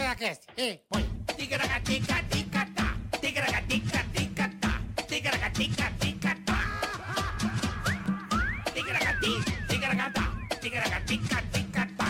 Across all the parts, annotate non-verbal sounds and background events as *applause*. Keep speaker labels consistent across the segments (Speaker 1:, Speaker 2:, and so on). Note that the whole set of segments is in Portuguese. Speaker 1: Tigracast, e põe.
Speaker 2: Ticaracatica-ticatá, ticaracatica-ticatá, ticaracatica-ticatá. Ticaracati, ticaracatá, ticaracatica-ticatá.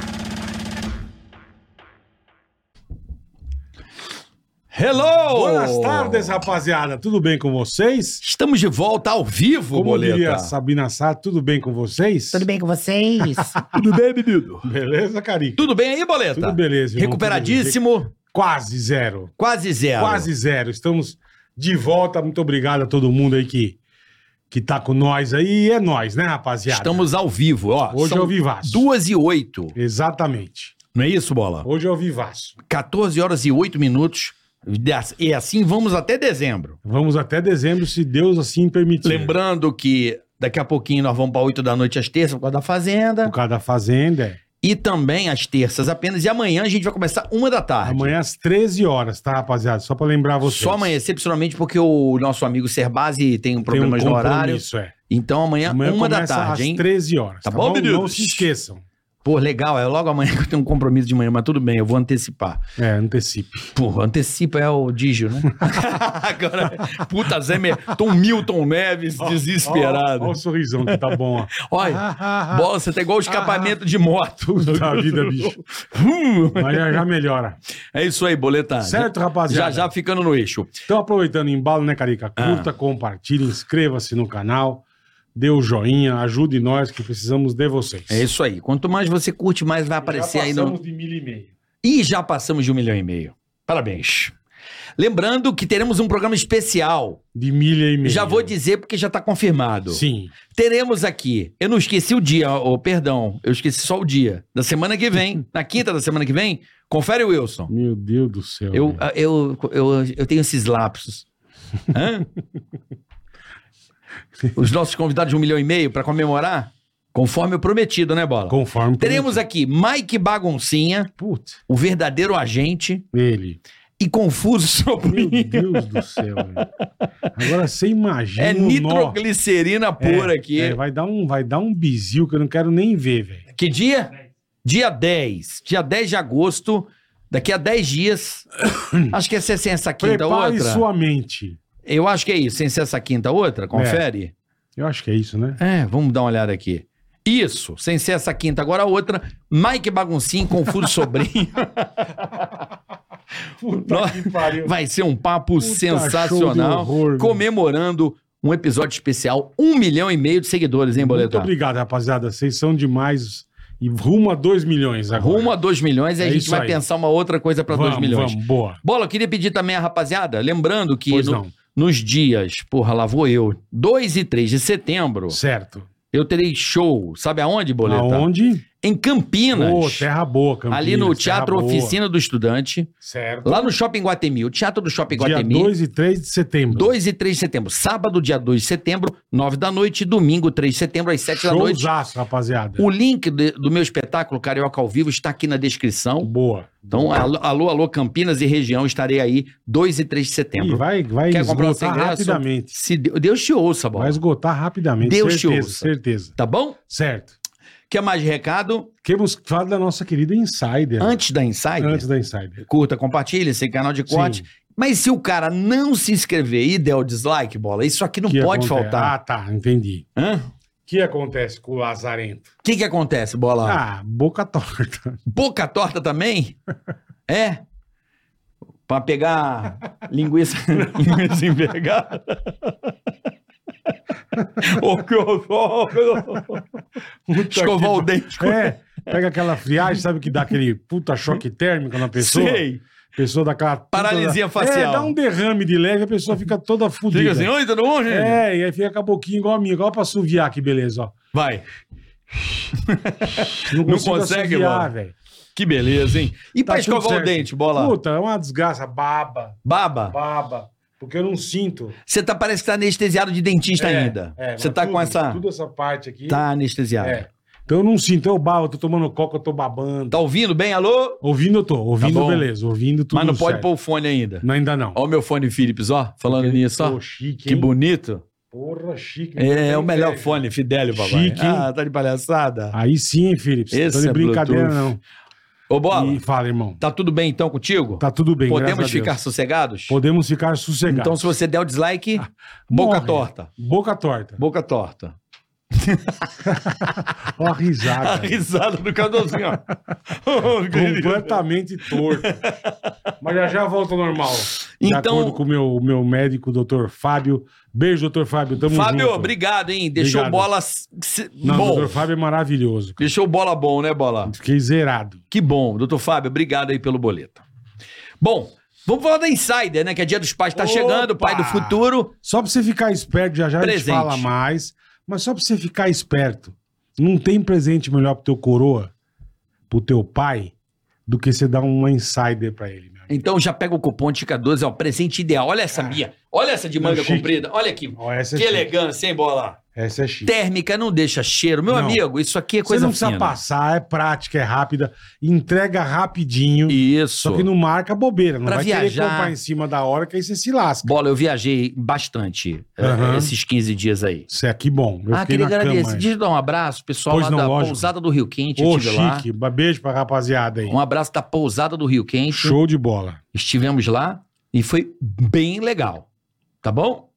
Speaker 3: Hello!
Speaker 4: Boas tardes, rapaziada. Tudo bem com vocês?
Speaker 3: Estamos de volta ao vivo,
Speaker 4: Como
Speaker 3: Boleta.
Speaker 4: diria Sabina Sá, tudo bem com vocês?
Speaker 1: Tudo bem com vocês?
Speaker 3: Tudo bem, menino?
Speaker 4: Beleza, Carica?
Speaker 3: Tudo bem aí, Boleta?
Speaker 4: Tudo beleza, irmão.
Speaker 3: Recuperadíssimo,
Speaker 4: Quase zero.
Speaker 3: quase zero.
Speaker 4: Quase zero. Estamos de volta. Muito obrigado a todo mundo aí que, que tá com nós aí. E é nós, né, rapaziada?
Speaker 3: Estamos ao vivo, ó.
Speaker 4: Hoje
Speaker 3: São
Speaker 4: é o vivaço.
Speaker 3: Duas e oito.
Speaker 4: Exatamente.
Speaker 3: Não é isso, Bola?
Speaker 4: Hoje é o vivaço.
Speaker 3: 14 horas e oito minutos. E assim vamos até dezembro.
Speaker 4: Vamos até dezembro, se Deus assim permitir.
Speaker 3: Lembrando que daqui a pouquinho nós vamos para 8 da noite às terças por causa da Fazenda.
Speaker 4: Por causa da Fazenda. é.
Speaker 3: E também às terças apenas. E amanhã a gente vai começar uma da tarde.
Speaker 4: Amanhã às 13 horas, tá, rapaziada? Só pra lembrar vocês. um
Speaker 3: Só amanhã, excepcionalmente, porque o nosso amigo Serbasi tem
Speaker 4: Tem um
Speaker 3: problemas no horário.
Speaker 4: compromisso, é.
Speaker 3: Então amanhã,
Speaker 4: Amanhã
Speaker 3: uma da
Speaker 4: começa
Speaker 3: tarde, hein?
Speaker 4: às 13 horas.
Speaker 3: Tá bom,
Speaker 4: Não
Speaker 3: meninos?
Speaker 4: se esqueçam.
Speaker 3: Pô, legal, é logo amanhã que eu tenho um compromisso de manhã, mas tudo bem, eu vou antecipar.
Speaker 4: É, antecipe.
Speaker 3: Pô, antecipa é o Digio, né? *laughs* Agora, puta Zé, Me... Tom Milton Neves, *laughs* desesperado. Ah,
Speaker 4: Olha o sorrisão que tá
Speaker 3: *laughs*
Speaker 4: bom, ó.
Speaker 3: Olha, bola, você tá igual o escapamento de moto. *laughs*
Speaker 4: Puta vida, bicho.
Speaker 3: Hum,
Speaker 4: Mas já,
Speaker 3: *laughs*
Speaker 4: já melhora.
Speaker 3: é isso aí, boletar.
Speaker 4: Certo,
Speaker 3: Já
Speaker 4: rapaziada?
Speaker 3: já Ah. ficando no eixo.
Speaker 4: Então, aproveitando o embalo, né, Carica? Curta, compartilhe, inscreva-se no canal, dê o joinha, ajude nós que precisamos de vocês.
Speaker 3: É isso aí. Quanto mais você curte, mais vai aparecer
Speaker 4: Já
Speaker 3: aí no,
Speaker 4: passamos de mil e meio.
Speaker 3: E já passamos de um milhão e meio. Parabéns. Lembrando que teremos um programa especial.
Speaker 4: De milha e meio.
Speaker 3: Já vou dizer porque já está confirmado.
Speaker 4: Sim.
Speaker 3: Teremos aqui. Eu não esqueci o dia, oh, perdão. Eu esqueci só o dia. Da semana que
Speaker 4: *laughs*
Speaker 3: vem. Na quinta da semana que vem. Confere, Wilson.
Speaker 4: Meu Deus do céu.
Speaker 3: Eu, ah,
Speaker 4: velho.
Speaker 3: eu, eu, eu tenho esses
Speaker 4: *laughs*
Speaker 3: lapsos. Hã? Os nossos convidados de um milhão e meio para comemorar? Conforme o prometido, né, Bola?
Speaker 4: Conforme.
Speaker 3: Teremos aqui Mike Baguncinha,
Speaker 4: Putz,
Speaker 3: o verdadeiro agente.
Speaker 4: ele.
Speaker 3: e confuso
Speaker 4: Meu
Speaker 3: sobre
Speaker 4: Deus do céu. velho. Agora você imagina.
Speaker 3: É
Speaker 4: o nó.
Speaker 3: nitroglicerina pura
Speaker 4: É,
Speaker 3: aqui.
Speaker 4: é, vai, dar um, vai dar um bizil que eu não quero nem ver, velho.
Speaker 3: Que dia? Dia 10. Dia 10 de agosto. Daqui a 10
Speaker 4: *coughs*
Speaker 3: dias. acho que é ser sem essa quinta
Speaker 4: Prepare
Speaker 3: outra.
Speaker 4: sua mente.
Speaker 3: Eu acho que é isso. Sem ser essa quinta outra. Confere.
Speaker 4: Eu acho que é isso, né?
Speaker 3: É, vamos dar uma olhada aqui. Isso, sem ser essa quinta, agora a outra. Mike Baguncinho, Confuso
Speaker 4: *laughs*
Speaker 3: Sobrinho.
Speaker 4: Puta que pariu.
Speaker 3: Vai ser um papo
Speaker 4: show de
Speaker 3: sensacional.
Speaker 4: horror, meu.
Speaker 3: comemorando um episódio especial. Um milhão e meio de seguidores, hein,
Speaker 4: Muito
Speaker 3: Boletar?
Speaker 4: obrigado, rapaziada. Vocês são demais. E rumo a 2 milhões agora.
Speaker 3: Rumo a 2 milhões e a
Speaker 4: É
Speaker 3: gente
Speaker 4: isso
Speaker 3: vai
Speaker 4: aí.
Speaker 3: pensar uma outra coisa para 2
Speaker 4: Vamos,
Speaker 3: milhões.
Speaker 4: Vamos, boa.
Speaker 3: Bola, eu queria pedir também a rapaziada, lembrando que
Speaker 4: pois
Speaker 3: no-
Speaker 4: não.
Speaker 3: nos dias, porra, lá vou eu, 2 e 3 de setembro,
Speaker 4: Certo.
Speaker 3: eu terei show, sabe aonde, Boleta?
Speaker 4: Aonde?
Speaker 3: Em Campinas.
Speaker 4: Ô, terra boa, Campinas.
Speaker 3: ali no
Speaker 4: terra
Speaker 3: Teatro
Speaker 4: boa.
Speaker 3: Oficina do Estudante,
Speaker 4: Certo.
Speaker 3: lá no Shopping Guatemi, o Teatro do Shopping
Speaker 4: Dia
Speaker 3: Guatemi.
Speaker 4: 2 e 3 de setembro.
Speaker 3: 2 e 3 de setembro, sábado, dia 2 de setembro, 9 da noite, domingo, 3 de setembro, às 7 da noite.
Speaker 4: Showzaço, rapaziada.
Speaker 3: O link de- do meu espetáculo Carioca ao Vivo está aqui na descrição.
Speaker 4: Boa.
Speaker 3: Então, alô, alô, alô, Campinas e região, estarei aí 2 e 3 de
Speaker 4: Ih,
Speaker 3: setembro.
Speaker 4: vai vai
Speaker 3: Quer comprar um o seu
Speaker 4: esgotar
Speaker 3: ingresso?
Speaker 4: rapidamente.
Speaker 3: Se Deu- Deus te ouça,
Speaker 4: Vai
Speaker 3: bola.
Speaker 4: esgotar rapidamente.
Speaker 3: Deus te
Speaker 4: certeza,
Speaker 3: ouça.
Speaker 4: certeza.
Speaker 3: Tá bom?
Speaker 4: Certo.
Speaker 3: Quer mais recado?
Speaker 4: Queremos falar da nossa querida Insider.
Speaker 3: Antes da Insider,
Speaker 4: É. Antes da Insider.
Speaker 3: curta, compartilha, esse canal de corte.
Speaker 4: Sim,
Speaker 3: Mas se o cara não se inscrever e der o dislike, bola, isso aqui não
Speaker 4: que
Speaker 3: pode
Speaker 4: aconte-
Speaker 3: faltar.
Speaker 4: Ah, tá, entendi.
Speaker 3: Hã?
Speaker 4: O que acontece com o Lazarento?
Speaker 3: O que que acontece, bola?
Speaker 4: Ah, boca
Speaker 3: *laughs*
Speaker 4: torta.
Speaker 3: Boca torta também? é? Pra pegar linguiça, linguiça envergada. Ô, que horror! Escovar o dente. com-
Speaker 4: *laughs* É, pega aquela friagem, sabe que dá aquele puta choque térmico na pessoa?
Speaker 3: Sei.
Speaker 4: Pessoa dá aquela... puta-
Speaker 3: Paralisia facial.
Speaker 4: É, dá um derrame de leve, a pessoa fica toda fodida.
Speaker 3: Fica assim, oi, tudo bom, gente?
Speaker 4: É, e aí fica com a boquinha igual a minha, igual pra assoviar, que beleza, ó.
Speaker 3: Vai.
Speaker 4: Não,
Speaker 3: consegue, mano.
Speaker 4: velho.
Speaker 3: Que beleza, hein? E pra
Speaker 4: Tá tudo
Speaker 3: escovar o
Speaker 4: certo.
Speaker 3: dente, bola?
Speaker 4: Puta, é uma desgraça, baba,
Speaker 3: Baba.
Speaker 4: baba, porque eu não sinto.
Speaker 3: Você tá, parece que tá anestesiado de dentista
Speaker 4: É,
Speaker 3: ainda.
Speaker 4: é,
Speaker 3: Você
Speaker 4: mas
Speaker 3: tá
Speaker 4: tudo-
Speaker 3: com essa.
Speaker 4: Tudo essa parte aqui.
Speaker 3: Tá anestesiado.
Speaker 4: É. Então eu não sinto, eu babo, eu tô tomando coca, eu tô babando.
Speaker 3: Tá ouvindo bem? Alô?
Speaker 4: Ouvindo eu tô, ouvindo
Speaker 3: bom.
Speaker 4: beleza, ouvindo tudo
Speaker 3: Mas não pode
Speaker 4: certo.
Speaker 3: pôr o fone ainda.
Speaker 4: Não, ainda não.
Speaker 3: Ó, o meu fone Philips, ó. Falando nisso, ó.
Speaker 4: Pô, chique,
Speaker 3: Que
Speaker 4: hein?
Speaker 3: bonito.
Speaker 4: Porra, chique.
Speaker 3: É, é o
Speaker 4: Tem
Speaker 3: melhor
Speaker 4: inveja.
Speaker 3: fone, Fidelio, papai.
Speaker 4: Chique, hein?
Speaker 3: ah, tá de palhaçada.
Speaker 4: Aí sim, hein, Felipe, você
Speaker 3: Esse
Speaker 4: tá de
Speaker 3: é
Speaker 4: brincadeira
Speaker 3: Bluetooth.
Speaker 4: não.
Speaker 3: Ô, Bola,
Speaker 4: E fala, irmão.
Speaker 3: tá tudo bem então contigo?
Speaker 4: Tá tudo bem, graças
Speaker 3: Podemos
Speaker 4: a
Speaker 3: ficar
Speaker 4: Deus.
Speaker 3: sossegados?
Speaker 4: Podemos ficar sossegados.
Speaker 3: Então, se você der o dislike, boca
Speaker 4: Morre.
Speaker 3: torta.
Speaker 4: Boca torta.
Speaker 3: Boca torta.
Speaker 4: Ó a
Speaker 3: A *laughs*
Speaker 4: risada.
Speaker 3: risada do Cardozinho,
Speaker 4: *laughs*
Speaker 3: ó. *laughs*
Speaker 4: completamente torto. Mas já já volta ao normal. De
Speaker 3: Então-
Speaker 4: acordo com o meu, o meu médico, o doutor Fábio. Beijo, doutor Fábio. Tamo
Speaker 3: Fábio,
Speaker 4: junto.
Speaker 3: obrigado, hein? Deixou
Speaker 4: Obrigado.
Speaker 3: bola s- se-
Speaker 4: Não, o
Speaker 3: bom.
Speaker 4: doutor Fábio é maravilhoso. cara.
Speaker 3: Deixou bola bom, né, bola?
Speaker 4: Fiquei zerado.
Speaker 3: Que bom, doutor Fábio, obrigado aí pelo boleto. Bom, vamos falar da Insider, né? Que é Dia dos Pais tá
Speaker 4: Opa!
Speaker 3: chegando, Pai do Futuro.
Speaker 4: Só pra você ficar esperto, já já
Speaker 3: Presente.
Speaker 4: a gente fala mais. Mas só pra você ficar esperto. Não tem presente melhor pro teu coroa, pro teu pai, do que você dar uma insider pra ele, meu amigo.
Speaker 3: Então já pega é o cupom TICA12, ó, presente ideal. Olha essa Bia, olha essa de
Speaker 4: Não,
Speaker 3: manga
Speaker 4: chique.
Speaker 3: comprida, olha aqui.
Speaker 4: Ó, essa é
Speaker 3: Que
Speaker 4: chique.
Speaker 3: elegância, hein, bola?
Speaker 4: Essa é chique.
Speaker 3: Térmica não deixa cheiro. Meu
Speaker 4: Não.
Speaker 3: amigo, isso aqui é
Speaker 4: Você
Speaker 3: coisa
Speaker 4: não precisa
Speaker 3: fina.
Speaker 4: passar, é prática, é rápida, entrega rapidinho.
Speaker 3: Isso.
Speaker 4: Só que não marca bobeira, não
Speaker 3: Pra
Speaker 4: vai querer
Speaker 3: viajar.
Speaker 4: comprar em cima da hora que aí você se lasca.
Speaker 3: Bola, eu viajei bastante eh,
Speaker 4: Aham.
Speaker 3: esses 15 dias aí.
Speaker 4: Isso é que bom. Eu
Speaker 3: ah,
Speaker 4: fiquei
Speaker 3: queria
Speaker 4: na cama,
Speaker 3: agradecer.
Speaker 4: é.
Speaker 3: Deixa eu dar um abraço, pessoal
Speaker 4: Pois
Speaker 3: lá
Speaker 4: não,
Speaker 3: da
Speaker 4: lógico.
Speaker 3: Pousada do Rio Quente. Eu
Speaker 4: Ô,
Speaker 3: estive lá.
Speaker 4: chique. Beijo pra rapaziada aí.
Speaker 3: Um abraço da Pousada do Rio Quente.
Speaker 4: Show de bola.
Speaker 3: Estivemos lá e foi bem legal. Tá bom?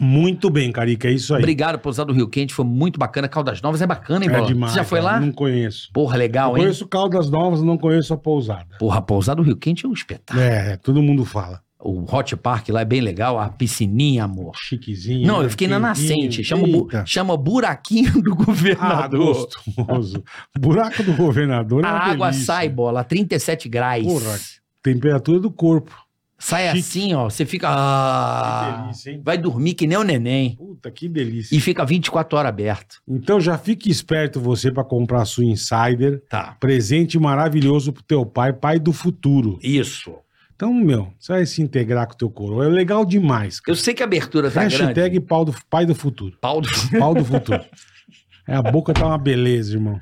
Speaker 4: Muito bem, Carica, é isso aí.
Speaker 3: Obrigado, Pousada do Rio Quente. Foi muito bacana. Caldas Novas é bacana, hein,
Speaker 4: é
Speaker 3: Bola?
Speaker 4: demais.
Speaker 3: Você já foi
Speaker 4: cara.
Speaker 3: lá?
Speaker 4: Não conheço.
Speaker 3: Porra,
Speaker 4: Eu
Speaker 3: legal, hein?
Speaker 4: conheço Caldas Novas, não conheço a Pousada.
Speaker 3: Porra, a Pousada do Rio Quente é um espetáculo.
Speaker 4: É, é, todo mundo fala.
Speaker 3: O Hot Park lá é bem legal. A piscininha, amor.
Speaker 4: Chiquezinho.
Speaker 3: Não, eu
Speaker 4: né?
Speaker 3: fiquei na
Speaker 4: Quentinho.
Speaker 3: nascente. Chama, o bu-
Speaker 4: Eita.
Speaker 3: chama buraquinho do *laughs*
Speaker 4: Ah,
Speaker 3: governador.
Speaker 4: gostoso. Buraco do governador é
Speaker 3: A
Speaker 4: uma
Speaker 3: água
Speaker 4: delícia.
Speaker 3: sai, bola, 37 graus.
Speaker 4: Porra. Temperatura do corpo.
Speaker 3: Sai
Speaker 4: Chique.
Speaker 3: assim, ó. Você fica. Ah,
Speaker 4: Que delícia, hein?
Speaker 3: vai dormir que nem o neném.
Speaker 4: Puta, que delícia.
Speaker 3: E fica 24 horas aberto.
Speaker 4: Então já fique esperto você pra comprar a sua Insider.
Speaker 3: Tá.
Speaker 4: Presente maravilhoso pro teu pai, pai do futuro.
Speaker 3: Isso.
Speaker 4: Então, meu, você vai se integrar com o teu coroa. É legal demais.
Speaker 3: Eu
Speaker 4: cara.
Speaker 3: sei que a abertura tá grande.
Speaker 4: Hashtag pau do, pai do futuro.
Speaker 3: Pau
Speaker 4: *laughs*
Speaker 3: do...
Speaker 4: Pau do
Speaker 3: *laughs*
Speaker 4: futuro. é, a boca tá uma beleza, irmão.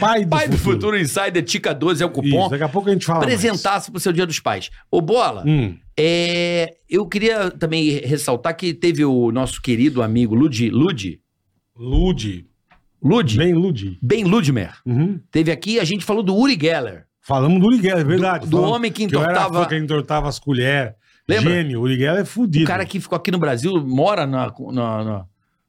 Speaker 4: Pai do
Speaker 3: Pai do
Speaker 4: futuro.
Speaker 3: Futuro Insider Tica 12 é o
Speaker 4: Isso,
Speaker 3: cupom.
Speaker 4: daqui a pouco a gente fala mais.
Speaker 3: Apresentasse pro seu Dia dos Pais. Ô, Bola,
Speaker 4: Hum,
Speaker 3: é, eu queria também ressaltar que teve o nosso querido amigo Ludi. Ludi?
Speaker 4: Lude.
Speaker 3: Ludi?
Speaker 4: Bem Lude.
Speaker 3: Ben Ludmer.
Speaker 4: Uhum.
Speaker 3: Teve aqui, a gente falou do Uri Geller.
Speaker 4: Falamos do Uriguel, é verdade.
Speaker 3: Do- do
Speaker 4: Falamos
Speaker 3: homem que
Speaker 4: eu era
Speaker 3: entortava-
Speaker 4: fã que entortava as colheres.
Speaker 3: Lembra?
Speaker 4: Gênio. O Uriguel é fudido.
Speaker 3: O cara que ficou aqui no Brasil, mora na, na, na-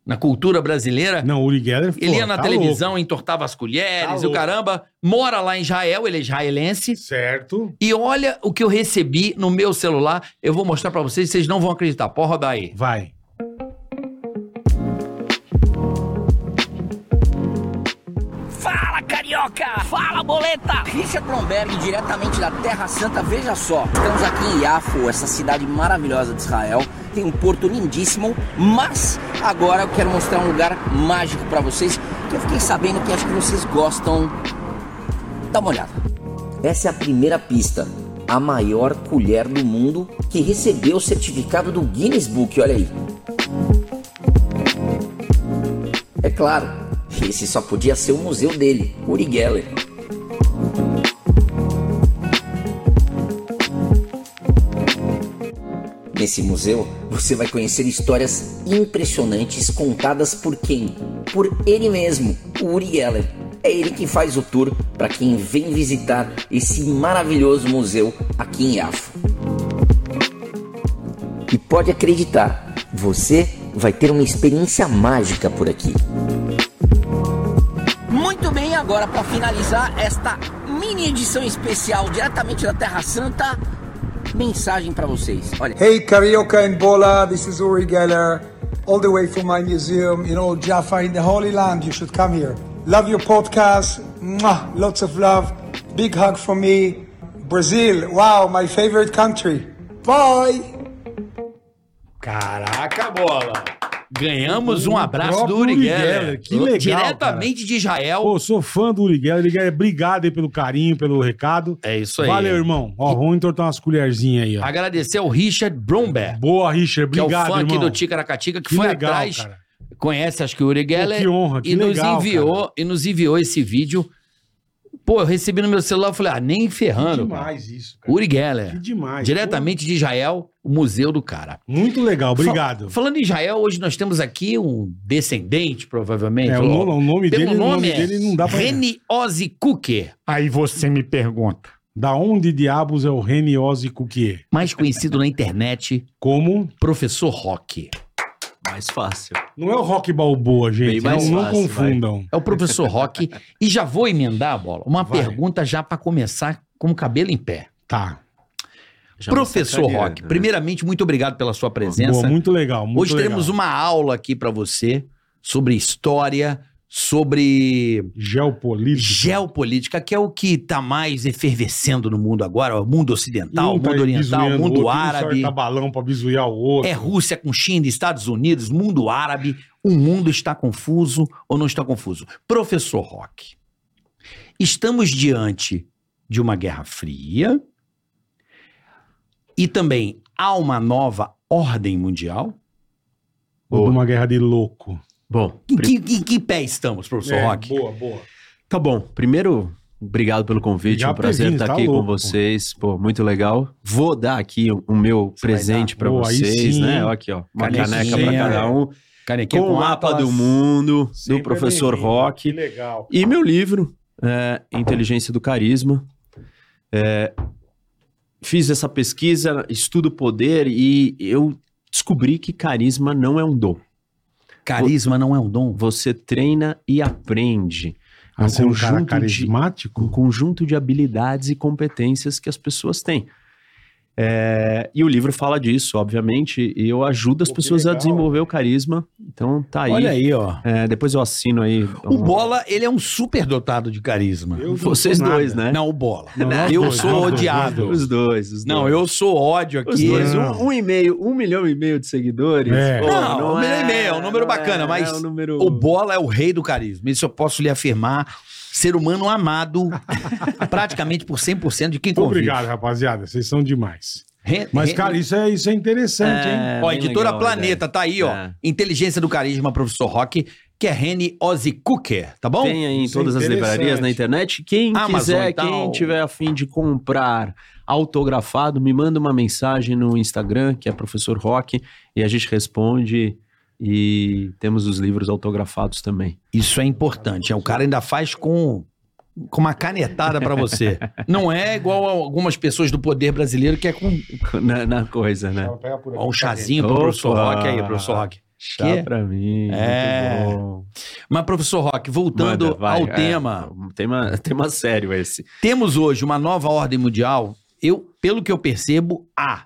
Speaker 3: na cultura brasileira.
Speaker 4: Não, o Uri Geller
Speaker 3: Ele
Speaker 4: pô,
Speaker 3: ia na
Speaker 4: tá
Speaker 3: televisão, entortava as colheres,
Speaker 4: Tá
Speaker 3: o caramba. Mora lá em Israel, ele é israelense.
Speaker 4: louco. Certo.
Speaker 3: E olha o que eu recebi no meu celular. Eu vou mostrar pra vocês, vocês não vão acreditar. Pode rodar aí.
Speaker 4: Vai.
Speaker 5: Fala carioca! Fala boleta! Richard Blomberg, diretamente da Terra Santa, veja só. Estamos aqui em Yafo, essa cidade maravilhosa de Israel. Tem um porto lindíssimo, mas agora eu quero mostrar um lugar mágico pra vocês que eu fiquei sabendo que acho que vocês gostam. Dá uma olhada. Essa é a primeira pista, a maior colher do mundo que recebeu o certificado do Guinness Book, olha aí. É claro, esse só podia ser o museu dele, Uri Geller. Nesse museu, você vai conhecer histórias impressionantes contadas por quem? Por ele mesmo, o Uri Geller. É ele que faz o tour para quem vem visitar esse maravilhoso museu aqui em Iafo. E pode acreditar, você vai ter uma experiência mágica por aqui. Muito bem, agora para finalizar esta mini edição especial diretamente da Terra Santa, mensagem para vocês. Olha,
Speaker 6: Hey, Carioca and Bola, this is Uri Geller, all the way from my museum in old Jaffa in the Holy Land. You should come here. Love your podcast. Mwah, lots of love. Big hug from me. Brazil, wow, my favorite country. Bye.
Speaker 3: Caraca, bola! Ganhamos um
Speaker 4: O
Speaker 3: abraço do
Speaker 4: próprio
Speaker 3: Uri
Speaker 4: Uri
Speaker 3: Geller.
Speaker 4: Geller, que legal,
Speaker 3: Diretamente de Israel.
Speaker 4: Pô, sou fã do Uri Geller. Uri Geller, obrigado aí pelo carinho, pelo recado.
Speaker 3: É isso aí.
Speaker 4: Valeu, irmão. Ó, vamos entortar umas colherzinhas aí, ó.
Speaker 3: Agradecer ao Richard Bromberg,
Speaker 4: Boa, Richard.
Speaker 3: que é o
Speaker 4: Obrigado,
Speaker 3: fã aqui
Speaker 4: irmão.
Speaker 3: do Ticaracatica, que,
Speaker 4: Que
Speaker 3: foi
Speaker 4: legal,
Speaker 3: atrás.
Speaker 4: cara.
Speaker 3: Conhece, acho que o Uri Geller.
Speaker 4: que honra, que
Speaker 3: e
Speaker 4: legal,
Speaker 3: nos enviou E nos enviou esse vídeo Pô, eu recebi no meu celular, eu falei, ah, nem ferrando. cara.
Speaker 4: demais isso, cara.
Speaker 3: Uri
Speaker 4: Que
Speaker 3: Geller.
Speaker 4: demais.
Speaker 3: Diretamente de Israel, o museu do cara.
Speaker 4: Pô, Muito legal, obrigado.
Speaker 3: Fa- falando em Israel, hoje nós temos aqui um descendente, provavelmente.
Speaker 4: É, o
Speaker 3: Ó,
Speaker 4: nome, o nome
Speaker 3: pelo
Speaker 4: dele, o nome
Speaker 3: nome é
Speaker 4: dele não dá pra.
Speaker 3: Reni Ozzy Cooker,
Speaker 7: Aí você me pergunta.
Speaker 4: Da onde diabos é o Reni Ozzy Cuquier?
Speaker 3: mais conhecido na internet,
Speaker 4: Como?
Speaker 3: Professor Rock.
Speaker 8: Mais fácil.
Speaker 4: Não é o Rock Balboa, gente.
Speaker 8: Bem mais
Speaker 4: Não, não
Speaker 8: fácil,
Speaker 4: confundam.
Speaker 3: É o Professor
Speaker 4: *laughs*
Speaker 3: Rock. e já vou emendar a bola. Uma
Speaker 4: Vai.
Speaker 3: pergunta já pra começar com o cabelo em pé.
Speaker 4: Tá.
Speaker 8: Já é uma
Speaker 3: Professor
Speaker 8: sacaneada,
Speaker 3: Rock,
Speaker 8: né?
Speaker 3: primeiramente, muito obrigado pela sua presença.
Speaker 4: Boa, muito legal. Muito
Speaker 3: Hoje teremos uma aula aqui pra você sobre história, sobre
Speaker 4: um. Geopolítico.
Speaker 3: geopolítica, que é o que tá mais efervescendo no mundo agora, o mundo
Speaker 4: Um
Speaker 3: ocidental, o mundo oriental, o mundo árabe.
Speaker 4: Tá balão pra bisuiar o outro.
Speaker 3: É Rússia com China, Estados Unidos, mundo árabe. O mundo está confuso ou não está confuso? Professor Rock, estamos diante de uma guerra fria e também há uma nova ordem mundial.
Speaker 4: Ou de uma guerra de louco.
Speaker 8: Bom,
Speaker 3: Em
Speaker 8: pri-
Speaker 3: que, em que pé estamos, professor
Speaker 4: É,
Speaker 3: Rock?
Speaker 4: Boa, boa.
Speaker 8: tá bom. Primeiro, obrigado pelo convite. É um
Speaker 4: Obrigado por
Speaker 8: prazer
Speaker 4: vir,
Speaker 8: estar
Speaker 4: tá
Speaker 8: aqui
Speaker 4: louco,
Speaker 8: com
Speaker 4: pô.
Speaker 8: vocês. Pô, muito legal. Vou dar aqui o o meu
Speaker 3: vai
Speaker 8: presente pra
Speaker 4: Boa, aí
Speaker 8: vocês,
Speaker 4: sim.
Speaker 8: né? Ó Aqui, ó. Uma
Speaker 3: Canequinha.
Speaker 8: caneca pra cada um.
Speaker 3: Canequinha
Speaker 8: Com o mapa
Speaker 3: Atlas. é
Speaker 8: do mundo, do
Speaker 4: Sempre é
Speaker 8: professor
Speaker 4: bem-vindo.
Speaker 8: Rock.
Speaker 4: Que legal.
Speaker 8: E meu livro, é, Inteligência do Carisma. É, fiz essa pesquisa, estudo poder e eu descobri que carisma não é um dom.
Speaker 3: Carisma não é um dom.
Speaker 8: Você treina e aprende.
Speaker 4: Ah, você é um cara
Speaker 8: de,
Speaker 4: carismático?
Speaker 8: um conjunto de habilidades e competências que as pessoas têm. É, e o livro fala disso, obviamente, e eu ajudo as
Speaker 4: Pô, que
Speaker 8: pessoas a
Speaker 4: legal.
Speaker 8: desenvolver o carisma. Então tá aí.
Speaker 3: Olha aí, ó.
Speaker 8: É, depois eu assino aí. então,
Speaker 3: O é Bola, ele é um super dotado de carisma.
Speaker 4: Eu não
Speaker 8: Vocês
Speaker 4: sou nada.
Speaker 8: dois, né?
Speaker 3: Não, o Bola.
Speaker 4: Não, nós
Speaker 3: eu
Speaker 4: dois, nós
Speaker 3: sou
Speaker 4: dois,
Speaker 3: odiado.
Speaker 4: nós
Speaker 8: Os dois, os
Speaker 3: Não,
Speaker 8: dois.
Speaker 3: eu sou ódio
Speaker 8: Os
Speaker 3: aqui.
Speaker 8: dois,
Speaker 4: Não.
Speaker 8: um, um e meio, um milhão e meio de seguidores.
Speaker 4: É.
Speaker 3: Não, um milhão e meio, é um número
Speaker 8: não
Speaker 3: bacana, mas
Speaker 8: é um número...
Speaker 3: O Bola é o rei do carisma. Isso eu posso lhe afirmar. Ser humano
Speaker 8: *laughs*
Speaker 3: amado praticamente por 100% de quem convive.
Speaker 4: Obrigado, rapaziada. Vocês são demais.
Speaker 3: Re-
Speaker 4: Mas,
Speaker 3: re-
Speaker 4: cara, isso é, isso é interessante, hein?
Speaker 8: É,
Speaker 3: ó,
Speaker 8: bem
Speaker 3: editora
Speaker 8: legal,
Speaker 3: Planeta, tá aí, ó.
Speaker 8: É.
Speaker 3: Inteligência do Carisma, professor Rock, que é Rene Ozzy Cooker, tá bom?
Speaker 8: Tem aí em
Speaker 4: Isso é
Speaker 8: todas as
Speaker 4: interessante.
Speaker 8: livrarias na internet. Quem
Speaker 3: Amazon
Speaker 8: quiser,
Speaker 3: e tal.
Speaker 8: quem tiver a fim de comprar autografado, me manda uma mensagem no Instagram, que é professor Rock, e a gente responde. E temos os livros autografados também. *laughs*
Speaker 3: Isso é importante. é, O cara ainda faz com, com uma canetada pra você. Não é igual a algumas pessoas do poder brasileiro que é com
Speaker 8: Na, na coisa, né?
Speaker 4: Ela pega por aqui,
Speaker 3: ó, um
Speaker 4: tá
Speaker 3: chazinho pro
Speaker 8: Opa!
Speaker 3: professor Rock aí, professor Rock.
Speaker 8: Chá
Speaker 3: Que?
Speaker 8: pra mim.
Speaker 3: É.
Speaker 8: Muito bom.
Speaker 3: Mas, professor Rock, voltando
Speaker 8: Manda, vai,
Speaker 3: ao
Speaker 8: é,
Speaker 3: tema,
Speaker 8: um tema. Tema sério esse.
Speaker 3: Temos hoje uma nova ordem mundial. Eu, pelo que eu percebo, há.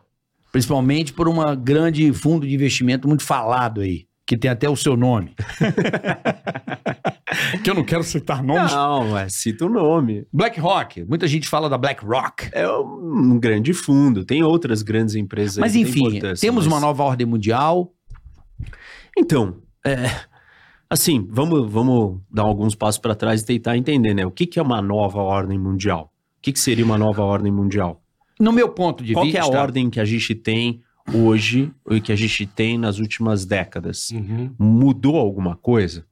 Speaker 3: Principalmente por um grande fundo de investimento muito falado aí, que tem até o seu
Speaker 8: *laughs*
Speaker 3: nome.
Speaker 7: Que eu não quero citar nomes.
Speaker 8: Não, é, cita o nome.
Speaker 3: BlackRock. Muita gente fala da BlackRock.
Speaker 8: É um grande fundo, tem outras grandes empresas. aí
Speaker 3: Mas
Speaker 8: que têm
Speaker 3: enfim,
Speaker 8: importância,
Speaker 3: temos
Speaker 8: mas-
Speaker 3: uma nova ordem mundial.
Speaker 8: Então, é, assim, vamos, vamos dar alguns passos para trás e tentar entender, né? O que, que é uma nova ordem mundial? O que, que seria uma nova ordem mundial?
Speaker 3: No meu ponto de
Speaker 8: Qual que é
Speaker 3: vista,
Speaker 8: a ordem que a gente tem hoje e que a gente tem nas últimas décadas?
Speaker 4: Uhum.
Speaker 8: Mudou alguma coisa?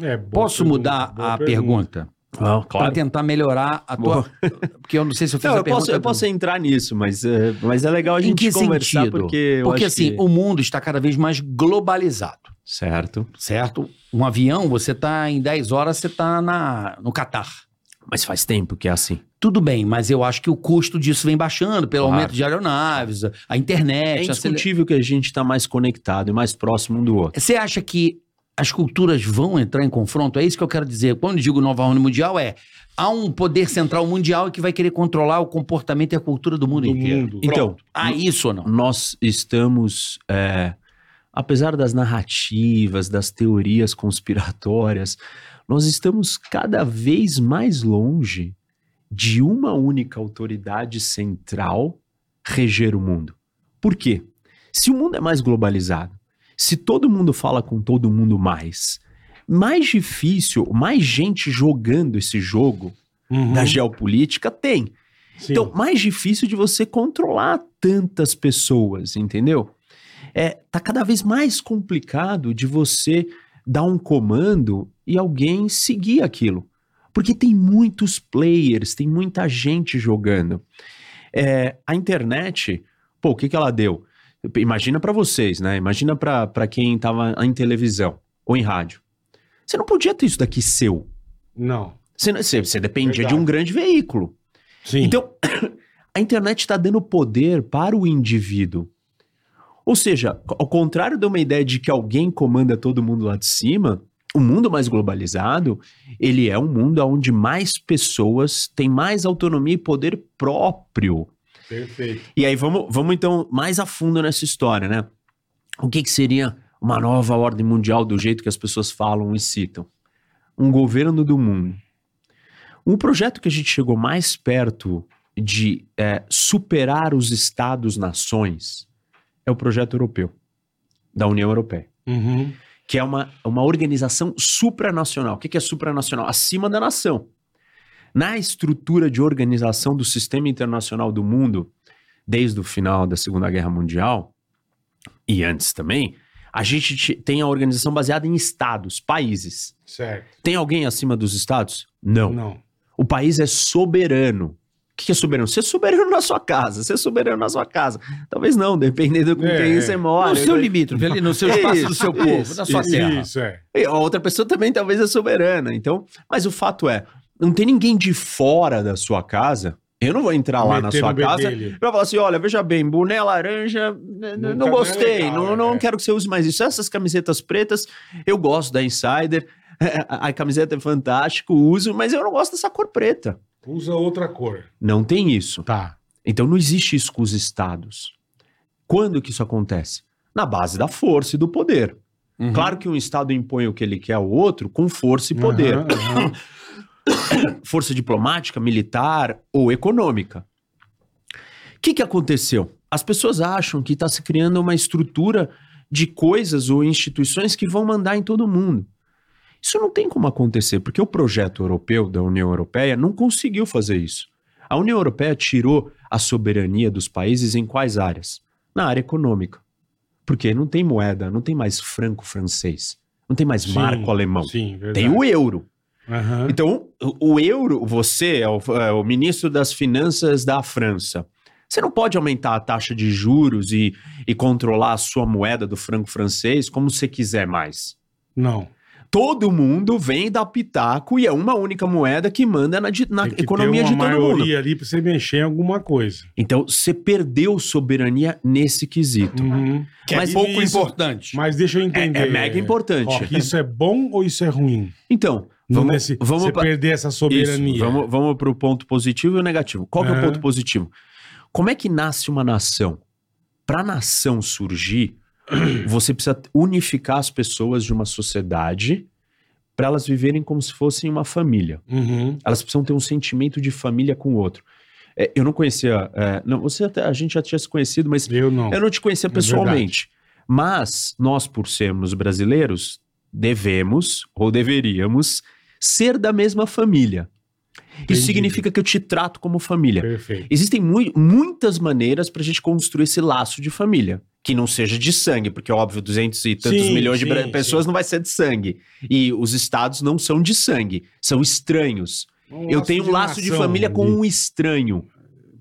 Speaker 4: É, boa
Speaker 3: posso
Speaker 4: pergunta,
Speaker 3: mudar
Speaker 4: boa
Speaker 3: a pergunta?
Speaker 8: Ah,
Speaker 3: Pra tentar melhorar a tua.
Speaker 8: Boa.
Speaker 3: *laughs* Porque eu não sei se eu fiz
Speaker 8: Não,
Speaker 3: a
Speaker 8: eu
Speaker 3: pergunta.
Speaker 8: posso, eu
Speaker 3: do-
Speaker 8: posso entrar nisso, mas é, mas é legal a
Speaker 3: Em
Speaker 8: gente
Speaker 3: que
Speaker 8: conversar
Speaker 3: sentido?
Speaker 8: porque eu
Speaker 3: Porque
Speaker 8: acho
Speaker 3: assim,
Speaker 8: que-
Speaker 3: o mundo está cada vez mais globalizado.
Speaker 8: Certo.
Speaker 3: certo? Um avião, você tá em 10 horas, você tá na, no Catar.
Speaker 8: Mas faz tempo que é assim.
Speaker 3: Tudo bem, mas eu acho que o custo disso vem baixando pelo
Speaker 8: Claro.
Speaker 3: aumento de aeronaves, a- a
Speaker 8: É
Speaker 3: internet. a cele-
Speaker 8: indiscutível que a gente está mais conectado e mais próximo um do outro.
Speaker 3: Você acha que as culturas vão entrar em confronto? É isso que eu quero dizer. Quando digo nova ordem mundial, é há um poder central mundial que vai querer controlar o comportamento e a cultura do mundo
Speaker 4: Do
Speaker 3: inteiro.
Speaker 4: mundo.
Speaker 8: Então,
Speaker 3: Há isso ou não?
Speaker 8: nós estamos, é, apesar das narrativas, das teorias conspiratórias, nós estamos cada vez mais longe de uma única autoridade central reger o mundo. Por quê? Se o mundo é mais globalizado, se todo mundo fala com todo mundo mais, mais difícil, mais gente jogando esse jogo
Speaker 4: Uhum.
Speaker 8: da geopolítica tem.
Speaker 4: Sim.
Speaker 8: Então, mais difícil de você controlar tantas pessoas, entendeu? É, tá cada vez mais complicado de você dar um comando e alguém seguir aquilo. Porque tem muitos players, tem muita gente jogando. É, a internet, pô, o que, que ela deu? Imagina pra vocês, né? Imagina pra pra quem tava em televisão ou em rádio. Você não podia ter isso daqui seu.
Speaker 4: Não.
Speaker 8: Você, não- você, você dependia
Speaker 4: Verdade.
Speaker 8: de um grande veículo.
Speaker 4: Sim.
Speaker 8: Então, *coughs* a internet está dando poder para o indivíduo. Ou seja, ao contrário de uma ideia de que alguém comanda todo mundo lá de cima, o mundo mais globalizado, ele é um mundo onde mais pessoas têm mais autonomia e poder próprio.
Speaker 4: Perfeito.
Speaker 8: E aí vamos, vamos então mais a fundo nessa história, né? O que, que seria uma nova ordem mundial do jeito que as pessoas falam e citam? Um governo do mundo. Um projeto que a gente chegou mais perto de eh, superar os estados-nações é o projeto europeu, da União Europeia
Speaker 4: Uhum.
Speaker 8: que é uma, uma organização supranacional. O que que é supranacional? Acima da nação. Na estrutura de organização do sistema internacional do mundo, desde o final da Segunda Guerra Mundial, e antes também, a gente te- tem a organização baseada em estados, países.
Speaker 4: Certo.
Speaker 8: Tem alguém acima dos estados? Não.
Speaker 4: Não.
Speaker 8: O país é soberano. O que que é soberano? Você é soberano *laughs* na sua casa, você é soberano na sua casa. Talvez não, dependendo com
Speaker 4: É, é.
Speaker 8: quem você mora.
Speaker 3: no seu limítrofe, ali no seu espaço do seu
Speaker 8: *laughs* Isso,
Speaker 3: povo, na sua
Speaker 4: Isso,
Speaker 3: terra.
Speaker 4: Isso, é.
Speaker 8: E a outra pessoa também talvez é soberana. Então, mas o fato é, não tem ninguém de fora da sua casa. Eu não vou entrar lá na
Speaker 4: Meter
Speaker 8: sua
Speaker 4: no
Speaker 8: casa
Speaker 4: bedelho.
Speaker 8: pra falar assim: olha, veja bem, boné laranja, n- n-
Speaker 4: Nunca
Speaker 8: não gostei,
Speaker 4: é legal,
Speaker 8: não,
Speaker 4: é,
Speaker 8: não
Speaker 4: é.
Speaker 8: quero que você use mais isso. Essas camisetas pretas, eu gosto da Insider, *laughs* a, a camiseta é fantástica, o uso, mas eu não gosto dessa cor preta.
Speaker 4: Usa outra cor.
Speaker 8: Não tem isso.
Speaker 4: Tá.
Speaker 8: Então não existe isso com os estados. Quando que isso acontece? Na base da força e do poder.
Speaker 3: Uhum.
Speaker 8: Claro que um estado impõe o que ele quer ao outro com força e poder.
Speaker 4: Aham,
Speaker 8: *laughs*
Speaker 4: aham.
Speaker 8: Força diplomática, militar ou econômica. O que, que aconteceu? As pessoas acham que está se criando uma estrutura de coisas ou instituições que vão mandar em todo mundo. Isso não tem como acontecer, porque o projeto europeu da União Europeia não conseguiu fazer isso. A União Europeia tirou a soberania dos países em quais áreas? Na área econômica. Porque não tem moeda, não tem mais franco francês, não tem mais
Speaker 4: Sim,
Speaker 8: marco alemão.
Speaker 4: Sim, verdade.
Speaker 8: Tem o euro.
Speaker 4: Aham.
Speaker 8: Então, o, o euro, você é o, é o ministro das finanças da França. Você não pode aumentar a taxa de juros e, e controlar a sua moeda do franco francês como você quiser mais.
Speaker 4: Não.
Speaker 8: Todo mundo vem dar pitaco e é uma única moeda que manda na, di- na
Speaker 4: Tem que
Speaker 8: economia
Speaker 4: ter
Speaker 8: de
Speaker 4: uma
Speaker 8: todo
Speaker 4: maioria
Speaker 8: mundo.
Speaker 4: ali pra você mexer em alguma coisa.
Speaker 8: Então, você perdeu soberania nesse quesito.
Speaker 4: Uhum.
Speaker 3: Que
Speaker 8: Mas
Speaker 3: é pouco
Speaker 4: isso-
Speaker 3: importante.
Speaker 4: Mas deixa eu
Speaker 8: É,
Speaker 4: entender.
Speaker 8: é mega importante.
Speaker 4: Rock, isso é bom ou isso é ruim?
Speaker 8: Então, vamos,
Speaker 4: Nesse-
Speaker 8: vamos
Speaker 4: você
Speaker 8: pra-
Speaker 4: perder essa soberania.
Speaker 8: Isso, vamos, vamos para o ponto positivo e o negativo. Qual que é
Speaker 4: Aham.
Speaker 8: o ponto positivo? Como é que nasce uma nação? Para a nação surgir, você precisa unificar as pessoas de uma sociedade para elas viverem como se fossem uma família.
Speaker 4: Uhum.
Speaker 8: Elas precisam ter um sentimento de família com o outro. É, eu não conhecia. é, não, você até- a gente já tinha se conhecido, mas
Speaker 4: Eu não.
Speaker 8: eu não te conhecia
Speaker 4: É verdade.
Speaker 8: pessoalmente. Mas nós, por sermos brasileiros, devemos ou deveríamos ser da mesma família.
Speaker 4: Entendi.
Speaker 8: Isso significa que eu te trato como família.
Speaker 4: Perfeito.
Speaker 8: Existem mui- muitas maneiras para a gente construir esse laço de família. Que não seja de sangue, porque, óbvio, 200 e tantos
Speaker 4: Sim,
Speaker 8: milhões de
Speaker 4: sim,
Speaker 8: bra-
Speaker 4: sim.
Speaker 8: pessoas não vai ser de sangue. E os estados não são de sangue, são estranhos.
Speaker 4: Um
Speaker 8: eu
Speaker 4: laço
Speaker 8: tenho um laço de
Speaker 4: nação
Speaker 8: família com
Speaker 4: ali.
Speaker 8: um estranho.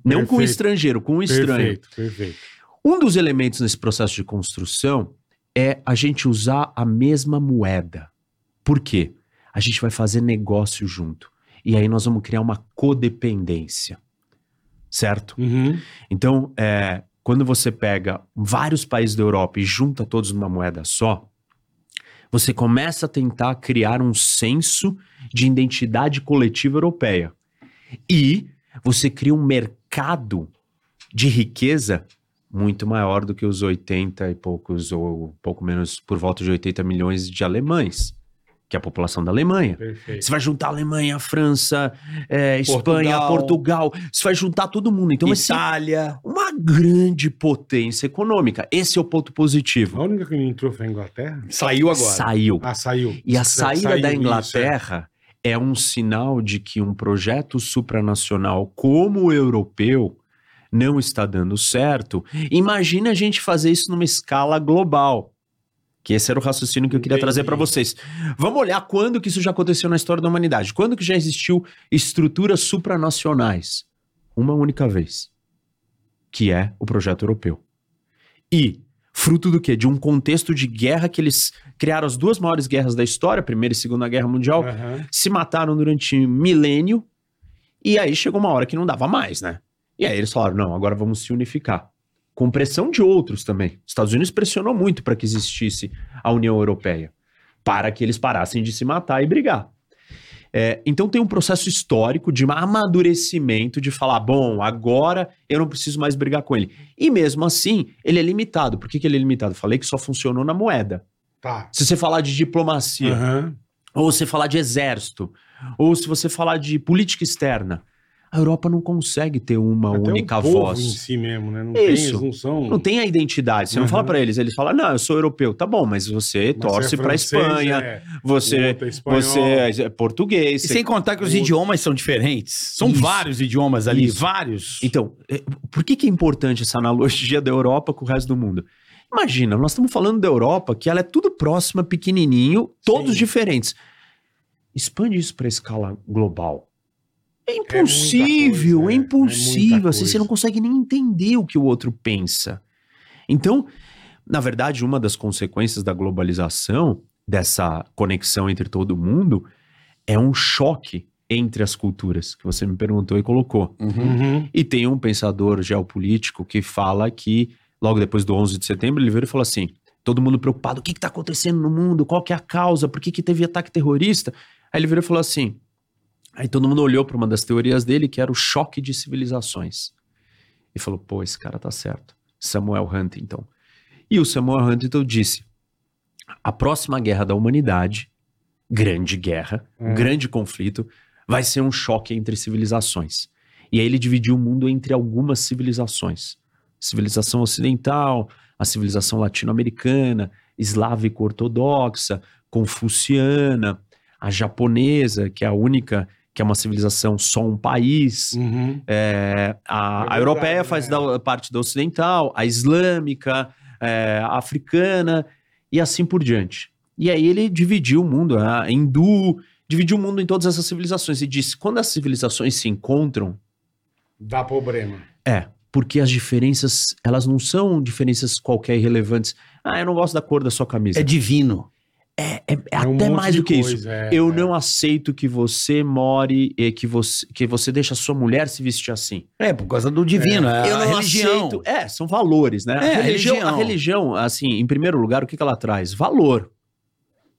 Speaker 8: Não com um
Speaker 4: Perfeito.
Speaker 8: estrangeiro, com um estranho.
Speaker 4: Perfeito, perfeito.
Speaker 8: Um dos elementos nesse processo de construção é a gente usar a mesma moeda. Por quê? A gente vai fazer negócio junto. E aí nós vamos criar uma codependência. Certo?
Speaker 4: Uhum.
Speaker 8: Então, é, quando você pega vários países da Europa e junta todos numa moeda só, você começa a tentar criar um senso de identidade coletiva europeia. E você cria um mercado de riqueza muito maior do que os 80 e poucos, ou pouco menos, por volta de 80 milhões de alemães, que é a população da Alemanha.
Speaker 4: Perfeito.
Speaker 8: Você vai juntar Alemanha, França, é,
Speaker 3: Portugal.
Speaker 8: Espanha, Portugal. Você vai juntar todo mundo. Então, esse
Speaker 3: Itália.
Speaker 8: uma grande potência econômica. Esse é o ponto
Speaker 4: A
Speaker 8: positivo.
Speaker 4: única que não entrou foi a Inglaterra?
Speaker 3: Saiu agora.
Speaker 8: Saiu.
Speaker 4: Ah, saiu.
Speaker 8: E a
Speaker 4: Sa-
Speaker 8: saída
Speaker 4: saiu, isso,
Speaker 8: da
Speaker 4: é.
Speaker 8: Inglaterra é. um sinal de que um projeto supranacional como o europeu não está dando certo. Imagina a gente fazer isso numa escala global. O Que esse era o raciocínio que eu queria
Speaker 4: Entendi.
Speaker 8: trazer para vocês. Vamos olhar quando que isso já aconteceu na história da humanidade. Quando que já existiu estruturas supranacionais? Uma única vez. Que é o projeto europeu. E fruto do quê? De um contexto de guerra que eles criaram as duas maiores guerras da história, a Primeira e Segunda Guerra Mundial,
Speaker 4: Aham.
Speaker 8: se mataram durante um milênio, e aí chegou uma hora que não dava mais, né? E aí eles falaram: não, agora vamos se unificar. Com pressão de outros também. Os Estados Unidos pressionou muito para que existisse a União Europeia, para que eles parassem de se matar e brigar. É, então tem um processo histórico de amadurecimento, de falar, bom, agora eu não preciso mais brigar com ele. E mesmo assim, ele é limitado. Por que, que ele é limitado? Falei que só funcionou na moeda.
Speaker 4: Tá.
Speaker 8: Se você falar de diplomacia,
Speaker 4: Aham.
Speaker 8: ou se falar de exército, ou se você falar de política externa, a Europa não consegue ter uma
Speaker 4: Até o
Speaker 8: única
Speaker 4: povo em
Speaker 8: voz.
Speaker 4: si mesmo, né? Não tem,
Speaker 8: Isso.
Speaker 4: eles não são...
Speaker 8: Não tem a identidade. Você
Speaker 4: Uhum.
Speaker 8: não fala pra eles, eles falam: "Não, eu sou europeu". Tá bom, mas você
Speaker 4: Mas
Speaker 8: torce
Speaker 4: é
Speaker 8: pra
Speaker 4: francês,
Speaker 8: Espanha,
Speaker 4: é. O
Speaker 8: você
Speaker 4: outro é espanhol.
Speaker 8: você é português.
Speaker 3: E
Speaker 8: você-
Speaker 3: sem contar que os idiomas são diferentes. São
Speaker 8: Isso.
Speaker 3: vários idiomas ali,
Speaker 8: Isso.
Speaker 3: vários.
Speaker 8: Então, é, por que que é importante essa analogia da Europa com o resto do mundo? Imagina, nós estamos falando da Europa, que ela é tudo próxima, pequenininho, todos
Speaker 4: Sim.
Speaker 8: diferentes. Expande isso para escala global. É
Speaker 4: muita
Speaker 8: impossível,
Speaker 4: coisa,
Speaker 8: é,
Speaker 4: é, é
Speaker 8: impossível.
Speaker 4: muita
Speaker 8: assim, você
Speaker 4: coisa.
Speaker 8: não consegue nem entender o que o outro pensa. Então, na verdade, uma das consequências da globalização, dessa conexão entre todo mundo, é um choque entre as culturas, que você me perguntou e colocou.
Speaker 4: Uhum.
Speaker 8: E tem um pensador geopolítico que fala que, logo depois do 11 de setembro, ele veio e falou assim: todo mundo preocupado, o que está acontecendo no mundo? Qual que é a causa? Por que, que teve ataque terrorista? Aí ele virou e falou assim. Aí todo mundo olhou para uma das teorias dele, que era o choque de civilizações. E falou: pô, esse cara tá certo. Samuel Huntington. E o Samuel Huntington disse: a próxima guerra da humanidade, grande guerra,
Speaker 4: Hum.
Speaker 8: grande conflito, vai ser um choque entre civilizações. E aí ele dividiu o mundo entre algumas civilizações: civilização ocidental, a civilização latino-americana, eslávico-ortodoxa, confuciana, a japonesa, que é a única que é uma civilização só um país.
Speaker 4: Uhum.
Speaker 8: É,
Speaker 4: É
Speaker 8: a, a
Speaker 4: verdade,
Speaker 8: europeia faz
Speaker 4: né?
Speaker 8: da- parte da ocidental, a islâmica, é, a africana e assim por diante. E aí ele dividiu o mundo, a hindu, dividiu o mundo em todas essas civilizações e disse: quando as civilizações se encontram,
Speaker 4: Dá problema.
Speaker 8: é porque as diferenças elas não são diferenças qualquer irrelevantes. Ah, eu não gosto da cor da sua camisa.
Speaker 3: É divino.
Speaker 8: É- é
Speaker 4: um monte
Speaker 8: até mais
Speaker 4: de
Speaker 8: do que isso.
Speaker 4: coisa, é,
Speaker 8: Eu
Speaker 4: é.
Speaker 8: não aceito que você more, eh, que você, que você deixa a sua mulher se vestir assim.
Speaker 3: É, por causa do divino. É,
Speaker 8: eu
Speaker 3: a
Speaker 8: não
Speaker 3: religião.
Speaker 8: aceito. É, são valores, né?
Speaker 3: É,
Speaker 8: a,
Speaker 3: a
Speaker 8: religião,
Speaker 3: religião.
Speaker 8: a religião, assim, em primeiro lugar, o que, que ela traz? Valor.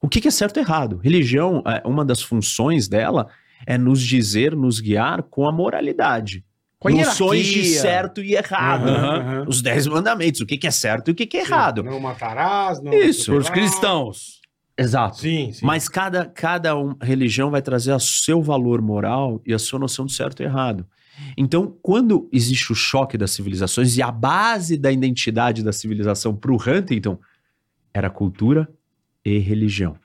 Speaker 8: O que, que é certo e errado? Religião, é, uma das funções dela é nos dizer, nos guiar com a moralidade.
Speaker 3: Com a
Speaker 8: Noções de
Speaker 3: hierarquia.
Speaker 8: certo e errado.
Speaker 4: Aham, aham.
Speaker 8: Os dez mandamentos, o que, que é certo e o que, que é errado.
Speaker 4: Não matarás, não...
Speaker 8: Isso.
Speaker 3: Para os cristãos.
Speaker 8: Exato.
Speaker 4: Sim, sim.
Speaker 8: Mas cada, cada um- religião vai trazer o seu valor moral e a sua noção de certo e errado. Então, quando existe o choque das civilizações e a base da identidade da civilização para o Huntington era cultura e religião.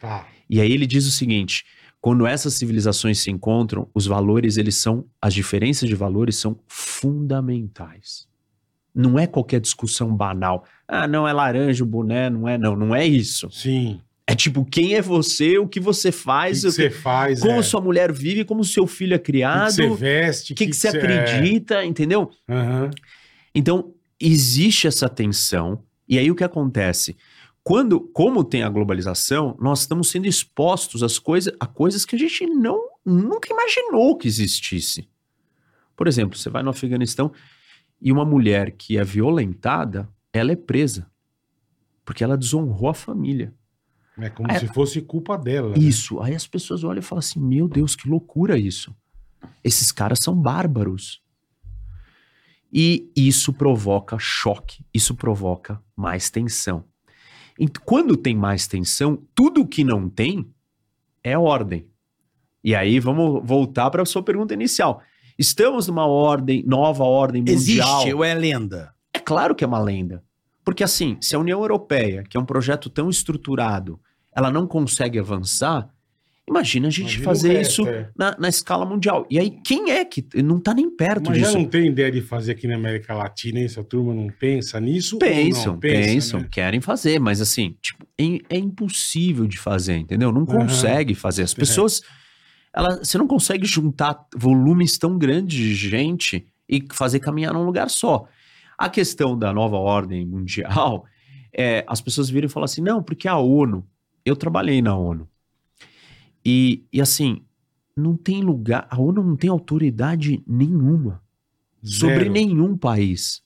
Speaker 4: Tá.
Speaker 8: E aí ele diz o seguinte: quando essas civilizações se encontram, os valores eles são, as diferenças de valores são fundamentais. Não é qualquer discussão banal. Ah, não é laranja o boné, não é não, não é isso.
Speaker 4: Sim.
Speaker 8: É tipo, quem é você, o que você
Speaker 4: O que
Speaker 8: faz,
Speaker 4: que
Speaker 8: o que-
Speaker 4: você faz?
Speaker 8: como
Speaker 4: é?
Speaker 8: sua mulher vive, como seu filho é
Speaker 4: O que
Speaker 8: criado,
Speaker 4: que é? você
Speaker 8: o
Speaker 4: veste?
Speaker 8: que, que você acredita, entendeu?
Speaker 4: é. Aham.
Speaker 8: Então, existe essa tensão, e aí o que acontece? Quando, como tem a globalização, nós estamos sendo expostos às coisas, a coisas que a gente não nunca imaginou que existisse. Por exemplo, você vai no Afeganistão e uma mulher que é violentada, ela é presa. Porque ela desonrou a família.
Speaker 4: É como
Speaker 8: É.
Speaker 4: se fosse culpa dela. né?
Speaker 8: Isso. Aí as pessoas olham e falam assim: meu Deus, que loucura isso. Esses caras são bárbaros. E isso provoca choque, isso provoca mais tensão. E quando tem mais tensão, tudo que não tem é ordem. E aí vamos voltar para a sua pergunta inicial. Estamos numa ordem, nova ordem mundial.
Speaker 3: Existe ou é lenda?
Speaker 8: É claro que é uma lenda. Porque, assim, se a União Europeia, que é um projeto tão estruturado, ela não consegue avançar, Imagina a gente
Speaker 4: Imagina o
Speaker 8: fazer
Speaker 4: resto,
Speaker 8: isso
Speaker 4: é.
Speaker 8: na, na escala mundial. E aí, quem é que não tá nem perto
Speaker 4: Mas já
Speaker 8: disso?
Speaker 4: não tem ideia de fazer aqui na América Latina, hein? Essa turma não pensa nisso? ou não?
Speaker 8: Pensam,
Speaker 4: Pensa,
Speaker 8: pensam,
Speaker 4: né?
Speaker 8: querem fazer, mas assim, tipo, é, é impossível de fazer, entendeu? Não
Speaker 4: Aham.
Speaker 8: consegue fazer. As
Speaker 4: É.
Speaker 8: pessoas, ela, você não consegue juntar volumes tão grandes de gente e fazer caminhar num lugar só. A questão da nova ordem mundial, *laughs* é, as pessoas viram e falam assim, não, porque a ONU, eu trabalhei na ONU, e, e assim, não tem lugar, a ONU não tem autoridade nenhuma sobre
Speaker 4: Zero.
Speaker 8: nenhum país.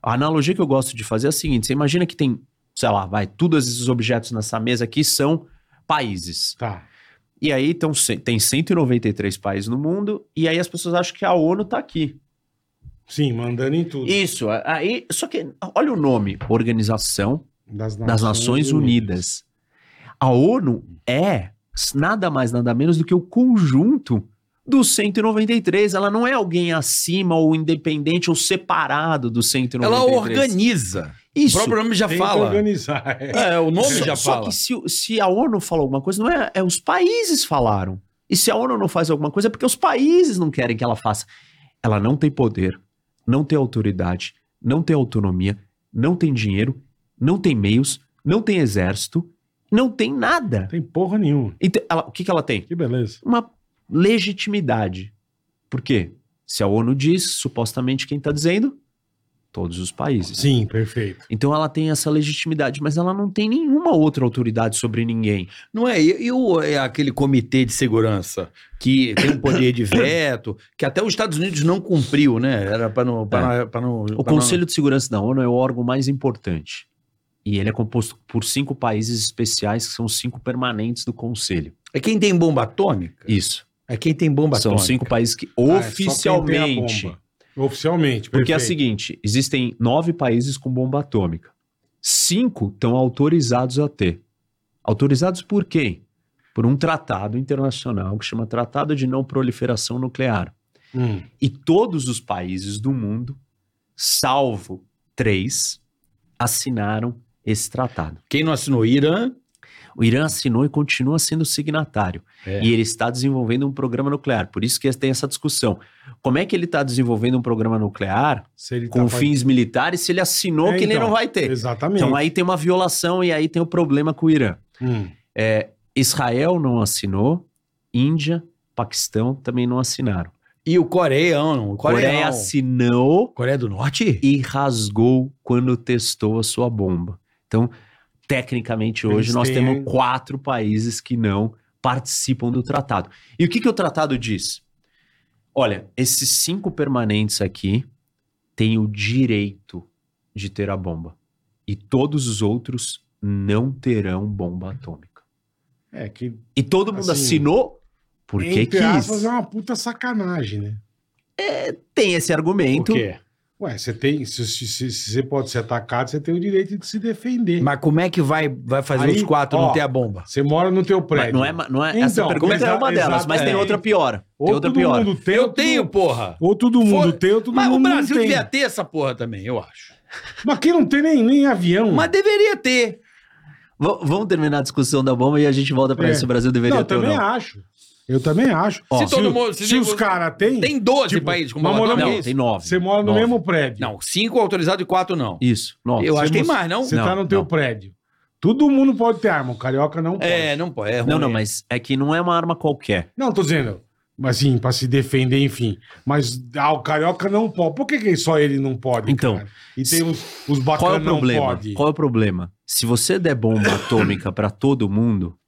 Speaker 8: A analogia que eu gosto de fazer é a seguinte: você imagina que tem, sei lá, vai, todos esses objetos nessa mesa aqui são países.
Speaker 4: Tá.
Speaker 8: E aí então, ce- tem 193 países no mundo, e aí as pessoas acham que a ONU tá aqui.
Speaker 4: Sim, mandando em tudo.
Speaker 8: Isso, a- aí. Só que olha o nome: Organização das Nações Unidas. A ONU é s- nada mais, nada menos do que o conjunto dos 193. Ela não é alguém acima ou independente ou separado dos 193.
Speaker 3: Ela organiza.
Speaker 8: Isso.
Speaker 3: O próprio nome já
Speaker 4: Tem
Speaker 3: fala.
Speaker 4: que organizar. é.
Speaker 3: É, o nome
Speaker 8: Só-
Speaker 3: já
Speaker 8: só
Speaker 3: fala.
Speaker 8: que se, o- se a ONU falou alguma coisa, não é, é os países falaram. E se a ONU não faz alguma coisa, é porque os países não querem que ela faça. Ela não tem poder, não tem autoridade, não tem autonomia, não tem dinheiro, não tem meios, não tem exército, não tem nada.
Speaker 4: Tem porra nenhuma.
Speaker 8: Então, ela- o que, que ela tem?
Speaker 4: Que beleza.
Speaker 8: Uma legitimidade. Por quê? Se a ONU diz, supostamente quem está dizendo? Todos os países.
Speaker 4: Sim, perfeito.
Speaker 8: Então ela tem essa legitimidade, mas ela não tem nenhuma outra autoridade sobre ninguém.
Speaker 3: Não é? E, e o, é aquele comitê de segurança que tem um poder *coughs* de veto, que até os Estados Unidos não cumpriu, né? Era para não, pra, pra não. tá
Speaker 8: O Conselho de Segurança da ONU é o órgão mais importante. E ele é composto por cinco países especiais, que são os cinco permanentes do Conselho.
Speaker 3: É quem tem bomba atômica?
Speaker 8: Isso.
Speaker 3: É quem tem bomba
Speaker 8: são
Speaker 3: atômica.
Speaker 8: cinco países que
Speaker 4: Ah, é só quem tem a
Speaker 8: oficialmente.
Speaker 4: bomba. Oficialmente,
Speaker 8: porque é o
Speaker 4: perfeito.
Speaker 8: seguinte: existem nove países com bomba atômica. Cinco estão autorizados a ter. Autorizados por quem? Por um tratado internacional que chama Tratado de Não Proliferação Nuclear.
Speaker 4: Hum,
Speaker 8: e todos os países do mundo, salvo três, assinaram esse tratado.
Speaker 3: Quem não assinou Irã?
Speaker 8: O Irã assinou e continua sendo signatário.
Speaker 3: É.
Speaker 8: E ele está desenvolvendo um programa nuclear. Por isso que tem essa discussão. Como é que ele está desenvolvendo um programa nuclear
Speaker 4: se ele
Speaker 8: com
Speaker 4: tá
Speaker 8: fins militares se ele assinou
Speaker 4: É,
Speaker 8: que ele
Speaker 4: então,
Speaker 8: não vai ter?
Speaker 4: Exatamente.
Speaker 8: Então aí tem uma violação e aí tem o problema com o Irã.
Speaker 4: Hum,
Speaker 8: Israel não assinou, Índia, Paquistão também não assinaram.
Speaker 3: E o Coreião. O Coreião.
Speaker 8: Coreia assinou,
Speaker 3: Coreia do Norte?
Speaker 8: e rasgou quando testou a sua bomba. Então, tecnicamente,
Speaker 4: Eles
Speaker 8: hoje nós
Speaker 4: têm-
Speaker 8: temos quatro países que não participam do tratado. E o que, que o tratado diz? Olha, esses cinco permanentes aqui têm o direito de ter a bomba. E todos os outros não terão bomba atômica.
Speaker 4: É que,
Speaker 8: E todo mundo
Speaker 4: Assim,
Speaker 8: assinou porque
Speaker 4: entre aspas,
Speaker 8: quis.
Speaker 4: é uma puta sacanagem, né? Então,
Speaker 8: Tem esse argumento.
Speaker 4: Ué, você tem. Se, se- se- se você pode ser atacado, você tem o direito de se defender.
Speaker 3: Mas como é que vai, vai fazer
Speaker 4: Aí,
Speaker 3: os quatro
Speaker 4: ó,
Speaker 3: não ter a bomba?
Speaker 4: Você mora no teu
Speaker 8: Mas
Speaker 4: prédio.
Speaker 8: não é, ma- não é essa
Speaker 4: Então,
Speaker 8: pergunta é
Speaker 4: exa-
Speaker 8: uma delas, mas tem
Speaker 4: exatamente.
Speaker 8: outra pior.
Speaker 4: Ou
Speaker 8: tem outra
Speaker 4: todo
Speaker 8: pior.
Speaker 4: mundo tem, ou
Speaker 3: Eu
Speaker 4: todo
Speaker 3: tenho,
Speaker 4: mundo-
Speaker 3: porra.
Speaker 4: Ou todo mundo
Speaker 3: Fora-
Speaker 4: tem, ou todo
Speaker 3: Mas o
Speaker 4: mundo não
Speaker 3: Brasil
Speaker 4: tem.
Speaker 3: devia ter essa porra também, eu acho.
Speaker 4: Mas quem não tem nem, nem avião.
Speaker 3: Mas deveria ter.
Speaker 8: V- vamos terminar a discussão da bomba e a gente volta pra
Speaker 4: É.
Speaker 8: isso. O Brasil deveria
Speaker 4: não, eu
Speaker 8: ter ou
Speaker 4: também
Speaker 8: não.
Speaker 4: acho. Eu também acho.
Speaker 8: Ó,
Speaker 4: se
Speaker 8: Se
Speaker 3: todo mundo-
Speaker 4: se,
Speaker 3: se
Speaker 4: os
Speaker 3: você-
Speaker 4: caras têm,
Speaker 3: Tem 12
Speaker 4: Tipo,
Speaker 3: países com
Speaker 4: mas
Speaker 3: bomba
Speaker 4: moramos-
Speaker 3: atômica.
Speaker 8: Não, tem nove.
Speaker 4: você mora no
Speaker 8: Nove.
Speaker 4: mesmo prédio.
Speaker 3: Não, cinco autorizados e quatro não.
Speaker 8: Isso, nove.
Speaker 3: Eu acho que tem
Speaker 4: mo-
Speaker 3: mais, não?
Speaker 4: Você
Speaker 8: Não,
Speaker 4: tá no teu
Speaker 8: não.
Speaker 4: prédio. Todo mundo pode ter arma, o carioca não pode.
Speaker 3: É, não pode. É ruim.
Speaker 8: Não, não, mas é que não é uma arma qualquer.
Speaker 4: Não, tô dizendo, assim, pra se defender, enfim. Mas ah, o carioca não pode. Por que, que só ele não pode?
Speaker 8: Então,
Speaker 4: cara? E tem os, os bacanas
Speaker 8: Qual é o
Speaker 4: não
Speaker 8: problema?
Speaker 4: pode.
Speaker 8: Qual é o problema? Se você der bomba atômica pra todo mundo,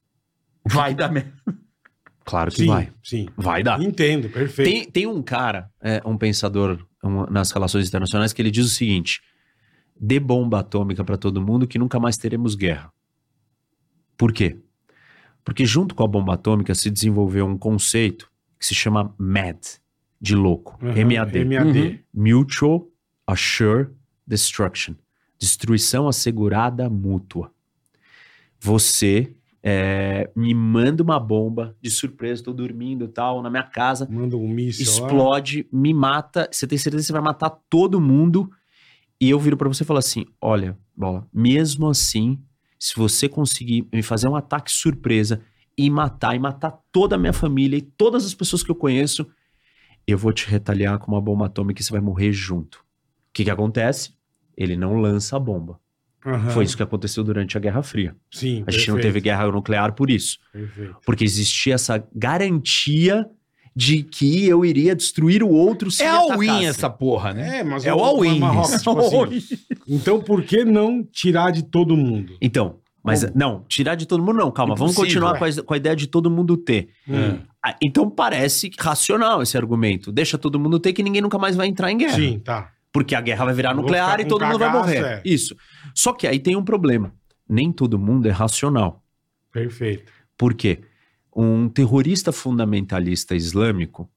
Speaker 3: Vai dar merda.
Speaker 8: claro é que
Speaker 4: Sim,
Speaker 8: vai.
Speaker 4: sim.
Speaker 8: Vai dar.
Speaker 4: Entendo, perfeito.
Speaker 8: Tem, tem um cara, é, um pensador um- nas relações internacionais, que ele diz o seguinte: dê bomba atômica pra todo mundo que nunca mais teremos guerra. Por quê? Porque junto com a bomba atômica se desenvolveu um conceito que se chama MAD, de louco,
Speaker 4: Uhum,
Speaker 8: MAD.
Speaker 4: MAD.
Speaker 8: Uhum. Mutual Assured Destruction. Destruição assegurada mútua. Você é, me manda uma bomba de surpresa, tô dormindo e tal, na minha casa,
Speaker 4: Manda um míssil lá.
Speaker 8: explode, me mata. Você tem certeza que você vai matar todo mundo. E eu viro pra você e falo assim: olha, bola, mesmo assim, se você conseguir me fazer um ataque surpresa e matar, e matar toda a minha família e todas as pessoas que eu conheço, eu vou te retaliar com uma bomba atômica e você vai morrer junto. O que, que acontece? Ele não lança a bomba.
Speaker 4: Aham.
Speaker 8: Foi isso que aconteceu durante a Guerra Fria.
Speaker 4: Sim,
Speaker 8: A gente não teve guerra nuclear por isso.
Speaker 4: Perfeito.
Speaker 8: Porque existia essa garantia de que eu iria destruir o outro se
Speaker 3: É
Speaker 8: me
Speaker 3: all-in
Speaker 8: atacasse.
Speaker 3: essa porra, né?
Speaker 4: mas
Speaker 3: É o all-in.
Speaker 4: Marrocos,
Speaker 8: *laughs*
Speaker 4: tipo assim, Então por que não tirar de todo mundo?
Speaker 8: Então, mas não, tirar de todo mundo não, calma. Vamos
Speaker 3: Impossível,
Speaker 8: continuar com a, com a ideia de todo mundo ter.
Speaker 4: Hum.
Speaker 8: Ah, Então parece racional esse argumento. Deixa todo mundo ter que ninguém nunca mais vai entrar em guerra.
Speaker 4: Sim, tá.
Speaker 8: Porque a guerra vai virar
Speaker 4: Vou
Speaker 8: nuclear
Speaker 4: ficar
Speaker 8: e
Speaker 4: com
Speaker 8: todo mundo vai
Speaker 4: cagaço,
Speaker 8: morrer.
Speaker 4: é.
Speaker 8: Isso. Só que aí tem um problema. Nem todo mundo é racional.
Speaker 4: Perfeito.
Speaker 8: Por quê? Um terrorista fundamentalista islâmico,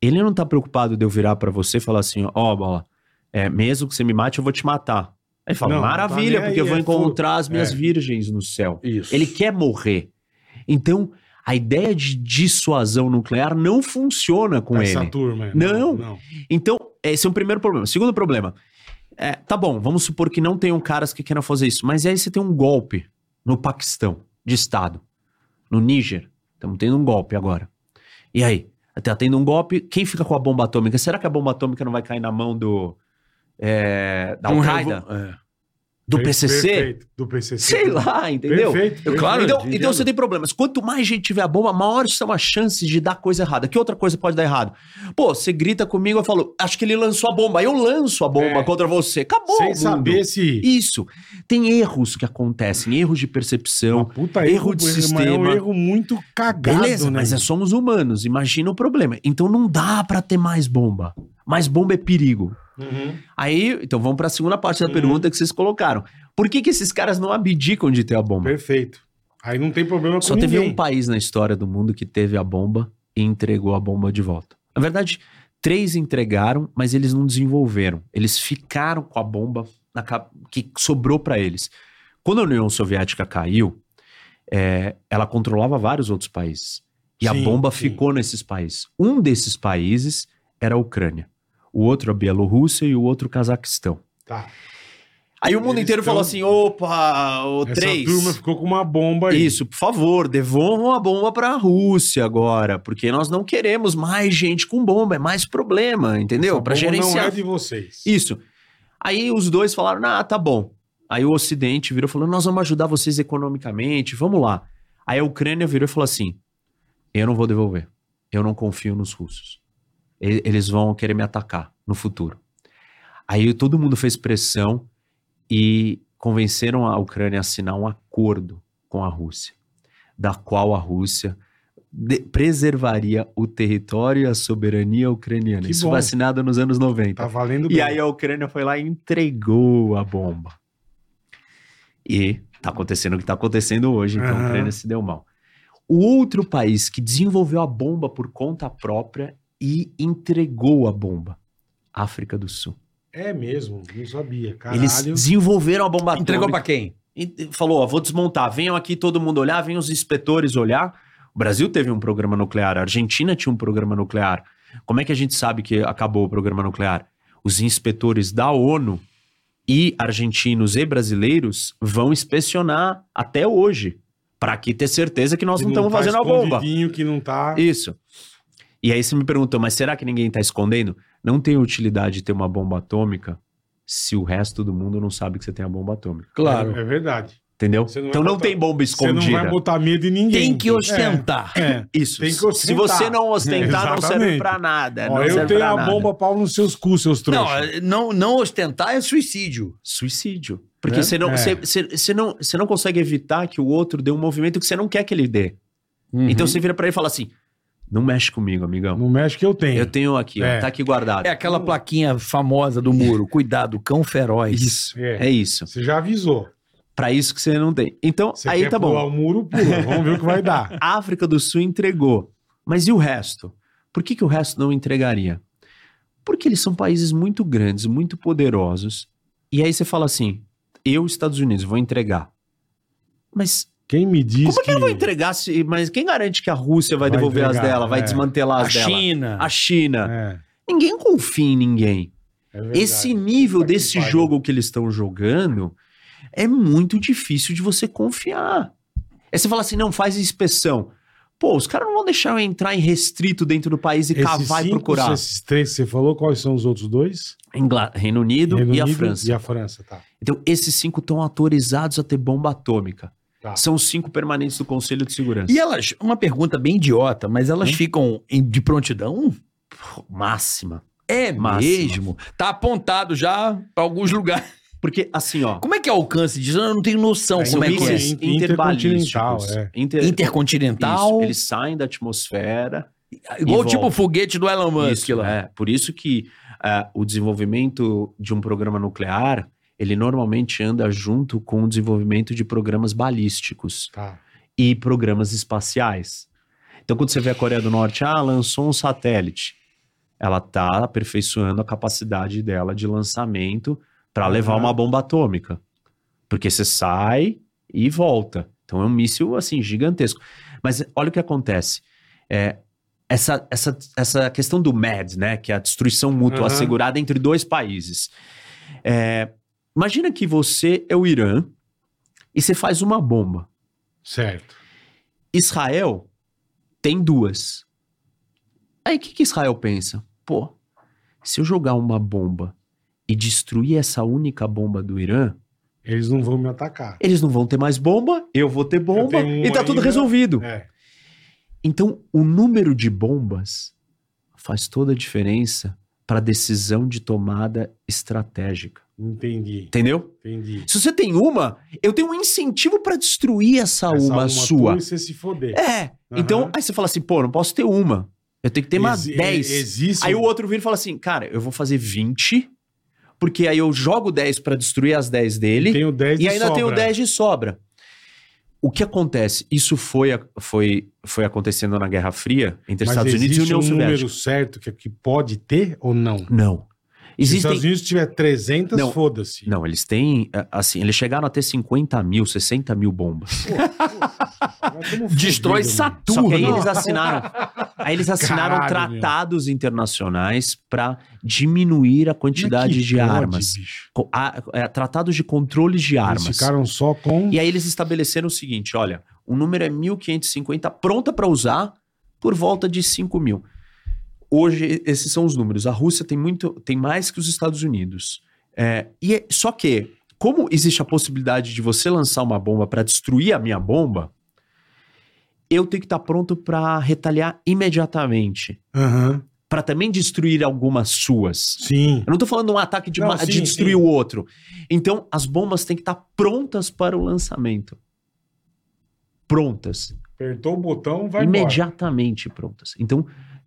Speaker 8: ele não tá preocupado de eu virar pra você e falar assim, ó, bola, é, mesmo que você me mate, eu vou te matar. Ele fala,
Speaker 4: Não, não tá
Speaker 8: maravilha,
Speaker 4: nem
Speaker 8: porque eu
Speaker 4: aí,
Speaker 8: vou
Speaker 4: é
Speaker 8: encontrar as minhas
Speaker 4: É.
Speaker 8: virgens no céu.
Speaker 3: Isso.
Speaker 8: Ele quer morrer. Então, a ideia de dissuasão nuclear não funciona com
Speaker 4: Essa
Speaker 8: ele.
Speaker 4: turma. é
Speaker 8: Não.
Speaker 4: não.
Speaker 8: Então, esse é o primeiro problema. Segundo problema, é, tá bom, vamos supor que não tenham caras que queiram fazer isso, mas aí você tem um golpe no Paquistão, de Estado. No Níger, estamos tendo um golpe agora. E aí? Tá tendo um golpe, quem fica com a bomba atômica? Será que a bomba atômica não vai cair na mão do. é, da
Speaker 3: Um
Speaker 8: Al-Qaeda?
Speaker 3: revo- é.
Speaker 8: Do
Speaker 4: Per-
Speaker 8: PCC?
Speaker 4: perfeito. Do PCC.
Speaker 8: Sei lá, entendeu?
Speaker 4: Perfeito.
Speaker 8: Eu-
Speaker 4: perfeito.
Speaker 3: claro,
Speaker 8: então,
Speaker 3: entendo.
Speaker 8: então você tem problemas. Quanto mais gente tiver a bomba, maiores são as chances de dar coisa errada. Que outra coisa pode dar errado? Pô, você grita comigo, eu falo, acho que ele lançou a bomba. Eu lanço a bomba
Speaker 4: É.
Speaker 8: contra você. Acabou.
Speaker 4: Sem
Speaker 8: o mundo.
Speaker 4: saber se.
Speaker 8: Isso. Tem erros que acontecem, erros de percepção.
Speaker 4: Uma Ah, puta
Speaker 8: erro
Speaker 4: erro,
Speaker 8: de
Speaker 4: mas É um
Speaker 8: sistema.
Speaker 4: erro muito cagado,
Speaker 8: Beleza,
Speaker 4: né?
Speaker 8: mas é, somos humanos. Imagina o problema. Então não dá pra ter mais bomba. Mais bomba é perigo.
Speaker 4: Uhum.
Speaker 8: Aí, então vamos pra segunda parte da pergunta que vocês colocaram. Por que, que esses caras não abdicam de ter a bomba?
Speaker 4: Perfeito. Aí não tem problema com
Speaker 8: Só teve
Speaker 4: ninguém.
Speaker 8: um país na história do mundo que teve a bomba e entregou a bomba de volta. Na verdade, três entregaram, mas eles não desenvolveram. Eles ficaram com a bomba na ca- que sobrou para eles. Quando a União Soviética caiu, é, ela controlava vários outros países. E a
Speaker 4: Sim,
Speaker 8: bomba
Speaker 4: sim.
Speaker 8: ficou nesses países. Um desses países era a Ucrânia. O outro a Bielorrússia e o outro o Cazaquistão.
Speaker 4: Tá.
Speaker 8: Aí o mundo
Speaker 4: Eles
Speaker 8: inteiro
Speaker 4: tão-
Speaker 8: falou assim: opa, o
Speaker 4: Essa
Speaker 8: três.
Speaker 4: turma ficou com uma bomba aí.
Speaker 8: Isso, por favor, devolvam a bomba para a Rússia agora, porque nós não queremos mais gente com bomba, é mais problema, entendeu?
Speaker 4: Essa
Speaker 8: Para
Speaker 4: bomba
Speaker 8: gerenciar.
Speaker 4: Não é de vocês.
Speaker 8: Isso. Aí os dois falaram: "Ah, tá bom". Aí o Ocidente virou e falou: "Nós vamos ajudar vocês economicamente, vamos lá". Aí a Ucrânia virou e falou assim: "Eu não vou devolver. Eu não confio nos russos. E- Eles vão querer me atacar no futuro". Aí todo mundo fez pressão e convenceram a Ucrânia a assinar um acordo com a Rússia, da qual a Rússia de- preservaria o território e a soberania ucraniana.
Speaker 4: Que
Speaker 8: Isso
Speaker 4: bom.
Speaker 8: foi assinado nos anos 90.
Speaker 4: Tá valendo
Speaker 8: E aí a Ucrânia foi lá e entregou a bomba. E tá acontecendo o que tá acontecendo hoje, então
Speaker 4: Aham.
Speaker 8: a Ucrânia se deu mal. O outro país que desenvolveu a bomba por conta própria e entregou a bomba, África do Sul.
Speaker 4: É mesmo, não sabia. Caralho.
Speaker 8: Eles desenvolveram a bomba
Speaker 3: Entregou pra
Speaker 8: atômica
Speaker 3: quem?
Speaker 8: e falou, ó, vou desmontar, venham aqui todo mundo olhar, venham os inspetores olhar. O Brasil teve um programa nuclear, a Argentina tinha um programa nuclear. Como é que a gente sabe que acabou o programa nuclear? Os inspetores da ONU e argentinos e brasileiros vão inspecionar até hoje, para que ter certeza que nós
Speaker 4: Que
Speaker 8: não estamos
Speaker 4: tá
Speaker 8: fazendo a bomba.
Speaker 4: escondidinho, Que não tá...
Speaker 8: Isso. E aí você me perguntou, mas será que ninguém está escondendo? Não tem utilidade ter uma bomba atômica se o resto do mundo não sabe que você tem a bomba atômica.
Speaker 4: É, é verdade.
Speaker 8: Entendeu?
Speaker 4: Você não vai
Speaker 8: então não
Speaker 4: botar-
Speaker 8: tem bomba
Speaker 4: Você não vai
Speaker 8: escondida.
Speaker 4: botar medo em ninguém.
Speaker 3: Tem que ostentar.
Speaker 4: É. é.
Speaker 8: Isso.
Speaker 4: Tem que
Speaker 8: Se
Speaker 4: ostentar.
Speaker 8: você não ostentar, não serve
Speaker 4: Exatamente.
Speaker 8: pra nada.
Speaker 4: Ó,
Speaker 8: É, não
Speaker 4: eu
Speaker 8: serve
Speaker 4: tenho
Speaker 8: pra
Speaker 4: a
Speaker 8: nada. é-
Speaker 4: bomba pau nos seus cus, seus
Speaker 3: É. Não,
Speaker 4: trouxas.
Speaker 3: não, não ostentar é suicídio.
Speaker 8: Suicídio. Porque
Speaker 4: Né?
Speaker 8: você, não,
Speaker 4: É.
Speaker 8: você, você- você não, você não consegue evitar que o outro dê um movimento que você não quer que ele dê.
Speaker 3: Uhum.
Speaker 4: Uhum.
Speaker 8: Então você vira pra ele e fala assim: não mexe comigo, amigão.
Speaker 4: No México eu tenho.
Speaker 8: Eu tenho aqui,
Speaker 4: É.
Speaker 8: ó, tá aqui guardado.
Speaker 3: É aquela plaquinha famosa do muro. Cuidado, cão feroz.
Speaker 8: Isso.
Speaker 4: É.
Speaker 8: É isso.
Speaker 4: Você já avisou.
Speaker 8: Pra isso que você não tem. Então,
Speaker 4: Você
Speaker 8: aí
Speaker 4: quer
Speaker 8: tá
Speaker 4: pular
Speaker 8: bom.
Speaker 4: o muro, pula. Vamos ver o que vai dar.
Speaker 8: A África do Sul entregou. Mas e o resto? Por que, que o resto não entregaria? Porque eles são países muito grandes, muito poderosos. E aí você fala assim: eu, Estados Unidos, vou entregar. Mas
Speaker 4: Quem me diz
Speaker 8: como é que eu vou
Speaker 4: entregar?
Speaker 8: entregar? Se, mas quem garante que a Rússia vai,
Speaker 4: Vai
Speaker 8: devolver as
Speaker 4: entregar,
Speaker 8: dela, vai
Speaker 4: é.
Speaker 8: desmantelar
Speaker 3: A
Speaker 8: as dela?
Speaker 3: China.
Speaker 8: A China.
Speaker 4: É,
Speaker 8: Ninguém confia em ninguém.
Speaker 4: é verdade.
Speaker 8: Esse nível
Speaker 4: Puta que
Speaker 8: desse
Speaker 4: pariu.
Speaker 8: jogo que eles estão jogando é muito difícil de você confiar. Aí você fala assim, não, faz inspeção. Pô, os caras não vão deixar eu entrar em restrito dentro do país e cavar e
Speaker 4: cinco,
Speaker 8: procurar.
Speaker 4: Esses três que você falou, quais são os outros dois?
Speaker 8: Ingla- Reino Unido
Speaker 4: Reino
Speaker 8: e a
Speaker 4: Unido
Speaker 8: França.
Speaker 4: E a França, tá.
Speaker 8: Então, esses cinco estão autorizados a ter bomba atômica.
Speaker 4: Tá.
Speaker 8: São os cinco permanentes do Conselho de Segurança.
Speaker 3: E elas, uma pergunta bem idiota, mas elas ficam em- de prontidão?
Speaker 8: máxima.
Speaker 3: É
Speaker 8: Máxima.
Speaker 3: mesmo. Tá apontado já pra alguns lugares.
Speaker 8: Porque, assim, ó.
Speaker 3: Como é que é o alcance disso? Eu não tenho noção
Speaker 4: É,
Speaker 3: como é que é.
Speaker 8: mísseis
Speaker 4: Inter- intercontinental,
Speaker 8: interbalísticos.
Speaker 4: é.
Speaker 8: Inter-
Speaker 3: Intercontinental,
Speaker 8: Isso, eles saem da atmosfera.
Speaker 3: igual
Speaker 8: e
Speaker 3: tipo o
Speaker 8: voltam.
Speaker 3: foguete do Elon Musk
Speaker 8: Isso,
Speaker 3: lá.
Speaker 8: é. Por isso que ah, o desenvolvimento de um programa nuclear, ele normalmente anda junto com o desenvolvimento de programas balísticos
Speaker 4: Tá.
Speaker 8: e programas espaciais. Então, quando você vê a Coreia do Norte, ah, lançou um satélite. Ela está aperfeiçoando a capacidade dela de lançamento para levar
Speaker 4: Ah.
Speaker 8: uma bomba atômica. Porque você sai e volta. Então é um míssil assim gigantesco. Mas olha o que acontece. É, essa, essa, essa questão do MAD, né, que é a destruição
Speaker 4: Aham.
Speaker 8: mútua assegurada entre dois países. É, imagina que você é o Irã e você faz uma bomba.
Speaker 4: Certo.
Speaker 8: Israel tem duas. Aí o que, que Israel pensa? Pô, se eu jogar uma bomba e destruir essa única bomba do Irã,
Speaker 4: Eles não vão me atacar.
Speaker 8: eles não vão ter mais bomba, eu vou ter bomba
Speaker 4: tenho um
Speaker 8: e tá
Speaker 4: uma
Speaker 8: tudo
Speaker 4: ainda.
Speaker 8: resolvido.
Speaker 4: É.
Speaker 8: Então, o número de bombas faz toda a diferença para decisão de tomada estratégica.
Speaker 4: Entendi.
Speaker 8: Entendeu?
Speaker 4: Entendi.
Speaker 8: Se você tem uma, eu tenho um incentivo para destruir essa,
Speaker 4: Essa
Speaker 8: uma, sua.
Speaker 4: tua e Você se foder.
Speaker 8: É.
Speaker 4: Aham.
Speaker 8: Então, aí você fala assim, pô, não posso ter uma. Eu tenho que ter mais
Speaker 4: Exi- é,
Speaker 8: 10.
Speaker 4: Existe. um-
Speaker 8: Aí o outro vira e fala assim, cara, eu vou fazer 20, porque aí eu jogo 10 pra destruir as 10 dele
Speaker 4: Tem o 10
Speaker 8: e
Speaker 4: de
Speaker 8: ainda tem o
Speaker 4: sobra.
Speaker 8: 10 de sobra. O que acontece? Isso foi, a- foi, foi acontecendo na Guerra Fria entre
Speaker 4: Mas
Speaker 8: Estados Unidos e
Speaker 4: existe
Speaker 8: União
Speaker 4: um número
Speaker 8: Soviética.
Speaker 4: certo que, que pode ter ou não?
Speaker 8: Não.
Speaker 4: Se os Estados
Speaker 8: Existem.
Speaker 4: Unidos tiver 300,
Speaker 8: Não.
Speaker 4: foda-se.
Speaker 8: Não, eles têm. eh, Assim, eles chegaram a ter 50 mil, 60 mil bombas.
Speaker 4: Nós estamos
Speaker 3: Destrói
Speaker 4: fudidos, mano.
Speaker 3: Saturno.
Speaker 8: Só que aí eles assinaram. Aí eles assinaram
Speaker 4: né? Caralho, meu.
Speaker 8: tratados internacionais para diminuir a quantidade
Speaker 4: Como é que
Speaker 8: de
Speaker 4: pode,
Speaker 8: armas.
Speaker 4: bicho?
Speaker 8: Co- a- é, tratados de controle de
Speaker 4: Eles
Speaker 8: armas.
Speaker 4: ficaram só com.
Speaker 8: E aí eles estabeleceram o seguinte: olha, o número é 1.550 pronta para usar por volta de 5 mil. Hoje, e- esses são os números. A Rússia tem muito, tem mais que os Estados Unidos. É, e é- só que, como existe a possibilidade de você lançar uma bomba para destruir a minha bomba, eu tenho que estar pronto para retaliar imediatamente.
Speaker 4: Aham.
Speaker 8: Para também destruir algumas suas.
Speaker 4: Sim.
Speaker 8: Eu não tô falando um ataque de,
Speaker 4: Não,
Speaker 8: ma-
Speaker 4: sim,
Speaker 8: de destruir
Speaker 4: sim.
Speaker 8: o outro. Então, as bombas têm que estar prontas para o lançamento. Prontas.
Speaker 4: Apertou o botão, vai embora.
Speaker 8: imediatamente prontas. Então,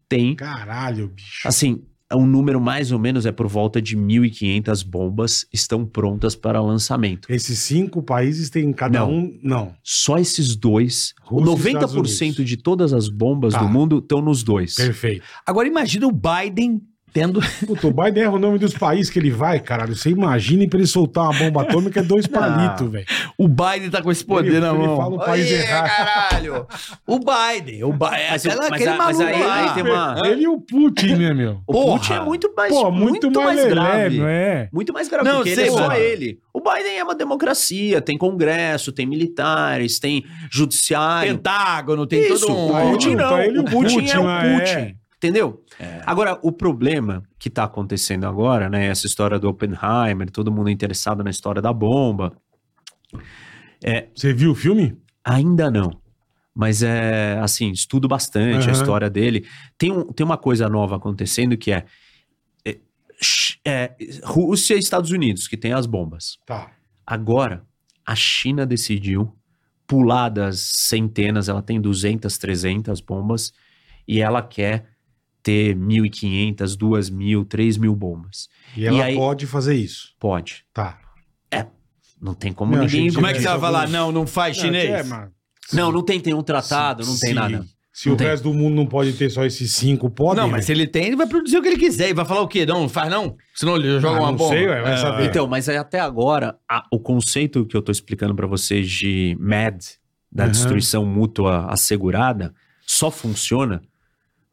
Speaker 8: tem,
Speaker 4: Caralho, bicho.
Speaker 8: assim, um número mais ou menos é por volta de 1.500 bombas estão prontas para lançamento.
Speaker 4: Esses cinco países têm cada
Speaker 8: Não.
Speaker 4: um. Não.
Speaker 8: Só esses dois,
Speaker 4: Rússia e Estados
Speaker 8: 90%
Speaker 4: Unidos.
Speaker 8: de todas as bombas
Speaker 4: Tá.
Speaker 8: do mundo estão nos dois.
Speaker 4: Perfeito.
Speaker 3: Agora imagina o Biden tendo.
Speaker 4: Puta, o Biden erra o nome dos países que ele vai, caralho. Você imagina pra ele soltar uma bomba atômica é dois palitos, velho.
Speaker 3: *laughs* O Biden tá com esse poder
Speaker 4: Ele-
Speaker 3: na
Speaker 4: ele
Speaker 3: mão.
Speaker 4: fala o país errado.
Speaker 3: caralho! O Biden, o Biden.
Speaker 8: Mas é eu-
Speaker 3: aquela-
Speaker 8: mas
Speaker 3: aquele
Speaker 8: a- mas
Speaker 3: maluco
Speaker 8: aí-
Speaker 3: lá.
Speaker 8: aí tem uma-
Speaker 4: Ele e o Putin, né, meu?
Speaker 8: O
Speaker 3: Porra.
Speaker 8: Putin é muito mais,
Speaker 4: Pô,
Speaker 8: muito mais
Speaker 4: lelé,
Speaker 8: grave.
Speaker 4: não é?
Speaker 8: Muito mais grave,
Speaker 3: Não,
Speaker 8: porque ele
Speaker 3: sei,
Speaker 8: é só
Speaker 3: mano.
Speaker 8: ele. O Biden é uma democracia, tem congresso, tem militares, tem
Speaker 3: *laughs*
Speaker 8: judiciário.
Speaker 3: Pentágono, tem
Speaker 8: Isso,
Speaker 3: todo um.
Speaker 8: o Putin
Speaker 4: Tá
Speaker 8: não.
Speaker 4: ele e
Speaker 8: o
Speaker 4: o
Speaker 8: Putin, é o
Speaker 3: ah,
Speaker 4: Putin, é.
Speaker 8: Putin. Entendeu?
Speaker 3: É.
Speaker 8: Agora, o problema que tá acontecendo agora, né? Essa história do Oppenheimer, todo mundo interessado na história da bomba.
Speaker 4: Você viu o filme?
Speaker 8: Ainda não. Mas é assim, estudo
Speaker 4: Aham.
Speaker 8: bastante a história dele. Tem, um, tem uma coisa nova acontecendo que é, é, ch- é, Rússia e Estados Unidos, que tem as bombas.
Speaker 4: Tá.
Speaker 8: Agora, a China decidiu pular das centenas, ela tem 200, 300 bombas, e ela quer ter 1.500, 2.000, 3.000 bombas.
Speaker 4: E ela
Speaker 8: aí-
Speaker 4: pode fazer isso.
Speaker 8: Pode.
Speaker 4: Tá.
Speaker 8: Não tem como
Speaker 4: Não,
Speaker 8: ninguém...
Speaker 4: gente,
Speaker 3: Como é que você vai
Speaker 4: Alguns-
Speaker 3: falar? Não, não faz É chinês.
Speaker 4: é,
Speaker 8: Não, não tem, tem um tratado, não tem nada.
Speaker 4: Se
Speaker 8: Não
Speaker 4: o
Speaker 8: tem.
Speaker 4: resto do mundo não pode ter só esses cinco, pode?
Speaker 3: não, mas se
Speaker 4: né?
Speaker 3: ele tem, ele vai produzir o que ele quiser. E vai falar o quê? Não, não faz não? Senão ele joga
Speaker 4: Ah,
Speaker 3: uma
Speaker 4: não
Speaker 3: bomba.
Speaker 4: sei, ué, vai
Speaker 3: É.
Speaker 4: saber.
Speaker 8: Então, mas aí até agora, a- o conceito que eu tô explicando pra vocês de MAD, da
Speaker 4: Aham.
Speaker 8: destruição mútua assegurada, só funciona,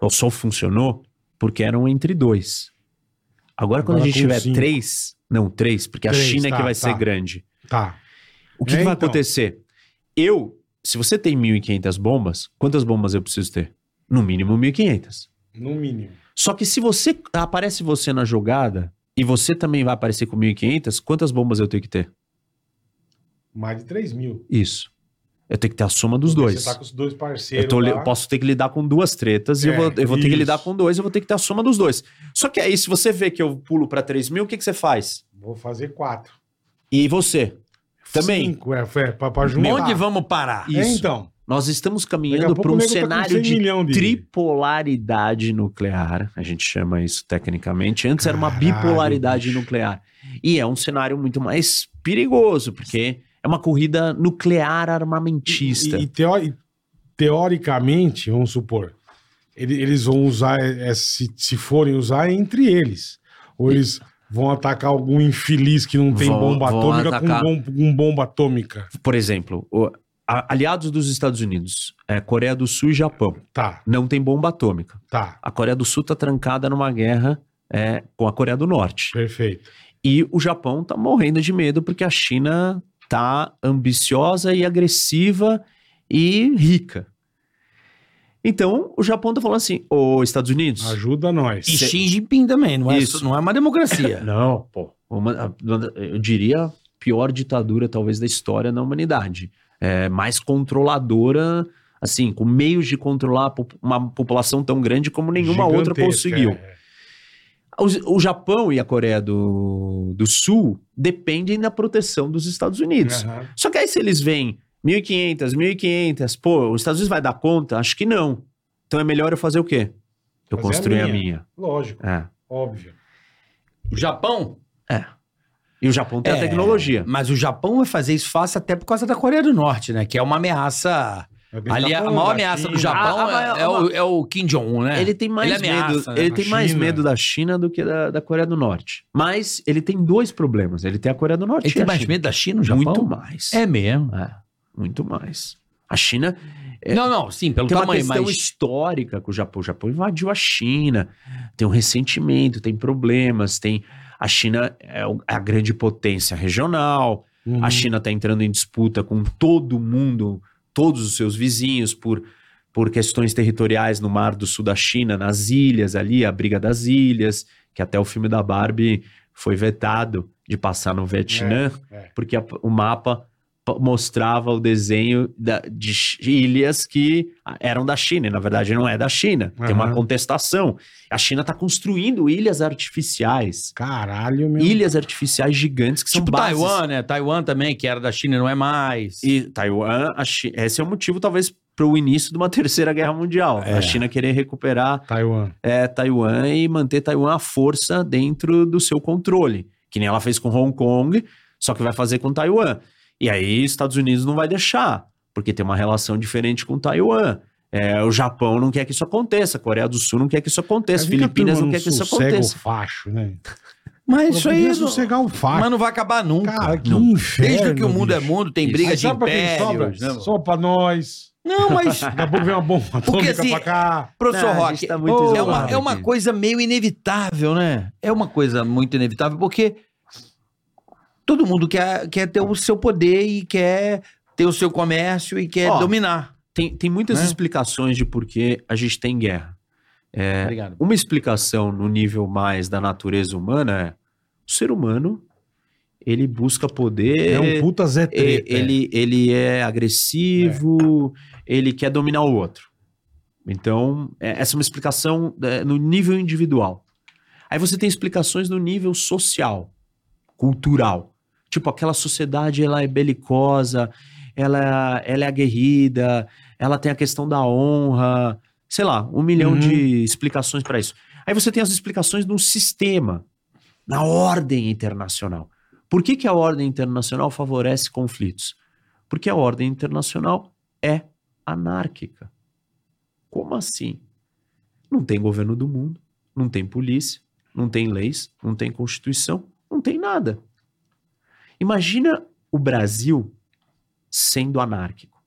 Speaker 8: ou só funcionou, porque eram entre dois. Agora, quando
Speaker 4: Agora
Speaker 8: a gente
Speaker 4: com
Speaker 8: tiver
Speaker 4: cinco.
Speaker 8: três, não, três, porque
Speaker 4: Três,
Speaker 8: a China é
Speaker 4: tá,
Speaker 8: que vai
Speaker 4: tá.
Speaker 8: ser grande.
Speaker 4: Tá.
Speaker 8: O que,
Speaker 4: É,
Speaker 8: que vai
Speaker 4: então.
Speaker 8: acontecer? Eu Se você tem 1.500 bombas, quantas bombas eu preciso ter? No mínimo 1.500.
Speaker 4: No mínimo.
Speaker 8: Só que se você aparece você na jogada e você também vai aparecer com 1.500, quantas bombas eu tenho que ter?
Speaker 4: Mais de 3 mil.
Speaker 8: Isso. Eu tenho que ter a soma dos dois.
Speaker 4: Você tá com os dois parceiros.
Speaker 8: Eu, tô li-
Speaker 4: lá.
Speaker 8: eu posso ter que lidar com duas tretas e eu
Speaker 4: É,
Speaker 8: vou, eu vou ter que
Speaker 4: isso.
Speaker 8: lidar com dois, eu vou ter que ter a soma dos dois. Só que aí, se você vê que eu pulo pra 3 mil, o que, que você faz?
Speaker 4: Vou fazer quatro.
Speaker 8: E você? Também.
Speaker 4: Cinco, é, é pra, pra juntar.
Speaker 3: Onde vamos parar?
Speaker 4: É,
Speaker 8: Isso.
Speaker 4: então.
Speaker 8: Nós estamos
Speaker 4: Daqui
Speaker 8: caminhando
Speaker 4: a
Speaker 8: para
Speaker 4: pouco o
Speaker 8: um
Speaker 4: nego tá com
Speaker 8: cenário
Speaker 4: 100
Speaker 8: de
Speaker 4: milhão
Speaker 8: tripolaridade nuclear. A gente chama isso tecnicamente. Antes era uma
Speaker 4: Caralho,
Speaker 8: bipolaridade
Speaker 4: bicho.
Speaker 8: nuclear. E é um cenário muito mais perigoso, porque é uma corrida nuclear armamentista.
Speaker 4: E, e teo- e teoricamente, vamos supor, ele- eles vão usar, é, é, se, se forem usar, é entre eles. Ou eles vão atacar algum infeliz que não tem
Speaker 8: Vão-
Speaker 4: bomba
Speaker 8: vão
Speaker 4: atômica com,
Speaker 8: atacar.
Speaker 4: bom- com bomba atômica.
Speaker 8: Por exemplo, o- a- aliados dos Estados Unidos, é, Coreia do Sul e Japão,
Speaker 4: Tá,
Speaker 8: não tem bomba atômica.
Speaker 4: tá.
Speaker 8: A Coreia do Sul está trancada numa guerra é, com a Coreia do Norte.
Speaker 4: Perfeito.
Speaker 8: E o Japão tá morrendo de medo porque a China tá ambiciosa e agressiva e rica. Então, o Japão tá falando assim, ô Estados Unidos...
Speaker 4: Ajuda nós.
Speaker 3: E Xi Jinping também, não é,
Speaker 8: Isso.
Speaker 3: não é uma democracia.
Speaker 8: *laughs* Não, pô. uma- uma- eu diria a pior ditadura, talvez, da história da humanidade. É, mais controladora, assim, com meios de controlar a popu- uma população tão grande como nenhuma outra
Speaker 4: Gigantesca,
Speaker 8: conseguiu.
Speaker 4: é.
Speaker 8: O, o Japão e a Coreia do, do Sul dependem da proteção dos Estados Unidos.
Speaker 4: Aham.
Speaker 8: Só que aí se eles vêm 1.500, 1.500, pô, os Estados Unidos vai dar conta? Acho que não. Então é melhor eu fazer o quê? Eu
Speaker 4: Fazer a
Speaker 8: construir a minha.
Speaker 4: minha. Lógico,
Speaker 8: É.
Speaker 4: óbvio.
Speaker 3: o Japão?
Speaker 8: E o Japão tem a
Speaker 3: É,
Speaker 8: tecnologia.
Speaker 3: Mas o Japão vai fazer isso fácil até por causa da Coreia do Norte, né? Que é uma ameaça.
Speaker 4: É bem
Speaker 3: Ali, a
Speaker 4: tá falando
Speaker 3: maior
Speaker 4: da
Speaker 3: ameaça do
Speaker 4: China.
Speaker 3: Japão
Speaker 8: A- a
Speaker 3: é, é
Speaker 8: maior-
Speaker 3: o, é o Kim Jong-un, né?
Speaker 8: Ele tem mais
Speaker 3: Ele
Speaker 8: medo.
Speaker 3: ameaça, né,
Speaker 8: ele
Speaker 4: a
Speaker 8: tem mais
Speaker 4: China.
Speaker 8: medo da China do que da, da Coreia do Norte. Mas ele tem dois problemas. Ele tem a Coreia do Norte.
Speaker 3: Ele
Speaker 8: e
Speaker 3: tem
Speaker 8: a
Speaker 3: mais
Speaker 8: tá China.
Speaker 3: medo da China, o Japão?
Speaker 8: Muito mais.
Speaker 3: É mesmo.
Speaker 8: É, muito mais. A China É.
Speaker 3: Não, não, sim, pelo
Speaker 8: tem uma
Speaker 3: tamanho,
Speaker 8: questão
Speaker 3: mas.
Speaker 8: histórica com o Japão. O Japão invadiu a China, tem um ressentimento, tem problemas, tem. A China é o- é a grande potência regional,
Speaker 4: Uhum.
Speaker 8: a China está entrando em disputa com todo mundo, todos os seus vizinhos, por, por questões territoriais no mar do sul da China, nas ilhas ali, a Briga das Ilhas, que até o filme da Barbie foi vetado de passar no Vietnã,
Speaker 4: É, é.
Speaker 8: porque a- o mapa p- mostrava o desenho da- de chi- ilhas que eram da China, e na verdade não é da China. Tem uma
Speaker 4: Aham.
Speaker 8: contestação. A China está construindo ilhas artificiais.
Speaker 4: Caralho, meu.
Speaker 8: Ilhas artificiais gigantes que
Speaker 3: Tipo
Speaker 8: são bases.
Speaker 3: Taiwan, né? Taiwan também, que era da China, não é mais.
Speaker 8: E Taiwan, a Chi- esse é o motivo talvez para o início de uma *laughs* terceira guerra mundial.
Speaker 3: É.
Speaker 8: A China querer recuperar
Speaker 4: Taiwan.
Speaker 8: é, Taiwan e manter Taiwan à força dentro do seu controle, que nem ela fez com Hong Kong, só que vai fazer com Taiwan. E aí Estados Unidos não vai deixar, porque tem uma relação diferente com Taiwan. É, o Japão não quer que isso aconteça, a Coreia do Sul não quer que isso aconteça,
Speaker 4: Mas fica a
Speaker 8: Filipinas
Speaker 4: turma
Speaker 8: não quer que isso
Speaker 4: sossega
Speaker 8: aconteça.
Speaker 4: o facho, né?
Speaker 3: Mas isso aí.
Speaker 4: Podia
Speaker 3: não-
Speaker 4: sossegar o facho.
Speaker 3: Mas não vai acabar nunca.
Speaker 4: Cara, que
Speaker 8: Não.
Speaker 4: inferno.
Speaker 3: Desde que o mundo é
Speaker 4: bicho.
Speaker 3: mundo, tem
Speaker 8: Isso.
Speaker 3: briga
Speaker 4: Aí
Speaker 3: de
Speaker 4: sabe pra quem
Speaker 3: impérios.
Speaker 4: sobra?
Speaker 3: né?
Speaker 4: Só pra nós.
Speaker 3: Não,
Speaker 4: *laughs*
Speaker 3: mas,
Speaker 4: Daqui a pouco vem uma bomba atômica
Speaker 3: assim,
Speaker 4: pra cá.
Speaker 3: professor
Speaker 8: Não, a
Speaker 3: Rock,
Speaker 8: gente tá muito
Speaker 3: é, uma,
Speaker 8: isolado
Speaker 3: é uma
Speaker 8: aqui.
Speaker 3: coisa meio inevitável, né? É uma coisa muito inevitável, porque todo mundo quer, quer ter o seu poder e quer ter o seu comércio e quer
Speaker 8: Ó,
Speaker 3: dominar.
Speaker 8: Tem, tem muitas
Speaker 3: Né?
Speaker 8: explicações de por que a gente tem guerra. é.
Speaker 3: Obrigado.
Speaker 8: Uma explicação no nível mais da natureza humana é o ser humano ele busca poder.
Speaker 4: É um puta Zé
Speaker 8: E-
Speaker 4: Treta.
Speaker 8: ele, ele é agressivo,
Speaker 4: É.
Speaker 8: ele quer dominar o outro. Então, é- essa é uma explicação é, no nível individual. Aí você tem explicações no nível social, cultural. Tipo, aquela sociedade ela é belicosa, ela, ela é aguerrida, ela tem a questão da honra, sei lá, um milhão
Speaker 4: Uhum.
Speaker 8: de explicações para isso. Aí você tem as explicações no sistema, na ordem internacional. Por que, que a ordem internacional favorece conflitos? Porque a ordem internacional é anárquica. Como assim? Não tem governo do mundo, não tem polícia, não tem leis, não tem constituição, não tem nada. Imagina o Brasil sendo anárquico.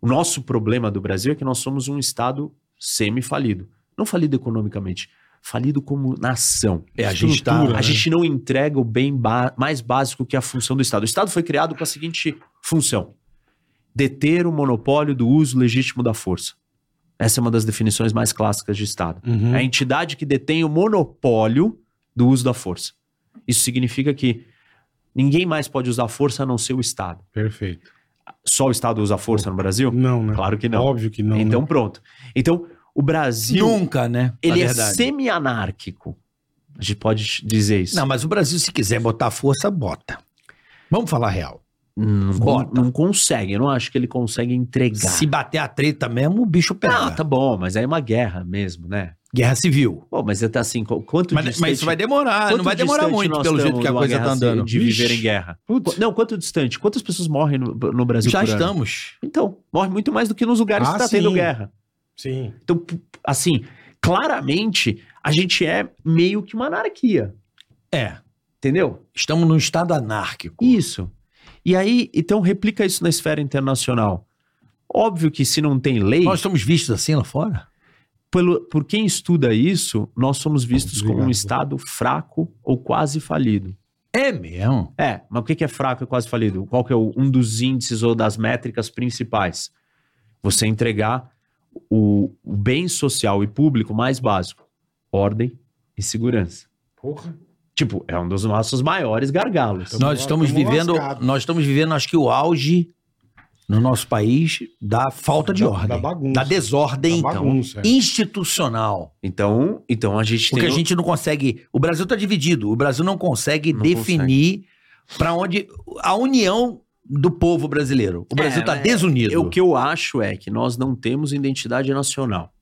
Speaker 8: O nosso problema do Brasil é que nós somos um Estado semi-falido. Não falido economicamente, falido como nação.
Speaker 3: É, a gente tá-
Speaker 4: Estrutura,
Speaker 8: A
Speaker 4: né?
Speaker 8: gente não entrega o bem ba- mais básico que é a função do Estado. O Estado foi criado com a seguinte função: deter o monopólio do uso legítimo da força. Essa é uma das definições mais clássicas de Estado.
Speaker 4: Uhum.
Speaker 8: É a entidade que detém o monopólio do uso da força. Isso significa que ninguém mais pode usar força a não ser o Estado.
Speaker 4: Perfeito.
Speaker 8: Só o Estado usa força no Brasil?
Speaker 4: Não, né?
Speaker 8: Claro que não.
Speaker 4: Óbvio que não.
Speaker 8: então,
Speaker 4: né?
Speaker 8: pronto. Então, o Brasil,
Speaker 3: Nunca, né? Na
Speaker 8: ele é
Speaker 3: verdade.
Speaker 8: semi-anárquico. A gente pode dizer isso.
Speaker 3: Não, mas o Brasil, se quiser botar força, bota. Vamos falar real.
Speaker 8: Não,
Speaker 3: Bota.
Speaker 8: não consegue. Eu não acho que ele consegue entregar.
Speaker 3: Se bater a treta mesmo, o bicho pega.
Speaker 8: Ah, tá bom, mas aí é uma guerra mesmo, né?
Speaker 3: Guerra civil.
Speaker 8: Bom, mas tá assim, qu- quanto
Speaker 3: Mas,
Speaker 8: distante...
Speaker 3: mas isso vai demorar, não
Speaker 8: quanto
Speaker 3: vai demorar
Speaker 8: distante
Speaker 3: muito,
Speaker 8: nós
Speaker 3: pelo jeito
Speaker 8: estamos
Speaker 3: que a
Speaker 8: de uma
Speaker 3: coisa tá
Speaker 8: guerra assim,
Speaker 3: andando.
Speaker 8: De viver em
Speaker 4: Vixe.
Speaker 8: guerra.
Speaker 4: Putz,
Speaker 8: Qu- Não, quanto distante? Quantas pessoas morrem no, no Brasil
Speaker 3: Já
Speaker 8: por ano?
Speaker 3: estamos.
Speaker 8: Então, morre muito mais do que nos lugares
Speaker 4: Ah,
Speaker 8: que tá
Speaker 4: sim.
Speaker 8: tendo guerra.
Speaker 4: Sim.
Speaker 8: Então, p- assim, claramente, a gente é meio que uma anarquia,
Speaker 3: É.
Speaker 8: entendeu?
Speaker 3: Estamos num estado anárquico.
Speaker 8: Isso. E aí, então, replica isso na esfera internacional. Óbvio que se não tem lei,
Speaker 3: Nós somos vistos assim lá fora?
Speaker 8: pelo, por quem estuda isso, nós somos vistos como um
Speaker 4: Obrigado.
Speaker 8: Estado fraco ou quase falido.
Speaker 3: É mesmo.
Speaker 8: É, mas o que que é fraco e quase falido? Qual que é o- um dos índices ou das métricas principais? Você entregar o, o bem social e público mais básico, ordem e segurança.
Speaker 4: Porra.
Speaker 8: Tipo, é um dos nossos maiores gargalos.
Speaker 4: Tamo-
Speaker 3: Nós estamos
Speaker 4: tamo
Speaker 3: vivendo,
Speaker 4: lascado.
Speaker 3: nós estamos vivendo, acho que o auge no nosso país da falta Tá de
Speaker 4: Da-
Speaker 3: ordem,
Speaker 4: da bagunça.
Speaker 3: da desordem,
Speaker 4: Tá
Speaker 3: então,
Speaker 4: bagunça. é.
Speaker 3: institucional.
Speaker 8: Então, então a gente
Speaker 3: Porque
Speaker 8: tem
Speaker 3: a
Speaker 8: o-
Speaker 3: gente não consegue. O Brasil está dividido. O Brasil não consegue
Speaker 8: Não
Speaker 3: definir para onde a união do povo brasileiro. O Brasil
Speaker 8: É,
Speaker 3: está
Speaker 8: mas-
Speaker 3: desunido.
Speaker 8: Eu- O que eu acho é que nós não temos identidade nacional.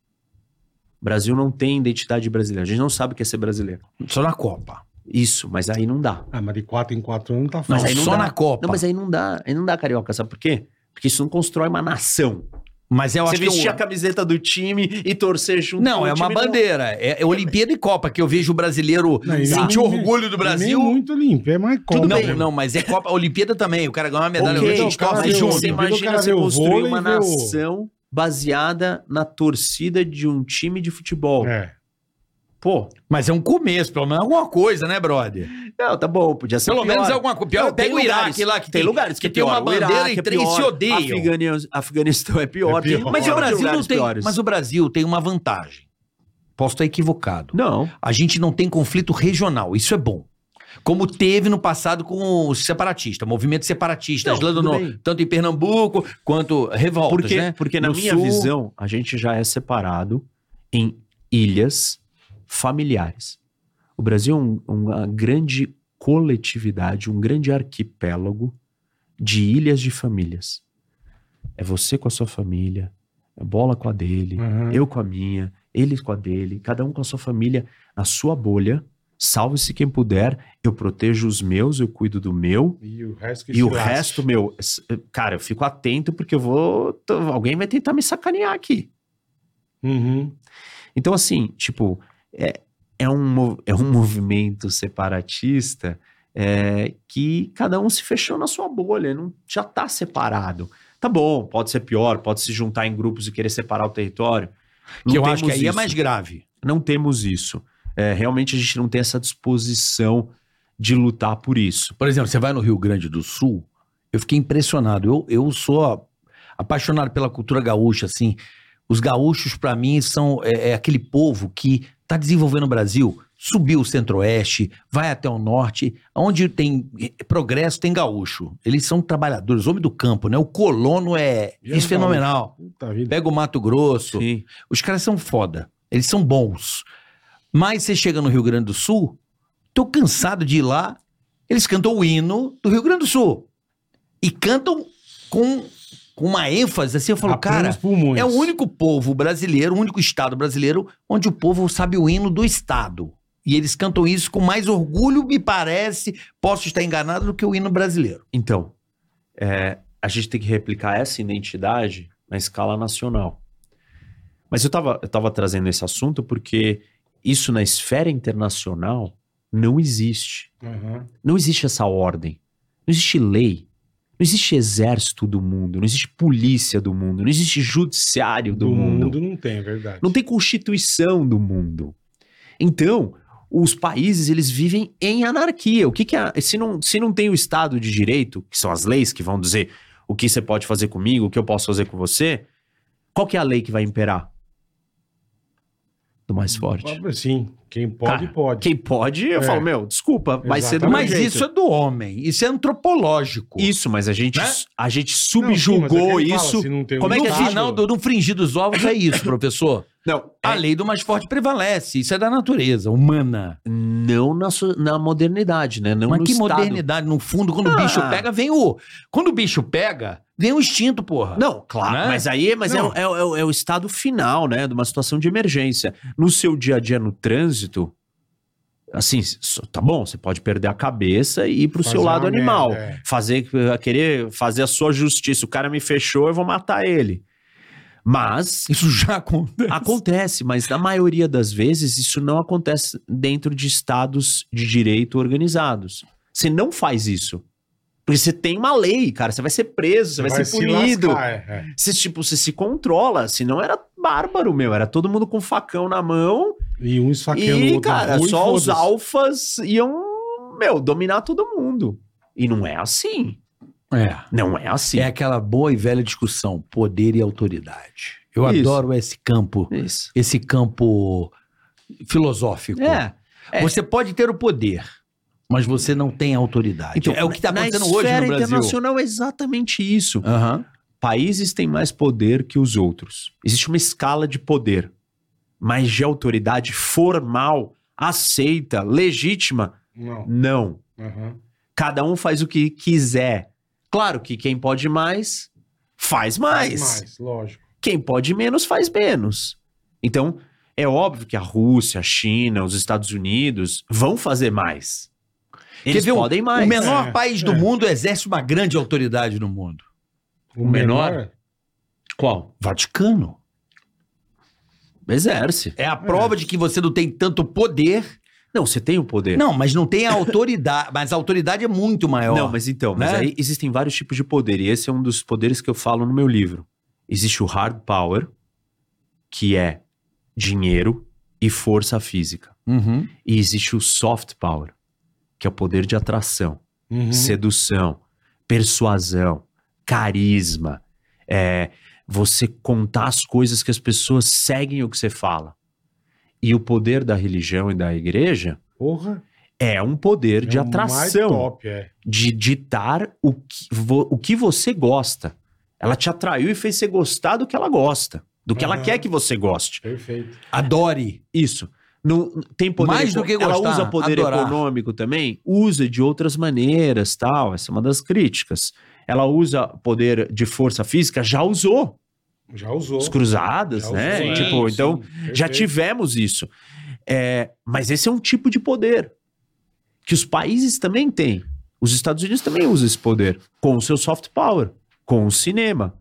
Speaker 8: O Brasil não tem identidade brasileira. A gente não sabe o que é ser brasileiro.
Speaker 3: Só na Copa.
Speaker 8: Isso, mas aí não dá.
Speaker 4: Ah, mas de 4 em 4 anos tá
Speaker 3: Não,
Speaker 8: aí
Speaker 4: fácil.
Speaker 8: não é
Speaker 3: só
Speaker 8: dá.
Speaker 3: na Copa.
Speaker 8: Não, mas
Speaker 3: mas,
Speaker 8: aí não dá. Aí não dá, carioca. Sabe por quê? Porque isso não constrói uma nação.
Speaker 3: eu
Speaker 8: Você
Speaker 3: acho que.
Speaker 8: vestir
Speaker 3: eu-
Speaker 8: a camiseta do time e torcer junto com
Speaker 3: Não,
Speaker 8: o
Speaker 3: é uma
Speaker 8: time,
Speaker 3: bandeira. É, é Olimpíada e Copa que eu vejo o brasileiro
Speaker 4: Não, e
Speaker 3: sentir
Speaker 4: nem-
Speaker 3: orgulho do
Speaker 4: E nem
Speaker 3: Brasil.
Speaker 4: é muito limpo, é mais
Speaker 3: Tudo
Speaker 4: Copa,
Speaker 3: não,
Speaker 4: né?
Speaker 3: não, mas é Copa, Olimpíada também. O cara ganhou uma medalha
Speaker 8: Ok,
Speaker 3: okay, no
Speaker 4: Não, o
Speaker 3: Copa
Speaker 4: cara
Speaker 8: mas
Speaker 4: vê o-
Speaker 3: junto.
Speaker 8: você
Speaker 4: o cara
Speaker 8: imagina
Speaker 4: vê
Speaker 8: você
Speaker 4: o
Speaker 8: construir
Speaker 4: vôlei
Speaker 8: uma
Speaker 4: e vê o-
Speaker 8: nação baseada na torcida de um time de futebol.
Speaker 4: É.
Speaker 8: Pô,
Speaker 3: Mas é um começo, pelo menos alguma coisa, né, brother?
Speaker 8: não, tá bom, podia ser
Speaker 3: Pelo
Speaker 8: pior.
Speaker 3: menos alguma coisa. Pior,
Speaker 8: Não,
Speaker 3: pega o
Speaker 8: tem
Speaker 3: Iraque
Speaker 8: lugares-
Speaker 3: lá que
Speaker 8: tem lugares que,
Speaker 3: que tem uma
Speaker 8: pior. O Iraque
Speaker 3: bandeira
Speaker 8: é
Speaker 3: e três
Speaker 8: pior,
Speaker 3: se odeiam.
Speaker 8: Afegani- Afeganistão é pior.
Speaker 4: É pior.
Speaker 8: tem-
Speaker 3: Mas o
Speaker 4: Fora de
Speaker 3: Brasil não
Speaker 8: lugares
Speaker 3: tem.
Speaker 8: piores.
Speaker 3: Mas o Brasil tem uma vantagem. Posso estar equivocado.
Speaker 8: Não.
Speaker 3: A gente não tem conflito regional, isso é bom. Como teve no passado com os separatistas, movimento separatista,
Speaker 8: Não,
Speaker 3: Islândia
Speaker 8: tudo
Speaker 3: no-
Speaker 8: bem.
Speaker 3: tanto em Pernambuco quanto revoltas,
Speaker 8: Porque,
Speaker 3: né?
Speaker 8: porque na
Speaker 3: No
Speaker 8: minha
Speaker 3: Sul-
Speaker 8: visão, a gente já é separado em ilhas familiares. O Brasil é um- uma grande coletividade, um grande arquipélago de ilhas de famílias. É você com a sua família, é bola com a dele,
Speaker 4: Uhum.
Speaker 8: eu com a minha, ele com a dele, cada um com a sua família, na sua bolha. Salve-se quem puder, eu protejo os meus, eu cuido do meu,
Speaker 4: E o resto que
Speaker 8: e o
Speaker 4: se lasque.
Speaker 8: resto, meu, s- cara, eu fico atento porque eu vou. tô- alguém vai tentar me sacanear aqui.
Speaker 4: Uhum.
Speaker 8: Então, assim, tipo, é, é, um, mov- *laughs* é um movimento separatista é, que cada um se fechou na sua bolha, não, já tá separado. Tá bom, pode ser pior, pode se juntar em grupos e querer separar o território. Não
Speaker 3: que eu acho que
Speaker 8: temos
Speaker 3: aí é
Speaker 8: isso.
Speaker 3: mais grave.
Speaker 8: Não temos isso. É, realmente a gente não tem essa disposição de lutar por isso.
Speaker 3: Por exemplo, você vai no Rio Grande do Sul, eu fiquei impressionado. Eu, eu sou a- apaixonado pela cultura gaúcha, assim. Os gaúchos, pra mim, são é, é aquele povo que tá desenvolvendo o Brasil, subiu o centro-oeste, vai até o norte. Onde tem eh, progresso, tem gaúcho. Eles são trabalhadores, homem do campo, né? O colono é,
Speaker 4: E é
Speaker 3: isso é
Speaker 4: um
Speaker 3: fenomenal.
Speaker 4: Puta vida.
Speaker 3: Pega o Mato Grosso,
Speaker 8: Sim.
Speaker 3: os caras são foda. Eles são bons. Mas você chega no Rio Grande do Sul, tô cansado de ir lá. Eles cantam o hino do Rio Grande do Sul. E cantam com, com uma ênfase assim. Eu falo,
Speaker 4: Aplana os
Speaker 3: cara,
Speaker 4: pulmões.
Speaker 3: é o único povo brasileiro, o único estado brasileiro, onde o povo sabe o hino do estado. E eles cantam isso com mais orgulho, me parece, posso estar enganado, do que o hino brasileiro.
Speaker 8: Então, é, a gente tem que replicar essa identidade na escala nacional. Mas eu estava eu tava trazendo esse assunto porque isso na esfera internacional não existe.
Speaker 4: Uhum.
Speaker 8: Não existe essa ordem. Não existe lei. Não existe exército do mundo. Não existe polícia do mundo. Não existe judiciário do,
Speaker 4: Do
Speaker 8: mundo.
Speaker 4: mundo não tem, é verdade.
Speaker 8: Não tem constituição do mundo. Então, os países eles vivem em anarquia. O que, que é? Se não, se não tem o Estado de Direito, que são as leis que vão dizer o que você pode fazer comigo, o que eu posso fazer com você, qual que é a lei que vai imperar? Do mais forte.
Speaker 4: Sim, assim, quem pode,
Speaker 8: Cara,
Speaker 4: pode.
Speaker 8: Quem pode, eu
Speaker 4: É.
Speaker 8: falo, meu, desculpa, vai ser do
Speaker 4: Exatamente.
Speaker 8: mais
Speaker 3: Mas
Speaker 4: jeito.
Speaker 3: isso é do homem, isso é antropológico.
Speaker 8: Isso, mas a gente,
Speaker 3: Né?
Speaker 8: a gente
Speaker 4: Não, sim, mas é que
Speaker 8: subjugou
Speaker 4: ele fala,
Speaker 8: isso.
Speaker 4: se não tem
Speaker 3: Como é que é
Speaker 4: unitário,
Speaker 3: final do, do fringir dos ovos é *coughs* isso, professor?
Speaker 8: Não, é,
Speaker 3: A lei do mais forte prevalece, isso é da natureza humana.
Speaker 8: não na, so- na modernidade, né? Não
Speaker 3: Mas
Speaker 8: no
Speaker 3: que
Speaker 8: Estado.
Speaker 3: modernidade, no fundo, quando o bicho
Speaker 8: Ah.
Speaker 3: pega, vem o... Quando o bicho pega, vem o instinto, porra.
Speaker 8: Não, claro.
Speaker 3: Né?
Speaker 8: Mas aí mas é,
Speaker 4: Não.
Speaker 8: o- é, o- é o estado final, né? De uma situação de emergência. No seu dia a dia no trânsito, assim, so- tá bom, você pode perder a cabeça e ir pro
Speaker 4: Fazer
Speaker 8: seu lado
Speaker 4: uma
Speaker 8: animal.
Speaker 4: merda, é.
Speaker 8: Fazer, eh, querer fazer a sua justiça. O cara me fechou, eu vou matar ele.
Speaker 4: *laughs*
Speaker 8: Mas
Speaker 3: Isso já acontece.
Speaker 8: Acontece, mas na maioria das vezes isso não acontece dentro de estados de direito organizados. Você não faz isso. Porque você tem uma lei, cara. Você vai ser preso, você vai, ser
Speaker 4: se
Speaker 8: punido.
Speaker 4: lascar, é, é.
Speaker 8: você, tipo, você se controla. Senão era bárbaro, meu. Era todo mundo com facão na mão.
Speaker 4: E um esfaqueando o
Speaker 8: e,
Speaker 4: outro. na
Speaker 8: cara,
Speaker 4: rua e
Speaker 8: só os
Speaker 4: foda-se.
Speaker 8: alfas iam, meu, dominar todo mundo. E não é assim.
Speaker 3: É.
Speaker 8: Não é assim.
Speaker 3: É aquela boa e velha discussão, poder e autoridade. Eu
Speaker 8: Isso.
Speaker 3: adoro esse campo,
Speaker 8: isso.
Speaker 3: esse campo filosófico.
Speaker 8: É. é.
Speaker 3: Você pode ter o poder, mas você não tem a autoridade. é o que está
Speaker 8: na
Speaker 3: acontecendo hoje
Speaker 8: esfera
Speaker 3: no Brasil.
Speaker 8: internacional é exatamente isso.
Speaker 3: Aham.
Speaker 8: Países têm mais poder que os outros. Existe uma escala de poder, mas de autoridade formal, aceita, legítima,
Speaker 4: Não.
Speaker 8: não.
Speaker 4: aham.
Speaker 8: Cada um faz o que quiser. Claro que quem pode mais, faz mais.
Speaker 4: Mais, lógico.
Speaker 8: Quem pode menos, faz menos. Então, é óbvio que a Rússia, a China, os Estados Unidos vão fazer mais. Eles
Speaker 3: Quer ver o-
Speaker 8: podem mais.
Speaker 3: O menor
Speaker 4: É,
Speaker 3: país do
Speaker 4: é.
Speaker 3: mundo exerce uma grande autoridade no mundo.
Speaker 4: O
Speaker 3: menor?
Speaker 4: menor
Speaker 8: É. Qual?
Speaker 3: Vaticano.
Speaker 8: Exerce.
Speaker 3: É a prova de que você não tem tanto poder.
Speaker 8: Não, você tem o poder.
Speaker 3: Não, mas não tem a
Speaker 8: *laughs*
Speaker 3: autoridade. mas a autoridade é muito maior.
Speaker 8: Não, mas então, mas
Speaker 3: né?
Speaker 8: aí existem vários tipos de poder, e esse é um dos poderes que eu falo no meu livro. Existe o hard power, que é dinheiro e força física.
Speaker 3: Uhum.
Speaker 8: E existe o soft power, que é o poder de atração,
Speaker 4: Uhum.
Speaker 8: sedução, persuasão, carisma. É você contar as coisas que as pessoas seguem o que você fala. E o poder da religião e da igreja
Speaker 4: Porra.
Speaker 8: é um poder de
Speaker 4: é o mais
Speaker 8: atração
Speaker 4: top, é.
Speaker 8: de ditar o que, vo- o que você gosta. Ela te atraiu e fez você gostar do que ela gosta, do que ela
Speaker 4: Aham.
Speaker 8: quer que você goste.
Speaker 4: Perfeito.
Speaker 3: Adore.
Speaker 8: Isso. Não, tem poder
Speaker 3: Mais do
Speaker 8: eco-
Speaker 3: que
Speaker 8: Ela
Speaker 3: gostar,
Speaker 8: usa poder
Speaker 3: adorar.
Speaker 8: econômico também? Usa de outras maneiras, tal. Essa é uma das críticas. Ela usa poder de força física? Já usou.
Speaker 4: Já usou.
Speaker 8: Os cruzadas,
Speaker 4: Já
Speaker 8: né?
Speaker 4: usou, é.
Speaker 8: tipo,
Speaker 4: Sim,
Speaker 8: então,
Speaker 4: perfeito.
Speaker 8: já tivemos isso. É, mas esse é um tipo de poder que os países também têm. Os Estados Unidos também usam esse poder com o seu soft power, com o cinema,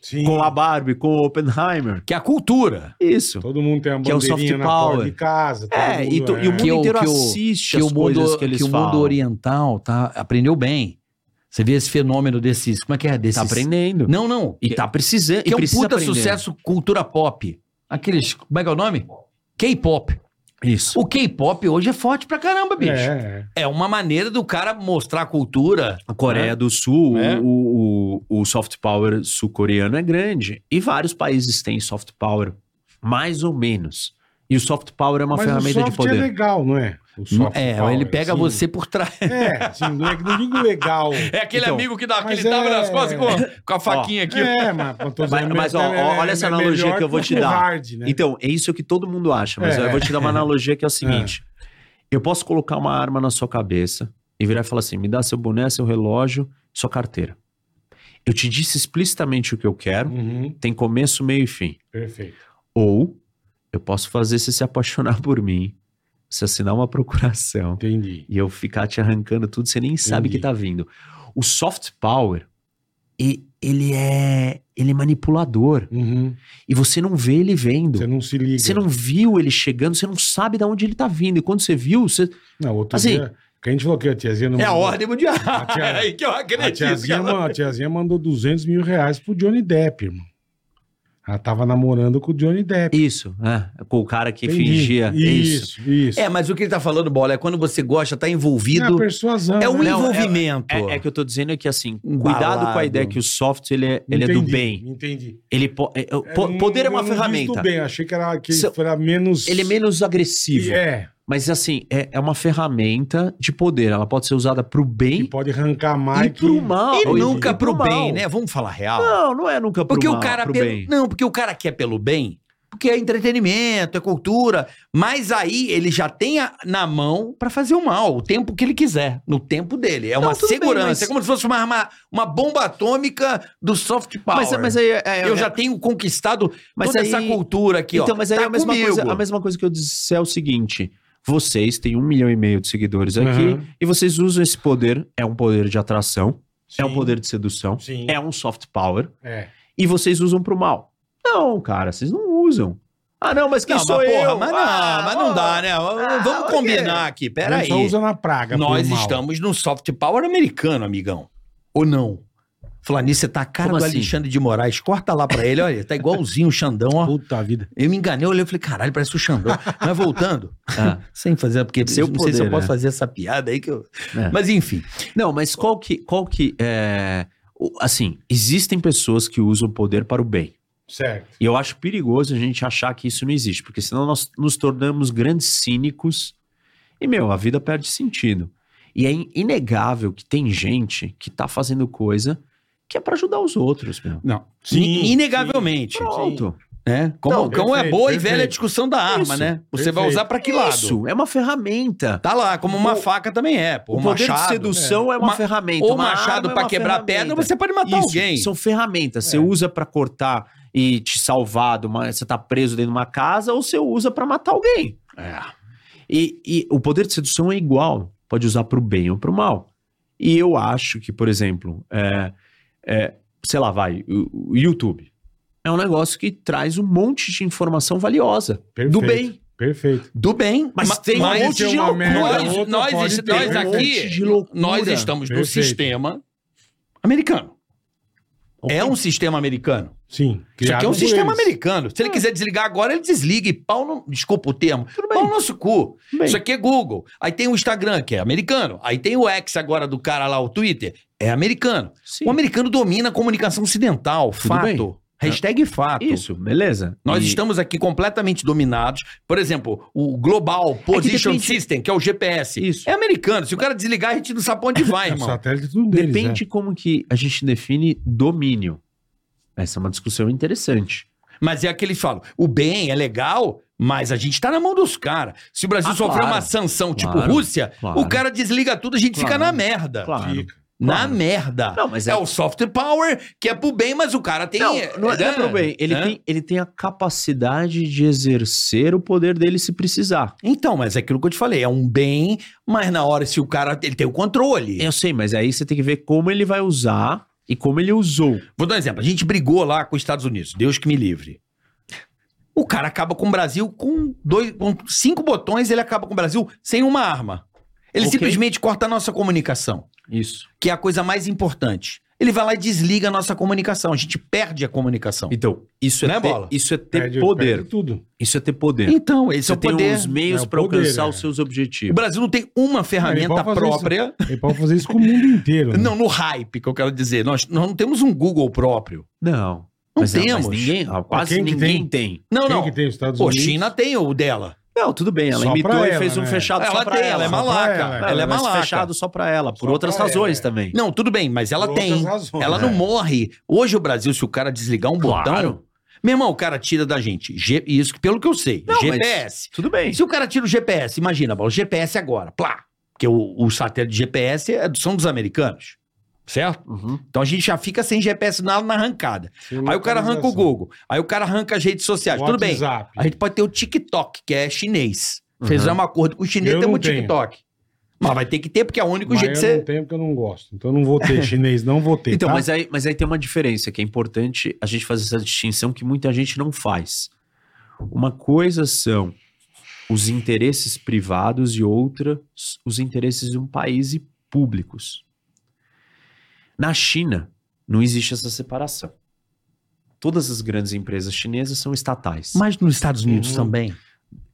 Speaker 4: Sim.
Speaker 8: com a Barbie, com o Oppenheimer.
Speaker 3: Que é a cultura.
Speaker 8: Isso.
Speaker 4: Todo mundo tem uma
Speaker 8: Que é o
Speaker 4: bandeirinha
Speaker 8: soft
Speaker 4: na porta
Speaker 8: power.
Speaker 4: de casa. todo
Speaker 8: É, e,
Speaker 4: mundo,
Speaker 8: to- e o mundo
Speaker 3: Que o-
Speaker 8: inteiro
Speaker 3: que o-
Speaker 8: assiste
Speaker 3: que o
Speaker 8: as coisas
Speaker 3: mundo,
Speaker 8: que eles
Speaker 3: que o
Speaker 8: falam.
Speaker 3: mundo oriental tá, aprendeu bem. Você vê esse fenômeno desses. Como é que é? Desses,
Speaker 8: tá aprendendo.
Speaker 3: Não, não.
Speaker 8: E tá precisando.
Speaker 3: que
Speaker 8: e
Speaker 3: é um
Speaker 8: precisa
Speaker 3: puta
Speaker 8: aprender.
Speaker 3: sucesso cultura pop. Aqueles. Como é que é o nome? K-pop.
Speaker 8: Isso.
Speaker 3: O K-pop hoje é forte pra caramba, bicho.
Speaker 4: É, é.
Speaker 3: É uma maneira do cara mostrar a cultura.
Speaker 8: A Coreia do Sul,
Speaker 4: É.
Speaker 8: o, o, o soft power sul-coreano é grande. E vários países têm soft power, mais ou menos. E o soft power é uma
Speaker 4: Mas
Speaker 8: ferramenta
Speaker 4: o soft
Speaker 8: de poder. Hum,
Speaker 4: é legal, não é? O soft
Speaker 3: é,
Speaker 4: power,
Speaker 3: ele pega
Speaker 4: assim.
Speaker 3: você por trás.
Speaker 4: É, sim, não é- não digo
Speaker 8: *laughs*
Speaker 4: legal.
Speaker 3: É aquele
Speaker 8: Então,
Speaker 3: amigo que dá
Speaker 4: mas
Speaker 3: aquele tapa
Speaker 4: é-
Speaker 3: nas costas com, a- com a faquinha aqui.
Speaker 4: É, mas, eu tô dizendo,
Speaker 8: Mas- mas, ó,
Speaker 4: é-
Speaker 8: ó,
Speaker 4: é-
Speaker 8: olha essa
Speaker 4: é
Speaker 8: analogia
Speaker 4: melhor
Speaker 8: que eu vou te
Speaker 4: o
Speaker 8: dar.
Speaker 4: Hard, né?
Speaker 8: Então, é isso que todo mundo acha, mas
Speaker 4: É.
Speaker 8: eu vou te dar uma
Speaker 4: *laughs*
Speaker 8: analogia que é o seguinte: eu posso colocar uma arma na sua cabeça e virar e falar assim: me dá seu boné, seu relógio, sua carteira. Eu te disse explicitamente o que eu quero,
Speaker 4: Uhum,
Speaker 8: tem começo, meio e fim.
Speaker 4: perfeito.
Speaker 8: Ou eu posso fazer você se apaixonar por mim, você assinar uma *laughs* procuração
Speaker 4: Entendi.
Speaker 8: e eu ficar te arrancando tudo, você nem sabe que
Speaker 4: Entendi.
Speaker 8: tá vindo. O soft power, e- ele é ele é manipulador
Speaker 4: Uhum,
Speaker 8: e você não vê ele vendo.
Speaker 4: Você não se liga.
Speaker 8: Você não viu ele chegando, você não sabe de onde ele tá vindo. E quando você viu, você.
Speaker 4: Não, outro
Speaker 8: Assim-
Speaker 4: dia... Que a gente falou que a tiazinha... Não
Speaker 3: É a
Speaker 4: mandou-
Speaker 3: ordem mundial.
Speaker 4: A tia-
Speaker 8: *laughs*
Speaker 3: É aí que eu
Speaker 4: A
Speaker 8: né,
Speaker 3: acredito.
Speaker 4: tiazinha,
Speaker 3: cara.
Speaker 4: ma- a tiazinha mandou 200 mil reais pro Johnny Depp, irmão. Ela tava namorando com o Johnny Depp.
Speaker 8: Isso, é, com o cara que
Speaker 4: Entendi.
Speaker 8: fingia. É Isso.
Speaker 4: Isso, isso.
Speaker 3: É, mas o que ele tá falando, Bola, é quando você gosta, tá
Speaker 4: É a
Speaker 3: envolvido.
Speaker 4: persuasão.
Speaker 3: É um
Speaker 4: né?
Speaker 8: Não, é-
Speaker 3: envolvimento.
Speaker 8: É, é que eu tô dizendo é que assim,
Speaker 3: Um
Speaker 8: cuidado com
Speaker 3: balado.
Speaker 8: a ideia que o software ele é, ele é do
Speaker 4: Entendi,
Speaker 8: bem.
Speaker 4: Entendi.
Speaker 8: Ele po- é- é- po-
Speaker 4: não-
Speaker 8: poder é uma
Speaker 4: eu não disse
Speaker 8: ferramenta.
Speaker 4: Do bem, achei que era, que
Speaker 8: Se-
Speaker 4: era menos.
Speaker 8: Ele é menos agressivo.
Speaker 4: É,
Speaker 8: Mas assim, é, é uma ferramenta de poder. Ela pode ser usada pro
Speaker 4: que
Speaker 8: bem
Speaker 4: pode arrancar mais.
Speaker 8: e pro mal.
Speaker 3: E
Speaker 4: Oi,
Speaker 3: nunca
Speaker 8: e
Speaker 3: pro bem,
Speaker 8: mal.
Speaker 3: né? Vamos falar real.
Speaker 8: Não, não é nunca pro
Speaker 3: porque
Speaker 8: mal,
Speaker 3: o cara um
Speaker 8: pro
Speaker 3: pelo-
Speaker 8: bem.
Speaker 3: não, porque o cara quer pelo bem, porque é entretenimento, é cultura, mas aí ele já tem a- na mão pra fazer o mal, o tempo que ele quiser, no tempo dele. É uma
Speaker 8: tudo bem,
Speaker 3: segurança,
Speaker 8: mas-
Speaker 3: é como se fosse uma arma- uma bomba atômica do soft power.
Speaker 8: Mas, mas aí é- é-
Speaker 3: eu
Speaker 8: é-
Speaker 3: já tenho conquistado
Speaker 8: Mas
Speaker 3: toda
Speaker 8: aí-
Speaker 3: essa cultura aqui,
Speaker 8: então,
Speaker 3: ó.
Speaker 8: mas aí
Speaker 3: Tá
Speaker 8: é a mesma,
Speaker 3: comigo.
Speaker 8: coisa, a mesma coisa que eu disse é o seguinte: vocês têm um milhão e meio de seguidores aqui
Speaker 4: Uhum.
Speaker 8: e vocês usam esse poder. É um poder de atração, é um
Speaker 4: Sim,
Speaker 8: poder de sedução,
Speaker 4: Sim.
Speaker 8: é um soft power
Speaker 4: É.
Speaker 8: e vocês usam pro mal. Não, cara, vocês não usam. Ah, não, mas quem
Speaker 3: Não, mas
Speaker 8: sou
Speaker 3: porra,
Speaker 8: eu?
Speaker 3: mas não,
Speaker 8: Ah,
Speaker 3: mas não dá,
Speaker 8: ah,
Speaker 3: né?
Speaker 8: ah,
Speaker 3: Vamos
Speaker 8: ok.
Speaker 3: combinar aqui,
Speaker 4: Não
Speaker 3: peraí.
Speaker 4: Só usa na praga.
Speaker 3: Nós
Speaker 4: por mal.
Speaker 3: estamos num soft power americano, amigão. Ou não? Falar nisso, você tá a cara
Speaker 8: Como
Speaker 3: do
Speaker 8: assim?
Speaker 3: Alexandre de Moraes. Corta lá pra ele, olha, ele tá igualzinho o Xandão, ó.
Speaker 4: Puta vida.
Speaker 3: Eu me enganei, eu olhei e falei, caralho, parece o Xandão. Mas voltando,
Speaker 8: Ah,
Speaker 3: *laughs* sem fazer, porque
Speaker 8: Seu
Speaker 3: não sei se eu
Speaker 8: poder,
Speaker 3: posso
Speaker 8: né?
Speaker 3: fazer essa piada aí que eu...
Speaker 8: é.
Speaker 3: Mas enfim,
Speaker 8: Não, mas qual que, qual que é... o- Assim, existem pessoas que usam o poder para o bem.
Speaker 4: Certo.
Speaker 8: E eu acho perigoso a gente achar que isso não existe, porque senão nós nos tornamos grandes cínicos e, meu, a vida perde sentido. E é in- inegável que tem gente que tá fazendo coisa que é para ajudar os outros, meu.
Speaker 7: Não.
Speaker 3: in- inegavelmente,
Speaker 8: Pronto.
Speaker 3: né? Como,
Speaker 4: Não,
Speaker 3: como é
Speaker 4: perfeito,
Speaker 3: boa e
Speaker 4: perfeito.
Speaker 3: velha a discussão da arma,
Speaker 8: Isso,
Speaker 3: né? Você vai
Speaker 4: perfeito.
Speaker 3: usar pra que lado?
Speaker 8: Isso, é uma ferramenta.
Speaker 3: Tá lá, como uma
Speaker 8: O-
Speaker 3: faca também é, pô.
Speaker 8: O
Speaker 3: um
Speaker 8: poder de
Speaker 3: machado.
Speaker 8: sedução é, uma,
Speaker 3: Uma-
Speaker 8: ferramenta.
Speaker 3: Ou
Speaker 8: uma
Speaker 3: machado
Speaker 8: arma é
Speaker 3: pra
Speaker 8: uma
Speaker 3: quebrar pedra,
Speaker 8: ferramenta.
Speaker 3: você pode matar
Speaker 8: Isso,
Speaker 3: alguém.
Speaker 8: São ferramentas. Você
Speaker 4: Tá É.
Speaker 8: usa pra cortar e te salvar, de uma- você tá preso dentro de uma casa, ou você usa pra matar alguém.
Speaker 4: É.
Speaker 8: E, e o poder de sedução é igual. Pode usar pro bem ou pro mal. E eu acho que, por exemplo, é, é, sei lá, vai, o, o YouTube. É um negócio que traz um monte de informação valiosa.
Speaker 4: Perfeito.
Speaker 8: Do bem.
Speaker 4: Perfeito.
Speaker 3: Do bem,
Speaker 8: Mas tem um monte
Speaker 4: de
Speaker 3: nós,
Speaker 4: loucura.
Speaker 3: nós,
Speaker 4: Outra
Speaker 3: nós,
Speaker 4: pode
Speaker 3: est-
Speaker 4: ter
Speaker 3: nós
Speaker 4: um
Speaker 3: aqui,
Speaker 8: monte de loucura.
Speaker 3: nós estamos no
Speaker 4: Perfeito.
Speaker 3: sistema americano. É um sistema americano.
Speaker 4: Sim.
Speaker 3: Isso aqui é um
Speaker 4: criado por
Speaker 3: sistema
Speaker 4: eles.
Speaker 3: americano. Se ele quiser desligar agora, ele desliga e pau no... Desculpa o termo. Pau no nosso cu.
Speaker 8: Bem.
Speaker 3: Isso aqui é Google. Aí tem o Instagram, que é americano. Aí tem o X agora do cara lá, o Twitter. É americano.
Speaker 8: Sim.
Speaker 3: O americano domina a comunicação ocidental. fato.
Speaker 8: bem.
Speaker 3: Hashtag
Speaker 4: é
Speaker 3: fato.
Speaker 8: Isso, beleza.
Speaker 3: Nós
Speaker 8: E-
Speaker 3: estamos aqui completamente dominados. Por exemplo, o Global Position
Speaker 8: depende-
Speaker 3: System, que é o GPS.
Speaker 8: Isso.
Speaker 3: É americano. Se o cara desligar, a gente não sabe pra onde *laughs* vai,
Speaker 4: O
Speaker 3: irmão.
Speaker 4: satélite é tudo deles.
Speaker 8: Depende como que a gente define domínio. Essa é uma discussão interessante.
Speaker 3: Mas é aquele que falam: o bem é legal, mas a gente tá na mão dos caras. Se o Brasil
Speaker 8: Ah,
Speaker 3: sofrer
Speaker 8: claro.
Speaker 3: uma sanção tipo
Speaker 8: Claro.
Speaker 3: Rússia,
Speaker 8: Claro.
Speaker 3: o cara desliga tudo, a gente fica
Speaker 8: Claro.
Speaker 3: na merda.
Speaker 4: né?
Speaker 8: Claro.
Speaker 4: Fica.
Speaker 3: Na
Speaker 8: Claro.
Speaker 3: merda.
Speaker 8: Não, mas
Speaker 3: Tá é...
Speaker 8: é-
Speaker 3: o soft power, que é pro bem, mas o cara tem. né?
Speaker 8: não, não é, não é pro bem. Ele,
Speaker 3: Hã?
Speaker 8: tem, ele tem a capacidade de exercer o poder dele se precisar.
Speaker 3: Então, mas é aquilo que eu te falei: é um bem, mas na hora, se o cara. Ele tem o controle.
Speaker 8: Eu sei, mas aí você tem que ver como ele vai usar e como ele usou.
Speaker 3: Vou dar um exemplo. A gente brigou lá com os Estados Unidos. Deus que me livre. O cara acaba com o Brasil com, dois, com cinco botões, ele acaba com o Brasil sem uma arma. Ele
Speaker 8: Ok.
Speaker 3: simplesmente corta a nossa comunicação,
Speaker 8: Isso.
Speaker 3: que é a coisa mais importante. Ele vai lá e desliga a nossa comunicação. A gente perde a comunicação.
Speaker 8: Então, isso é,
Speaker 3: Né,
Speaker 8: ter,
Speaker 3: Bola?
Speaker 8: isso é ter
Speaker 4: Perde-
Speaker 8: poder.
Speaker 4: perde tudo.
Speaker 8: Isso é ter poder.
Speaker 3: Então, esse
Speaker 8: você
Speaker 3: é o
Speaker 8: tem
Speaker 3: poder.
Speaker 8: os meios
Speaker 4: É o
Speaker 8: para
Speaker 4: poder,
Speaker 8: alcançar
Speaker 4: é.
Speaker 8: os seus
Speaker 3: O
Speaker 8: objetivos.
Speaker 3: Brasil não tem uma ferramenta
Speaker 4: pode fazer isso.
Speaker 3: própria.
Speaker 4: Ele pode fazer isso com o mundo
Speaker 8: Uhum.
Speaker 4: inteiro. né?
Speaker 3: Não, no hype, que eu quero dizer. Nós, nós não temos um Google próprio.
Speaker 8: Não.
Speaker 3: Não
Speaker 8: mas,
Speaker 3: temos.
Speaker 8: mas ninguém, ah, quase
Speaker 4: quem que
Speaker 8: ninguém tem.
Speaker 3: Não,
Speaker 4: Quem
Speaker 3: não.
Speaker 4: que tem os Estados
Speaker 3: Pô,
Speaker 4: Unidos?
Speaker 3: China tem o dela.
Speaker 8: Não, tudo bem, ela
Speaker 4: Só
Speaker 8: imitou
Speaker 4: pra
Speaker 8: e
Speaker 4: ela,
Speaker 8: fez um
Speaker 4: né?
Speaker 8: fechado só
Speaker 3: Ela
Speaker 8: pra
Speaker 3: tem, ela
Speaker 8: ela.
Speaker 3: é
Speaker 4: só pra
Speaker 3: malaca.
Speaker 4: ela,
Speaker 3: Ela,
Speaker 8: Ela
Speaker 3: é malaca.
Speaker 8: fechado só pra ela, por
Speaker 4: Só
Speaker 8: outras
Speaker 4: pra ela,
Speaker 8: razões
Speaker 4: é.
Speaker 8: também.
Speaker 3: Não, tudo bem, mas ela
Speaker 4: Por
Speaker 3: tem.
Speaker 4: outras razões,
Speaker 3: ela não
Speaker 4: é.
Speaker 3: morre. Hoje o Brasil, se o cara desligar um
Speaker 8: Claro.
Speaker 3: botão. Meu irmão, o cara tira da gente. G- Isso, que pelo que eu sei.
Speaker 8: Não, mas-
Speaker 3: GPS.
Speaker 8: Tudo bem.
Speaker 3: Se o cara tira o GPS, imagina, Bola, o GPS agora, plá. Porque o, o satélite GPS é, são dos americanos. Certo?
Speaker 8: Uhum.
Speaker 3: Então a gente já fica sem GPS na, na arrancada. Aí o cara arranca o Google. Aí o cara arranca as redes sociais.
Speaker 4: Um
Speaker 3: Tudo bem.
Speaker 4: WhatsApp.
Speaker 3: A gente pode ter o TikTok, que é chinês.
Speaker 8: Uhum.
Speaker 3: Fez um acordo com o chinês,
Speaker 4: Eu
Speaker 3: temos
Speaker 4: não
Speaker 3: o
Speaker 4: tenho.
Speaker 3: TikTok. Mas vai ter que ter, porque é o único
Speaker 4: Mas
Speaker 3: jeito
Speaker 4: eu
Speaker 3: que você.
Speaker 4: não tenho porque eu não gosto. Então eu não
Speaker 3: *laughs*
Speaker 4: vou ter chinês, não vou ter.
Speaker 8: Então,
Speaker 4: tá?
Speaker 8: mas aí, mas aí tem uma diferença que é importante a gente fazer essa distinção que muita gente não faz. Uma coisa são os interesses privados e outra os interesses de um país e públicos. Na China, não existe essa separação. Todas as grandes empresas chinesas são estatais.
Speaker 3: Mas nos Estados Unidos
Speaker 4: Uhum.
Speaker 3: também.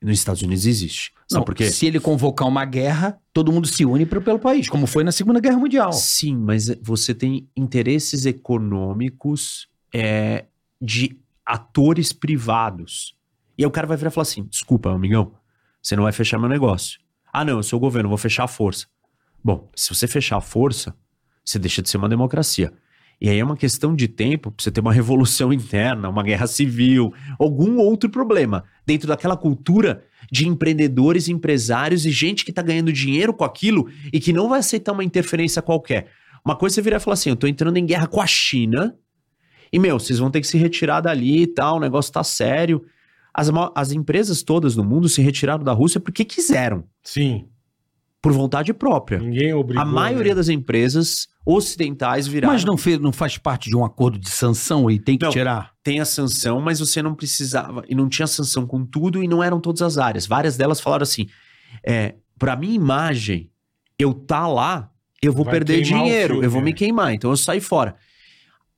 Speaker 8: nos Estados Unidos existe. Sabe
Speaker 3: Não,
Speaker 8: por quê?
Speaker 3: Se ele convocar uma guerra, todo mundo se une pro- pelo país, como foi na Segunda Guerra Mundial.
Speaker 8: Sim, mas você tem interesses econômicos é, de atores privados. E aí o cara vai virar e falar assim: desculpa, amigão, você não vai fechar meu negócio. Ah, não, eu sou o governo, vou fechar a força. Bom, se você fechar a força, você deixa de ser uma democracia. E aí é uma questão de tempo pra você ter uma *laughs* revolução interna, uma guerra civil, algum outro problema. Dentro daquela cultura de empreendedores, empresários e gente que tá ganhando dinheiro com aquilo e que não vai aceitar uma interferência qualquer. Uma coisa você virar e falar assim: eu tô entrando em guerra com a China e, meu, vocês vão ter que se retirar dali e tal, o negócio tá sério. As, ma- as empresas todas no mundo se retiraram da Rússia porque quiseram,
Speaker 4: Sim.
Speaker 8: por vontade própria.
Speaker 4: Ninguém obrigou.
Speaker 8: a maioria
Speaker 4: né?
Speaker 8: das empresas ocidentais viraram.
Speaker 3: Mas não, fez, não faz parte de um acordo de sanção e tem que
Speaker 8: Não.
Speaker 3: tirar?
Speaker 8: tem a sanção, mas você não precisava, e não tinha sanção com tudo, e não eram todas as áreas. Várias delas falaram assim: é, pra minha imagem, eu tá lá, eu vou
Speaker 4: Vai
Speaker 8: perder
Speaker 4: queimar o
Speaker 8: dinheiro,
Speaker 4: filme,
Speaker 8: eu vou me
Speaker 4: né?
Speaker 8: queimar, então eu saí fora.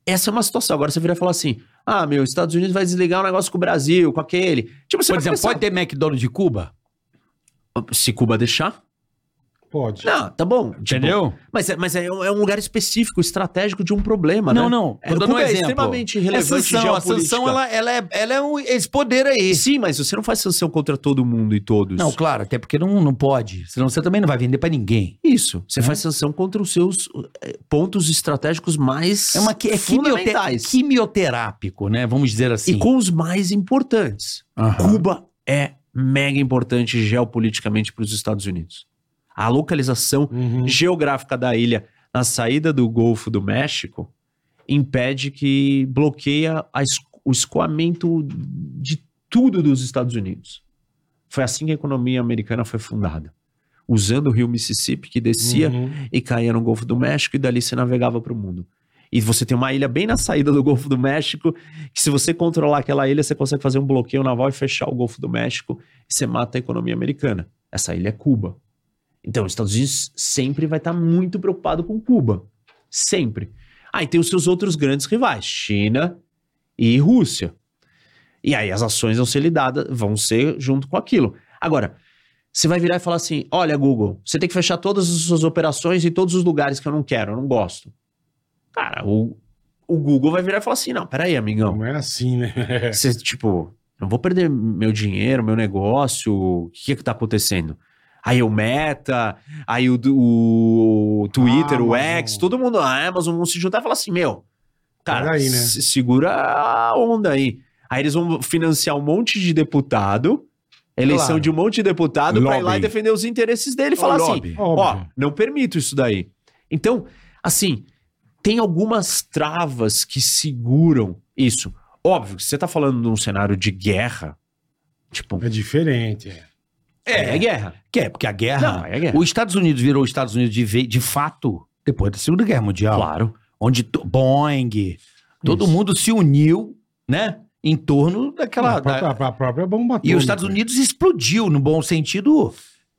Speaker 8: Essa é uma situação. Agora você vira e fala assim: ah, meu, Estados Unidos vai desligar um negócio com o Brasil, com aquele. Tipo, você
Speaker 3: Por
Speaker 8: vai
Speaker 3: exemplo,
Speaker 8: pensar,
Speaker 3: pode
Speaker 8: Tipo,
Speaker 3: ter McDonald's de Cuba?
Speaker 8: se Cuba deixar?
Speaker 4: Pode.
Speaker 8: Não, tá bom. tipo,
Speaker 3: Entendeu?
Speaker 8: mas é, mas é, um- é um lugar específico, estratégico de um problema, né?
Speaker 3: não, não.
Speaker 8: É, Cuba é extremamente relevante
Speaker 3: a sanção, a
Speaker 8: geopolítica.
Speaker 3: sanção ela, ela é, ela é um, esse poder aí.
Speaker 8: Sim, mas você não faz sanção contra todo mundo e todos.
Speaker 3: Não, claro, até porque não, não pode. Senão você também não vai vender pra ninguém.
Speaker 8: Isso. Você faz
Speaker 3: Hum.
Speaker 8: sanção contra os seus eh, pontos estratégicos mais
Speaker 3: É, uma, qui- é quimiote-
Speaker 8: fundamentais.
Speaker 3: quimioterápico, né? Vamos dizer assim.
Speaker 8: E com os mais importantes.
Speaker 3: Aham.
Speaker 8: Cuba é mega importante geopoliticamente para os Estados Unidos. A localização
Speaker 4: Uhum.
Speaker 8: geográfica da ilha na saída do Golfo do México impede que bloqueia a es- o escoamento de tudo dos Estados Unidos. Foi assim que a economia americana foi fundada, usando o rio Mississippi que descia
Speaker 4: Uhum.
Speaker 8: e caía no Golfo do México e dali você navegava para o mundo. E você tem uma ilha bem na saída do Golfo do México, que se você controlar aquela ilha, você consegue fazer um bloqueio naval e fechar o Golfo do México e você mata a economia americana. Essa ilha é Cuba. Então, os Estados Unidos sempre vai estar muito preocupado com Cuba. Sempre. Aí tem os seus outros grandes rivais, China e Rússia. E aí as ações vão ser lidadas, vão ser junto com aquilo. Agora, você vai virar e falar assim: olha, Google, você tem que fechar todas as suas operações em todos os lugares que eu não quero, eu não gosto. Cara, o, o Google vai virar e falar assim: não, peraí, amigão.
Speaker 4: Não é assim, né?
Speaker 8: *laughs* Você, tipo, não vou perder meu dinheiro, meu negócio, o que é que tá acontecendo? Aí o Meta, aí o, do- o Twitter,
Speaker 3: Ah,
Speaker 8: o
Speaker 4: Amazon.
Speaker 8: X, todo mundo, a Amazon vão se juntar e falar assim, meu, cara,
Speaker 4: Peraí, né?
Speaker 8: se- segura a onda aí. Aí eles vão financiar um monte de deputado, eleição
Speaker 3: Claro.
Speaker 8: de um monte de deputado pra ir lá e
Speaker 3: Lobby.
Speaker 8: defender os interesses dele e falar assim, Ó,
Speaker 4: Óbvio.
Speaker 8: não permito isso daí. Então, assim, tem algumas travas que seguram isso. Óbvio, que você tá falando num cenário de guerra, tipo,
Speaker 4: É diferente. é.
Speaker 8: é, guerra.
Speaker 3: Que é, porque a guerra.
Speaker 8: Não, é guerra.
Speaker 3: Os Estados Unidos virou os Estados Unidos de, ve- de fato depois da Segunda Guerra Mundial.
Speaker 8: Claro.
Speaker 3: Onde to- Boeing, todo
Speaker 8: Isso.
Speaker 3: mundo se uniu, né? Em torno daquela.
Speaker 4: a, própria,
Speaker 3: da-
Speaker 4: a própria bomba
Speaker 3: E
Speaker 4: atômica.
Speaker 3: os Estados Unidos explodiu, no bom sentido,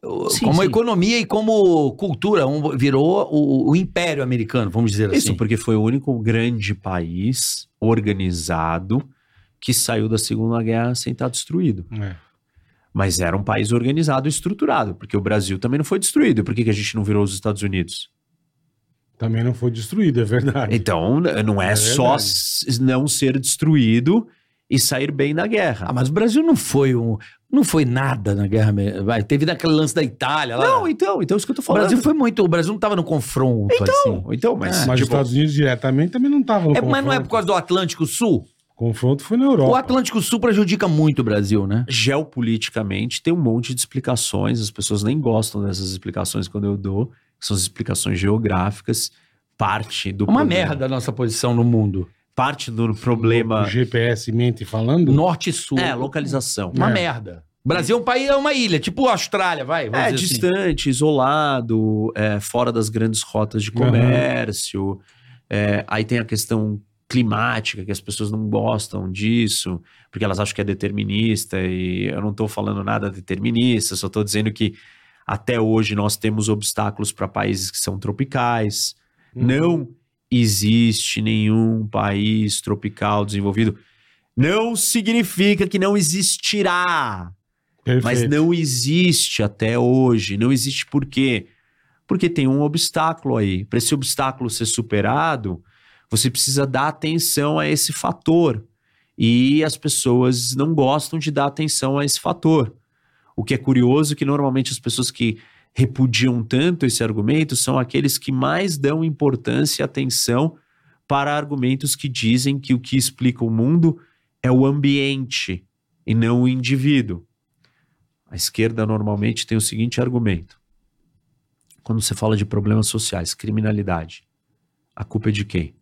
Speaker 3: o-
Speaker 8: Sim,
Speaker 3: como
Speaker 8: sim.
Speaker 3: economia e como cultura. um- virou o, o Império Americano, vamos dizer
Speaker 8: Isso,
Speaker 3: assim.
Speaker 8: porque foi o único grande país organizado que saiu da Segunda Guerra sem estar destruído.
Speaker 4: É.
Speaker 8: Mas era um país organizado e estruturado, porque o Brasil também não foi destruído. Por que, que a gente não virou os Estados Unidos?
Speaker 4: Também não foi destruído, é verdade.
Speaker 8: Então, não é,
Speaker 4: É
Speaker 8: só
Speaker 4: verdade.
Speaker 8: s- não ser destruído e sair bem da guerra.
Speaker 3: Ah, mas o Brasil não foi um. Não foi nada na guerra. Me- Vai, teve naquele lance da Itália lá.
Speaker 8: Não, então, então isso que eu tô
Speaker 3: o
Speaker 8: falando.
Speaker 3: Brasil foi muito. O Brasil não estava no confronto, assim.
Speaker 8: Não, então, mas,
Speaker 4: Mas os
Speaker 8: tipo,
Speaker 4: Estados Unidos diretamente também não estavam no
Speaker 3: É, mas não é por causa do Atlântico Sul?
Speaker 4: Confronto foi na Europa.
Speaker 3: O Atlântico Sul prejudica muito o Brasil, né?
Speaker 8: geopoliticamente tem um monte de explicações, as pessoas nem gostam dessas explicações quando eu dou, que são as explicações geográficas, parte do
Speaker 3: É uma
Speaker 8: problema-
Speaker 3: merda a nossa posição no mundo.
Speaker 8: parte do
Speaker 4: O
Speaker 8: problema
Speaker 4: GPS mente falando.
Speaker 3: Norte e Sul.
Speaker 8: é localização.
Speaker 3: Uma
Speaker 4: É.
Speaker 3: merda. O Brasil é um país, é uma ilha, tipo a Austrália, vai. vamos
Speaker 8: É,
Speaker 3: dizer assim.
Speaker 8: distante, isolado, é, fora das grandes rotas de comércio. É, aí tem a questão climática, que as pessoas não gostam disso, porque elas acham que é determinista, e eu não estou falando nada determinista, só estou dizendo que até hoje nós temos obstáculos para países que são tropicais.
Speaker 4: Uhum.
Speaker 8: Não existe nenhum país tropical desenvolvido. Não significa que não existirá. Mas
Speaker 4: Perfeito.
Speaker 8: não existe até hoje. Não existe por quê? Porque tem um obstáculo aí. Para esse obstáculo ser superado, você precisa dar atenção a esse fator. E as pessoas não gostam de dar atenção a esse fator. O que é curioso é que normalmente as pessoas que repudiam tanto esse argumento são aqueles que mais dão importância e atenção para argumentos que dizem que o que explica o mundo é o ambiente e não o indivíduo. A esquerda normalmente tem o seguinte argumento: quando você fala de problemas sociais, criminalidade, a culpa é de quem?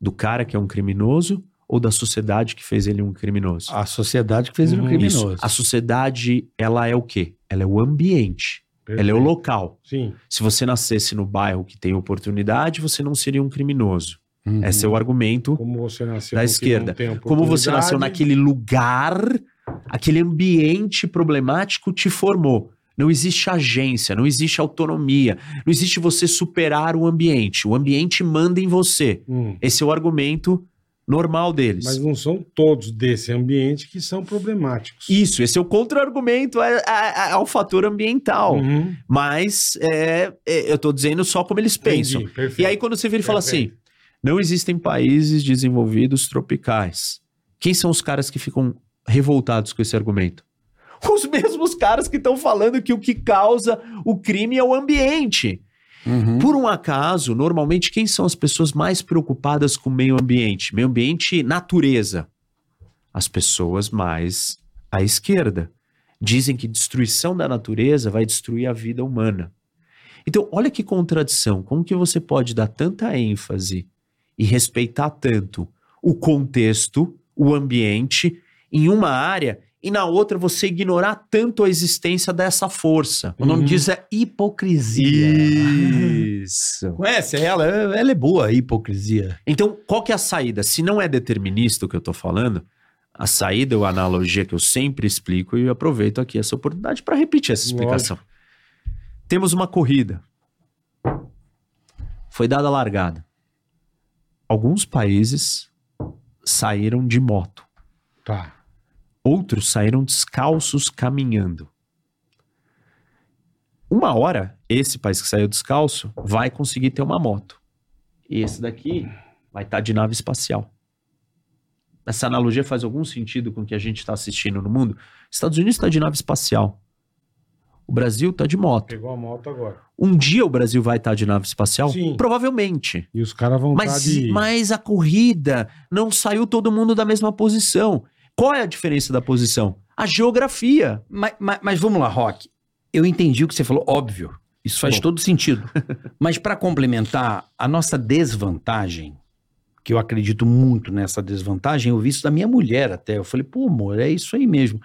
Speaker 8: Do cara que é um criminoso ou da sociedade que fez ele um criminoso?
Speaker 3: A sociedade que fez ele um
Speaker 4: Uhum.
Speaker 3: Ah, criminoso.
Speaker 8: A sociedade, ela é o quê? Ela é o ambiente, ela é o local.
Speaker 4: Sim.
Speaker 8: Se você nascesse no bairro que tem oportunidade, você não seria um criminoso.
Speaker 3: Hum.
Speaker 7: Uhum.
Speaker 8: Esse é o argumento
Speaker 4: Como você nasceu.
Speaker 8: Da
Speaker 4: no que
Speaker 8: esquerda.
Speaker 4: não tem
Speaker 8: como você nasceu
Speaker 4: oportunidade,
Speaker 8: naquele lugar, aquele ambiente problemático te formou. Não existe agência, não existe autonomia, não existe você superar o ambiente. O ambiente manda em você.
Speaker 4: hum,
Speaker 8: Esse é o argumento normal deles.
Speaker 4: Mas não são todos desse ambiente que são problemáticos.
Speaker 8: Isso, esse é o contra-argumento é, a- a- a- ao fator ambiental.
Speaker 4: Uhum.
Speaker 8: Mas é, é, eu tô dizendo só como eles pensam.
Speaker 4: Entendi, perfeito.
Speaker 8: E aí, quando você vira e fala assim:
Speaker 4: Perfeito.
Speaker 8: não existem países desenvolvidos tropicais. Quem são os caras que ficam revoltados com esse argumento? *laughs* Os mesmos caras que estão falando que o que causa o crime é o ambiente.
Speaker 7: Uhum.
Speaker 8: Por um acaso, normalmente, quem são as pessoas mais preocupadas com o meio ambiente? Meio ambiente e natureza. As pessoas mais à esquerda. Dizem que destruição da natureza vai destruir a vida humana. Então, olha que contradição. Como que você pode dar tanta ênfase e respeitar tanto o contexto, o ambiente, em uma área e na outra você ignorar tanto a existência dessa força?
Speaker 3: O nome
Speaker 4: Uhum.
Speaker 3: disso é hipocrisia.
Speaker 8: Isso.
Speaker 3: Conhece ela? Ela é boa, a hipocrisia.
Speaker 8: Então, qual que é a saída? Se não é determinista o que eu tô falando, a saída ou a analogia que eu sempre explico e eu aproveito aqui essa oportunidade para repetir essa explicação. Temos uma corrida. Foi dada a largada. Alguns países saíram de moto,
Speaker 4: Tá.
Speaker 8: outros saíram descalços caminhando. Uma hora, esse país que saiu descalço vai conseguir ter uma moto. E esse daqui vai estar de nave espacial. Essa analogia faz algum sentido com o que a gente está assistindo no mundo? Estados Unidos está de nave espacial. O Brasil está de moto.
Speaker 4: Pegou a moto agora.
Speaker 8: Um dia o Brasil vai estar de nave espacial?
Speaker 4: Sim.
Speaker 8: Provavelmente.
Speaker 4: E os caras vão estar
Speaker 8: Mas,
Speaker 4: de...
Speaker 8: mas a corrida não saiu todo mundo da mesma posição. Qual é a diferença da posição? A geografia.
Speaker 3: Mas, mas- mas vamos lá, Rock. Eu entendi o que você falou, óbvio. Isso faz
Speaker 8: Bom.
Speaker 3: todo
Speaker 4: *laughs*
Speaker 3: sentido. mas para complementar, a nossa desvantagem, que eu acredito muito nessa desvantagem, eu vi isso da minha mulher até. Eu falei, pô, amor, é isso aí mesmo.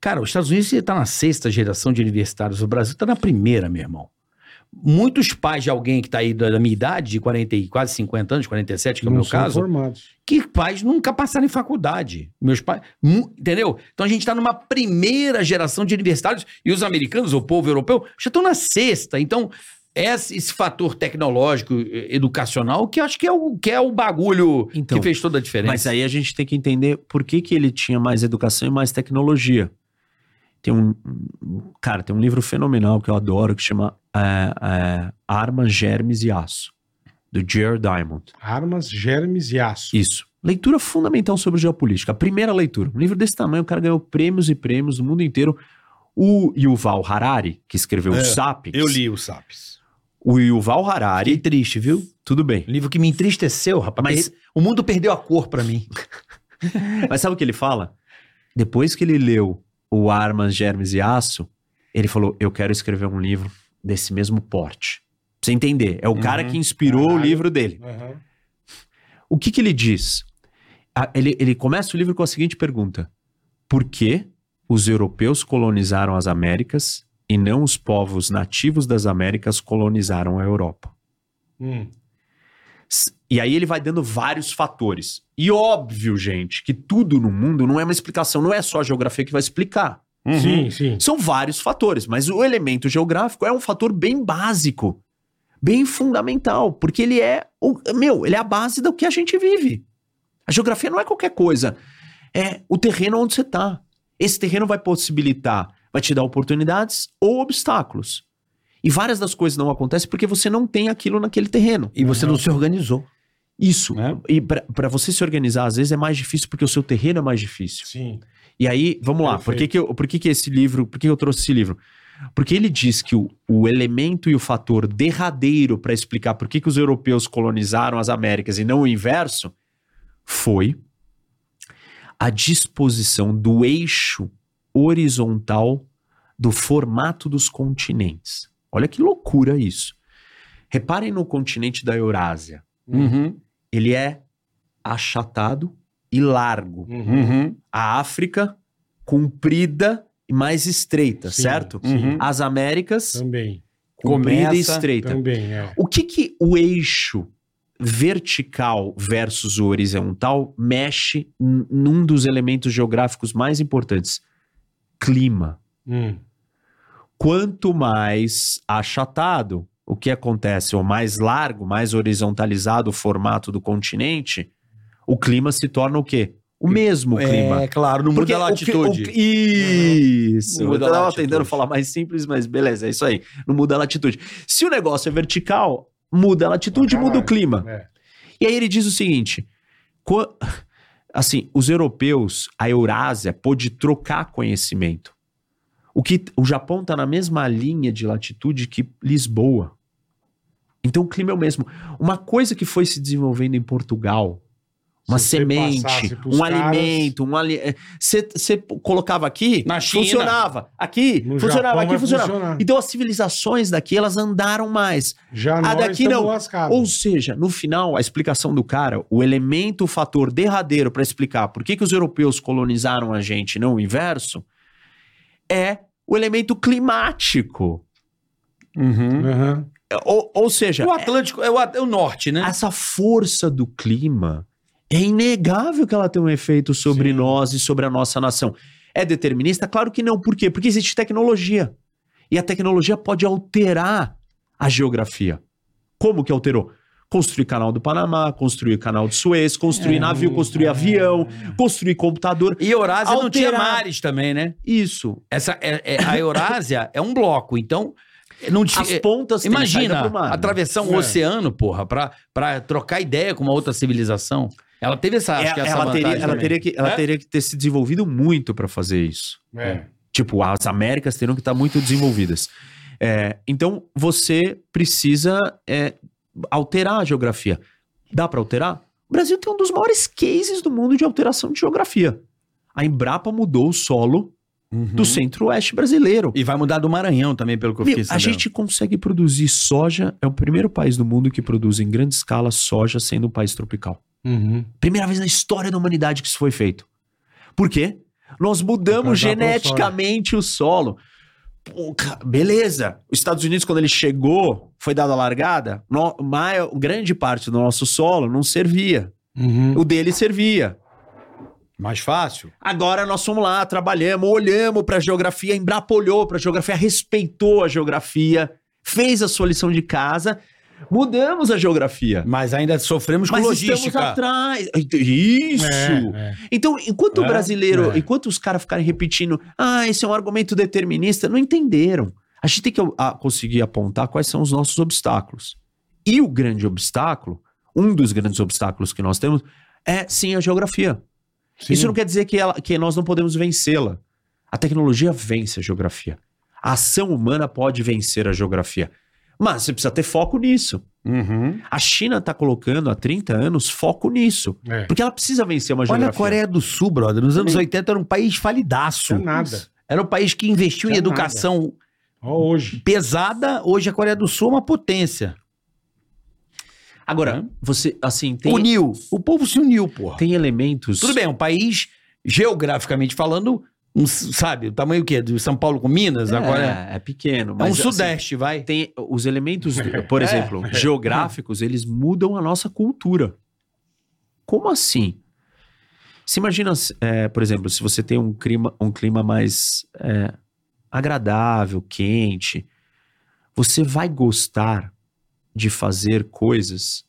Speaker 3: Cara, os Estados Unidos está na sexta geração de universitários, o Brasil está na primeira, meu irmão. Muitos pais de alguém que está aí da da minha idade, de 40, e quase 50 anos, 47, que é o
Speaker 4: não
Speaker 3: meu
Speaker 4: são
Speaker 3: caso,
Speaker 4: formados.
Speaker 3: que pais nunca passaram em faculdade. Meus pais. mu- Entendeu? Então a gente está numa primeira geração de universitários e os americanos, o povo europeu, já estão na sexta. Então, esse, esse fator tecnológico, eh, educacional, que eu acho que é o, que é o bagulho
Speaker 8: Então,
Speaker 3: que fez toda a diferença.
Speaker 8: Mas aí a gente tem que entender por que, que ele tinha mais educação e mais tecnologia. Tem um. um- Cara, tem um livro fenomenal que eu adoro que chama é, é, Armas, Germes e Aço, do Jared Diamond.
Speaker 4: Armas, germes e aço.
Speaker 8: Isso. Leitura fundamental sobre geopolítica. A primeira leitura. Um livro desse tamanho, o cara ganhou prêmios e prêmios no mundo inteiro. O Yuval Harari, que escreveu
Speaker 3: É,
Speaker 8: o Sapiens.
Speaker 3: o Sapiens.
Speaker 8: O Yuval Harari.
Speaker 3: Fiquei triste, viu? Um
Speaker 8: Tudo bem.
Speaker 3: Livro que me entristeceu, rapaz.
Speaker 8: Mas-
Speaker 3: Per- O mundo perdeu a cor pra mim.
Speaker 8: *laughs* Mas sabe o que ele fala? Depois que ele leu o Armas, Germes e Aço, ele falou: Eu quero escrever um livro desse mesmo porte. Pra você entender, é o cara
Speaker 7: Uhum.
Speaker 8: que inspirou o
Speaker 4: Caralho.
Speaker 8: livro dele.
Speaker 4: Aham.
Speaker 8: O que, que ele diz? A- Ele, ele começa o livro com a seguinte pergunta: Por que os europeus colonizaram as Américas e não os povos nativos das Américas colonizaram a Europa? Uhum.
Speaker 4: Hum.
Speaker 8: S- E aí ele vai dando vários fatores. E óbvio, gente, que tudo no mundo não é uma explicação, não é só a geografia que vai explicar.
Speaker 7: Uhum.
Speaker 4: Sim, sim.
Speaker 8: São vários fatores, mas o elemento geográfico é um fator bem básico. bem fundamental, porque ele é, o, meu, ele é a base do que a gente vive. A geografia não é qualquer coisa. É o terreno onde você está. Esse terreno vai possibilitar, vai te dar oportunidades ou obstáculos. E várias das coisas não acontecem porque você não tem aquilo naquele terreno. Uhum.
Speaker 3: E você não se organizou.
Speaker 8: Isso.
Speaker 4: Né?
Speaker 8: E para você se organizar, às vezes é mais difícil porque o seu terreno é mais difícil.
Speaker 4: Sim.
Speaker 8: E aí, vamos lá, por que,
Speaker 4: Perfeito.
Speaker 8: que, eu- por que, que esse livro, por que que eu trouxe esse livro? Porque ele diz que o, o elemento e o fator derradeiro para explicar por que, que os europeus colonizaram as Américas e não o inverso foi a disposição do eixo horizontal do formato dos continentes. Olha que loucura isso. Reparem no continente da Eurásia. Ele é achatado e largo
Speaker 4: Uhum,
Speaker 8: Uhum. a África comprida e mais estreita,
Speaker 4: Sim, Uhum.
Speaker 8: certo?
Speaker 4: sim. Então,
Speaker 8: As Américas
Speaker 4: Também.
Speaker 8: comprida e
Speaker 3: Começa
Speaker 8: estreita.
Speaker 4: Também, é.
Speaker 8: O que que o eixo vertical versus o horizontal mexe n- num dos elementos geográficos mais importantes? Clima.
Speaker 4: Hum.
Speaker 8: Quanto mais achatado, o que acontece? Ou mais largo, mais horizontalizado o formato do continente, o clima se torna o quê? O mesmo clima.
Speaker 3: É, claro, não
Speaker 8: Porque
Speaker 3: muda a
Speaker 8: o que-
Speaker 3: latitude.
Speaker 8: o que- isso.
Speaker 3: Não
Speaker 8: Eu
Speaker 3: muda a
Speaker 8: tava
Speaker 3: latitude.
Speaker 8: tentando falar mais simples, mas beleza, é isso aí. Não muda a latitude. Se o negócio é vertical, muda a latitude,
Speaker 4: Ah,
Speaker 8: muda o clima.
Speaker 4: É.
Speaker 8: E aí ele diz o seguinte: co- assim, os europeus, a Eurásia pôde trocar conhecimento. O que o Japão está na mesma linha de latitude que Lisboa. Então o clima é o mesmo. Uma coisa que foi se desenvolvendo em Portugal, uma
Speaker 4: Se você passasse
Speaker 8: semente,
Speaker 4: pros
Speaker 8: um
Speaker 4: caras-
Speaker 8: alimento, um ali... você, você colocava aqui,
Speaker 7: Na China.
Speaker 8: funcionava. Aqui,
Speaker 4: No
Speaker 8: funcionava,
Speaker 4: Japão
Speaker 8: aqui
Speaker 4: vai
Speaker 8: funcionava.
Speaker 4: funcionar.
Speaker 8: Então as civilizações daqui, elas andaram mais.
Speaker 4: Já
Speaker 8: Ah,
Speaker 4: nós
Speaker 8: daqui
Speaker 4: estamos
Speaker 8: não.
Speaker 4: lascados.
Speaker 8: Ou seja, no final, a explicação do cara, o elemento, o fator derradeiro para explicar por que, que os europeus colonizaram a gente, não o inverso, é o elemento climático.
Speaker 4: Aham.
Speaker 8: É, Ou, ou seja,
Speaker 3: Uhum. O Atlântico é o, at- é o norte, né?
Speaker 8: essa força do clima é inegável que ela tem um efeito sobre
Speaker 4: Sim.
Speaker 8: nós e sobre a nossa nação. É determinista? Claro que não. Por quê? Porque existe tecnologia. E a tecnologia pode alterar a geografia. Como que alterou? Construir canal do Panamá, construir canal de Suez,
Speaker 3: É.
Speaker 8: construir navio, construir avião, construir computador.
Speaker 3: E Eurásia não tinha
Speaker 8: Alterar.
Speaker 3: mares também, né?
Speaker 8: Isso.
Speaker 3: Essa, é- é- a Eurásia é um bloco, então não tinha...
Speaker 8: As pontas têm saída
Speaker 3: Imagina
Speaker 8: pro mar. né?
Speaker 3: atravessar um
Speaker 4: É.
Speaker 3: oceano, porra, pra, pra trocar ideia com uma outra civilização. Ela teve essa, acho que
Speaker 8: É,
Speaker 3: essa
Speaker 8: ela, teria,
Speaker 3: vantagem
Speaker 8: ela,
Speaker 3: também.
Speaker 8: teria que, ela
Speaker 3: É?
Speaker 8: teria que ter se desenvolvido muito para fazer isso.
Speaker 4: É.
Speaker 8: Tipo, as Américas terão que estar muito desenvolvidas. É, então, você precisa é, alterar a geografia. Dá para alterar? O Brasil tem um dos maiores cases do mundo de alteração de geografia. A Embrapa mudou o solo
Speaker 3: Uhum.
Speaker 8: do centro-oeste brasileiro.
Speaker 3: E vai mudar do Maranhão também, pelo que eu
Speaker 8: Meu,
Speaker 3: fiquei
Speaker 8: a
Speaker 3: sabendo.
Speaker 8: gente consegue produzir soja, é o primeiro país do mundo que produz em grande escala soja sendo um país tropical.
Speaker 4: Uhum.
Speaker 8: Primeira vez na história da humanidade que isso foi feito. Por quê? Nós mudamos
Speaker 4: Pra adaptar o
Speaker 8: geneticamente o solo. Pô, ca- beleza. Os Estados Unidos, quando ele chegou, foi dada a largada, no, maior, grande parte do nosso solo não servia.
Speaker 4: Uhum.
Speaker 8: O dele servia.
Speaker 3: Mais fácil.
Speaker 8: Agora nós fomos lá, trabalhamos, olhamos para a geografia, a Embrapa olhou para a geografia, respeitou a geografia, fez a sua lição de casa, mudamos a geografia.
Speaker 3: Mas ainda sofremos com
Speaker 8: Mas estamos
Speaker 3: logística.
Speaker 8: atrás. Isso!
Speaker 4: É, é.
Speaker 8: Então, enquanto
Speaker 4: É,
Speaker 8: o brasileiro,
Speaker 4: é.
Speaker 8: enquanto os caras ficarem repetindo, ah, esse é um argumento determinista, não entenderam. A gente tem que ah, conseguir apontar quais são os nossos obstáculos. E o grande obstáculo, um dos grandes obstáculos que nós temos, é sim a geografia.
Speaker 4: Sim.
Speaker 8: Isso não quer dizer que, ela- que nós não podemos vencê-la. A tecnologia vence a geografia. A ação humana pode vencer a geografia. Mas você precisa ter foco nisso.
Speaker 7: Uhum.
Speaker 8: A China está colocando há 30 anos foco nisso.
Speaker 4: É.
Speaker 8: Porque ela precisa vencer uma
Speaker 3: Olha
Speaker 8: geografia.
Speaker 3: a Coreia do Sul, brother. Nos anos 80 era um país falidaço.
Speaker 4: Não é nada.
Speaker 3: Era um país que investiu em
Speaker 4: Não é nada.
Speaker 3: educação
Speaker 4: Ó, hoje.
Speaker 3: pesada. Hoje a Coreia do Sul é uma potência.
Speaker 8: Agora, você, assim, tem,
Speaker 3: Uniu. O povo se uniu, porra.
Speaker 8: tem elementos.
Speaker 3: Tudo bem, um país, geograficamente falando, um, sabe, o tamanho o quê? Do São Paulo com Minas?
Speaker 8: É,
Speaker 3: agora
Speaker 8: é pequeno.
Speaker 3: é um
Speaker 8: Mas, assim,
Speaker 3: sudeste, vai.
Speaker 8: tem os
Speaker 4: *laughs*
Speaker 8: elementos, por exemplo,
Speaker 4: É.
Speaker 8: geográficos, eles mudam a nossa cultura. Como assim? Se imagina, é, por exemplo, se você tem um clima, um clima mais é, agradável, quente, você vai gostar de fazer coisas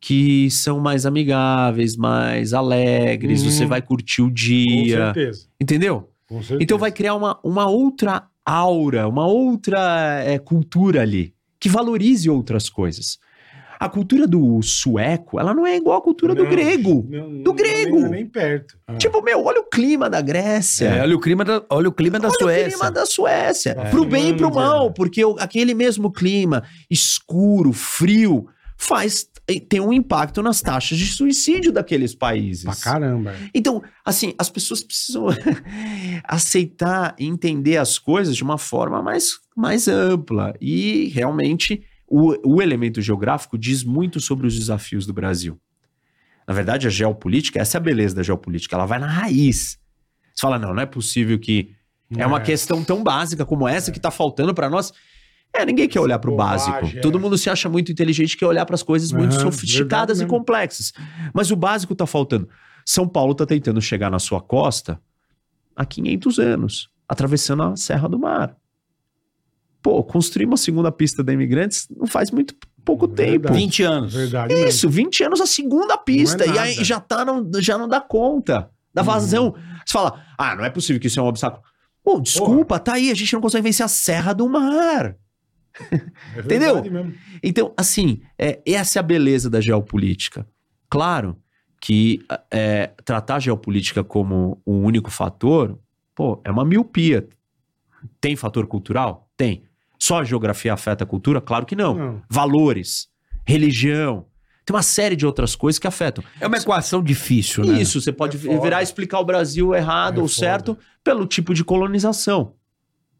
Speaker 8: que são mais amigáveis, mais alegres,
Speaker 4: Uhum.
Speaker 8: você vai curtir o
Speaker 4: Com
Speaker 8: dia.
Speaker 4: certeza.
Speaker 8: Entendeu?
Speaker 4: Com certeza.
Speaker 8: Então vai criar uma, uma outra aura, uma outra eh, cultura ali, que valorize outras coisas. A cultura do sueco, ela não é igual à cultura do
Speaker 4: Não,
Speaker 8: grego.
Speaker 4: não, não, é
Speaker 8: Do grego.
Speaker 4: Nem, nem perto.
Speaker 8: Tipo, meu, olha o clima da Grécia.
Speaker 3: É, olha o clima da, olha o clima da
Speaker 8: Olha
Speaker 3: Suécia.
Speaker 8: o clima da Suécia.
Speaker 4: É.
Speaker 8: Pro bem e pro mal,
Speaker 4: É.
Speaker 8: porque o- aquele mesmo clima escuro, frio, faz tem um impacto nas taxas de suicídio daqueles países.
Speaker 4: pra caramba.
Speaker 8: Então, assim, as pessoas precisam *laughs* aceitar e entender as coisas de uma forma mais, mais ampla. E realmente o, o elemento geográfico diz muito sobre os desafios do Brasil. Na verdade, a geopolítica, essa é a beleza da geopolítica, ela vai na raiz. Você fala, não, não é possível que. É uma questão tão básica como essa que tá faltando para nós. É, ninguém quer olhar para o
Speaker 4: Bobagem,
Speaker 8: básico.
Speaker 4: é.
Speaker 8: Todo mundo se acha muito inteligente e quer olhar para as coisas muito
Speaker 4: Aham,
Speaker 8: sofisticadas
Speaker 4: verdade
Speaker 8: e
Speaker 4: mesmo.
Speaker 8: complexas. Mas o básico tá faltando. São Paulo tá tentando chegar na sua costa há 500 anos, atravessando a Serra do Mar. Pô, construir uma segunda pista da Imigrantes não faz muito pouco tempo.
Speaker 4: Verdade.
Speaker 3: 20 anos.
Speaker 4: é Verdade. mesmo.
Speaker 8: Isso, 20 anos a segunda pista.
Speaker 4: Não é
Speaker 8: e aí
Speaker 4: nada. Uhum.
Speaker 8: já, tá, não, já não dá conta da vazão. Você fala, ah, não é possível que isso é um obstáculo. Pô, desculpa, tá aí, a gente não consegue vencer a Serra do Mar.
Speaker 4: É verdade
Speaker 8: Entendeu?
Speaker 4: mesmo.
Speaker 8: Então, assim, é, essa é a beleza da geopolítica. Claro que é, tratar a geopolítica como um único fator, pô, é uma miopia. Tem fator cultural? Tem. Só a geografia afeta a cultura? Claro que não.
Speaker 4: Não.
Speaker 8: Valores, religião, tem uma série de outras coisas que afetam.
Speaker 3: É uma equação difícil, né?
Speaker 8: Isso, você pode
Speaker 4: É foda.
Speaker 8: virar e explicar o Brasil errado
Speaker 4: É
Speaker 8: ou
Speaker 4: foda.
Speaker 8: certo pelo tipo de colonização.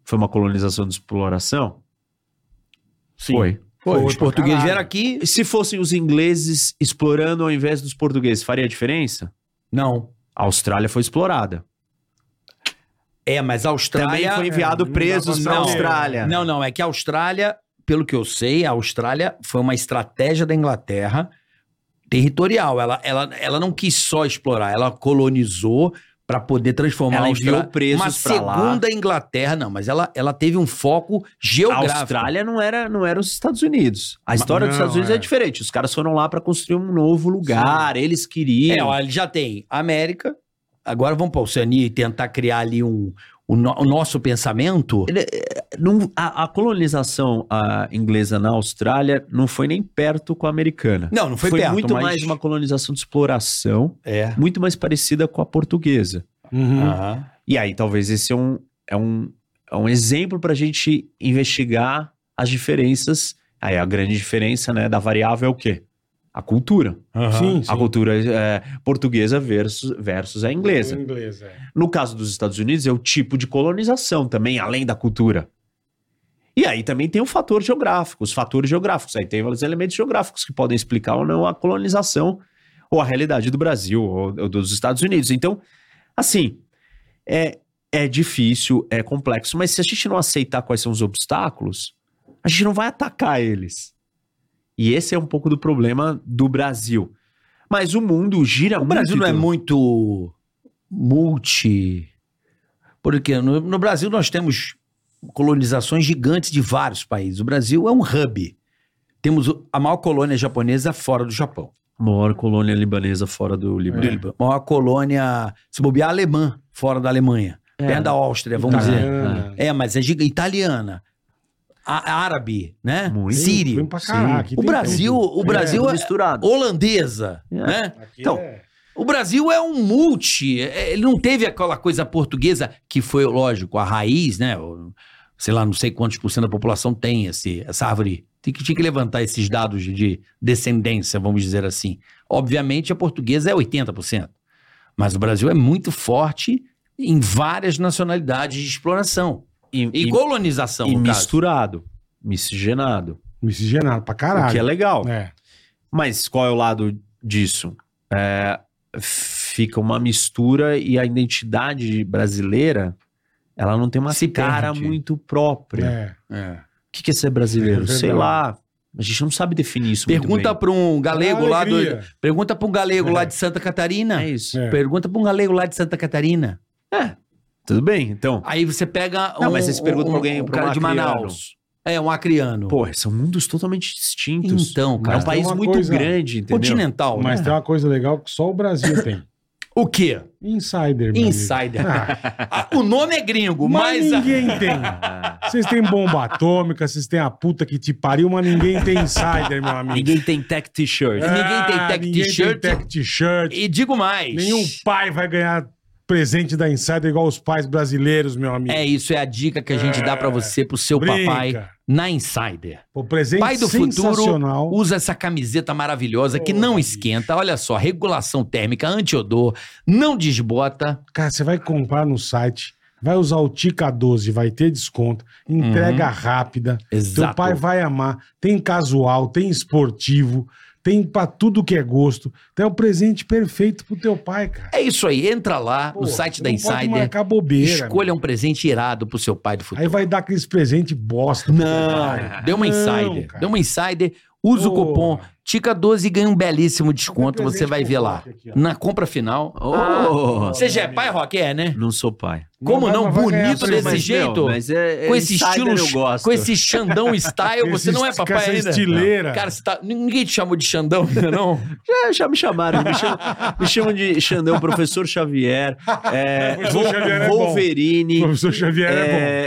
Speaker 8: Foi uma colonização de exploração?
Speaker 3: Sim.
Speaker 8: Foi.
Speaker 3: Pô, os
Speaker 4: Foi pra
Speaker 3: portugueses
Speaker 4: caralho.
Speaker 3: vieram aqui.
Speaker 8: E se fossem os ingleses explorando ao invés dos portugueses, faria diferença?
Speaker 3: Não.
Speaker 8: A Austrália foi explorada.
Speaker 3: É, mas a Austrália.
Speaker 8: Também foi enviado
Speaker 4: é, não dá
Speaker 8: presos
Speaker 4: pra
Speaker 8: pra
Speaker 4: saber.
Speaker 8: Austrália.
Speaker 3: Não, não, é que a Austrália, pelo que eu sei, a Austrália foi uma estratégia da Inglaterra territorial. Ela, ela, ela não quis só explorar, ela colonizou para poder transformar
Speaker 8: Ela
Speaker 3: a
Speaker 8: enviou
Speaker 3: Austrália-
Speaker 8: presos
Speaker 3: uma
Speaker 8: pra lá.
Speaker 3: segunda Inglaterra, não, mas ela, ela teve um foco
Speaker 8: A
Speaker 3: geográfico.
Speaker 8: Austrália não era, não era os Estados Unidos. A história dos
Speaker 4: não,
Speaker 8: Estados Unidos é.
Speaker 4: é.
Speaker 8: diferente. Os caras foram lá pra construir um novo lugar, eles
Speaker 3: É,
Speaker 8: queriam.
Speaker 3: ó, ele já tem América, agora vamos para Oceania e tentar criar ali um, o, no- o nosso pensamento.
Speaker 8: Não- a, a colonização ah, inglesa na Austrália não foi nem perto com a americana.
Speaker 3: Não, não foi, perto,
Speaker 8: muito
Speaker 3: mas-
Speaker 8: mais uma colonização de exploração,
Speaker 3: É.
Speaker 8: muito mais parecida com a portuguesa.
Speaker 4: Uhum.
Speaker 3: Aham.
Speaker 8: E aí, talvez esse é um, é um, é um exemplo para a gente investigar as diferenças. Aí a grande diferença né, da variável é o quê? A cultura.
Speaker 4: Sim, sim.
Speaker 8: A cultura é, portuguesa versus, versus a inglesa.
Speaker 4: Inglês, é.
Speaker 8: No caso dos Estados Unidos, é o tipo de colonização também, além da cultura. E aí também tem o fator geográfico, os fatores geográficos. Aí tem os elementos geográficos que podem explicar ou não a colonização ou a realidade do Brasil ou, ou dos Estados Unidos. Então, assim, é, é difícil, é complexo, mas se a gente não aceitar quais são os obstáculos, a gente não vai atacar eles. E esse é um pouco do problema do Brasil. Mas o mundo gira
Speaker 3: O Brasil
Speaker 8: muito.
Speaker 3: não é
Speaker 8: em torno-
Speaker 3: muito multi. Porque no, no Brasil nós temos colonizações gigantes de vários países. O Brasil é um hub. Temos o- a maior colônia japonesa fora do Japão.
Speaker 8: Maior colônia libanesa fora do Líbano.
Speaker 3: A maior colônia, se bobear, alemã, fora da Alemanha.
Speaker 8: É.
Speaker 3: Perto da Áustria, vamos dizer.
Speaker 4: Italiana.
Speaker 3: É, mas é giga- italiana, a- árabe, né?
Speaker 8: Muito.
Speaker 4: Tem
Speaker 3: Sírio.
Speaker 4: pra caralho, aqui
Speaker 3: O
Speaker 4: tem
Speaker 3: Brasil,
Speaker 4: tudo.
Speaker 3: o Brasil
Speaker 8: tudo
Speaker 3: é,
Speaker 8: misturado.
Speaker 3: holandesa,
Speaker 8: É.
Speaker 3: né?
Speaker 4: Aqui
Speaker 3: Então,
Speaker 4: é-
Speaker 3: O Brasil é um multi. é, Ele não teve aquela coisa portuguesa que foi, lógico, a raiz, né? O- Sei lá, não sei quantos por cento da população tem esse, essa árvore. Tem que, tinha que levantar esses dados de- de descendência, vamos dizer assim. Obviamente, a portuguesa é 80%. Mas o Brasil é muito forte em várias nacionalidades de exploração
Speaker 8: E,
Speaker 3: e,
Speaker 8: e-
Speaker 3: colonização,
Speaker 8: e
Speaker 3: Então, no caso.
Speaker 8: misturado. Miscigenado.
Speaker 4: Miscigenado pra
Speaker 8: O que é
Speaker 4: caralho.
Speaker 8: legal.
Speaker 4: É.
Speaker 8: Mas qual é o lado disso? É, fica uma mistura e a identidade brasileira ela não tem uma
Speaker 3: Se
Speaker 8: cara
Speaker 3: perde.
Speaker 8: muito própria. O
Speaker 4: é.
Speaker 8: que que é ser brasileiro?
Speaker 4: É
Speaker 8: Sei
Speaker 4: verdade.
Speaker 8: lá. A gente não sabe definir isso
Speaker 3: Pergunta
Speaker 8: muito
Speaker 3: para um galego
Speaker 4: É
Speaker 3: lá do,
Speaker 4: alegria.
Speaker 3: Pergunta para um galego lá
Speaker 4: É.
Speaker 3: de Santa
Speaker 8: bem.
Speaker 3: Catarina.
Speaker 8: É isso.
Speaker 4: É.
Speaker 3: Pergunta para um galego lá de Santa Catarina.
Speaker 8: Tudo bem, então.
Speaker 3: Aí você pega
Speaker 8: Não, mas você se pergunta pra alguém,
Speaker 3: um
Speaker 8: pra
Speaker 3: cara
Speaker 8: um
Speaker 3: de
Speaker 8: acriano.
Speaker 3: Manaus. É, um acriano.
Speaker 8: Pô, são mundos totalmente distintos.
Speaker 3: então,
Speaker 8: é
Speaker 3: cara.
Speaker 8: um país
Speaker 4: tem uma
Speaker 8: muito
Speaker 4: coisa
Speaker 8: grande, entendeu?
Speaker 3: continental,
Speaker 4: Mas tá-
Speaker 3: né?
Speaker 4: tem uma coisa legal que só o Brasil tem.
Speaker 3: O quê?
Speaker 4: Insider, meu *laughs*
Speaker 3: Insider. Ah, o nome é gringo,
Speaker 4: amigo. Mas
Speaker 3: mas... a-
Speaker 4: ninguém tem. Vocês têm bomba atômica, vocês têm a puta que te pariu, mas ninguém tem insider, meu amigo.
Speaker 8: Ninguém tem tech t-shirt.
Speaker 3: É. ninguém tem
Speaker 4: Ah,
Speaker 3: tech
Speaker 4: ninguém
Speaker 3: t-shirt.
Speaker 4: tem tech t-shirt.
Speaker 3: E digo mais.
Speaker 4: Nenhum pai vai ganhar presente da Insider igual os pais brasileiros, meu amigo.
Speaker 3: É isso, é a dica que a gente dá pra você, pro seu
Speaker 4: Brinca.
Speaker 3: papai, na Insider.
Speaker 4: O presente
Speaker 3: Pai do futuro
Speaker 4: sensacional.
Speaker 3: usa essa camiseta maravilhosa que
Speaker 4: Ô,
Speaker 3: não
Speaker 4: bicho.
Speaker 3: esquenta. Olha só, regulação térmica, antiodor, não desbota.
Speaker 4: Cara, você vai comprar no site, vai usar o Tica 12, vai ter desconto, entrega
Speaker 3: Uhum.
Speaker 4: rápida. Seu
Speaker 3: Exato.
Speaker 4: pai vai amar. Tem casual, tem esportivo, tem pra tudo que é gosto. Então é o presente perfeito pro teu pai, cara.
Speaker 3: É isso aí, entra lá
Speaker 4: Pô,
Speaker 3: no site
Speaker 4: você
Speaker 3: da
Speaker 4: não pode
Speaker 3: Insider,
Speaker 4: marcar bobeira.
Speaker 3: escolha
Speaker 4: meu.
Speaker 3: um presente irado pro seu pai do futuro.
Speaker 4: Aí vai dar aqueles presentes bosta. pro teu pai.
Speaker 3: Não, deu uma
Speaker 4: Não,
Speaker 3: Insider,
Speaker 4: cara.
Speaker 3: deu uma Insider, usa
Speaker 4: Porra.
Speaker 3: o cupom TICA12 e ganha um belíssimo desconto,
Speaker 4: presente
Speaker 3: você vai
Speaker 4: pro
Speaker 3: ver lá.
Speaker 4: Rock aqui, ó.
Speaker 3: Na compra final.
Speaker 8: Oh,
Speaker 3: Você já é pai, Rock? É, né?
Speaker 8: Não sou pai.
Speaker 3: Como não?
Speaker 4: É, mas vai ganhar
Speaker 3: Bonito
Speaker 4: presente.
Speaker 3: desse
Speaker 8: Mas,
Speaker 3: jeito?
Speaker 8: meu, mas é, é
Speaker 3: com esse
Speaker 8: insider
Speaker 3: estilo,
Speaker 8: eu gosto.
Speaker 3: com esse Xandão style, você
Speaker 4: Esse-
Speaker 3: não é
Speaker 4: com
Speaker 3: papai
Speaker 4: essa
Speaker 3: ainda.
Speaker 4: estileira.
Speaker 3: Cara, você tá- ninguém te chamou de Xandão ainda não?
Speaker 8: Já, já me chamaram, me chamam, me chamam de Xandão, Professor Xavier, é,
Speaker 4: Professor
Speaker 8: Vol-
Speaker 4: Xavier é bom.
Speaker 8: Wolverine,
Speaker 4: Professor Xavier é,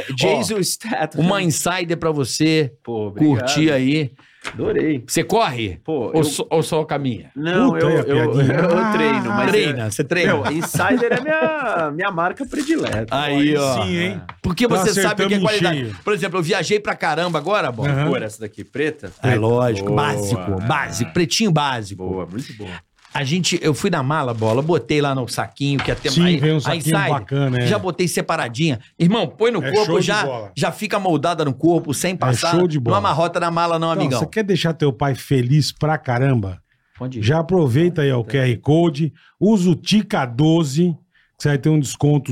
Speaker 8: é, Jason Statham.
Speaker 3: Uma insider pra você
Speaker 8: Pô, obrigado.
Speaker 3: curtir aí.
Speaker 8: Adorei.
Speaker 3: Você corre?
Speaker 8: Pô,
Speaker 3: Ou,
Speaker 8: eu-
Speaker 3: só, ou só caminha?
Speaker 8: Não,
Speaker 4: Puta,
Speaker 3: é
Speaker 8: eu,
Speaker 4: aí a
Speaker 8: eu,
Speaker 4: piadinha.
Speaker 8: eu treino,
Speaker 3: Ah,
Speaker 8: mas...
Speaker 3: treina, você
Speaker 8: é-
Speaker 3: treina.
Speaker 8: Meu, Insider é minha, minha marca predileta.
Speaker 3: aí,
Speaker 4: bom.
Speaker 3: ó.
Speaker 4: Sim, hein?
Speaker 3: Porque
Speaker 4: Tá
Speaker 3: você sabe o que é
Speaker 4: acertando
Speaker 3: qualidade.
Speaker 4: em cheio.
Speaker 3: Por exemplo, eu viajei pra caramba agora, bom.
Speaker 4: Aham.
Speaker 8: Cor essa daqui, preta?
Speaker 3: É lógico,
Speaker 8: Boa.
Speaker 3: básico, básico, pretinho básico.
Speaker 8: Boa, muito boa.
Speaker 3: A gente, eu fui na mala, bola, botei lá no saquinho, que até
Speaker 4: Sim,
Speaker 3: aí-
Speaker 4: vem um
Speaker 3: a
Speaker 4: saquinho
Speaker 3: Insider,
Speaker 4: bacana, é.
Speaker 3: Já botei separadinha. Irmão, põe no
Speaker 4: É show
Speaker 3: corpo,
Speaker 4: de
Speaker 3: já,
Speaker 4: bola. É
Speaker 3: já fica moldada no corpo, sem passar.
Speaker 4: show de bola.
Speaker 3: Não amarrota na mala, não,
Speaker 4: Então,
Speaker 3: amigão.
Speaker 4: você quer deixar teu pai feliz pra caramba?
Speaker 3: Pode ir.
Speaker 4: Já aproveita aí ó, o QR Code, usa o Tica 12, que você vai ter um desconto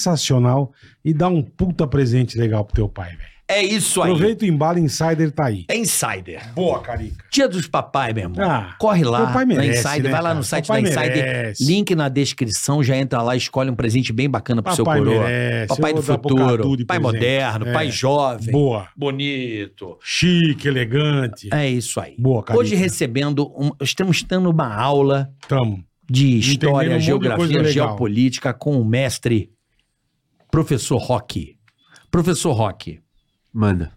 Speaker 4: sensacional e dá um puta presente legal pro teu pai, velho.
Speaker 3: É isso aí.
Speaker 4: Aproveita o embalo Insider tá aí.
Speaker 3: É Insider.
Speaker 4: Boa, Carica.
Speaker 3: Dia dos papai, meu irmão.
Speaker 4: Ah,
Speaker 3: Corre lá
Speaker 4: teu pai merece,
Speaker 3: na Insider,
Speaker 4: né,
Speaker 3: vai lá
Speaker 4: cara?
Speaker 3: no site
Speaker 4: Papai
Speaker 3: da Insider,
Speaker 4: merece.
Speaker 3: link na descrição, já entra lá, escolhe um presente bem bacana pro
Speaker 4: Papai
Speaker 3: seu coroa.
Speaker 4: merece,
Speaker 3: Papai
Speaker 4: eu
Speaker 3: do
Speaker 4: vou dar pro Cadu
Speaker 3: futuro,
Speaker 4: de
Speaker 3: pai
Speaker 4: presente.
Speaker 3: moderno,
Speaker 4: É.
Speaker 3: pai jovem,
Speaker 4: Boa.
Speaker 3: bonito.
Speaker 4: Chique, elegante.
Speaker 3: É isso aí.
Speaker 4: Boa, Carica.
Speaker 3: Hoje recebendo, um- estamos tendo uma aula
Speaker 4: Tamo.
Speaker 3: de
Speaker 4: Entendendo um
Speaker 3: história,
Speaker 4: monte de coisa
Speaker 3: geografia,
Speaker 4: legal.
Speaker 3: geopolítica com o mestre professor Roque. Professor Roque,
Speaker 8: Manda.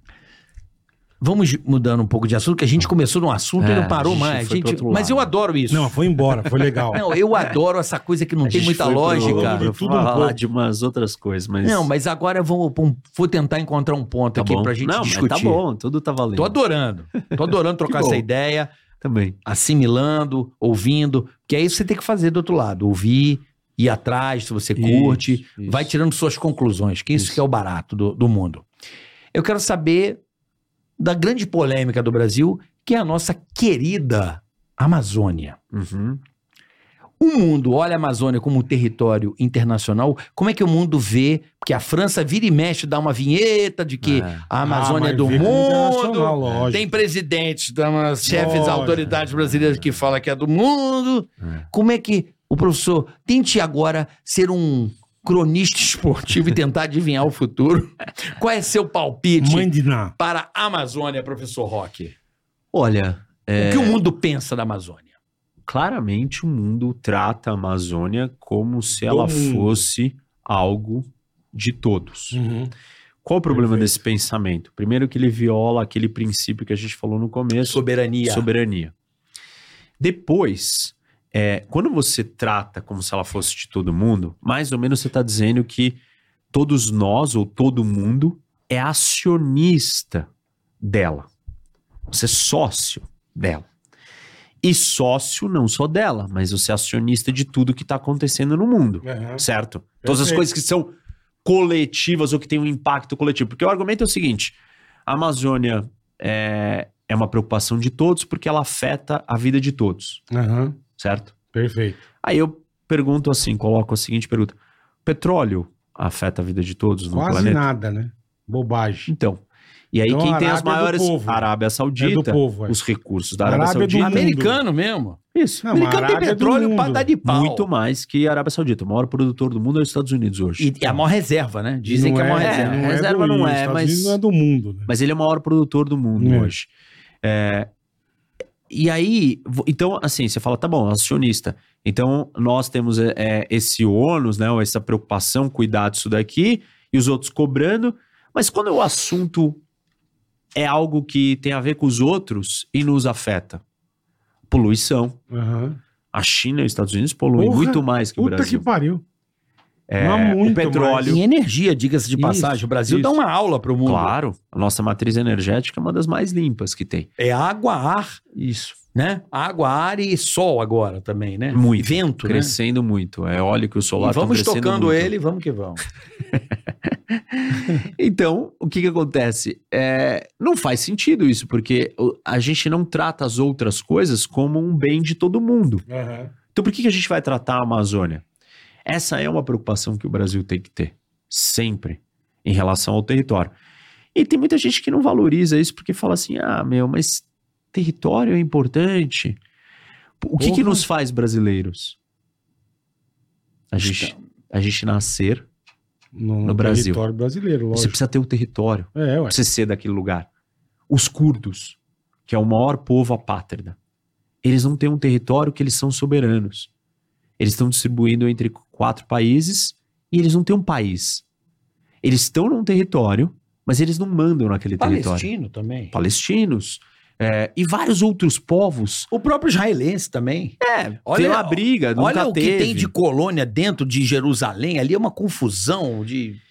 Speaker 3: vamos mudando um pouco de assunto, que a gente começou num assunto
Speaker 8: É,
Speaker 3: e não parou
Speaker 8: a gente
Speaker 3: mais.
Speaker 8: foi
Speaker 3: Gente,
Speaker 8: pro outro
Speaker 3: mas
Speaker 8: lado. é.
Speaker 3: eu adoro isso.
Speaker 4: Não, foi embora, foi legal.
Speaker 3: *laughs* Não, eu adoro essa coisa que não tem muita lógica.
Speaker 4: lado de
Speaker 8: Eu
Speaker 4: tudo
Speaker 8: vou
Speaker 4: um pouco.
Speaker 8: falar de umas outras coisas, mas...
Speaker 3: Não, mas agora eu vou, vou tentar encontrar um ponto
Speaker 8: tá
Speaker 3: aqui
Speaker 8: bom.
Speaker 3: pra gente
Speaker 8: Não, mas
Speaker 3: discutir.
Speaker 8: tá bom, tudo tá valendo.
Speaker 3: Tô adorando. Tô adorando trocar
Speaker 8: *laughs* Que bom.
Speaker 3: essa ideia.
Speaker 8: Também.
Speaker 3: assimilando, ouvindo, que é isso que você tem que fazer do outro lado, ouvir, ir atrás, se você curte, vai tirando suas conclusões, que isso,
Speaker 8: Isso.
Speaker 3: que é o barato do, do mundo. Eu quero saber da grande polêmica do Brasil, que é a nossa querida Amazônia.
Speaker 8: Uhum.
Speaker 3: O mundo olha a Amazônia como um território internacional, como é que o mundo vê, porque a França vira e mexe, dá uma vinheta de que
Speaker 8: É.
Speaker 3: a Amazônia
Speaker 4: Ah,
Speaker 3: é
Speaker 4: mas
Speaker 3: do
Speaker 4: fica internacional,
Speaker 3: mundo,
Speaker 4: Lógico.
Speaker 3: tem presidentes, da- chefes,
Speaker 4: Lógico.
Speaker 3: autoridades brasileiras que falam que é do mundo. Como é que o professor tente agora ser um cronista esportivo e tentar adivinhar o
Speaker 4: *laughs*
Speaker 3: futuro? Qual é seu palpite
Speaker 4: Mãe de Ná.
Speaker 3: para a Amazônia, professor Roque?
Speaker 8: Olha,
Speaker 4: É.
Speaker 3: O que o mundo pensa da Amazônia?
Speaker 8: claramente o mundo trata a Amazônia como se ela
Speaker 4: mundo.
Speaker 8: fosse algo de todos.
Speaker 3: Uhum.
Speaker 8: Qual o problema desse pensamento? Primeiro que ele viola aquele princípio que a gente falou no começo,
Speaker 3: Soberania.
Speaker 8: soberania. Depois, é, quando você trata como se ela fosse de todo mundo, mais ou menos você está dizendo que todos nós ou todo mundo é acionista dela. Você é sócio dela. E sócio não só dela, mas você é acionista de tudo que está acontecendo no mundo
Speaker 4: Aham.
Speaker 8: certo? Todas as
Speaker 4: Perfeito.
Speaker 8: coisas que são coletivas ou que têm um impacto coletivo. Porque o argumento é o seguinte: a Amazônia é, é uma preocupação de todos porque ela afeta a vida de todos,
Speaker 4: Aham.
Speaker 8: certo?
Speaker 4: Perfeito.
Speaker 8: Aí eu pergunto assim, coloco a seguinte pergunta: petróleo afeta a vida de todos no
Speaker 4: Quase
Speaker 8: planeta?
Speaker 4: nada, né? Bobagem.
Speaker 8: Então, E aí
Speaker 4: Então,
Speaker 8: quem tem
Speaker 4: a Arábia
Speaker 8: as
Speaker 4: é do
Speaker 8: maiores...
Speaker 4: povo.
Speaker 8: Arábia
Speaker 4: É do
Speaker 8: Saudita,
Speaker 4: povo, é.
Speaker 8: os recursos da
Speaker 4: A
Speaker 8: Arábia,
Speaker 4: Arábia é do
Speaker 8: Saudita.
Speaker 4: mundo.
Speaker 3: Americano mesmo.
Speaker 8: Isso.
Speaker 4: Não,
Speaker 3: Americano tem
Speaker 4: Arábia é do
Speaker 3: petróleo
Speaker 4: mundo.
Speaker 3: pra dar de pau.
Speaker 8: Muito mais que a Arábia Saudita. O maior produtor do mundo é os Estados Unidos hoje.
Speaker 3: E é a maior reserva, né? Dizem
Speaker 4: Não
Speaker 3: que é a maior reserva.
Speaker 4: do-
Speaker 8: Reserva não é,
Speaker 4: Estados
Speaker 8: mas-
Speaker 4: Unidos não é do mundo, né?
Speaker 8: Mas ele é o maior produtor do mundo
Speaker 4: É.
Speaker 8: hoje. É, e aí, vo- então, assim, você fala, tá bom, acionista. Então, nós temos é, é, esse ônus, né? ou Essa preocupação, cuidar disso daqui, e os outros cobrando. Mas quando o assunto é algo que tem a ver com os outros e nos afeta. Poluição.
Speaker 4: Aham.
Speaker 8: A China e os Estados Unidos poluem
Speaker 4: Porra,
Speaker 8: muito mais que o
Speaker 4: Puta
Speaker 8: Brasil.
Speaker 4: que pariu.
Speaker 8: É,
Speaker 4: Mas muito
Speaker 8: o petróleo.
Speaker 4: mais.
Speaker 3: Em energia, diga-se de
Speaker 8: Isso,
Speaker 3: passagem. o Brasil
Speaker 8: isso.
Speaker 3: dá uma aula pro mundo.
Speaker 8: Claro, a nossa matriz energética é uma das mais limpas que tem.
Speaker 3: É água, ar,
Speaker 8: Isso.
Speaker 3: né? Água, ar e sol agora também, né?
Speaker 8: Muito.
Speaker 3: E vento, né?
Speaker 8: Crescendo muito. É eólico e o solar
Speaker 3: E
Speaker 8: estão
Speaker 3: vamos
Speaker 8: crescendo
Speaker 3: tocando
Speaker 8: muito.
Speaker 3: ele, vamos que vamos.
Speaker 8: Então, o que que acontece? É, não faz sentido isso, porque o- a gente não trata as outras coisas como um bem de todo mundo.
Speaker 4: Aham.
Speaker 8: Então, por que, que a gente vai tratar a Amazônia? Essa é uma preocupação que o Brasil tem que ter, sempre, em relação ao território. E tem muita gente que não valoriza isso porque fala assim: ah, meu, mas território é importante. O que, que
Speaker 4: Porra.
Speaker 8: nos faz brasileiros? A gente,
Speaker 4: é.
Speaker 8: a gente nascer,
Speaker 4: No,
Speaker 8: No Brasil.
Speaker 4: território brasileiro,
Speaker 8: você
Speaker 4: lógico.
Speaker 8: precisa ter o território
Speaker 4: É, ué.
Speaker 8: pra você ser daquele lugar. Os curdos, que é o maior povo apátrida, eles não têm um território que eles são soberanos. Eles estão distribuindo entre quatro países e eles não têm um país. Eles estão num território, mas eles não mandam naquele território.
Speaker 3: Palestino também.
Speaker 8: Palestinos é, e vários outros povos.
Speaker 3: O próprio israelense também.
Speaker 8: É,
Speaker 3: olha-
Speaker 8: tem uma briga, nunca
Speaker 3: Olha o que
Speaker 8: teve.
Speaker 3: tem de colônia dentro de Jerusalém. Ali é uma confusão de, de
Speaker 4: Tipo,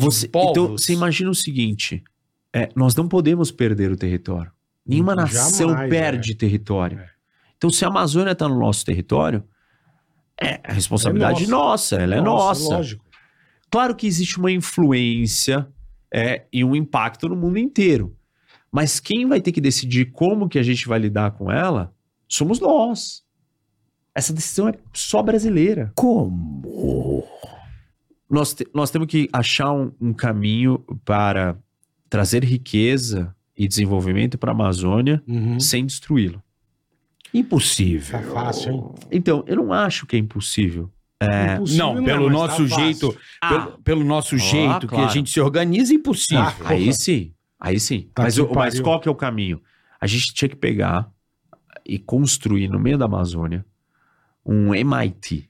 Speaker 8: Você, então,
Speaker 3: povos.
Speaker 8: você imagina o seguinte: é, nós não podemos perder o território. Nenhuma
Speaker 4: Jamais,
Speaker 8: nação perde território.
Speaker 4: É.
Speaker 8: Então, se a Amazônia está no nosso território, é a responsabilidade
Speaker 4: É
Speaker 8: nossa. ela é nossa.
Speaker 4: Lógico.
Speaker 8: Claro que existe uma influência é, e um impacto no mundo inteiro. Mas quem vai ter que decidir como que a gente vai lidar com ela somos nós. Essa decisão é só brasileira
Speaker 3: Como?
Speaker 8: nós, te- nós temos que achar um, um caminho para trazer riqueza e desenvolvimento para a Amazônia
Speaker 4: Uhum.
Speaker 8: sem destruí-lo.
Speaker 3: Impossível.
Speaker 4: Tá fácil, hein?
Speaker 8: Então, eu não acho que é impossível.
Speaker 4: Impossível
Speaker 3: não,
Speaker 4: é,
Speaker 3: pelo
Speaker 4: mas tá
Speaker 3: nosso
Speaker 4: fácil.
Speaker 3: jeito, pelo, pelo nosso
Speaker 8: Ah,
Speaker 3: jeito que a
Speaker 8: claro.
Speaker 3: gente se organiza, impossível.
Speaker 4: Ah,
Speaker 8: aí sim, aí sim.
Speaker 4: Tá
Speaker 8: mas,
Speaker 4: que
Speaker 8: o- mas
Speaker 4: pariu.
Speaker 8: qual que é o caminho? A gente tinha que pegar e construir no meio da Amazônia um MIT.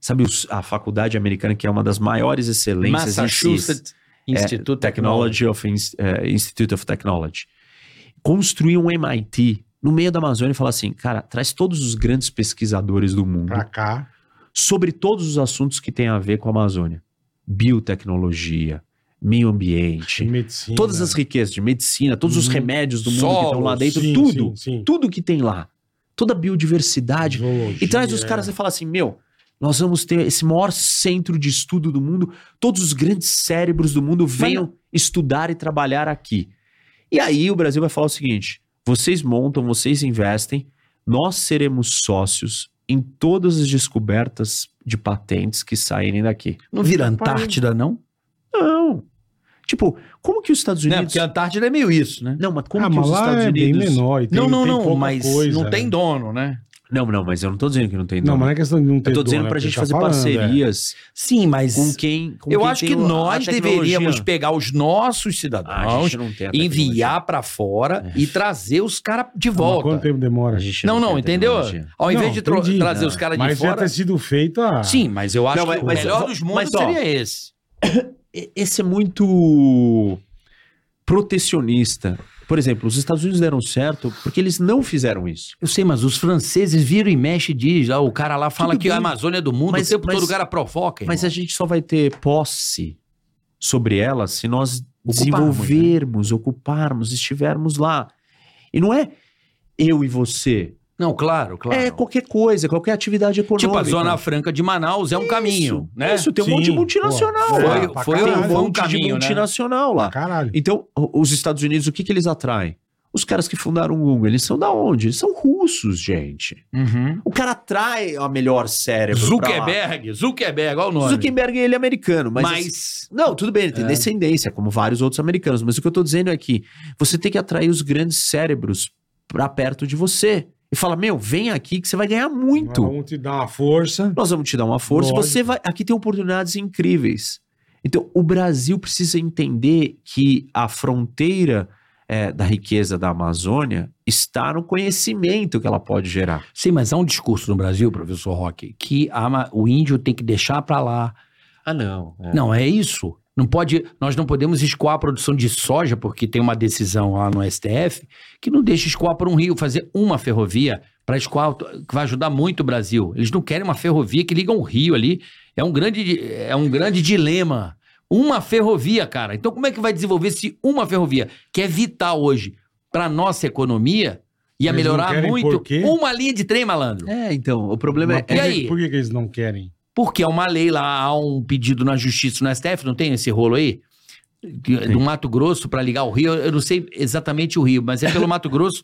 Speaker 8: Sabe os- a faculdade americana que é uma das maiores excelências em ciência?
Speaker 3: Massachusetts
Speaker 8: É.
Speaker 3: Instituto Technology.
Speaker 8: Technology of Ins- eh, Institute of Technology. Construir um MIT no meio da Amazônia e falar assim, cara, traz todos os grandes pesquisadores do mundo
Speaker 4: Pra cá.
Speaker 8: sobre todos os assuntos que têm a ver com a Amazônia. Biotecnologia, meio ambiente,
Speaker 4: Medicina.
Speaker 8: todas as riquezas de medicina, todos os
Speaker 4: né? Uhum.
Speaker 8: remédios do mundo que estão
Speaker 3: Solos,
Speaker 8: lá dentro,
Speaker 4: Sim,
Speaker 8: tudo,
Speaker 4: Sim, sim.
Speaker 8: tudo que tem lá, toda a biodiversidade,
Speaker 4: Zoologia,
Speaker 8: e traz os caras e fala assim: meu, nós vamos ter esse maior centro de estudo do mundo, todos os grandes cérebros do mundo venham estudar e trabalhar aqui. E aí o Brasil vai falar o seguinte: vocês montam, vocês investem, nós seremos sócios em todas as descobertas de patentes que saírem daqui.
Speaker 3: Não vira Antártida, não?
Speaker 8: Não. Tipo, como que os Estados
Speaker 4: Né,
Speaker 3: Não,
Speaker 8: Unidos.
Speaker 3: porque a Antártida é meio isso, né?
Speaker 8: Não, mas como
Speaker 4: ah,
Speaker 8: que
Speaker 4: mas
Speaker 8: os
Speaker 4: lá
Speaker 8: Estados
Speaker 4: é
Speaker 8: Unidos.
Speaker 4: bem menor. E tem,
Speaker 3: não, não,
Speaker 4: tem
Speaker 3: não,
Speaker 4: pouca
Speaker 3: mas
Speaker 4: coisa,
Speaker 3: não
Speaker 4: né?
Speaker 3: tem dono, né?
Speaker 8: Não, não, mas eu não tô dizendo que não tem
Speaker 4: Não,
Speaker 8: dono.
Speaker 4: mas não é questão de não ter
Speaker 8: eu tô dizendo
Speaker 4: dono, é
Speaker 8: pra
Speaker 4: que
Speaker 8: gente
Speaker 4: tá
Speaker 8: fazer
Speaker 4: falando, é.
Speaker 8: parcerias
Speaker 3: Sim, mas
Speaker 8: com quem. com
Speaker 3: eu
Speaker 8: quem
Speaker 3: acho
Speaker 8: tem
Speaker 3: que
Speaker 8: o- a
Speaker 3: nós
Speaker 8: tecnologia.
Speaker 3: deveríamos pegar os nossos
Speaker 8: Ah, a
Speaker 3: cidadãos,
Speaker 8: gente não tem a
Speaker 3: enviar pra fora e trazer os caras de
Speaker 4: Mas Quanto
Speaker 3: volta.
Speaker 4: tempo demora?
Speaker 8: tecnologia. A gente
Speaker 3: Não,
Speaker 8: tem
Speaker 3: não,
Speaker 8: a
Speaker 3: entendeu?
Speaker 8: tecnologia.
Speaker 3: Ao invés
Speaker 4: Não,
Speaker 3: de tro-
Speaker 4: entendi.
Speaker 3: trazer
Speaker 8: Não.
Speaker 3: os caras de
Speaker 4: Mas é assim, já
Speaker 3: fora.
Speaker 4: ter sido feito a...
Speaker 3: Sim, mas eu acho
Speaker 8: Não,
Speaker 3: que
Speaker 8: mas-
Speaker 3: o melhor
Speaker 8: mas-
Speaker 3: dos
Speaker 8: mas,
Speaker 3: mundos
Speaker 8: ó,
Speaker 3: seria esse.
Speaker 8: E- Esse é muito protecionista. Por exemplo, os Estados Unidos deram certo porque eles não fizeram isso.
Speaker 3: Eu sei, mas os franceses viram e mexe e diz, ah, o cara lá fala
Speaker 8: Tudo
Speaker 3: que a
Speaker 8: bem.
Speaker 3: Amazônia é do mundo,
Speaker 8: Mas-
Speaker 3: o tempo
Speaker 8: mas-
Speaker 3: todo o cara provoca.
Speaker 8: Mas a
Speaker 3: irmão.
Speaker 8: gente só vai ter posse sobre ela se nós
Speaker 3: Ocuparmos,
Speaker 8: desenvolvermos, ocuparmos, estivermos lá. E não é eu e você.
Speaker 3: Não, claro, claro.
Speaker 8: É qualquer coisa, qualquer atividade econômica.
Speaker 3: tipo, a Zona Franca de Manaus é um caminho,
Speaker 8: Isso,
Speaker 3: né?
Speaker 8: Isso, tem um
Speaker 4: Sim,
Speaker 8: monte de
Speaker 4: pô.
Speaker 8: multinacional.
Speaker 4: Foi-
Speaker 8: lá.
Speaker 4: foi-
Speaker 8: Tem
Speaker 4: foi um
Speaker 8: monte de
Speaker 3: caminho, né?
Speaker 8: multinacional lá.
Speaker 4: Caralho.
Speaker 8: Então, o- os Estados Unidos, o que, que eles atraem? Os caras que fundaram o Google, eles são da onde? Eles são russos, gente.
Speaker 7: Uhum.
Speaker 8: O cara trai a melhor cérebro. pra lá.
Speaker 3: Zuckerberg, Zuckerberg, olha o nome.
Speaker 8: Zuckerberg, ele é americano, mas.
Speaker 3: Mas, É.
Speaker 8: Não, tudo bem, ele tem descendência, como vários outros americanos. Mas o que eu tô dizendo é que você tem que atrair os grandes cérebros pra perto de você. E fala, meu, vem aqui que você vai ganhar muito.
Speaker 4: Vamos te dar uma força.
Speaker 8: Nós vamos te dar uma força.
Speaker 4: Lógico.
Speaker 8: Você vai. Aqui tem oportunidades incríveis. Então, o Brasil precisa entender que a fronteira eh, da riqueza da Amazônia está no conhecimento que ela pode gerar.
Speaker 3: sim, mas há um discurso no Brasil, professor Roque, que a ma- o índio tem que deixar pra lá.
Speaker 8: Ah, não.
Speaker 3: Não, é isso. Não pode, nós não podemos escoar a produção de soja, porque tem uma decisão lá no STF que não deixa escoar para um rio, fazer uma ferrovia para escoar, que vai ajudar muito o Brasil. Eles não querem uma ferrovia que liga um rio ali. É um grande, é um grande dilema. Uma ferrovia, cara. Então, como é que vai desenvolver se uma ferrovia, que é vital hoje para nossa economia, ia
Speaker 4: Eles não
Speaker 3: melhorar
Speaker 4: querem
Speaker 3: muito
Speaker 4: por quê?
Speaker 3: uma linha de trem, malandro?
Speaker 8: É, então, o problema
Speaker 4: Mas
Speaker 8: é.
Speaker 4: por,
Speaker 3: E
Speaker 4: que-
Speaker 3: aí?
Speaker 4: por que, que eles não querem?
Speaker 3: Porque é uma lei lá, há um pedido na justiça, no STF, não tem esse rolo aí? Que- Do Mato Grosso para ligar o Rio, eu não sei exatamente o Rio, mas é pelo
Speaker 4: *laughs*
Speaker 3: Mato Grosso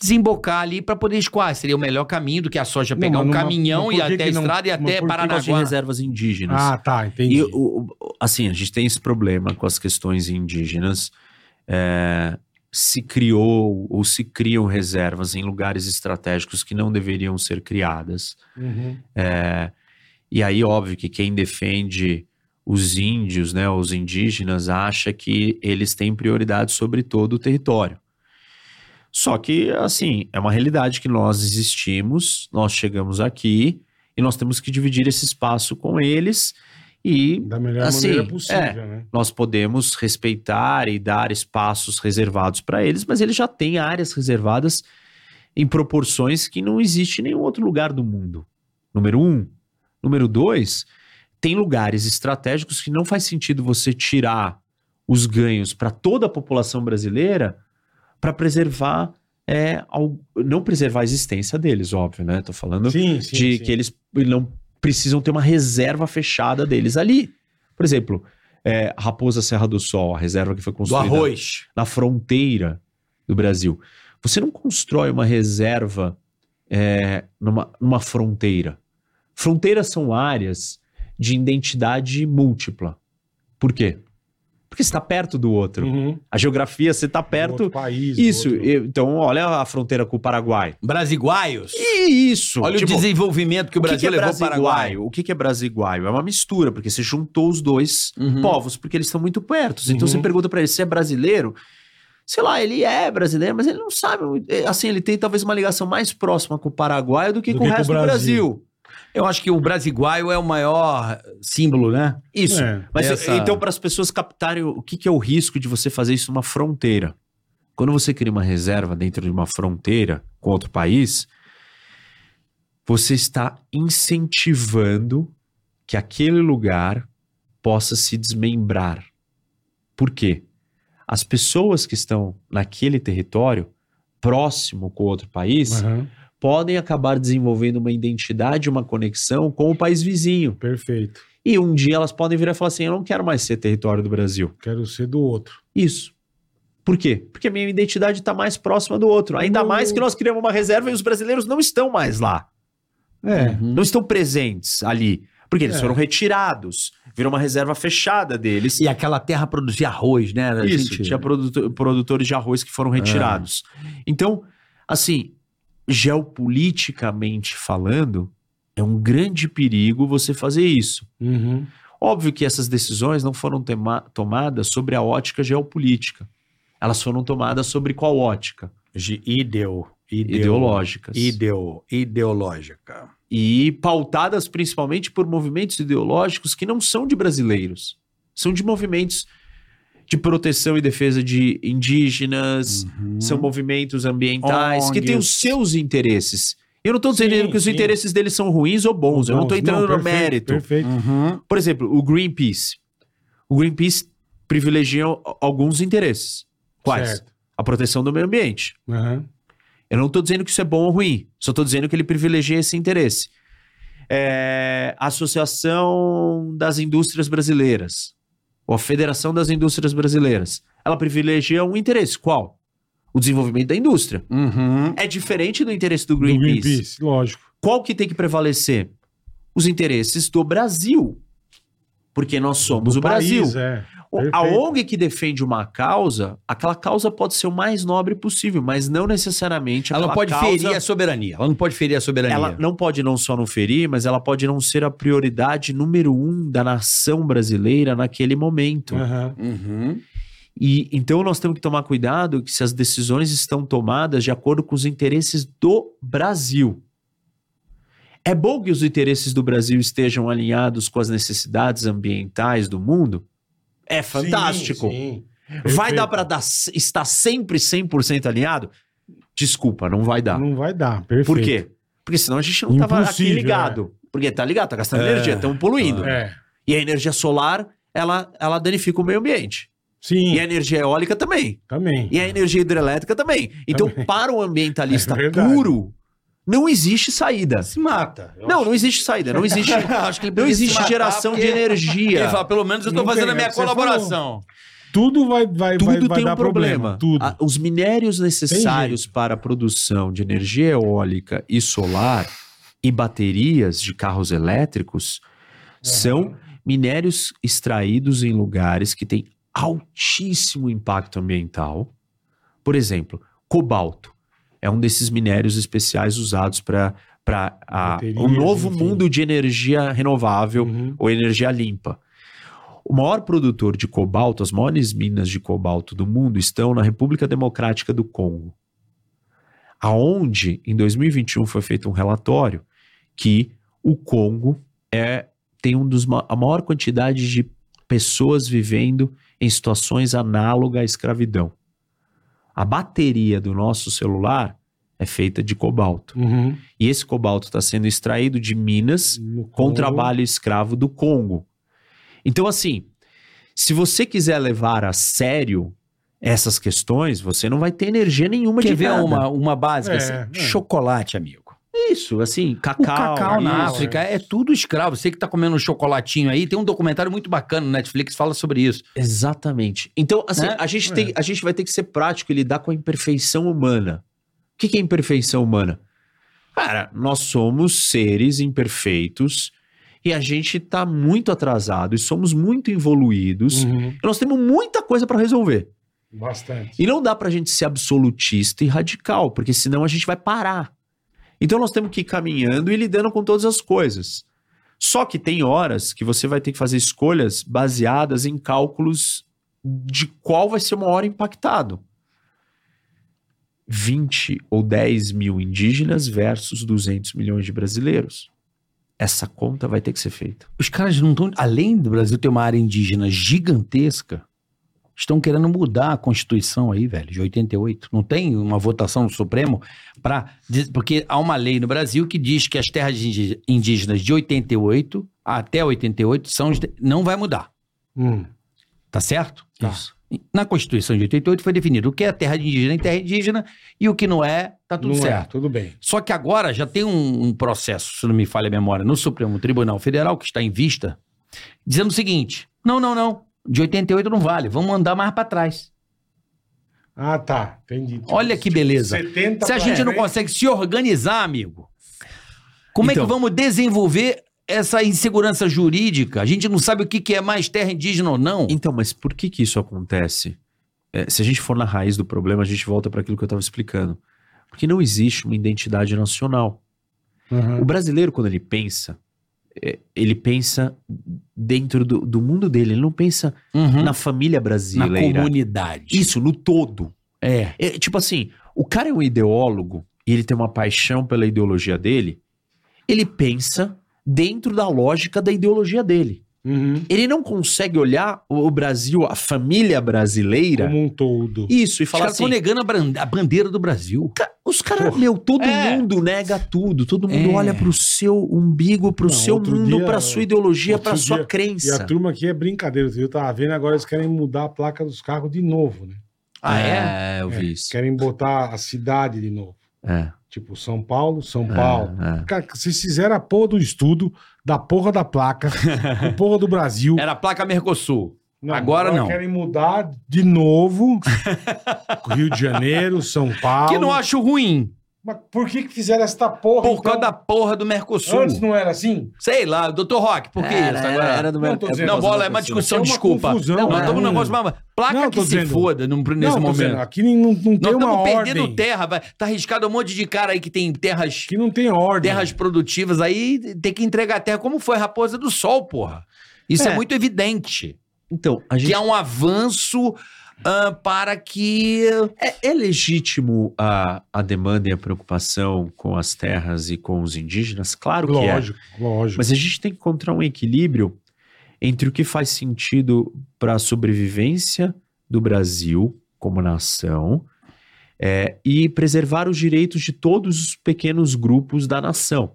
Speaker 3: desembocar ali para poder escoar. Seria o melhor caminho do que a soja
Speaker 4: Não,
Speaker 3: pegar
Speaker 4: mas
Speaker 3: um
Speaker 4: numa-
Speaker 3: caminhão
Speaker 4: mas
Speaker 3: e
Speaker 4: por que
Speaker 3: até a
Speaker 4: que não-
Speaker 3: estrada e
Speaker 4: mas
Speaker 3: até
Speaker 4: por que
Speaker 8: Nós de
Speaker 3: Paranaguá.
Speaker 8: reservas indígenas.
Speaker 4: Ah, tá, entendi.
Speaker 8: E o, o- assim, a gente tem esse problema com as questões indígenas. É, se criou ou se criam reservas em lugares estratégicos que não deveriam ser criadas.
Speaker 4: Uhum.
Speaker 8: E aí, óbvio que quem defende os índios, né, os indígenas, acha que eles têm prioridade sobre todo o território. Só que, assim, é uma realidade que nós existimos, nós chegamos aqui e nós temos que dividir esse espaço com eles e
Speaker 4: Da melhor
Speaker 8: Assim,
Speaker 4: maneira possível,
Speaker 8: é.
Speaker 4: né?
Speaker 8: nós podemos respeitar e dar espaços reservados para eles, mas eles já têm áreas reservadas em proporções que não existe em nenhum outro lugar do mundo. Número um. Número dois, tem lugares estratégicos que não faz sentido você tirar os ganhos para toda a população brasileira para preservar. É, al- não preservar a existência deles, óbvio, né? Tô falando
Speaker 4: Sim, sim.
Speaker 8: de
Speaker 4: sim.
Speaker 8: que eles não precisam ter uma reserva fechada deles ali. Por exemplo, é, Raposa Serra do Sol, a reserva que foi
Speaker 3: Do
Speaker 8: construída
Speaker 3: arroz.
Speaker 8: na fronteira do Brasil. Você não constrói uma reserva é, numa, numa fronteira. Fronteiras são áreas de identidade múltipla. Por quê? Porque você está perto do outro.
Speaker 4: Uhum. Do
Speaker 8: A geografia, você está perto.
Speaker 4: outro país, do
Speaker 8: Um Isso.
Speaker 4: outro-
Speaker 8: eu- Então, olha a fronteira com o Paraguai.
Speaker 3: Brasiguaios.
Speaker 8: E isso.
Speaker 3: Olha
Speaker 8: tipo,
Speaker 3: o desenvolvimento que o
Speaker 8: que
Speaker 3: Brasil
Speaker 8: que é
Speaker 3: levou para o Paraguai.
Speaker 8: brasiguaio? O que, que é brasiguaio? É uma mistura, porque você juntou os dois
Speaker 3: Uhum.
Speaker 8: povos, porque eles estão muito perto. Então
Speaker 4: Uhum.
Speaker 8: você pergunta pra ele se é brasileiro. Sei lá, ele é brasileiro, mas ele não sabe. muito- é, Assim, ele tem talvez uma ligação mais próxima com o Paraguai do que
Speaker 4: Do
Speaker 8: com
Speaker 4: que
Speaker 8: o
Speaker 4: com o
Speaker 8: resto do Brasil.
Speaker 3: Eu acho que o Brasiguaio é o maior símbolo, né?
Speaker 8: Isso.
Speaker 4: É.
Speaker 8: Mas
Speaker 3: Essa-
Speaker 8: então, para as pessoas captarem o que, que é o risco de você fazer isso numa fronteira. Quando você cria uma reserva dentro de uma fronteira com outro país, você está incentivando que aquele lugar possa se desmembrar. Por quê? As pessoas que estão naquele território, próximo com outro país,
Speaker 4: Aham,
Speaker 8: podem acabar desenvolvendo uma identidade, uma conexão com o país vizinho.
Speaker 4: Perfeito.
Speaker 8: E um dia elas podem virar e falar assim: eu não quero mais ser território do Brasil.
Speaker 4: Quero ser do outro.
Speaker 8: Isso. Por quê? Porque a minha identidade está mais próxima do outro. Ainda mais que nós criamos uma reserva e os brasileiros não estão mais lá.
Speaker 4: É.
Speaker 8: Não estão presentes ali. Porque eles
Speaker 4: É.
Speaker 8: foram retirados. Virou uma reserva fechada deles.
Speaker 3: E aquela terra produzia arroz, né? A
Speaker 8: Isso,
Speaker 3: gente-
Speaker 8: tinha produto- produtores de arroz que foram retirados. Então, assim, geopoliticamente falando, é um grande perigo você fazer isso.
Speaker 4: Uhum.
Speaker 8: Óbvio que essas decisões não foram tema- tomadas sobre a ótica geopolítica. Elas foram tomadas sobre qual ótica?
Speaker 3: Ge- Ideo, ideológica.
Speaker 8: Ideológicas.
Speaker 3: Ideo, ideológica.
Speaker 8: E pautadas principalmente por movimentos ideológicos que não são de brasileiros. São de movimentos de proteção e defesa de indígenas, são movimentos ambientais que têm os
Speaker 3: ONGs.
Speaker 8: seus interesses. Eu não estou
Speaker 4: Sim,
Speaker 8: dizendo que os
Speaker 4: sim.
Speaker 8: interesses deles são ruins ou bons, eu não estou
Speaker 4: Bom,
Speaker 8: entrando no
Speaker 4: perfeito,
Speaker 8: mérito. Ah.
Speaker 4: Perfeito.
Speaker 8: Por exemplo, o Greenpeace. O Greenpeace privilegia a- alguns interesses. Quais?
Speaker 4: Certo.
Speaker 8: A proteção do meio ambiente.
Speaker 4: Aham.
Speaker 8: Eu não estou dizendo que isso é bom ou ruim, só estou dizendo que ele privilegia esse interesse. É, a Associação das Indústrias Brasileiras, ou a Federação das Indústrias Brasileiras, ela privilegia um interesse. Qual? o desenvolvimento da indústria.
Speaker 7: Uhum.
Speaker 8: É diferente do interesse do
Speaker 4: Do
Speaker 8: Greenpeace.
Speaker 4: Greenpeace, lógico.
Speaker 8: Qual que tem que prevalecer? Os interesses do Brasil. Porque nós somos
Speaker 4: Do
Speaker 8: o Brasil.
Speaker 4: país, é.
Speaker 8: O- A
Speaker 4: Perfeito.
Speaker 8: ONG que defende uma causa, aquela causa pode ser o mais nobre possível, mas não necessariamente
Speaker 3: Ela
Speaker 8: aquela
Speaker 3: não pode
Speaker 8: causa-
Speaker 3: ferir a soberania. Ela não pode ferir a soberania.
Speaker 8: Ela não pode não só não ferir, mas ela pode não ser a prioridade número um da nação brasileira naquele momento.
Speaker 4: Aham.
Speaker 3: Uhum.
Speaker 8: E então nós temos que tomar cuidado que se as decisões estão tomadas de acordo com os interesses do Brasil. É bom que os interesses do Brasil estejam alinhados com as necessidades ambientais do mundo? É
Speaker 4: Sim,
Speaker 8: fantástico.
Speaker 4: sim.
Speaker 8: Vai
Speaker 4: Perfeito.
Speaker 8: dar para dar, estar sempre 100% alinhado? Desculpa, não vai dar.
Speaker 4: Não vai dar, perfeito.
Speaker 8: Por quê? Porque senão a gente não tava aqui
Speaker 4: Impossível,
Speaker 8: ligado. Porque tá ligado, tá gastando
Speaker 3: É.
Speaker 8: energia, estamos poluindo.
Speaker 4: É.
Speaker 8: E a energia solar, ela, ela danifica o meio ambiente.
Speaker 4: Sim,
Speaker 8: E a energia eólica também.
Speaker 4: também.
Speaker 8: E a energia hidrelétrica também. Então,
Speaker 4: Também.
Speaker 8: para o ambientalista
Speaker 4: É verdade.
Speaker 8: puro, não existe saída.
Speaker 3: Se mata. Eu
Speaker 8: Não, não existe saída.
Speaker 4: *laughs*
Speaker 8: Não existe,
Speaker 3: acho que ele
Speaker 8: não
Speaker 3: podia se
Speaker 8: existe
Speaker 3: matar
Speaker 8: geração de
Speaker 3: porque Ele
Speaker 8: energia.
Speaker 3: fala, pelo menos eu tô
Speaker 4: Não
Speaker 3: fazendo
Speaker 4: tem,
Speaker 3: a
Speaker 4: é
Speaker 3: minha
Speaker 4: o que você
Speaker 3: colaboração.
Speaker 4: Tudo vai, vai,
Speaker 8: Tudo
Speaker 4: vai, vai
Speaker 8: tem
Speaker 4: dar
Speaker 8: um problema. Ah,
Speaker 4: Tudo.
Speaker 8: A- os minérios necessários para a produção de energia eólica e solar e baterias de carros elétricos são minérios extraídos em lugares que têm altíssimo impacto ambiental. Por exemplo, cobalto é um desses minérios especiais usados para o
Speaker 4: Baterias,
Speaker 8: novo
Speaker 4: enfim.
Speaker 8: mundo de energia renovável
Speaker 4: Uhum.
Speaker 8: ou energia limpa. O maior produtor de cobalto, as maiores minas de cobalto do mundo estão na República Democrática do Congo. Aonde, em 2021, foi feito um relatório que o Congo é, tem um dos, ma- a maior quantidade de pessoas vivendo em situações análogas à escravidão. A bateria do nosso celular é feita de cobalto.
Speaker 4: Uhum.
Speaker 8: E esse cobalto está sendo extraído de minas
Speaker 4: No
Speaker 8: com
Speaker 3: Uhum.
Speaker 4: Congo.
Speaker 8: trabalho escravo do Congo. Então, assim, se você quiser levar a sério essas questões, você não vai ter energia nenhuma
Speaker 3: Quer
Speaker 8: de
Speaker 3: ver
Speaker 8: nada.
Speaker 3: uma, uma básica?
Speaker 4: É,
Speaker 3: assim?
Speaker 4: é.
Speaker 3: Chocolate, amigo.
Speaker 8: Isso, assim,
Speaker 3: O
Speaker 8: cacau.
Speaker 3: cacau, na
Speaker 4: isso.
Speaker 3: África é tudo escravo. Você que tá comendo um chocolatinho aí, tem um documentário muito bacana no Netflix que fala sobre isso.
Speaker 8: Exatamente. Então, assim,
Speaker 3: Né?
Speaker 8: a, gente tem, a gente vai ter que ser prático e lidar com a imperfeição humana. O que, que é imperfeição humana? Cara, nós somos seres imperfeitos e a gente tá muito atrasado e somos muito evoluídos.
Speaker 4: Uhum.
Speaker 8: E nós temos muita coisa para resolver.
Speaker 4: Bastante.
Speaker 8: E não dá pra gente ser absolutista e radical, porque senão a gente vai parar. Então nós temos que ir caminhando e lidando com todas as coisas. Só que tem horas que você vai ter que fazer escolhas baseadas em cálculos de qual vai ser uma hora impactado. 20 ou 10 mil indígenas versus 200 milhões de brasileiros. Essa conta vai ter que ser feita.
Speaker 3: Os caras não estão. Além do Brasil ter uma área indígena gigantesca, estão querendo mudar a Constituição aí, velho, de 88. Não tem uma votação no Supremo para. Porque há uma lei no Brasil que diz que as terras indí- indígenas de 88 até 88 são. os de- Não vai mudar.
Speaker 4: Hum.
Speaker 3: Tá certo? Isso. Na Constituição de 88 foi definido o que é terra indígena em terra indígena e o que não é, tá tudo
Speaker 4: Não é,
Speaker 3: certo.
Speaker 4: tudo bem.
Speaker 3: Só que agora já tem um, um processo, se não me falha a memória, no Supremo Tribunal Federal, que está em vista, dizendo o seguinte: não, não, não, de 88 não vale, vamos andar mais para trás.
Speaker 4: Ah, tá. Entendi.
Speaker 3: Olha que beleza.
Speaker 4: 70
Speaker 3: Se a
Speaker 4: pra
Speaker 3: gente não
Speaker 4: frente.
Speaker 3: consegue se organizar, amigo, como é
Speaker 8: Então.
Speaker 3: que vamos desenvolver essa insegurança jurídica? A gente não sabe o que, que é mais terra indígena ou não.
Speaker 8: Então, mas por que que isso acontece? É, se a gente for na raiz do problema, a gente volta para aquilo que eu estava explicando. Porque não existe uma identidade nacional.
Speaker 4: Uhum.
Speaker 8: O brasileiro, quando ele pensa, é, ele pensa dentro do, do mundo dele, ele não pensa
Speaker 3: Uhum.
Speaker 8: na família
Speaker 3: Na
Speaker 8: brasileira.
Speaker 3: comunidade.
Speaker 8: isso, no todo.
Speaker 3: É.
Speaker 8: É, tipo assim, o cara é um ideólogo e ele tem uma paixão pela ideologia dele, ele pensa dentro da lógica da ideologia dele.
Speaker 4: Uhum.
Speaker 8: Ele não consegue olhar o o Brasil, a família brasileira,
Speaker 4: Como um todo.
Speaker 8: isso, e
Speaker 3: Os
Speaker 8: falar
Speaker 3: caras
Speaker 8: assim.
Speaker 3: estão negando a bran- a bandeira do Brasil.
Speaker 8: "Ca- Os caras, meu, todo
Speaker 3: É.
Speaker 8: mundo nega tudo. Todo
Speaker 3: É.
Speaker 8: mundo olha pro seu umbigo, pro
Speaker 4: Não,
Speaker 8: seu
Speaker 4: outro
Speaker 8: mundo,
Speaker 4: dia-
Speaker 8: pra sua ideologia, pra
Speaker 4: outro
Speaker 8: sua
Speaker 4: dia- E
Speaker 8: crença.
Speaker 4: a turma aqui é brincadeira. Eu tava vendo, agora eles querem mudar a placa dos carros de novo, né?
Speaker 3: Ah,
Speaker 8: é? eu vi isso.
Speaker 4: Querem botar a cidade de novo.
Speaker 8: É,
Speaker 4: Tipo, São Paulo, São
Speaker 8: é,
Speaker 4: Paulo.
Speaker 8: é.
Speaker 4: Cara, vocês
Speaker 3: *laughs*
Speaker 4: fizeram a porra do estudo, da porra da placa, do porra do Brasil.
Speaker 3: Era a placa Mercosul.
Speaker 4: Não,
Speaker 3: Agora não.
Speaker 4: Querem mudar
Speaker 3: *laughs*
Speaker 4: de novo Rio de Janeiro, São Paulo.
Speaker 3: Que não acho ruim.
Speaker 4: Mas por que, que fizeram esta porra?
Speaker 3: Por
Speaker 4: então?
Speaker 3: causa da porra do Mercosul.
Speaker 4: Antes não era assim?
Speaker 3: Sei lá, doutor Rock, por que
Speaker 8: Era-
Speaker 3: isso
Speaker 8: era-
Speaker 3: agora?
Speaker 8: era do
Speaker 4: Não,
Speaker 8: meu-
Speaker 4: tô
Speaker 8: é por
Speaker 4: dizendo-
Speaker 3: Não,
Speaker 8: causa
Speaker 3: bola,
Speaker 8: da
Speaker 3: é uma
Speaker 8: pessoa.
Speaker 3: discussão,
Speaker 4: É uma
Speaker 3: desculpa.
Speaker 4: confusão,
Speaker 3: não, nós
Speaker 4: né?
Speaker 3: estamos num negócio mais... Placa
Speaker 4: Não,
Speaker 3: que
Speaker 4: tô
Speaker 3: se
Speaker 4: dizendo.
Speaker 3: foda num- nesse
Speaker 4: não, tô
Speaker 3: momento.
Speaker 4: dizendo, aqui não, não
Speaker 3: Nós
Speaker 4: tem uma
Speaker 3: estamos
Speaker 4: ordem.
Speaker 3: perdendo terra, vai. Tá arriscado um monte de cara aí que tem terras,
Speaker 4: Aqui não tem ordem.
Speaker 3: terras produtivas, aí tem que entregar a terra como foi a Raposa do Sol, porra. Isso é,
Speaker 8: É.
Speaker 3: muito evidente.
Speaker 8: Então, a gente
Speaker 3: Que é um avanço ah, para que.
Speaker 8: É, é legítimo a, a demanda e a preocupação com as terras e com os indígenas? Claro que
Speaker 4: Lógico,
Speaker 8: é.
Speaker 4: lógico.
Speaker 8: Mas a gente tem que encontrar um equilíbrio entre o que faz sentido para a sobrevivência do Brasil como nação é, e preservar os direitos de todos os pequenos grupos da nação.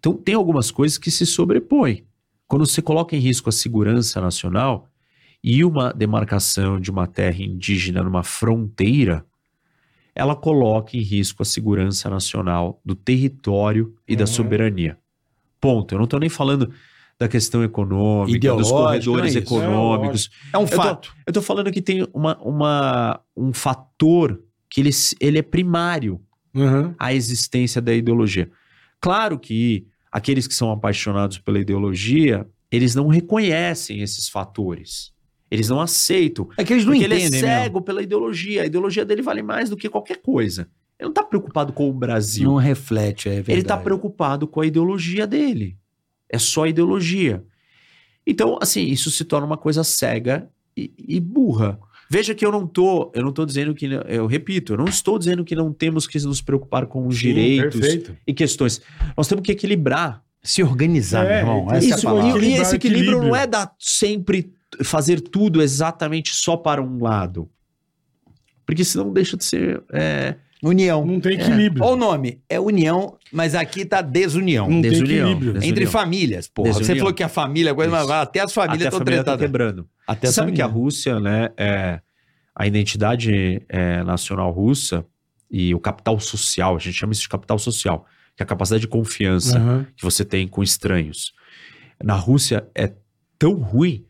Speaker 8: Então, tem algumas coisas que se sobrepõem. Quando você coloca em risco a segurança nacional e uma demarcação de uma terra indígena numa fronteira, ela coloca em risco a segurança nacional do território e da
Speaker 4: Uhum.
Speaker 8: soberania. Ponto. Eu não estou nem falando da questão econômica, dos
Speaker 3: Ideológico,
Speaker 8: corredores
Speaker 3: não é isso.
Speaker 8: econômicos.
Speaker 3: É um
Speaker 8: tô-
Speaker 3: fato.
Speaker 8: Eu estou falando que tem uma, uma- um fator que ele, se- ele é primário
Speaker 4: Aham.
Speaker 8: a existência da ideologia. Claro que aqueles que são apaixonados pela ideologia, eles não reconhecem esses fatores. Eles não aceitam.
Speaker 3: É que eles não
Speaker 8: Porque ele é
Speaker 3: entendem,
Speaker 8: cego pela ideologia. A ideologia dele vale mais do que qualquer coisa. Ele não está preocupado com o Brasil.
Speaker 3: Não reflete, é verdade.
Speaker 8: ele está preocupado com a ideologia dele. É só a ideologia. Então, assim, isso se torna uma coisa cega e, e burra. Veja que eu não tô, eu não tô dizendo que, eu repito, eu não estou dizendo que não temos que nos preocupar com os
Speaker 4: Sim,
Speaker 8: direitos,
Speaker 4: Perfeito.
Speaker 8: e questões. Nós temos que equilibrar.
Speaker 7: Se organizar,
Speaker 4: É,
Speaker 7: meu irmão.
Speaker 4: então
Speaker 7: Essa é a
Speaker 4: isso-
Speaker 7: palavra.
Speaker 8: e, e
Speaker 4: equilibrar
Speaker 8: esse
Speaker 4: o
Speaker 8: equilíbrio,
Speaker 4: equilíbrio.
Speaker 8: não é dar sempre fazer tudo exatamente só para um lado. Porque senão deixa de ser. é,
Speaker 3: União.
Speaker 4: Não tem equilíbrio.
Speaker 3: Olha o nome. É união, mas aqui tá desunião.
Speaker 4: Não tem
Speaker 8: desunião.
Speaker 4: equilíbrio.
Speaker 8: Desunião.
Speaker 3: Entre famílias, porra. Você
Speaker 8: Desunião.
Speaker 3: falou que a família, agora, mas
Speaker 8: Isso.
Speaker 3: até as famílias
Speaker 8: até a
Speaker 3: estão
Speaker 8: família tá
Speaker 3: tretadas.
Speaker 8: quebrando.
Speaker 3: Até
Speaker 8: Você
Speaker 3: as
Speaker 8: sabe que a
Speaker 3: famílias.
Speaker 8: Rússia, né? é, a identidade é, nacional russa e o capital social, a gente chama isso de capital social, que é a capacidade de confiança.
Speaker 4: Aham.
Speaker 8: que você tem com estranhos. Na Rússia é tão ruim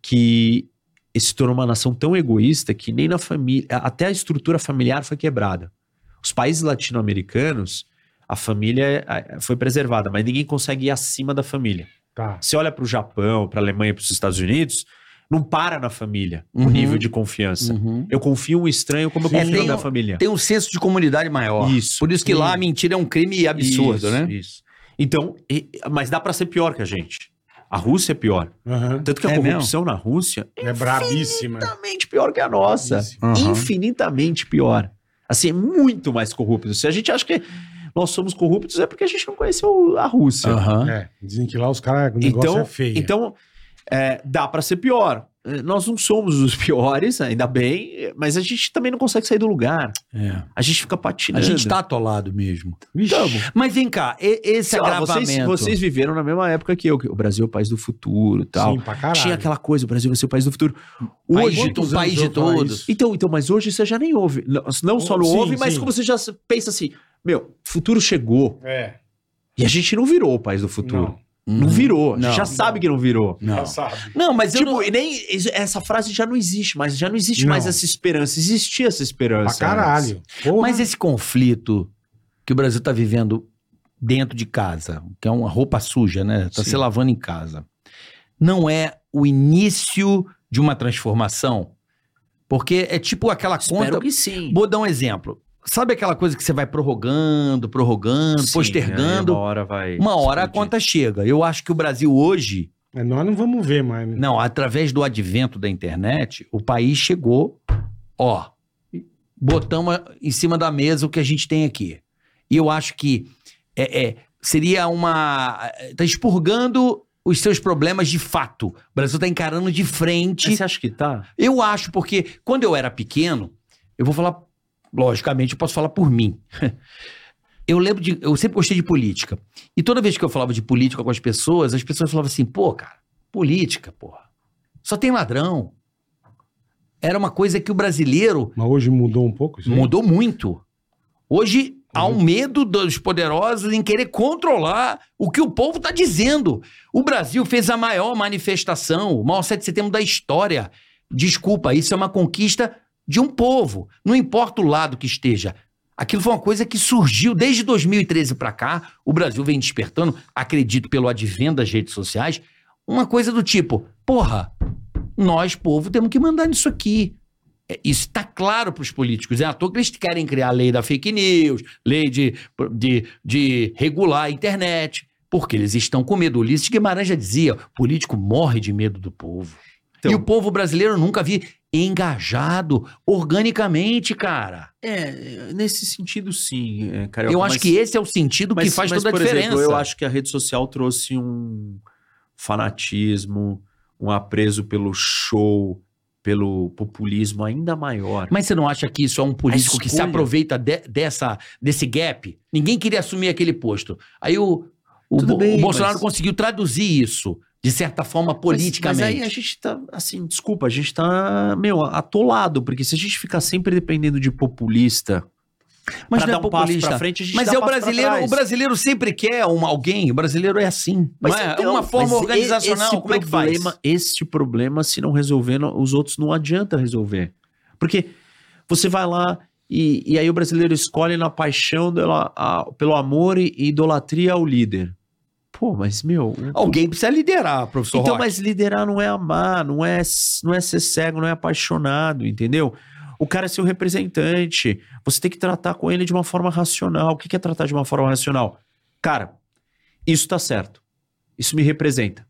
Speaker 8: que se tornou uma nação tão egoísta que nem na família, até a estrutura familiar foi quebrada. Os países latino-americanos, a família eh, foi preservada, mas ninguém consegue ir acima da família.
Speaker 4: Tá.
Speaker 8: Você olha para o Japão, para a Alemanha, para os Estados Unidos, não para na família o
Speaker 3: Uhum.
Speaker 8: nível de confiança.
Speaker 3: Uhum.
Speaker 8: Eu confio em um estranho como eu
Speaker 3: Sim.
Speaker 8: confio
Speaker 3: É,
Speaker 8: na
Speaker 3: tem
Speaker 8: minha
Speaker 3: um-
Speaker 8: família.
Speaker 3: Tem um senso de comunidade maior.
Speaker 8: Isso.
Speaker 3: Por isso que lá a mentira é um crime absurdo,
Speaker 8: Isso,
Speaker 3: né?
Speaker 8: Isso. Então, e- mas dá pra ser pior que a gente. A Rússia é pior.
Speaker 4: Aham.
Speaker 8: Tanto que a
Speaker 3: É
Speaker 8: corrupção na Rússia é
Speaker 4: É brabíssima.
Speaker 8: infinitamente pior que a nossa.
Speaker 3: Aham.
Speaker 8: Infinitamente pior. Assim, é muito mais corrupto. Se a gente acha que nós somos corruptos, é porque a gente não conheceu a Rússia.
Speaker 3: Aham.
Speaker 4: É, dizem que lá os caras, o negócio
Speaker 8: Então-
Speaker 4: é feio.
Speaker 8: Então, é, dá pra ser pior. Eh, Nós não somos os *laughs* piores, ainda bem, eh, mas a gente também não consegue sair do lugar.
Speaker 3: É.
Speaker 8: A gente fica
Speaker 3: A
Speaker 8: patinando.
Speaker 3: gente tá atolado mesmo.
Speaker 4: Vixe,
Speaker 3: Mas vem cá, e- esse
Speaker 8: Sei lá,
Speaker 3: agravamento...
Speaker 8: vocês, vocês viveram na mesma época que eu, que o Brasil é o país do futuro e tal.
Speaker 4: sim, pra caralho.
Speaker 8: Tinha aquela coisa, o Brasil vai ser o país do futuro.
Speaker 3: País
Speaker 8: Hoje.
Speaker 3: de-
Speaker 4: quantos
Speaker 3: um país
Speaker 4: anos
Speaker 3: de
Speaker 4: eu falar
Speaker 3: todos.
Speaker 4: isso?
Speaker 8: Então, então, mas hoje você já nem ouve. Não, não só não
Speaker 4: Sim,
Speaker 8: ouve, mas
Speaker 4: sim.
Speaker 8: como você já se- pensa assim: meu, futuro chegou.
Speaker 4: É,
Speaker 8: E a gente não virou o país do futuro.
Speaker 4: não,
Speaker 3: Uhum.
Speaker 8: Não, virou. A
Speaker 3: Não.
Speaker 8: gente já sabe que não virou.
Speaker 3: Não.
Speaker 4: passado.
Speaker 3: Não, mas eu
Speaker 8: tipo,
Speaker 3: não...
Speaker 8: e nem isso- essa frase já não existe mais, já não existe
Speaker 4: Não.
Speaker 8: mais essa esperança. Existia essa
Speaker 4: Pra
Speaker 8: esperança. antes.
Speaker 4: caralho. Porra.
Speaker 3: Mas esse conflito que o Brasil está vivendo dentro de casa, que é uma roupa suja, né? Está
Speaker 8: Sim.
Speaker 3: se lavando em casa. Não é o início de uma transformação? Porque é tipo aquela
Speaker 8: Espero
Speaker 3: conta.
Speaker 8: que sim.
Speaker 3: Vou dar um exemplo. Sabe aquela coisa que você vai prorrogando, prorrogando,
Speaker 8: Sim, aí
Speaker 3: postergando?
Speaker 8: Uma hora vai.
Speaker 3: Uma hora a
Speaker 8: explodir.
Speaker 3: conta chega. Eu acho que o Brasil hoje
Speaker 4: Mas Nós não vamos ver mais. né?
Speaker 3: não, através do advento da internet, o país chegou, ó, botamos em cima da mesa o que a gente tem aqui. E eu acho que é, é, seria uma. Está expurgando os seus problemas de fato. O Brasil
Speaker 8: tá
Speaker 3: está encarando de frente.
Speaker 8: Mas Você acha que tá?
Speaker 3: Eu acho, porque quando eu era pequeno, eu vou falar, logicamente, eu posso falar por mim. *laughs* Eu lembro de. Eu sempre gostei de política. E toda vez que eu falava de política com as pessoas, as pessoas falavam assim, pô, cara, política, porra. Só tem ladrão. Era uma coisa que o brasileiro
Speaker 4: Mas hoje mudou um pouco isso? aí?
Speaker 3: mudou muito. Hoje Há um medo dos poderosos em querer controlar o que o povo está dizendo. O Brasil fez a maior manifestação, o maior 7 de setembro da história. Desculpa, isso é uma conquista de um povo. Não importa o lado que esteja. Aquilo foi uma coisa que surgiu desde 2013 para cá. O Brasil vem despertando, acredito, pelo advento das redes sociais, uma coisa do tipo: porra, nós, povo, temos que mandar nisso aqui. É, Isso está claro para os políticos. É à toa que eles querem criar a lei da fake news, lei de, de, de regular a internet, porque eles estão com medo. Ulisses Guimarães já dizia: político morre de medo do povo.
Speaker 8: Então-
Speaker 3: e o povo brasileiro eu nunca vi engajado organicamente, cara.
Speaker 8: É, nesse sentido, sim, é, Carioca.
Speaker 3: Eu acho
Speaker 8: mas-
Speaker 3: que esse é o sentido que
Speaker 8: mas-
Speaker 3: faz
Speaker 8: mas,
Speaker 3: toda a
Speaker 8: por
Speaker 3: diferença.
Speaker 8: Exemplo, eu acho que a rede social trouxe um fanatismo, um apreço pelo show, pelo populismo ainda maior.
Speaker 3: Mas você não acha que isso é um político que se
Speaker 8: escolha.
Speaker 3: aproveita de- dessa, desse gap? Ninguém queria assumir aquele posto. Aí o, o,
Speaker 8: Tudo
Speaker 3: Bo-
Speaker 8: bem,
Speaker 3: o Bolsonaro
Speaker 8: mas-
Speaker 3: conseguir traduzir isso, de certa forma, politicamente.
Speaker 8: Mas, mas aí a gente tá, assim, desculpa, a gente tá, meu, atolado, porque se a gente ficar sempre dependendo de populista,
Speaker 3: Mas
Speaker 8: pra
Speaker 3: não
Speaker 8: dar
Speaker 3: é
Speaker 8: um passo
Speaker 3: populista.
Speaker 8: pra frente, a gente
Speaker 3: Mas
Speaker 8: dá
Speaker 3: é o
Speaker 8: um passo pra
Speaker 3: brasileiro,
Speaker 8: trás.
Speaker 3: o brasileiro sempre quer um, alguém, o brasileiro é assim.
Speaker 8: Mas
Speaker 3: não é? É
Speaker 8: então,
Speaker 3: uma forma
Speaker 8: mas
Speaker 3: organizacional,
Speaker 8: esse
Speaker 3: como é que faz?
Speaker 8: problema, Este problema, se não resolver, não- os outros não adianta resolver. Porque você vai lá e, e aí o brasileiro escolhe na paixão dela- a- pelo amor e idolatria ao líder. Pô, mas meu... o-
Speaker 3: Alguém precisa liderar, professor
Speaker 8: Então,
Speaker 3: Roque.
Speaker 8: mas liderar não é amar, não é, não é ser cego, não é apaixonado, entendeu? O cara é seu representante. Você tem que tratar com ele de uma forma racional. O que que é tratar de uma forma racional? Cara, isso tá certo. Isso me representa.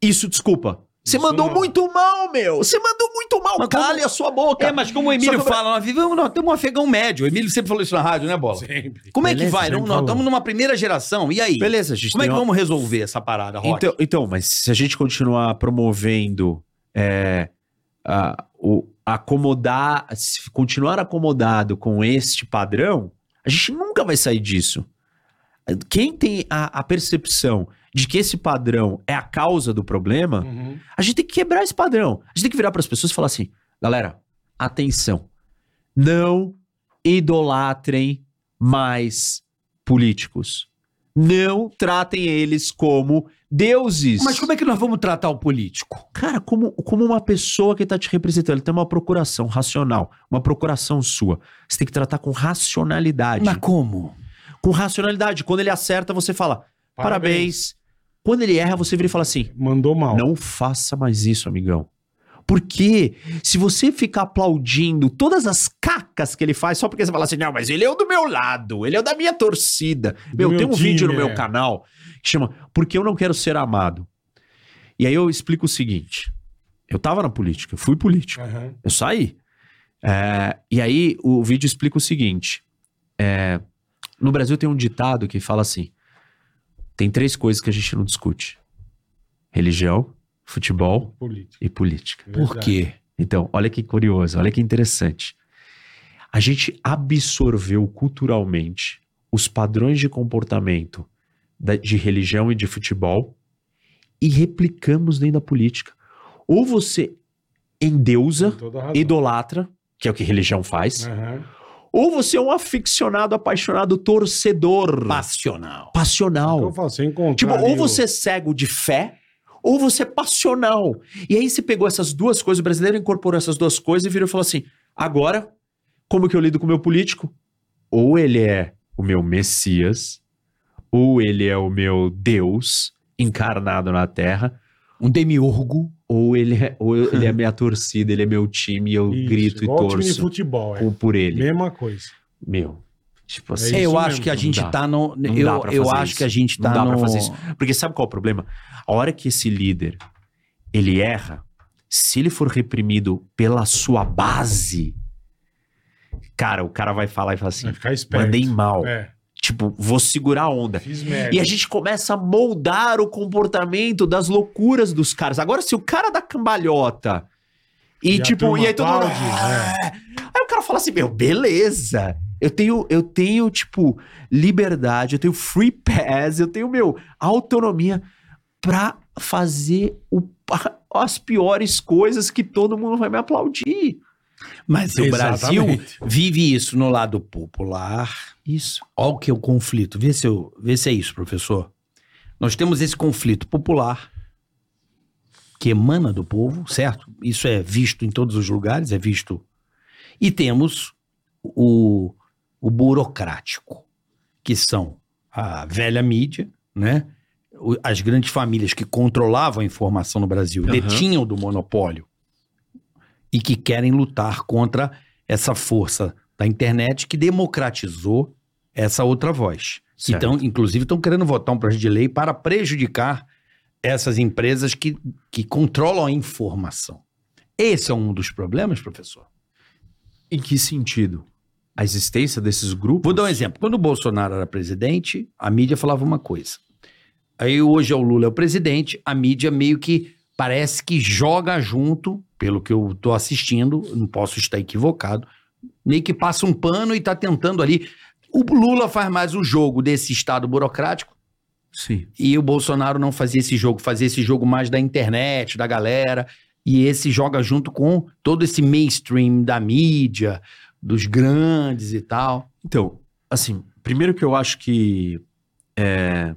Speaker 8: Isso, desculpa. Você
Speaker 4: Isso
Speaker 8: mandou
Speaker 4: não.
Speaker 8: muito mal, meu. Você mandou muito mal.
Speaker 3: Mas
Speaker 8: Cale
Speaker 3: como-
Speaker 8: a sua boca.
Speaker 3: É, mas como o
Speaker 8: Tá. Só
Speaker 3: Emílio
Speaker 8: que o Bra-
Speaker 3: fala, nós, vivemos, nós temos um afegão médio. O Emílio sempre falou isso na rádio, né, Bola?
Speaker 4: Sempre.
Speaker 3: Como é que
Speaker 8: Beleza,
Speaker 3: vai?
Speaker 4: sempre
Speaker 3: Não- nós
Speaker 4: falou.
Speaker 3: estamos numa primeira geração, e aí?
Speaker 8: Beleza, a gente
Speaker 3: Como é
Speaker 8: tem
Speaker 3: que
Speaker 8: uma-
Speaker 3: vamos resolver essa parada, Rock?
Speaker 8: Então, então, mas se a gente continuar promovendo é, a- o acomodar, se continuar acomodado com este padrão, a gente nunca vai sair disso. Quem tem a, a percepção de que esse padrão é a causa do problema,
Speaker 4: Uhum.
Speaker 8: a gente tem que quebrar esse padrão. A gente tem que virar para as pessoas e falar assim: galera, atenção, não idolatrem mais políticos. Não tratem eles como deuses.
Speaker 3: Mas como é que nós vamos tratar o político?
Speaker 8: Cara, como, como uma pessoa que tá te representando, ele tem uma procuração racional, uma procuração sua. Você tem que tratar com racionalidade.
Speaker 3: Mas como?
Speaker 8: Com racionalidade. Quando ele acerta, você fala, parabéns. Quando ele erra, você vira e fala assim,
Speaker 4: Mandou mal.
Speaker 8: não faça mais isso, amigão. Porque se você ficar aplaudindo todas as cacas que ele faz, só porque você fala assim, não, mas ele é o do meu lado, ele é o da minha torcida.
Speaker 4: Do
Speaker 8: meu,
Speaker 4: meu
Speaker 8: tem um
Speaker 4: time,
Speaker 8: vídeo no meu
Speaker 4: é.
Speaker 8: canal que chama Porque Eu Não Quero Ser Amado. E aí eu explico o seguinte: eu tava na política, eu fui político.
Speaker 4: Aham.
Speaker 8: Eu saí. É, e aí o vídeo explica o seguinte: é, no Brasil tem um ditado que fala assim: tem três coisas que a gente não discute: religião, futebol
Speaker 4: Político.
Speaker 8: e política.
Speaker 3: Por quê?
Speaker 8: Então, olha que curioso, olha que interessante. A gente absorveu culturalmente os padrões de comportamento da- de religião e de futebol e replicamos dentro da política. Ou você endeusa
Speaker 4: Com toda a razão.
Speaker 8: idolatra, que é o que religião faz,
Speaker 4: Aham.
Speaker 8: ou você é um aficionado, apaixonado, torcedor,
Speaker 3: Passional.
Speaker 4: Então eu
Speaker 8: passional.
Speaker 4: falo, você encontra
Speaker 8: Tipo,
Speaker 4: ali
Speaker 8: ou
Speaker 4: o-
Speaker 8: você é cego de fé, ou você é passional. E aí você pegou essas duas coisas, o brasileiro incorporou essas duas coisas e virou e falou assim: agora, como que eu lido com o meu político? Ou ele é o meu Messias, ou ele é o meu Deus encarnado na Terra,
Speaker 3: Um demiurgo.
Speaker 8: ou ele é,
Speaker 4: *laughs*
Speaker 8: ou ele é a minha torcida, ele é meu time, e eu
Speaker 4: Isso,
Speaker 8: grito e
Speaker 4: igual o time de
Speaker 8: torço
Speaker 4: futebol, é.
Speaker 8: por- por ele.
Speaker 4: Mesma coisa.
Speaker 8: Meu.
Speaker 4: É
Speaker 8: Tipo assim.
Speaker 4: isso
Speaker 3: eu acho
Speaker 4: mesmo,
Speaker 3: que a
Speaker 4: não
Speaker 3: gente
Speaker 8: dá.
Speaker 3: tá no.
Speaker 8: Não dá
Speaker 3: eu
Speaker 8: pra
Speaker 3: eu
Speaker 8: fazer
Speaker 3: acho
Speaker 8: isso.
Speaker 3: que a gente
Speaker 8: Não
Speaker 3: tá
Speaker 8: dá pra
Speaker 3: no-
Speaker 8: fazer isso. Porque sabe qual é o problema? A hora que esse líder ele erra, se ele for reprimido pela sua base, cara, o cara vai falar e falar assim:
Speaker 4: Vai ficar esperto.
Speaker 8: mandei mal.
Speaker 4: É,
Speaker 8: Tipo, vou segurar a onda.
Speaker 4: fiz merda.
Speaker 8: E a gente começa a moldar o comportamento das loucuras dos caras. Agora, se o cara dá cambalhota e,
Speaker 4: E a
Speaker 8: tipo,
Speaker 4: turma
Speaker 8: e aí todo mundo.
Speaker 4: aplaude, né?
Speaker 8: "Ah!" Aí o cara fala assim: meu, beleza. Eu tenho, eu tenho, tipo, liberdade, eu tenho free pass, eu tenho, meu, autonomia pra fazer o- as piores coisas que todo mundo vai me aplaudir.
Speaker 3: Mas o Brasil
Speaker 4: né?" Exatamente.
Speaker 3: vive isso no lado popular. Isso. Olha o que é o conflito. Vê se, eu, vê se é isso, professor. Nós temos esse conflito popular que emana do povo, certo? Isso é visto em todos os lugares, é visto. E temos o, o burocrático, que são a velha mídia, né? O- As grandes famílias que controlavam a informação no Brasil,
Speaker 8: Aham.
Speaker 3: detinham do monopólio e que querem lutar contra essa força da internet que democratizou essa outra voz.
Speaker 8: Certo.
Speaker 3: Então, inclusive, estão querendo votar um projeto de lei para prejudicar essas empresas que, que controlam a informação. Esse é um dos problemas, professor.
Speaker 8: Em que sentido? A existência desses grupos?
Speaker 3: Vou dar um exemplo. Quando o Bolsonaro era presidente, a mídia falava uma coisa. Aí hoje é o Lula é o presidente, a mídia meio que parece que joga junto, pelo que eu estou assistindo, não posso estar equivocado, meio que passa um pano e está tentando ali. O Lula faz mais o jogo desse Estado burocrático
Speaker 8: Sim.
Speaker 3: e o Bolsonaro não fazia esse jogo, fazia esse jogo mais da internet, da galera, e esse joga junto com todo esse mainstream da mídia, dos grandes e tal.
Speaker 8: Então, assim, primeiro que eu acho que é,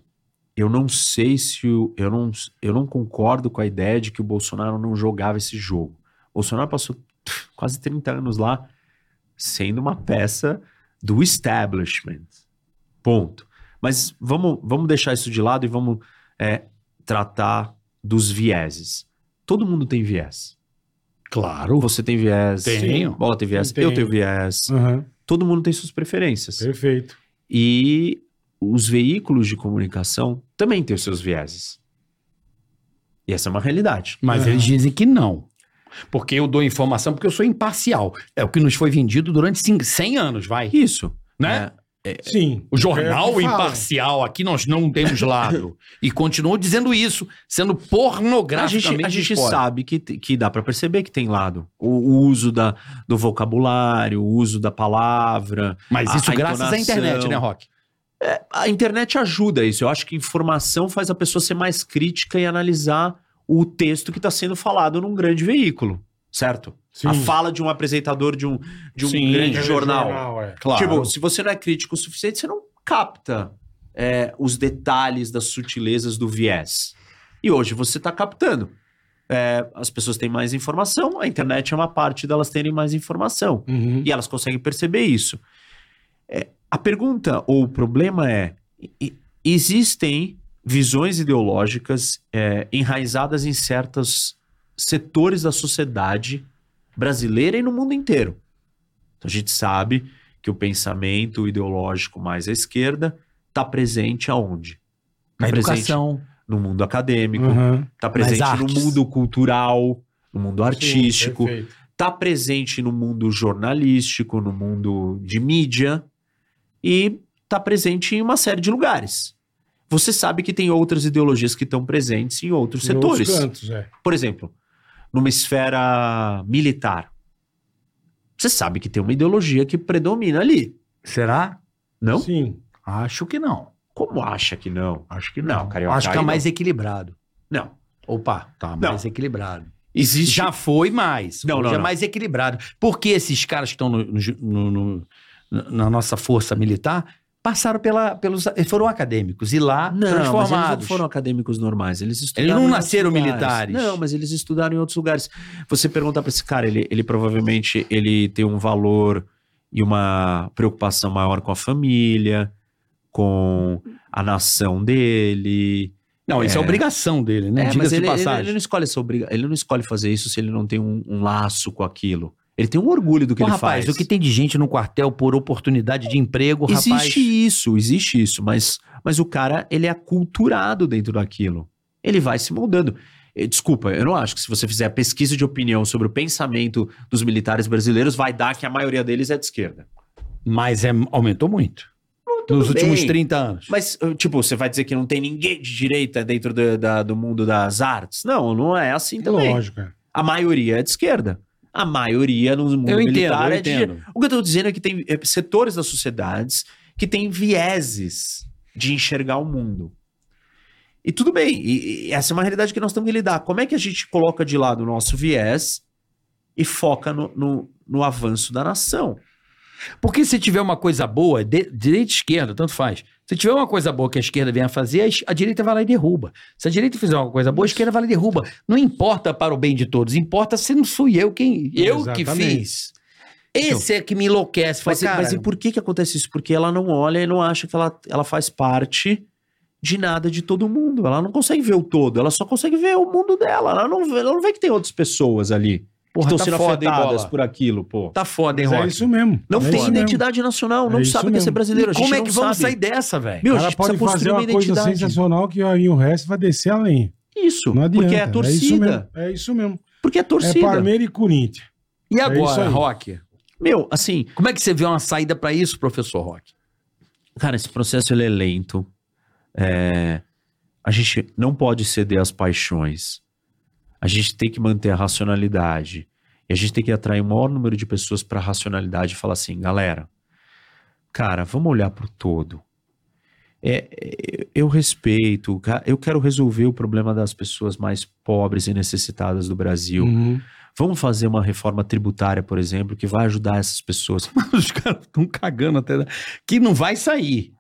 Speaker 8: eu não sei se o- eu não eu não concordo com a ideia de que o Bolsonaro não jogava esse jogo. O Bolsonaro passou *laughs* pff, quase 30 anos lá sendo uma peça do establishment. Ponto. Mas vamos vamos deixar isso de lado e vamos é, tratar dos vieses. Todo mundo tem viés.
Speaker 3: Claro.
Speaker 8: Você tem viés.
Speaker 3: Tenho.
Speaker 8: Bola tem viés.
Speaker 4: Eu tenho.
Speaker 8: Eu tenho viés.
Speaker 4: Aham,
Speaker 8: Todo mundo tem suas preferências.
Speaker 4: Perfeito.
Speaker 8: E os veículos de comunicação também têm os seus vieses. E essa é uma realidade.
Speaker 3: Mas
Speaker 4: Aham.
Speaker 3: eles dizem que não. Porque eu dou informação porque eu sou imparcial. É o que nos foi vendido durante cin- 100 anos, vai.
Speaker 8: Isso.
Speaker 3: Né?
Speaker 8: É,
Speaker 4: Sim.
Speaker 3: O jornal
Speaker 4: É o que fala.
Speaker 3: imparcial, aqui nós não temos lado. e continuou dizendo isso, sendo
Speaker 8: a
Speaker 3: pornograficamente
Speaker 8: gente, a gente
Speaker 3: exposta.
Speaker 8: sabe que, te- que dá para perceber que tem lado. O, o uso da, do vocabulário, o uso da palavra.
Speaker 3: Mas
Speaker 8: A-
Speaker 3: isso
Speaker 8: a
Speaker 3: graças à
Speaker 8: entonação.
Speaker 3: internet, né, Rock?
Speaker 8: A internet ajuda isso. Eu acho que informação faz a pessoa ser mais crítica e analisar o texto que está sendo falado num grande veículo. Certo?
Speaker 4: Sim.
Speaker 8: A fala de um apresentador de um, de um
Speaker 3: Sim.
Speaker 8: grande jornal.
Speaker 4: é.
Speaker 8: Tipo, se você não é crítico o suficiente, você não capta é, os detalhes das sutilezas do viés. E hoje você está captando. É, as pessoas têm mais informação, a internet é uma parte delas terem mais informação.
Speaker 4: Uhum.
Speaker 8: E elas conseguem perceber isso. É, a pergunta ou o problema é: e- e- existem visões ideológicas é, enraizadas em certos setores da sociedade brasileira e no mundo inteiro. Então, a gente sabe que o pensamento ideológico mais à esquerda está presente aonde?
Speaker 3: Na
Speaker 8: Tá presente
Speaker 3: educação. Uhum.
Speaker 8: no mundo acadêmico,
Speaker 4: Aham.
Speaker 8: está presente
Speaker 3: Nas
Speaker 8: no
Speaker 3: artes.
Speaker 8: mundo cultural, no mundo artístico,
Speaker 4: Sim, perfeito.
Speaker 8: está tá presente no mundo jornalístico, no mundo de mídia e está presente em uma série de lugares. Você sabe que tem outras ideologias que estão presentes em outros
Speaker 4: Em outros
Speaker 8: setores.
Speaker 4: cantos, é.
Speaker 8: Por exemplo, numa esfera militar. Você sabe que tem uma ideologia que predomina ali,
Speaker 3: Será?
Speaker 8: não?
Speaker 4: Sim.
Speaker 3: Acho que não.
Speaker 8: Como acha que não? Acho que não, carioca.
Speaker 3: Acho que tá
Speaker 8: aí
Speaker 3: mais equilibrado.
Speaker 8: Não. Não.
Speaker 3: Opa, tá
Speaker 8: Não.
Speaker 3: mais equilibrado.
Speaker 8: Existe.
Speaker 3: Já foi mais.
Speaker 8: Não,
Speaker 3: Hoje
Speaker 8: não,
Speaker 3: é
Speaker 8: não.
Speaker 3: mais equilibrado. Porque esses caras que estão no- no ju- no- no- na nossa força militar passaram pela, pelos. Foram acadêmicos e lá
Speaker 8: Não, mas eles não
Speaker 3: Ah, transformados.
Speaker 8: foram acadêmicos normais. Eles estudaram.
Speaker 3: Eles não
Speaker 8: em outros
Speaker 3: nasceram
Speaker 8: lugares.
Speaker 3: militares.
Speaker 8: Não, mas eles estudaram em outros lugares. Você perguntar pra esse cara, ele, ele provavelmente ele tem um valor e uma preocupação maior com a família, com a nação dele.
Speaker 3: Não, isso é,
Speaker 8: É.
Speaker 3: obrigação dele, né?
Speaker 8: É, mas
Speaker 3: Diga-se de
Speaker 8: ele, ele,
Speaker 3: passagem.
Speaker 8: ele não escolhe essa obriga... ele não escolhe fazer isso se ele não tem um, um laço com aquilo. Ele tem um orgulho do que
Speaker 3: Pô,
Speaker 8: ele
Speaker 3: rapaz,
Speaker 8: faz.
Speaker 3: o que tem de gente no quartel por oportunidade de emprego,
Speaker 8: existe
Speaker 3: rapaz.
Speaker 8: isso, existe isso, mas, mas o cara, ele é aculturado dentro daquilo. Ele vai se moldando. Eh, Desculpa, eu não acho que se você fizer a pesquisa de opinião sobre o pensamento dos militares brasileiros, vai dar que a maioria deles é de esquerda.
Speaker 3: Mas é, aumentou muito. Nos
Speaker 8: bem.
Speaker 3: últimos 30 anos.
Speaker 8: Mas, eh, tipo, você vai dizer que não tem ninguém de direita dentro do, da- do mundo das artes? Não, não é assim também.
Speaker 4: Lógico, é.
Speaker 8: A maioria é de esquerda. A maioria no mundo
Speaker 3: Eu entendo,
Speaker 8: militar
Speaker 3: eu
Speaker 8: é de
Speaker 3: entendo.
Speaker 8: O que eu tô dizendo é que tem eh, setores das sociedades que têm vieses de enxergar o mundo. E tudo bem, e, e essa é uma realidade que nós temos que lidar. Como é que a gente coloca de lado o nosso viés e foca no, no, no avanço da nação.
Speaker 3: Porque se tiver uma coisa boa, de- direita e esquerda, tanto faz. Se tiver uma coisa boa que a esquerda venha fazer, a es- a direita vai lá e derruba. Se a direita fizer uma coisa boa, a esquerda vai lá e derruba. Não importa para o bem de todos, importa se não fui eu quem eu que
Speaker 4: Exatamente.
Speaker 3: fiz. Esse é que me enlouquece. Fala,
Speaker 8: Então, Mas,
Speaker 3: cara,
Speaker 8: mas e por que, que acontece isso? Porque ela não olha e não acha que ela, ela faz parte de nada de todo mundo. Ela não consegue ver o todo, ela só consegue ver o mundo dela. Ela não vê, ela não vê que tem outras pessoas ali
Speaker 3: porra,
Speaker 8: que
Speaker 3: tá
Speaker 8: estão sendo
Speaker 3: foda, hein,
Speaker 8: afetadas
Speaker 3: bola?
Speaker 8: por aquilo, pô.
Speaker 3: Tá foda, hein,
Speaker 4: Mas é
Speaker 3: Rock?
Speaker 4: isso mesmo.
Speaker 8: Não
Speaker 4: é
Speaker 8: tem
Speaker 4: isso mesmo.
Speaker 8: identidade nacional, não
Speaker 4: É isso
Speaker 8: sabe o que é ser
Speaker 4: mesmo.
Speaker 8: brasileiro. A gente
Speaker 3: Como é
Speaker 8: não
Speaker 3: que vamos
Speaker 8: sabe.
Speaker 3: sair dessa, velho?
Speaker 8: Meu,
Speaker 4: O
Speaker 8: a
Speaker 4: cara
Speaker 8: gente precisa
Speaker 4: pode fazer
Speaker 8: construir uma
Speaker 4: uma coisa
Speaker 8: identidade.
Speaker 4: sensacional que aí o resto vai descer além.
Speaker 8: Isso,
Speaker 4: Não adianta.
Speaker 8: porque é a
Speaker 4: isso
Speaker 8: torcida.
Speaker 4: mesmo. É isso mesmo.
Speaker 8: porque é a
Speaker 4: É
Speaker 8: torcida.
Speaker 4: Parmeira e Corinthians.
Speaker 3: E
Speaker 4: isso
Speaker 8: é
Speaker 3: agora,
Speaker 4: aí.
Speaker 3: Rock?
Speaker 8: Meu, assim,
Speaker 3: Como é que você vê uma saída pra isso, professor Rock?
Speaker 8: Cara, esse processo ele é lento. É, a gente não pode ceder às paixões. A gente tem que manter a racionalidade. E a gente tem que atrair o maior número de pessoas para a racionalidade e falar assim, galera, cara, vamos olhar para o todo. É, é, eu respeito, ca- eu quero resolver o problema das pessoas mais pobres e necessitadas do Brasil.
Speaker 4: Uhum.
Speaker 8: Vamos fazer uma reforma tributária, por exemplo, que vai ajudar essas pessoas. *laughs*
Speaker 3: Os caras estão cagando até. Que não vai sair.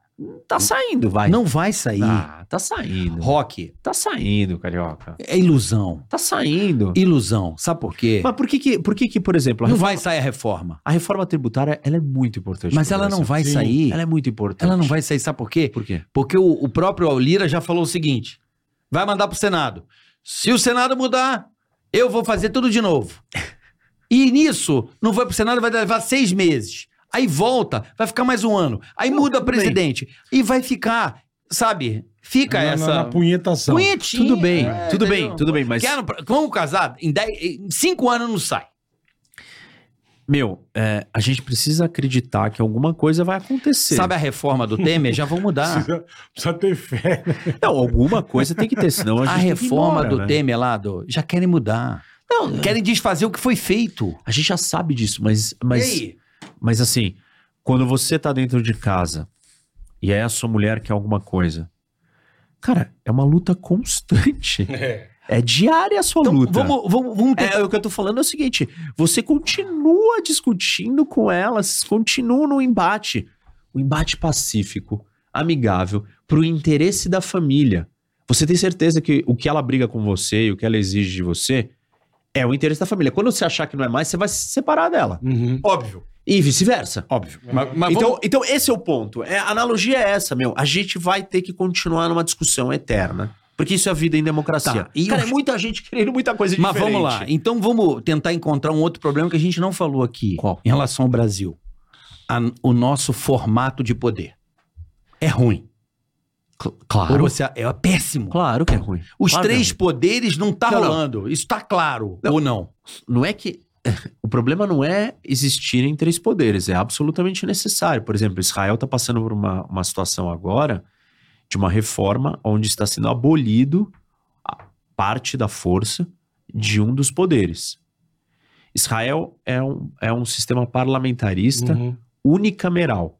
Speaker 8: Tá saindo, vai.
Speaker 3: Não vai sair.
Speaker 8: Ah, tá saindo.
Speaker 3: Rock,
Speaker 8: Tá saindo, carioca.
Speaker 3: é ilusão.
Speaker 8: Tá saindo.
Speaker 3: Ilusão. Sabe por quê?
Speaker 8: Mas por que que, por que que, por exemplo, a
Speaker 3: Não
Speaker 8: reforma,
Speaker 3: vai sair a reforma.
Speaker 8: a reforma tributária, ela é muito importante.
Speaker 3: Mas
Speaker 8: pro
Speaker 3: ela não
Speaker 8: Brasil.
Speaker 3: vai
Speaker 4: Sim.
Speaker 3: sair.
Speaker 8: Ela é muito importante.
Speaker 3: Ela não vai sair, sabe por quê?
Speaker 8: Por quê?
Speaker 3: Porque o, o próprio Alira já falou o seguinte: vai mandar pro Senado. Se o Senado mudar, eu vou fazer tudo de novo. E nisso, não vai pro Senado, vai levar seis meses. Aí volta, vai ficar mais um ano. Aí muda presidente. E vai ficar, sabe? Fica
Speaker 4: Na- na-
Speaker 3: essa.
Speaker 4: Na, punhetação.
Speaker 3: punhetinha.
Speaker 8: Tudo bem,
Speaker 3: É,
Speaker 8: tudo
Speaker 3: entendeu?
Speaker 8: bem, tudo bem, mas...
Speaker 3: Quero, um vamos casar? Em, dez, em cinco anos não sai.
Speaker 8: Meu, é, a gente precisa acreditar que alguma coisa vai acontecer.
Speaker 3: Sabe a reforma do Temer? Já vão mudar.
Speaker 4: Precisa, precisa ter fé. né?
Speaker 8: Não, alguma coisa tem que ter, senão a gente
Speaker 3: A
Speaker 8: tem que ir
Speaker 3: reforma
Speaker 8: embora,
Speaker 3: do
Speaker 8: né?
Speaker 3: Temer lá, do, já querem mudar.
Speaker 8: Não,
Speaker 3: Querem desfazer o que foi feito.
Speaker 8: a gente já sabe disso, mas... mas...
Speaker 3: E aí?
Speaker 8: Mas assim, quando você tá dentro de casa e aí a sua mulher quer alguma coisa, cara, é uma
Speaker 3: *laughs*
Speaker 8: luta constante.
Speaker 4: É.
Speaker 8: É diária a sua
Speaker 3: Então,
Speaker 8: luta.
Speaker 3: vamos, vamos, vamos tentar-
Speaker 8: É, o que eu tô falando é o seguinte: você continua discutindo com elas, continua no embate. O embate pacífico, amigável, pro interesse da família. Você tem certeza que o que ela briga com você e o que ela exige de você é o interesse da família. Quando você achar que não é mais, você vai se separar dela.
Speaker 4: Uhum.
Speaker 3: Óbvio,
Speaker 8: E vice-versa.
Speaker 3: óbvio.
Speaker 8: então, então esse é o ponto. É, a analogia é essa, meu. A gente vai ter que continuar numa discussão eterna. Porque isso é a vida em democracia.
Speaker 3: Tá, e
Speaker 8: Cara,
Speaker 3: o-
Speaker 8: é muita gente querendo muita coisa
Speaker 3: Mas
Speaker 8: diferente.
Speaker 3: vamos lá. Então vamos tentar encontrar um outro problema que a gente não falou aqui
Speaker 8: Qual?
Speaker 3: em relação ao Brasil. A- o nosso formato de poder. É ruim.
Speaker 8: Cl-
Speaker 3: Ou
Speaker 8: claro.
Speaker 3: você- é péssimo.
Speaker 8: Claro que é ruim.
Speaker 3: Os
Speaker 8: Claro que é
Speaker 3: três
Speaker 8: ruim.
Speaker 3: poderes não tá
Speaker 8: Não, não.
Speaker 3: rolando. Isso tá claro. Ou não?
Speaker 8: Não é que. *laughs* O problema não é existirem três poderes, é absolutamente necessário. Por exemplo, Israel está passando por uma, uma situação agora de uma reforma onde está sendo abolido a parte da força de um dos poderes. Israel é um, é um sistema parlamentarista
Speaker 4: Uhum.
Speaker 8: unicameral.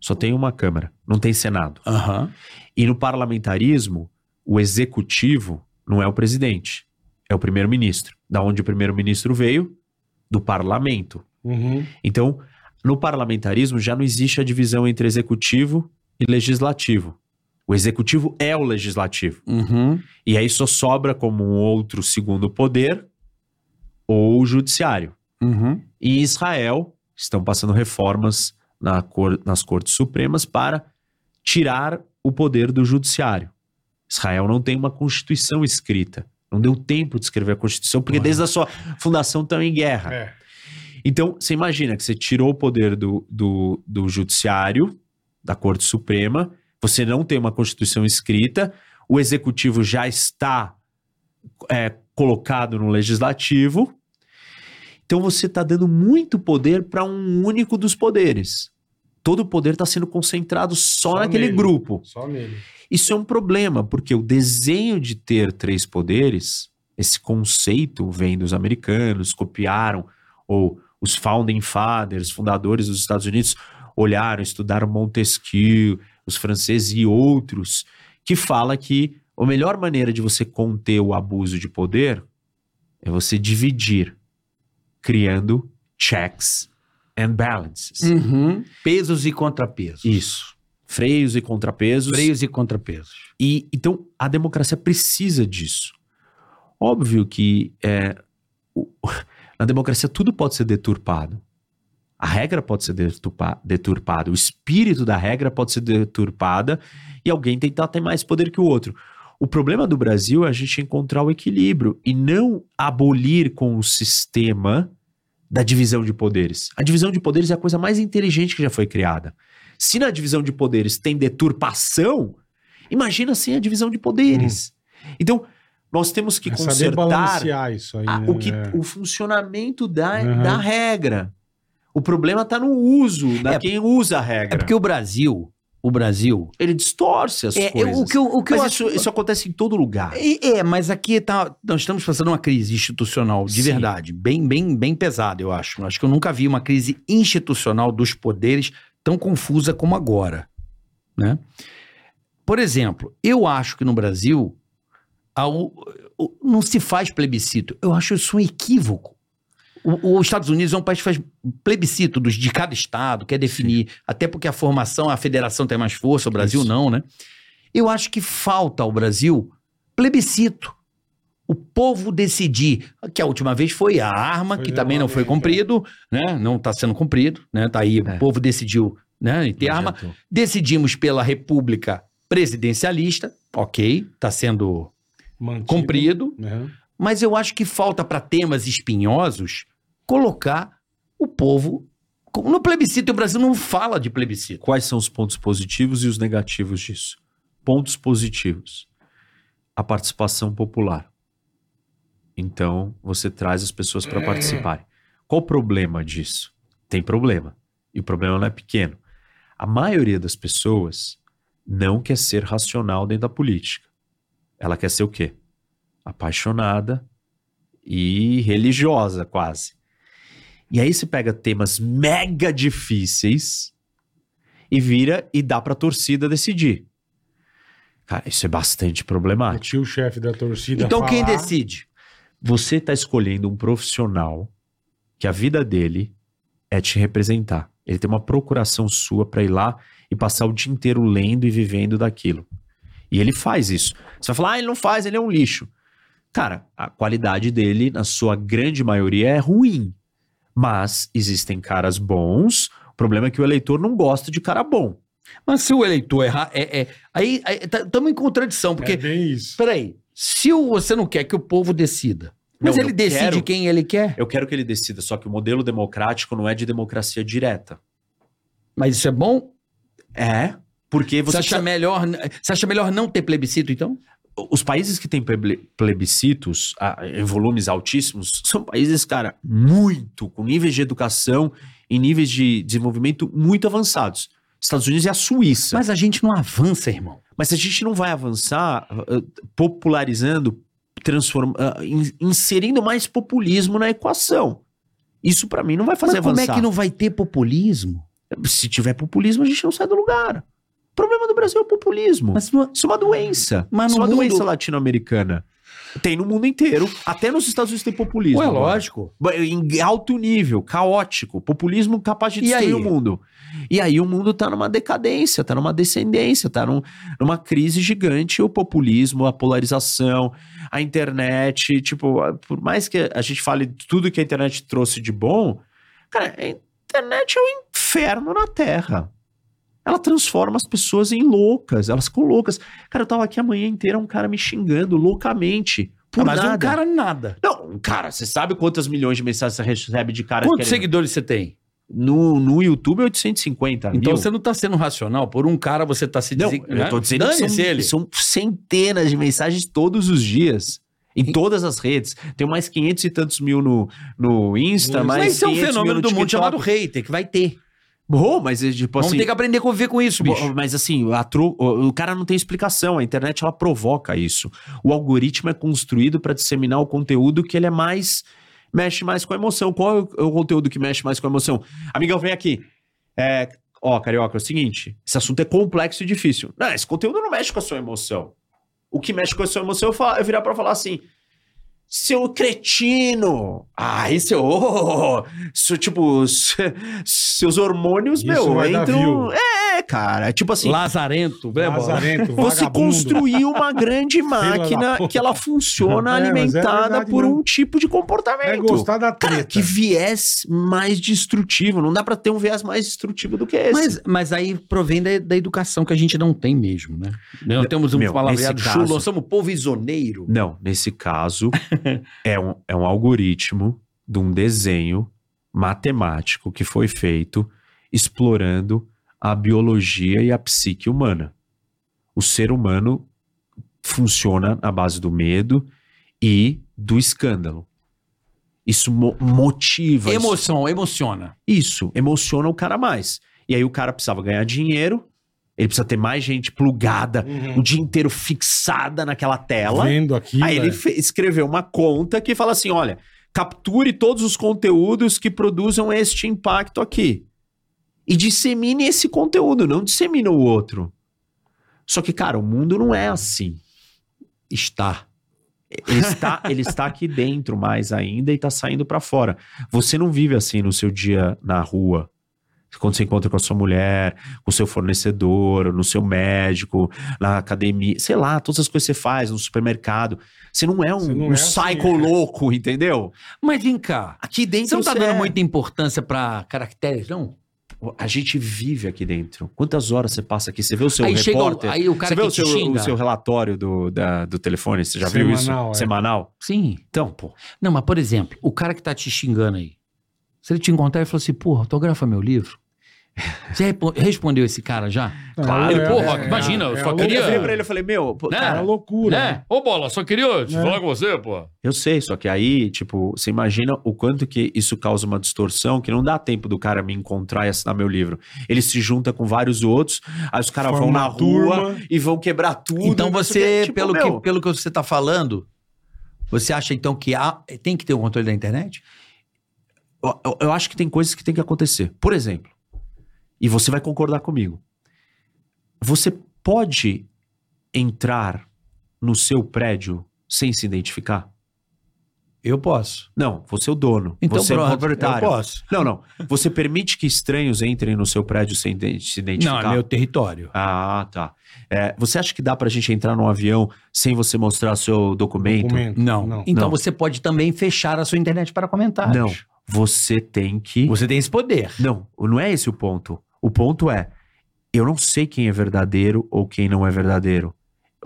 Speaker 8: Só tem uma Câmara, não tem Senado.
Speaker 3: Aham.
Speaker 8: E no parlamentarismo, o executivo não é o presidente, é o primeiro-ministro. Da onde o primeiro-ministro veio? Do parlamento.
Speaker 4: Uhum.
Speaker 8: Então, no parlamentarismo já não existe a divisão entre executivo e legislativo. O executivo é o legislativo.
Speaker 3: Uhum.
Speaker 8: E aí só sobra como um outro segundo poder ou o judiciário.
Speaker 3: Uhum.
Speaker 8: E em Israel estão passando reformas na cor- nas cortes supremas para tirar o poder do judiciário. Israel não tem uma constituição escrita. Não deu tempo de escrever a constituição, porque desde a sua fundação estão em guerra.
Speaker 4: É.
Speaker 8: Então, você imagina que você tirou o poder do, do, do judiciário, da Corte Suprema, você não tem uma Constituição escrita, o executivo já está é, colocado no legislativo. Então, você está dando muito poder para um único dos poderes. Todo o poder está sendo concentrado só,
Speaker 4: Só
Speaker 8: naquele
Speaker 4: nele.
Speaker 8: grupo.
Speaker 4: Só nele.
Speaker 8: Isso é um problema, porque o desenho de ter três poderes, esse conceito vem dos americanos, copiaram, ou os founding fathers, fundadores dos Estados Unidos, olharam, estudaram Montesquieu, os franceses e outros, que fala que a melhor maneira de você conter o abuso de poder é você dividir, criando checks and balances.
Speaker 3: Uhum. Pesos e contrapesos.
Speaker 8: Isso. Freios e contrapesos.
Speaker 3: Freios e contrapesos.
Speaker 8: E então a democracia precisa disso. Óbvio que é, o- na democracia tudo pode ser deturpado. A regra pode ser deturpa- deturpada, o espírito da regra pode ser deturpada e alguém tentar ter mais poder que o outro. O problema do Brasil é a gente encontrar o equilíbrio e não abolir com o sistema da divisão de poderes. A divisão de poderes é a coisa mais inteligente que já foi criada. Se na divisão de poderes tem deturpação, imagina sem a divisão de poderes. Então, nós temos que
Speaker 4: É saber
Speaker 8: consertar
Speaker 4: balancear isso aí.
Speaker 8: a-
Speaker 4: né?
Speaker 8: o, que,
Speaker 4: É.
Speaker 8: o funcionamento da,
Speaker 4: Uhum.
Speaker 8: da regra. O problema está no uso, da
Speaker 3: É-
Speaker 8: quem usa a
Speaker 3: É
Speaker 8: regra.
Speaker 3: porque o Brasil, o Brasil...
Speaker 8: ele distorce as
Speaker 3: É, eu-
Speaker 8: coisas.
Speaker 3: o que eu, o que eu
Speaker 8: Mas
Speaker 3: acho...
Speaker 8: isso, isso acontece em todo lugar.
Speaker 3: É, é, mas aqui tá, nós estamos passando uma crise institucional de
Speaker 8: Sim.
Speaker 3: verdade, bem, bem, bem pesada, eu acho. Eu Acho que eu nunca vi uma crise institucional dos poderes tão confusa como agora, né? Por exemplo, eu acho que no Brasil a o- o- não se faz plebiscito. Eu acho isso um equívoco. O- os Estados Unidos é um país que faz plebiscito dos, de cada estado, quer definir, até porque a formação, a federação tem mais força, o Brasil
Speaker 8: Isso.
Speaker 3: não, né? Eu acho que falta ao Brasil plebiscito. O povo decidir, que a última vez foi a arma,
Speaker 4: Foi
Speaker 3: que também não foi
Speaker 4: realmente,
Speaker 3: cumprido, né? Não está sendo cumprido, né? Tá aí,
Speaker 8: É.
Speaker 3: o povo decidiu, né? E ter
Speaker 8: Não
Speaker 3: arma.
Speaker 8: adiantou.
Speaker 3: Decidimos pela república presidencialista, ok, está sendo
Speaker 4: Mantido.
Speaker 3: cumprido,
Speaker 4: Uhum.
Speaker 3: mas eu acho que falta para temas espinhosos colocar o povo com- no plebiscito. E O Brasil não fala de plebiscito.
Speaker 8: Quais são os pontos positivos e os negativos disso? Pontos positivos: a participação popular. Então, você traz as pessoas para participarem. Qual o problema disso? Tem problema. E o problema não é pequeno. A maioria das pessoas não quer ser racional dentro da política. Ela quer ser o quê? Apaixonada e religiosa, quase. E aí você pega temas mega difíceis e vira e dá pra torcida decidir. Cara, isso é bastante
Speaker 4: O
Speaker 8: problemático.
Speaker 4: tio chefe da torcida.
Speaker 3: Então quem
Speaker 4: falar,
Speaker 3: decide?
Speaker 8: Você está escolhendo um profissional que a vida dele é te representar. Ele tem uma procuração sua para ir lá e passar o dia inteiro lendo e vivendo daquilo. E ele faz isso. Você vai falar, ah, ele não faz, ele é um lixo. Cara, a qualidade dele, na sua grande maioria, é ruim. Mas existem caras bons. O problema é que o eleitor não gosta de cara bom.
Speaker 3: Mas se o eleitor errar, é, é- aí estamos em contradição, porque
Speaker 4: É bem isso.
Speaker 3: Peraí, se o- você não quer que o povo decida, mas
Speaker 8: Não,
Speaker 3: ele
Speaker 8: eu
Speaker 3: decide
Speaker 8: quero-
Speaker 3: quem ele quer,
Speaker 8: Eu quero que ele decida, só que o modelo democrático não é de democracia direta.
Speaker 3: mas isso é bom?
Speaker 8: É. Porque
Speaker 3: Você,
Speaker 8: você
Speaker 3: acha melhor, você acha melhor não ter plebiscito, então?
Speaker 8: os países que têm plebi- plebiscitos ah, em volumes altíssimos são países, cara, muito, com níveis de educação e níveis de desenvolvimento muito avançados. Estados Unidos e a Suíça. Mas,
Speaker 3: Mas a gente não avança, irmão.
Speaker 8: a gente não vai avançar ah, popularizando, transform, ah, in- inserindo mais populismo na equação. Isso pra mim não vai fazer
Speaker 3: mas como
Speaker 8: avançar.
Speaker 3: é que não vai ter populismo?
Speaker 8: Se tiver populismo, a gente não sai do lugar. O problema do Brasil é o populismo.
Speaker 3: Mas não-
Speaker 8: Isso é uma doença.
Speaker 3: Mas
Speaker 8: Isso é
Speaker 3: no
Speaker 8: uma
Speaker 3: mundo-
Speaker 8: doença latino-americana. Tem no mundo inteiro. Até nos Estados Unidos tem populismo. né? Ah,
Speaker 3: Ué,
Speaker 8: agora.
Speaker 3: lógico.
Speaker 8: Ba- Em alto nível, caótico. Populismo capaz de
Speaker 3: E
Speaker 8: destruir
Speaker 3: aí?
Speaker 8: o mundo. E aí o mundo tá numa decadência, tá numa descendência, tá num- numa crise gigante. O populismo, a polarização, a internet. Tipo, a- por mais que a gente fale de tudo que a internet trouxe de bom, cara, a internet é um inferno na Terra. Ela transforma as pessoas em loucas, elas ficam loucas. Cara, eu tava aqui a manhã inteira um cara me xingando loucamente. Por
Speaker 3: mas
Speaker 8: nada.
Speaker 3: um cara nada.
Speaker 8: Não, cara, você sabe quantas milhões de mensagens você recebe de cara
Speaker 3: Quantos
Speaker 8: querendo-
Speaker 3: seguidores você tem?
Speaker 8: No, no YouTube é 850
Speaker 3: Então
Speaker 8: mil.
Speaker 3: você não está sendo racional. Por um cara você está se
Speaker 8: Não,
Speaker 3: desen-
Speaker 8: eu tô
Speaker 3: né?
Speaker 8: dizendo que
Speaker 3: Dane-se
Speaker 8: são,
Speaker 3: ele.
Speaker 8: são centenas de mensagens todos os dias. Em todas as redes. Tem mais 500 e tantos mil no, no Insta, mais
Speaker 3: Mas isso é um
Speaker 8: 500 mil
Speaker 3: fenômeno
Speaker 8: no
Speaker 3: do mundo
Speaker 8: TikTok.
Speaker 3: chamado hater, que vai ter.
Speaker 8: Bom, mas é tipo
Speaker 3: Vamos
Speaker 8: assim...
Speaker 3: ter que aprender a conviver com isso, bicho.
Speaker 8: Bom, Mas assim, a tro- o o cara não tem explicação, a internet ela provoca isso. O algoritmo é construído para disseminar o conteúdo que ele é mais mexe mais com a emoção. Qual é o- é o conteúdo que mexe mais com a emoção? Amigão, vem aqui. É, ó, carioca, é o seguinte, esse assunto é complexo e difícil. Não, esse conteúdo não mexe com a sua emoção. O que mexe com a sua emoção é eu fa- eu virar para falar assim: Seu cretino! Ah, esse é. ô, seu, tipo, *laughs* se- seus hormônios,
Speaker 4: Isso
Speaker 8: meu,
Speaker 4: vai dar view.
Speaker 8: entram. É, cara. é Tipo assim.
Speaker 3: Lazarento, né, velho.
Speaker 4: Lazarento,
Speaker 8: Você
Speaker 4: vagabundo. *laughs*
Speaker 8: construiu uma grande
Speaker 4: Filha da
Speaker 8: máquina
Speaker 4: puta.
Speaker 8: que ela funciona
Speaker 4: *laughs* É, mas é
Speaker 8: alimentada
Speaker 4: verdade
Speaker 8: por
Speaker 4: mesmo.
Speaker 8: um tipo de comportamento.
Speaker 4: É gostar da treta.
Speaker 8: Cara, que viés mais destrutivo. Não dá pra ter um viés mais destrutivo do que esse.
Speaker 3: Mas, mas aí provém da, da educação que a gente não tem mesmo, né? Não temos um
Speaker 8: Meu,
Speaker 3: palavreado
Speaker 8: nesse
Speaker 3: chulo,
Speaker 8: caso-
Speaker 3: nós somos povo isoneiro.
Speaker 8: Não, nesse caso, é, um, é um algoritmo de um desenho matemático que foi feito explorando a biologia e a psique humana. O ser humano funciona na base do medo e do escândalo. Isso mo- motiva. isso-
Speaker 3: Emoção, emociona.
Speaker 8: isso, emociona o cara mais. E aí o cara precisava ganhar dinheiro, ele precisa ter mais gente plugada o dia inteiro fixada naquela tela.
Speaker 4: Uhum. Vendo aqui.
Speaker 8: Aí ele fe- escreveu uma conta que fala assim: olha, capture todos os conteúdos que produzam este impacto aqui. E dissemine esse conteúdo, não dissemina o outro. Só que, cara, o mundo não é assim.
Speaker 3: Está.
Speaker 8: Ele está, ele está aqui dentro mais ainda e está saindo para fora. Você não vive assim no seu dia na rua. Quando você encontra com a sua mulher, com o seu fornecedor, no seu médico, na academia, sei lá, todas as coisas que você faz no supermercado. Você não é um,
Speaker 4: Você não
Speaker 8: um
Speaker 4: é assim,
Speaker 8: psycho
Speaker 4: é.
Speaker 8: louco, entendeu?
Speaker 3: Mas vem cá.
Speaker 8: Aqui dentro
Speaker 3: Você não tá
Speaker 8: você
Speaker 3: dando
Speaker 8: é-
Speaker 3: muita importância pra caracteres, não?
Speaker 8: A gente vive aqui dentro. Quantas horas você passa aqui? Você vê o seu
Speaker 3: aí chega o-
Speaker 8: repórter?
Speaker 3: aí o
Speaker 8: Você
Speaker 3: cara
Speaker 8: vê
Speaker 3: que
Speaker 8: o
Speaker 3: te
Speaker 8: seu,
Speaker 3: xinga.
Speaker 8: o seu relatório do, da- do telefone? Você já viu isso?
Speaker 4: Semanal, é.
Speaker 8: Semanal?
Speaker 3: Sim.
Speaker 8: Então, pô.
Speaker 3: Não, mas por exemplo, o cara que tá te xingando aí, se ele te encontrar e falar assim, porra, autografa meu livro. *laughs* Você repo- respondeu esse cara já?
Speaker 8: claro,
Speaker 3: ele,
Speaker 8: é,
Speaker 3: porra,
Speaker 8: é,
Speaker 3: imagina, eu
Speaker 4: é
Speaker 3: só
Speaker 4: a loucura.
Speaker 8: Eu virei pra
Speaker 3: queria...
Speaker 8: ele e falei, meu, pô,
Speaker 3: Né?
Speaker 4: É
Speaker 8: cara,
Speaker 4: uma loucura.
Speaker 3: Né? Ô, Bola, só queria te
Speaker 4: É.
Speaker 3: falar com você, pô.
Speaker 8: eu sei, só que aí, tipo, você imagina o quanto que isso causa uma distorção, que não dá tempo do cara me encontrar e assinar meu livro. Ele se junta com vários outros, aí os caras
Speaker 4: Forma
Speaker 8: vão na
Speaker 4: uma
Speaker 8: rua
Speaker 4: turma.
Speaker 8: e vão quebrar tudo.
Speaker 3: Então
Speaker 8: e não sei o
Speaker 3: você,
Speaker 8: quê. Tipo,
Speaker 3: pelo,
Speaker 8: meu,
Speaker 3: que, pelo que você tá falando, você acha então que há- tem que ter o controle da internet?
Speaker 8: eu, eu- eu acho que tem coisas que tem que acontecer. Por exemplo, e você vai concordar comigo, você pode entrar no seu prédio sem se identificar?
Speaker 3: Eu posso.
Speaker 8: Não, você é o dono.
Speaker 3: Então,
Speaker 8: você é o
Speaker 3: pronto, eu
Speaker 8: proprietário.
Speaker 3: posso.
Speaker 8: Não, não. Você permite que estranhos entrem no seu prédio sem iden- se
Speaker 3: Não,
Speaker 8: identificar?
Speaker 3: é meu território.
Speaker 8: Ah, tá. É, você acha que dá pra gente entrar num avião sem você mostrar seu documento?
Speaker 4: Documento.
Speaker 3: Não. Então
Speaker 8: Não.
Speaker 3: você pode também fechar a sua internet para comentários.
Speaker 8: Não. Você tem que.
Speaker 3: Você tem esse poder.
Speaker 8: Não, não é esse o ponto. O ponto é: eu não sei quem é verdadeiro ou quem não é verdadeiro.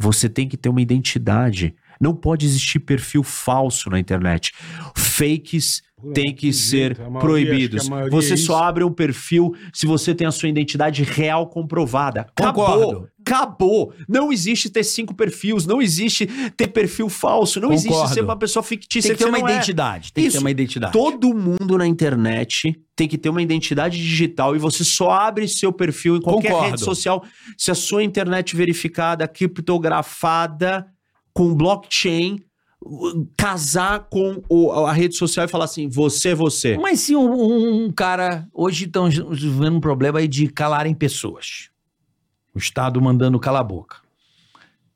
Speaker 8: Você tem que ter uma identidade. Não pode existir perfil falso na internet. Fakes
Speaker 4: Por
Speaker 8: têm que
Speaker 4: algum
Speaker 8: ser
Speaker 4: jeito, a maioria- acho
Speaker 8: proibidos.
Speaker 4: que a maioria
Speaker 8: Você
Speaker 4: é
Speaker 8: só
Speaker 4: isso.
Speaker 8: abre um perfil se você tem a sua identidade real comprovada.
Speaker 3: Concordo.
Speaker 8: Acabou. Acabou. Não existe ter cinco perfis. Não existe ter perfil falso. Não
Speaker 3: Concordo.
Speaker 8: existe ser uma pessoa fictícia.
Speaker 3: Tem que ter
Speaker 8: você
Speaker 3: uma
Speaker 8: não é.
Speaker 3: identidade. Tem que
Speaker 8: Isso.
Speaker 3: ter uma identidade.
Speaker 8: Todo mundo na internet tem que ter uma identidade digital e você só abre seu perfil em qualquer
Speaker 3: Concordo.
Speaker 8: rede social se a sua internet verificada, criptografada, com blockchain, uh, casar com o- a rede social e falar assim, você, é você.
Speaker 3: Mas se um, um- um cara. Hoje estão vivendo um problema aí de calarem pessoas. O Estado mandando calar a boca.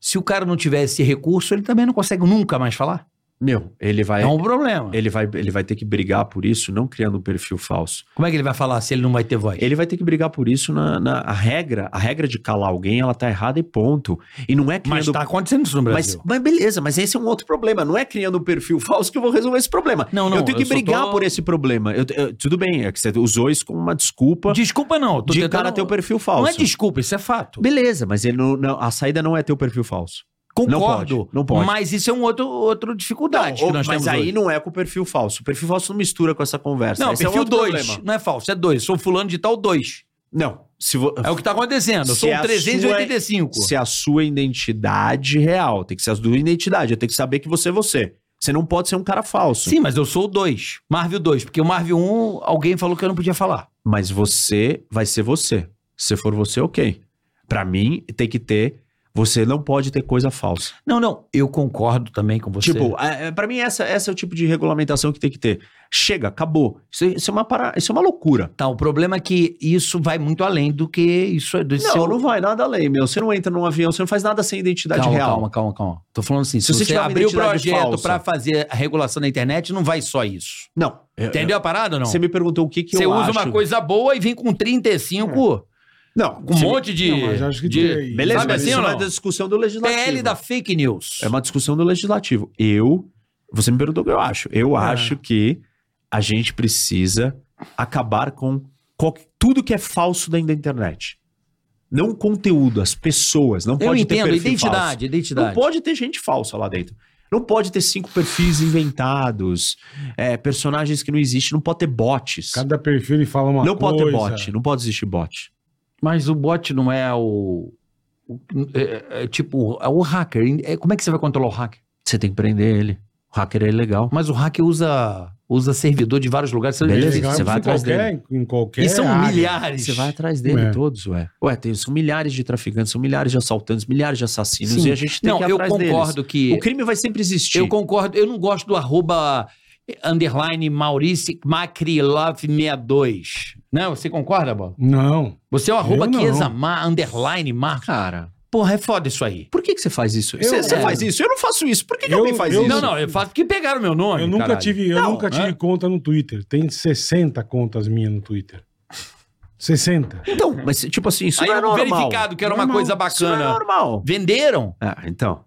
Speaker 3: Se o cara não tiver esse recurso, ele também não consegue nunca mais falar.
Speaker 8: Meu, ele vai,
Speaker 3: É um problema.
Speaker 8: ele vai, ele vai ter que brigar por isso, não criando um perfil falso.
Speaker 3: Como é que ele vai falar se ele não vai ter voz?
Speaker 8: Ele vai ter que brigar por isso na, na- a regra, a regra de calar alguém, ela tá errada e ponto. E não é
Speaker 3: Mas
Speaker 8: criando
Speaker 3: está acontecendo isso no
Speaker 8: Mas,
Speaker 3: Brasil.
Speaker 8: mas beleza, mas esse é um outro problema. Não é criando um perfil falso que eu vou resolver esse problema.
Speaker 3: Não, não,
Speaker 8: eu tenho que
Speaker 3: eu só
Speaker 8: brigar
Speaker 3: tô-
Speaker 8: por esse problema. Eu- eu- tudo bem, é que você usou isso como uma desculpa
Speaker 3: Desculpa, não. eu Tô
Speaker 8: de
Speaker 3: tentando-
Speaker 8: cara ter o perfil falso.
Speaker 3: Não é desculpa, isso é fato.
Speaker 8: Beleza, mas ele não- não- a saída não é ter o perfil falso.
Speaker 3: Concordo.
Speaker 8: Não pode, não pode.
Speaker 3: Mas isso é um outro, outro dificuldade
Speaker 8: Não,
Speaker 3: que nós
Speaker 8: mas
Speaker 3: temos
Speaker 8: aí
Speaker 3: hoje.
Speaker 8: não é com o perfil falso. O perfil falso não mistura com essa conversa.
Speaker 3: Não,
Speaker 8: Esse é um
Speaker 3: perfil
Speaker 8: outro
Speaker 3: 2.
Speaker 8: problema.
Speaker 3: não é falso, é 2. Sou fulano de tal 2.
Speaker 8: Não, se vo-
Speaker 3: É o que tá acontecendo. Eu
Speaker 8: Se
Speaker 3: sou
Speaker 8: a
Speaker 3: um 385.
Speaker 8: ser a sua é identidade real. Tem que ser a sua identidade. Eu tenho que saber que você é você. Você não pode ser um cara falso.
Speaker 3: Sim, mas eu sou o 2. Marvel 2. Porque o Marvel 1, alguém falou que eu não podia falar.
Speaker 8: mas você vai ser você. Se for você, ok. Pra mim, tem que ter. Você não pode ter coisa falsa.
Speaker 3: Não, não, eu concordo também com você.
Speaker 8: Tipo, é, é, para mim, essa, essa é o tipo de regulamentação que tem que ter. Chega, acabou. Isso, isso é, uma para... isso é uma loucura.
Speaker 3: tá, o problema é que isso vai muito além do que isso. é, Do
Speaker 8: Não, não vai nada além, meu. Você não entra num avião, você não faz nada sem identidade
Speaker 3: calma,
Speaker 8: real.
Speaker 3: calma, calma, calma. Tô falando assim, se,
Speaker 8: Se você
Speaker 3: você
Speaker 8: tiver uma
Speaker 3: abrir o
Speaker 8: identidade
Speaker 3: projeto
Speaker 8: falsa-
Speaker 3: pra fazer a regulação da internet, não vai só isso.
Speaker 8: Não. Eu-
Speaker 3: Entendeu a parada ou
Speaker 8: eu-
Speaker 3: não?
Speaker 8: É. Você me perguntou o que que
Speaker 3: Você
Speaker 8: eu
Speaker 3: usa
Speaker 8: acho.
Speaker 3: uma coisa boa e vem com 35,
Speaker 8: Não.
Speaker 3: com um
Speaker 8: você me-
Speaker 3: monte de.
Speaker 4: Não, mas acho que
Speaker 3: de-
Speaker 4: tem-
Speaker 8: Beleza,
Speaker 3: Sabe
Speaker 8: mas
Speaker 3: assim
Speaker 8: é isso
Speaker 3: ou
Speaker 8: não
Speaker 3: não? É,
Speaker 8: é da discussão do legislativo.
Speaker 3: PL da fake news.
Speaker 8: É uma discussão do legislativo. Eu. Você me perguntou o que eu acho. Eu
Speaker 3: Ah.
Speaker 8: acho que a gente precisa acabar com qualquer- tudo que é falso dentro da internet. Não o conteúdo, as pessoas. Não
Speaker 3: Eu
Speaker 8: pode ter
Speaker 3: entendo,
Speaker 8: perfil
Speaker 3: identidade,
Speaker 8: falso. Não
Speaker 3: identidade.
Speaker 8: pode ter gente falsa lá dentro. Não pode ter cinco perfis inventados, é, personagens que não existem, não pode ter bots.
Speaker 4: Cada perfil ele fala uma
Speaker 8: não
Speaker 4: coisa.
Speaker 8: pode ter bot, não pode existir bot.
Speaker 3: Mas o bot não é o. o- é- é tipo, é o hacker. É, como é que você vai controlar o hacker?
Speaker 8: Você tem que prender ele. O hacker é ilegal.
Speaker 3: Mas o hacker usa, usa servidor de vários lugares.
Speaker 8: Beleza,
Speaker 4: Ele
Speaker 8: você
Speaker 4: em
Speaker 8: vai atrás
Speaker 4: É qualquer, Em qualquer
Speaker 3: E são
Speaker 4: área.
Speaker 3: milhares.
Speaker 8: Você vai atrás dele
Speaker 4: É.
Speaker 8: todos, ué. Ué, tem, são milhares de traficantes, são milhares de assaltantes, milhares de assassinos
Speaker 3: Sim.
Speaker 8: e a gente tem
Speaker 3: Não,
Speaker 8: que ir
Speaker 3: eu
Speaker 8: atrás
Speaker 3: concordo
Speaker 8: deles. O
Speaker 3: que.
Speaker 8: crime vai sempre existir.
Speaker 3: Eu concordo. Eu não gosto do arroba underline Maurício Macrilove 62. Não, Né, você concorda, Bola?
Speaker 4: Não.
Speaker 3: Você é o arroba
Speaker 4: Eu não.
Speaker 3: Kiesama underline Marco.
Speaker 8: Cara,
Speaker 3: Porra, é foda isso aí.
Speaker 8: por que, que você faz isso?
Speaker 4: Eu-
Speaker 8: Você você
Speaker 4: é.
Speaker 8: faz isso? Eu não faço isso. Por que, que
Speaker 4: Eu-
Speaker 8: alguém faz
Speaker 4: eu-
Speaker 8: isso?
Speaker 3: Não, não, eu faço porque pegaram meu nome.
Speaker 4: Eu nunca
Speaker 3: caralho.
Speaker 4: tive, eu
Speaker 8: Não,
Speaker 4: nunca
Speaker 8: né?
Speaker 4: tive conta no Twitter. Tem 60 contas minhas no Twitter. 60.
Speaker 8: Então, mas tipo assim, isso
Speaker 3: Aí
Speaker 8: não é
Speaker 3: eu
Speaker 8: normal.
Speaker 3: verificado que era uma
Speaker 4: Normal.
Speaker 3: coisa
Speaker 8: Isso não é
Speaker 3: bacana.
Speaker 8: normal.
Speaker 3: Venderam?
Speaker 8: Ah, então.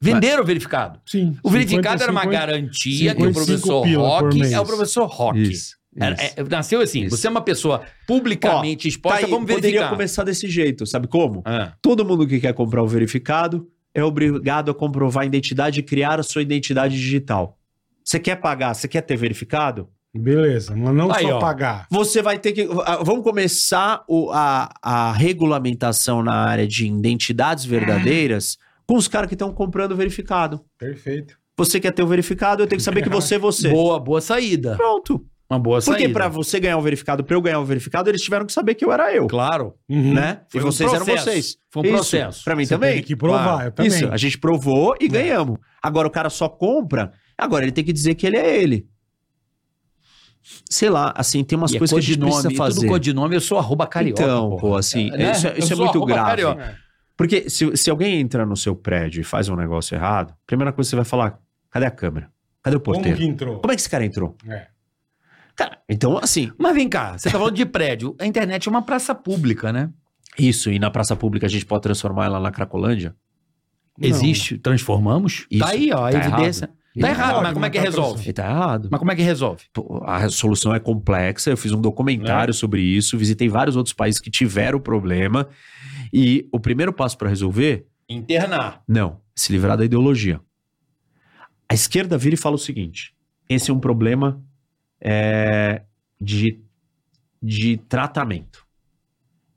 Speaker 3: Venderam o verificado.
Speaker 4: Sim.
Speaker 3: O verificado era uma
Speaker 4: 50.
Speaker 3: garantia que o
Speaker 4: 55
Speaker 3: professor
Speaker 4: pila por
Speaker 3: Rock
Speaker 4: mês.
Speaker 3: é o professor Rock.
Speaker 8: Isso.
Speaker 3: Era-
Speaker 8: isso. Então,
Speaker 3: é- nasceu assim.
Speaker 8: Isso.
Speaker 3: Você é uma pessoa publicamente
Speaker 8: Tá
Speaker 3: exposta,
Speaker 8: aí,
Speaker 3: vamos
Speaker 8: poderia
Speaker 3: verificar.
Speaker 8: começar desse jeito, sabe como?
Speaker 3: Ah.
Speaker 8: Todo mundo que quer comprar o verificado é obrigado a comprovar a identidade e criar a sua identidade digital. Você quer pagar, você quer ter verificado?
Speaker 4: Beleza, mas não
Speaker 3: Aí,
Speaker 4: só
Speaker 3: ó.
Speaker 4: pagar.
Speaker 8: Você vai ter que. ah, Vamos começar o- a, a regulamentação na área de
Speaker 3: Uhum.
Speaker 8: identidades verdadeiras com os caras que estão comprando verificado.
Speaker 4: Perfeito.
Speaker 8: Você quer ter o verificado, eu tenho que saber que você é você.
Speaker 3: Boa, né? boa saída.
Speaker 8: Pronto.
Speaker 3: Uma boa
Speaker 8: Porque
Speaker 3: saída.
Speaker 8: pra você ganhar um verificado, pra eu ganhar um verificado, eles tiveram que saber que eu
Speaker 3: Tipo,
Speaker 8: era eu.
Speaker 3: Claro.
Speaker 4: Uhum.
Speaker 8: Né?
Speaker 3: Foi
Speaker 8: e
Speaker 3: um
Speaker 8: vocês eram
Speaker 3: processo.
Speaker 8: vocês.
Speaker 3: Foi um
Speaker 8: Isso,
Speaker 3: processo.
Speaker 8: Pra mim
Speaker 4: Você
Speaker 8: também.
Speaker 4: teve que provar,
Speaker 3: Claro.
Speaker 4: eu também.
Speaker 8: Isso, a gente provou e
Speaker 4: É.
Speaker 8: ganhamos. Agora o cara só compra, agora ele tem que dizer que ele é ele. Sei lá, assim, tem umas
Speaker 3: E é
Speaker 8: coisas que a gente
Speaker 3: codinome,
Speaker 8: precisa
Speaker 3: Tudo
Speaker 8: fazer.
Speaker 3: codinome, eu sou arroba carioca.
Speaker 8: então,
Speaker 3: porra.
Speaker 8: pô, assim,
Speaker 3: É, né?
Speaker 8: isso,
Speaker 3: Eu
Speaker 8: é- isso é
Speaker 3: sou
Speaker 8: muito
Speaker 3: arroba
Speaker 8: grave.
Speaker 3: carioca.
Speaker 8: Porque se, se alguém entra no seu prédio e faz um negócio errado, primeira coisa que você vai falar, cadê a câmera? Cadê o
Speaker 4: Como
Speaker 8: porteiro?
Speaker 4: que entrou?
Speaker 8: Como é que esse cara entrou?
Speaker 4: É.
Speaker 8: Cara, então assim,
Speaker 3: Mas vem cá, você tá falando de prédio. A internet é uma praça pública, né?
Speaker 8: isso, e na praça pública a gente pode transformar ela na Cracolândia?
Speaker 4: Não.
Speaker 3: Existe, transformamos.
Speaker 8: Isso.
Speaker 3: Tá aí, ó, a
Speaker 8: Tá
Speaker 3: evidência.
Speaker 8: Ele
Speaker 3: Tá errado,
Speaker 4: pode,
Speaker 3: mas como é
Speaker 4: mas
Speaker 3: que
Speaker 4: tá
Speaker 3: resolve?
Speaker 8: E tá errado.
Speaker 3: Mas como é que resolve?
Speaker 8: Pô, a solução é complexa. Eu fiz um documentário
Speaker 4: É.
Speaker 8: sobre isso, visitei vários outros países que tiveram problema. E o primeiro passo para resolver,
Speaker 3: Internar.
Speaker 8: não, se livrar da ideologia. A esquerda vira e fala o seguinte: esse é um problema é, de, de tratamento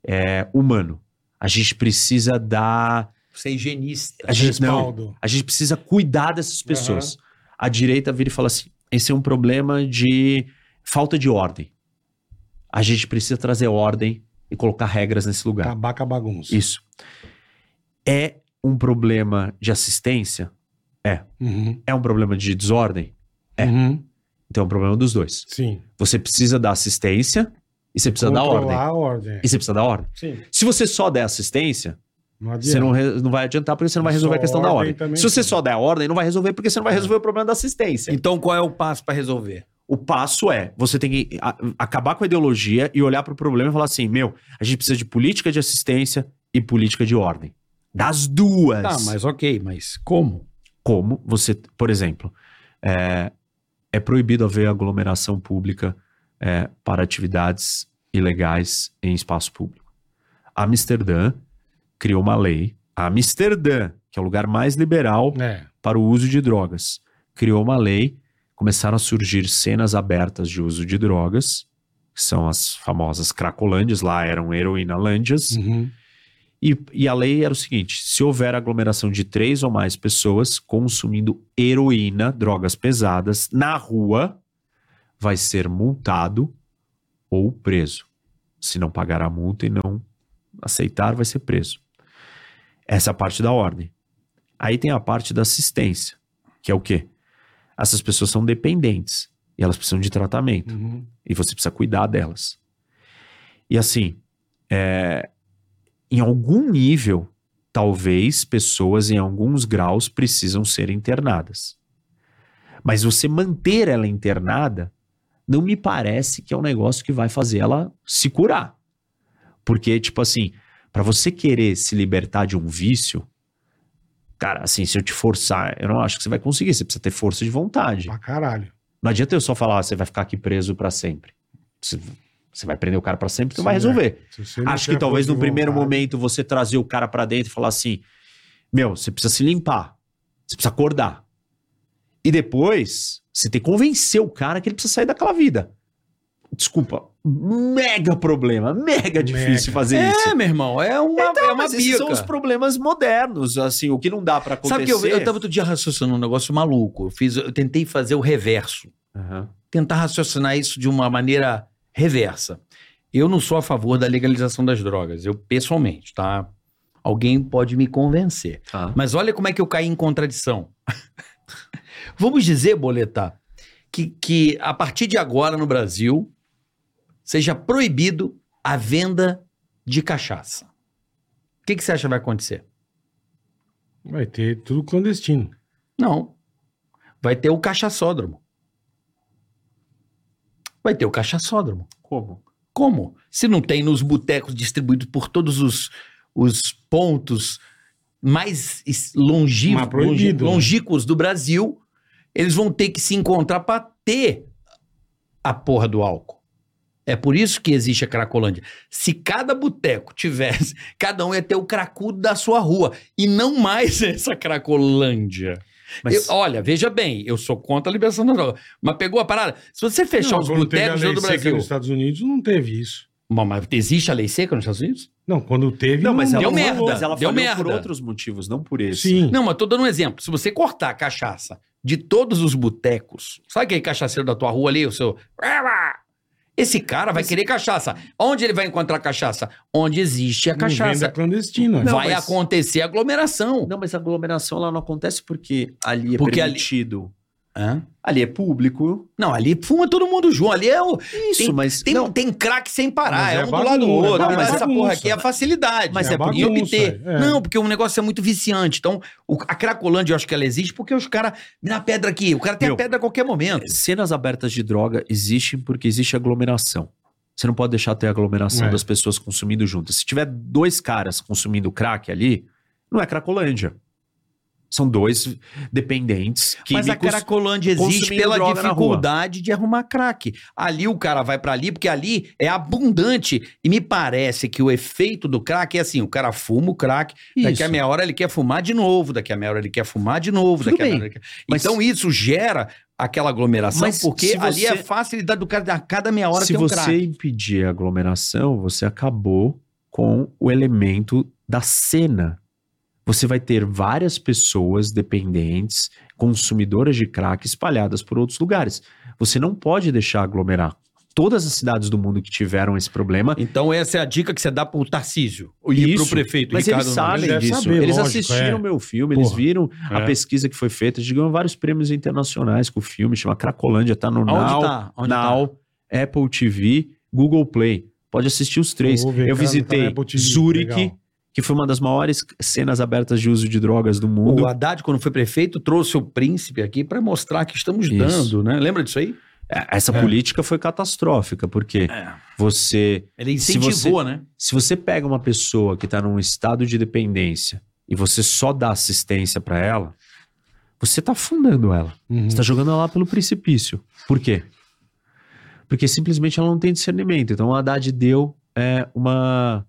Speaker 8: é, humano. A gente precisa dar.
Speaker 3: Você é higienista.
Speaker 8: A gente, não,
Speaker 4: Respaldo.
Speaker 8: a gente precisa cuidar dessas pessoas. A direita vira e fala assim: esse é um problema de falta de ordem. A gente precisa trazer ordem e colocar regras nesse lugar.
Speaker 4: Acabar com a bagunça.
Speaker 8: Isso. É um problema de assistência?
Speaker 4: Uhum.
Speaker 8: É um problema de desordem? É.
Speaker 4: Uhum.
Speaker 8: Então é um problema dos dois.
Speaker 4: Sim.
Speaker 8: Você precisa dar assistência e você precisa dar
Speaker 4: Controlar
Speaker 8: ordem.
Speaker 4: a ordem.
Speaker 8: E você precisa dar ordem.
Speaker 4: Sim.
Speaker 8: Se você só der assistência,
Speaker 4: Não
Speaker 8: Você
Speaker 4: adianta.
Speaker 8: não, re- não vai adiantar porque você não vai
Speaker 4: Só
Speaker 8: resolver a questão da
Speaker 4: ordem
Speaker 8: ordem.
Speaker 4: também É.
Speaker 8: Se você
Speaker 4: não.
Speaker 8: só der a ordem, não vai resolver porque você não vai resolver o problema da assistência.
Speaker 3: Então qual é o passo pra resolver?
Speaker 8: O passo é, você tem que a- acabar com a ideologia e olhar para o problema e falar assim, meu, a gente precisa de política de assistência e política de ordem. Das duas.
Speaker 3: Tá, mas ok, mas como?
Speaker 8: Como você, por exemplo, é, é proibido haver aglomeração pública é, para atividades ilegais em espaço público. Amsterdã criou uma lei. Amsterdã, que é o lugar mais liberal
Speaker 4: É.
Speaker 8: para o uso de drogas. Criou uma lei, começaram a surgir cenas abertas de uso de drogas, que são as famosas cracolândias, lá eram heroinalândias,
Speaker 4: Uhum.
Speaker 8: e, e a lei era o seguinte: se houver aglomeração de três ou mais pessoas consumindo heroína, drogas pesadas, na rua, vai ser multado ou preso. Se não pagar a multa e não aceitar, vai ser preso. Essa é a parte da ordem. Aí tem a parte da assistência, que é o quê? Essas pessoas são dependentes e elas precisam de tratamento
Speaker 4: Uhum.
Speaker 8: e você precisa cuidar delas. E assim, é, em algum nível, talvez pessoas em alguns graus precisam ser internadas. Mas você manter ela internada não me parece que é um negócio que vai fazer ela se curar. Porque, tipo assim, para você querer se libertar de um vício, cara, assim, se eu te forçar, eu não acho que você vai conseguir. Você precisa ter força de vontade.
Speaker 4: Pra caralho.
Speaker 8: Não adianta eu só falar, "Ah, você vai ficar aqui preso pra sempre. Você, você vai prender o cara pra sempre, tu
Speaker 4: Sim,
Speaker 3: é.
Speaker 8: vai resolver.
Speaker 4: Se você não
Speaker 8: Acho
Speaker 4: tiver
Speaker 8: que talvez
Speaker 4: força
Speaker 8: no
Speaker 3: assim,
Speaker 4: de
Speaker 8: primeiro
Speaker 4: vontade-
Speaker 8: momento você trazer o cara pra dentro e falar assim: meu, você precisa se limpar, você precisa acordar. E depois você tem que convencer o cara que ele precisa sair daquela vida. Desculpa, mega problema, mega difícil fazer isso. Então,
Speaker 3: É, meu irmão, é uma, é uma
Speaker 8: Mas esses
Speaker 3: bica.
Speaker 8: são os problemas modernos, assim, o que não dá pra acontecer.
Speaker 3: Sabe que eu, eu tava outro dia raciocinando um negócio maluco. Eu, fiz, eu tentei fazer o reverso.
Speaker 8: Aham.
Speaker 3: Tentar raciocinar isso de uma maneira reversa. Eu não sou a favor da legalização das drogas, eu pessoalmente, tá? Alguém pode me convencer.
Speaker 8: Tá.
Speaker 3: Mas olha como é que eu caí em contradição. *laughs* Vamos dizer, Boleta, que, que a partir de agora no Brasil seja proibido a venda de cachaça. O que, que você acha que vai acontecer?
Speaker 4: Vai ter tudo clandestino.
Speaker 3: Não. Vai ter o cachaçódromo. Vai ter o cachaçódromo.
Speaker 8: Como?
Speaker 3: Como? Se não tem nos botecos distribuídos por todos os, os pontos mais es- longi-
Speaker 4: Mas
Speaker 3: longi-
Speaker 4: proibido, né?
Speaker 3: longínquos do Brasil, eles vão ter que se encontrar para ter a porra do álcool. É por isso que existe a Cracolândia. Se cada boteco tivesse, *laughs* cada um ia ter o cracudo da sua rua e não mais *laughs* essa Cracolândia.
Speaker 8: Mas-
Speaker 3: Eu- olha, veja bem, eu sou contra a liberação da droga, mas pegou a parada. Se você fechar
Speaker 4: Não,
Speaker 3: os
Speaker 4: quando teve a
Speaker 3: botecos de
Speaker 4: lei
Speaker 3: todo o
Speaker 4: seca
Speaker 3: Brasil,
Speaker 4: Nos Estados Unidos não teve isso.
Speaker 3: mas, mas existe a lei seca nos Estados Unidos?
Speaker 4: Não, quando teve.
Speaker 8: Não, mas ela
Speaker 3: Deu
Speaker 8: falou-
Speaker 3: merda,
Speaker 8: Mas ela
Speaker 3: deu
Speaker 8: falhou por
Speaker 3: merda.
Speaker 8: outros motivos, não por esse.
Speaker 4: Sim.
Speaker 3: Não, mas tô dando um exemplo. Se você cortar a cachaça de todos os botecos, sabe aquele cachaceiro da tua rua ali, o seu. Esse cara vai querer cachaça. Onde ele vai encontrar cachaça? Onde existe a
Speaker 4: não venda
Speaker 3: cachaça.
Speaker 4: clandestina.
Speaker 8: é Não,
Speaker 3: vai
Speaker 8: mas-
Speaker 3: acontecer aglomeração.
Speaker 8: Não, mas a aglomeração ela não acontece porque ali é
Speaker 3: Porque ali-
Speaker 8: permitido.
Speaker 3: Hã?
Speaker 8: Ali... é público.
Speaker 3: Não, ali fuma todo mundo junto. Ali é o.
Speaker 8: Isso,
Speaker 3: Tem-
Speaker 8: mas.
Speaker 3: Tem,
Speaker 8: não,
Speaker 3: tem craque sem parar,
Speaker 4: Mas
Speaker 3: é,
Speaker 4: é
Speaker 3: um do lado do
Speaker 4: bagunça,
Speaker 3: outro.
Speaker 4: é
Speaker 3: mas essa
Speaker 4: bagunça.
Speaker 3: porra aqui é a facilidade.
Speaker 8: Mas
Speaker 3: né?
Speaker 8: é
Speaker 3: Podia
Speaker 4: bagunça,
Speaker 3: obter.
Speaker 4: é.
Speaker 3: Não, porque o negócio é muito viciante. Então, o- a Cracolândia, eu acho que ela existe porque os caras. Na pedra aqui, o cara tem
Speaker 8: Meu,
Speaker 3: a pedra a qualquer momento.
Speaker 8: cenas abertas de droga existem porque existe aglomeração. Você não pode deixar ter aglomeração
Speaker 4: É.
Speaker 8: das pessoas consumindo juntas. Se tiver dois caras consumindo crack ali, não é cracolândia. São dois dependentes
Speaker 3: Mas a
Speaker 8: químicos.
Speaker 3: Cracolândia existe
Speaker 8: consumindo
Speaker 3: pela
Speaker 8: droga na
Speaker 3: dificuldade de arrumar crack. Ali o cara vai pra ali, porque ali é abundante. E me parece que o efeito do crack é assim: o cara fuma o crack, daqui
Speaker 8: Isso.
Speaker 3: a meia hora ele quer fumar de novo, daqui a meia hora ele quer fumar de novo,
Speaker 8: Tudo
Speaker 3: daqui a
Speaker 8: bem,
Speaker 3: meia hora ele quer...
Speaker 8: mas-
Speaker 3: Então isso gera aquela aglomeração,
Speaker 8: Mas
Speaker 3: porque
Speaker 8: se
Speaker 3: ali é
Speaker 8: você-
Speaker 3: facilidade do cara, a cada meia hora
Speaker 8: Se
Speaker 3: tem um
Speaker 8: você
Speaker 3: crack.
Speaker 8: impedir a aglomeração, você acabou com o elemento da cena. Você vai ter várias pessoas dependentes, consumidoras de crack espalhadas por outros lugares. Você não pode deixar aglomerar. Todas as cidades do mundo que tiveram esse problema,
Speaker 3: Então essa é a dica que você dá pro Tarcísio e
Speaker 8: Isso,
Speaker 3: pro prefeito
Speaker 8: mas
Speaker 3: Ricardo
Speaker 8: eles
Speaker 3: Nunes.
Speaker 8: sabem
Speaker 4: deve
Speaker 8: disso.
Speaker 4: saber,
Speaker 8: eles
Speaker 4: lógico,
Speaker 8: assistiram
Speaker 4: é.
Speaker 8: meu filme, eles
Speaker 4: Porra,
Speaker 8: viram a
Speaker 4: é.
Speaker 8: pesquisa que foi feita. Eles ganham vários prêmios internacionais com o filme, chama Cracolândia, tá no
Speaker 3: Aonde
Speaker 8: Now.
Speaker 3: tá? Onde tá?
Speaker 8: Now, Apple TV, Google Play. Pode assistir os três.
Speaker 4: vou ver, cara,
Speaker 8: eu
Speaker 4: tá na
Speaker 8: visitei
Speaker 4: Apple TV,
Speaker 8: Zurich,
Speaker 4: legal.
Speaker 8: que foi uma das maiores cenas abertas de uso de drogas do mundo.
Speaker 3: O Haddad, quando foi prefeito, trouxe o príncipe aqui pra mostrar que estamos
Speaker 8: Isso.
Speaker 3: dando, né? Lembra disso aí?
Speaker 8: É, Essa política foi catastrófica, porque você,
Speaker 3: Ele
Speaker 8: Se
Speaker 3: incentivou, né?
Speaker 8: se você pega uma pessoa que está num estado de dependência e você só dá assistência para ela, você está afundando ela.
Speaker 4: Uhum.
Speaker 8: Você tá está jogando ela lá pelo precipício. Por quê? Porque simplesmente ela não tem discernimento. Então o Haddad deu é, uma,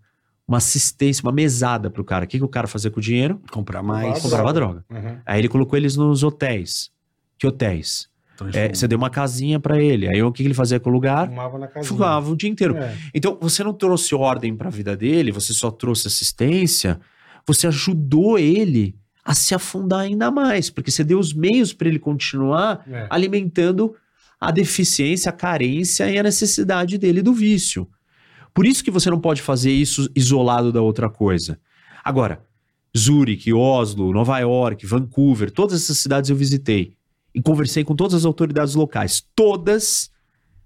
Speaker 8: uma assistência, uma mesada pro cara. O que, que o cara fazia com o dinheiro?
Speaker 3: Comprar
Speaker 4: mais.
Speaker 8: Comprava droga.
Speaker 4: Uhum.
Speaker 8: Aí ele colocou eles nos hotéis. Que hotéis? É, você deu uma casinha pra ele. Aí o que, que ele fazia com o lugar?
Speaker 4: Fumava na É, casa.
Speaker 8: Fumava o dia inteiro. Então, você não trouxe ordem para a vida dele, você só trouxe assistência, você ajudou ele a se afundar ainda mais, porque você deu os meios para ele continuar
Speaker 4: É. É.
Speaker 8: alimentando a deficiência, a carência e a necessidade dele do vício. Por isso que você não pode fazer isso isolado da outra coisa. Agora, Zurique, Oslo, Nova York, Vancouver, todas essas cidades eu visitei e conversei com todas as autoridades locais. Todas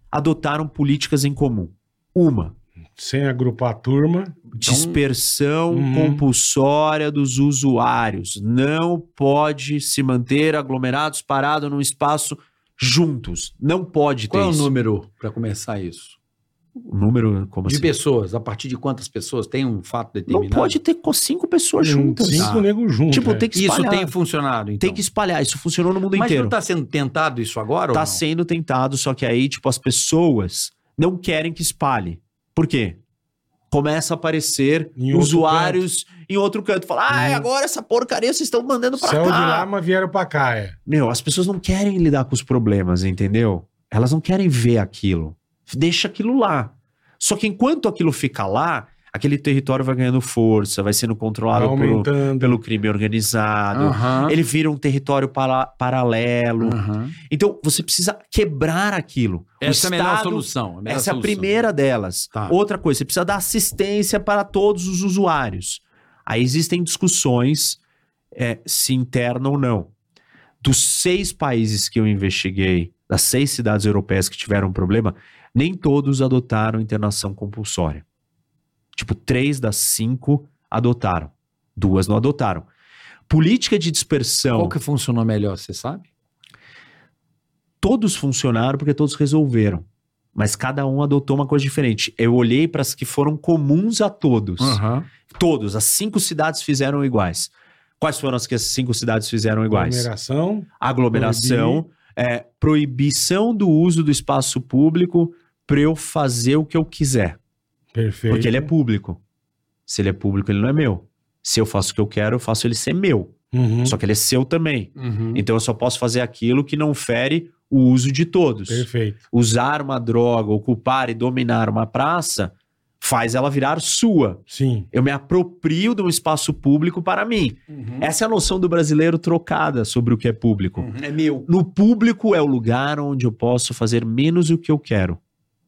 Speaker 8: adotaram políticas em comum. Uma,
Speaker 4: Sem agrupar a turma.
Speaker 3: Então,
Speaker 8: dispersão
Speaker 4: Uhum.
Speaker 8: compulsória dos usuários. Não pode se manter aglomerados parados num espaço juntos. Não pode ter
Speaker 3: Qual é o
Speaker 8: isso.
Speaker 3: número para começar isso?
Speaker 8: O número, como
Speaker 3: de
Speaker 8: assim?
Speaker 3: pessoas, a partir de quantas pessoas? Tem um fato
Speaker 8: Não
Speaker 3: determinado?
Speaker 8: pode ter co- cinco pessoas juntas.
Speaker 4: um Cinco
Speaker 3: Ah.
Speaker 4: negros juntos.
Speaker 8: Tipo,
Speaker 4: é.
Speaker 8: tem que
Speaker 3: Isso
Speaker 8: espalhar.
Speaker 3: tem funcionado, então.
Speaker 8: Tem que espalhar. Isso funcionou no mundo
Speaker 3: Mas
Speaker 8: inteiro.
Speaker 3: não tá sendo tentado isso agora? ou
Speaker 8: tá
Speaker 3: não?
Speaker 8: sendo tentado, só que aí, tipo, as pessoas não querem que espalhe. Por quê? Começa a aparecer
Speaker 4: Em outro
Speaker 8: usuários em outro canto. Fala,
Speaker 3: Uhum.
Speaker 8: ai, agora essa porcaria vocês estão mandando pra
Speaker 4: Saiu de
Speaker 8: cá.
Speaker 4: lá, mas vieram pra cá, é.
Speaker 8: Meu, as pessoas não querem lidar com os problemas, entendeu? Elas não querem ver aquilo. Deixa aquilo lá. Só que enquanto aquilo fica lá, aquele território vai ganhando força, vai sendo
Speaker 4: Tá
Speaker 8: controlado pelo,
Speaker 4: aumentando.
Speaker 8: pelo crime organizado.
Speaker 3: Aham.
Speaker 8: Ele vira um território para- paralelo.
Speaker 3: Aham.
Speaker 8: Então, você precisa quebrar aquilo. O
Speaker 3: Essa é a melhor
Speaker 8: Estado-
Speaker 3: solução. a melhor
Speaker 8: Essa é a
Speaker 3: solução. né?
Speaker 8: primeira delas.
Speaker 3: Tá.
Speaker 8: Outra coisa, você precisa dar assistência para todos os usuários. Aí existem discussões é, se interna ou não. Dos seis países que eu investiguei, das seis cidades europeias que tiveram um problema, nem todos adotaram internação compulsória. Tipo, três das cinco adotaram. Duas não adotaram. Política de dispersão.
Speaker 3: Qual que funcionou melhor, você sabe?
Speaker 8: todos funcionaram porque todos resolveram. Mas cada um adotou uma coisa diferente. Eu olhei para as que foram comuns a todos. Todos, as cinco cidades fizeram iguais. Quais foram as que as cinco cidades fizeram iguais?
Speaker 4: Aglomeração.
Speaker 8: Aglomeração, é, proibição do uso do espaço público para eu fazer o que eu quiser.
Speaker 4: Perfeito.
Speaker 8: Porque ele é público. Se ele é público, ele não é meu. Se eu faço o que eu quero, eu faço ele ser meu.
Speaker 4: Uhum.
Speaker 8: Só que ele é seu também. Então eu só posso fazer aquilo que não fere o uso de todos
Speaker 4: Perfeito.
Speaker 8: usar uma droga, ocupar e dominar uma praça, faz ela virar sua.
Speaker 4: Sim.
Speaker 8: Eu me aproprio de um espaço público para mim.
Speaker 4: Uhum.
Speaker 8: Essa é a noção do brasileiro trocada sobre o que é público.
Speaker 3: É meu.
Speaker 8: No público é o lugar onde eu posso fazer menos o que eu quero.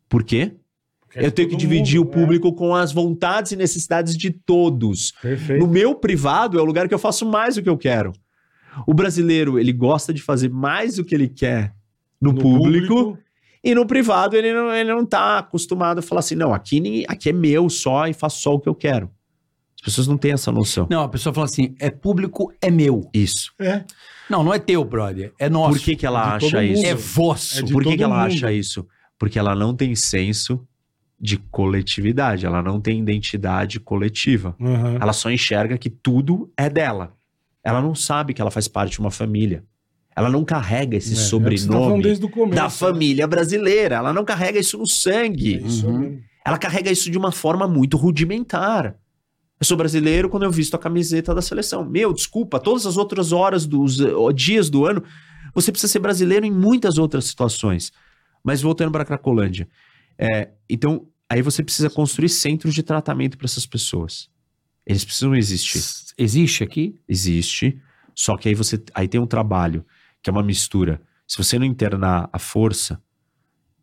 Speaker 8: Por quê?
Speaker 4: Porque é
Speaker 8: eu tenho que
Speaker 4: todo
Speaker 8: dividir
Speaker 4: mundo,
Speaker 8: o público com as vontades e necessidades de todos.
Speaker 4: é. Perfeito.
Speaker 8: No meu privado é o lugar que eu faço mais o que eu quero. O brasileiro, ele gosta de fazer mais o que ele quer no, público e no privado ele não, ele não tá acostumado a falar assim, não, aqui, ninguém- aqui é meu só e faço só o que eu quero. As pessoas não têm essa noção.
Speaker 3: Não, a pessoa fala assim, é público, é meu.
Speaker 8: Isso.
Speaker 4: É.
Speaker 3: Não, não é teu, brother. É nosso.
Speaker 8: Por que, que ela
Speaker 4: é de todo
Speaker 8: acha isso?
Speaker 3: É
Speaker 4: mundo.
Speaker 3: vosso.
Speaker 4: É de
Speaker 8: Por que,
Speaker 4: todo
Speaker 8: que ela
Speaker 4: mundo.
Speaker 8: acha isso? Porque ela não tem senso de coletividade, ela não tem identidade coletiva.
Speaker 4: Uhum.
Speaker 8: Ela só enxerga que tudo é dela. Ela não sabe que ela faz parte de uma família. Ela não carrega esse
Speaker 4: É, é o que você tá falando
Speaker 8: sobrenome
Speaker 4: desde o começo. né?
Speaker 8: da família brasileira. Ela não carrega isso no sangue.
Speaker 4: É Isso
Speaker 3: Uhum.
Speaker 4: mesmo.
Speaker 8: Ela carrega isso de uma forma muito rudimentar. Eu sou brasileiro quando eu visto a camiseta da seleção. Meu, desculpa, todas as outras horas dos eh, dias do ano, você precisa ser brasileiro em muitas outras situações. Mas voltando para Cracolândia. É, então, aí você precisa construir centros de tratamento para essas pessoas. Eles precisam existir
Speaker 3: Existe aqui?
Speaker 8: existe, só que aí você aí tem um trabalho que é uma mistura. Se você não internar a força,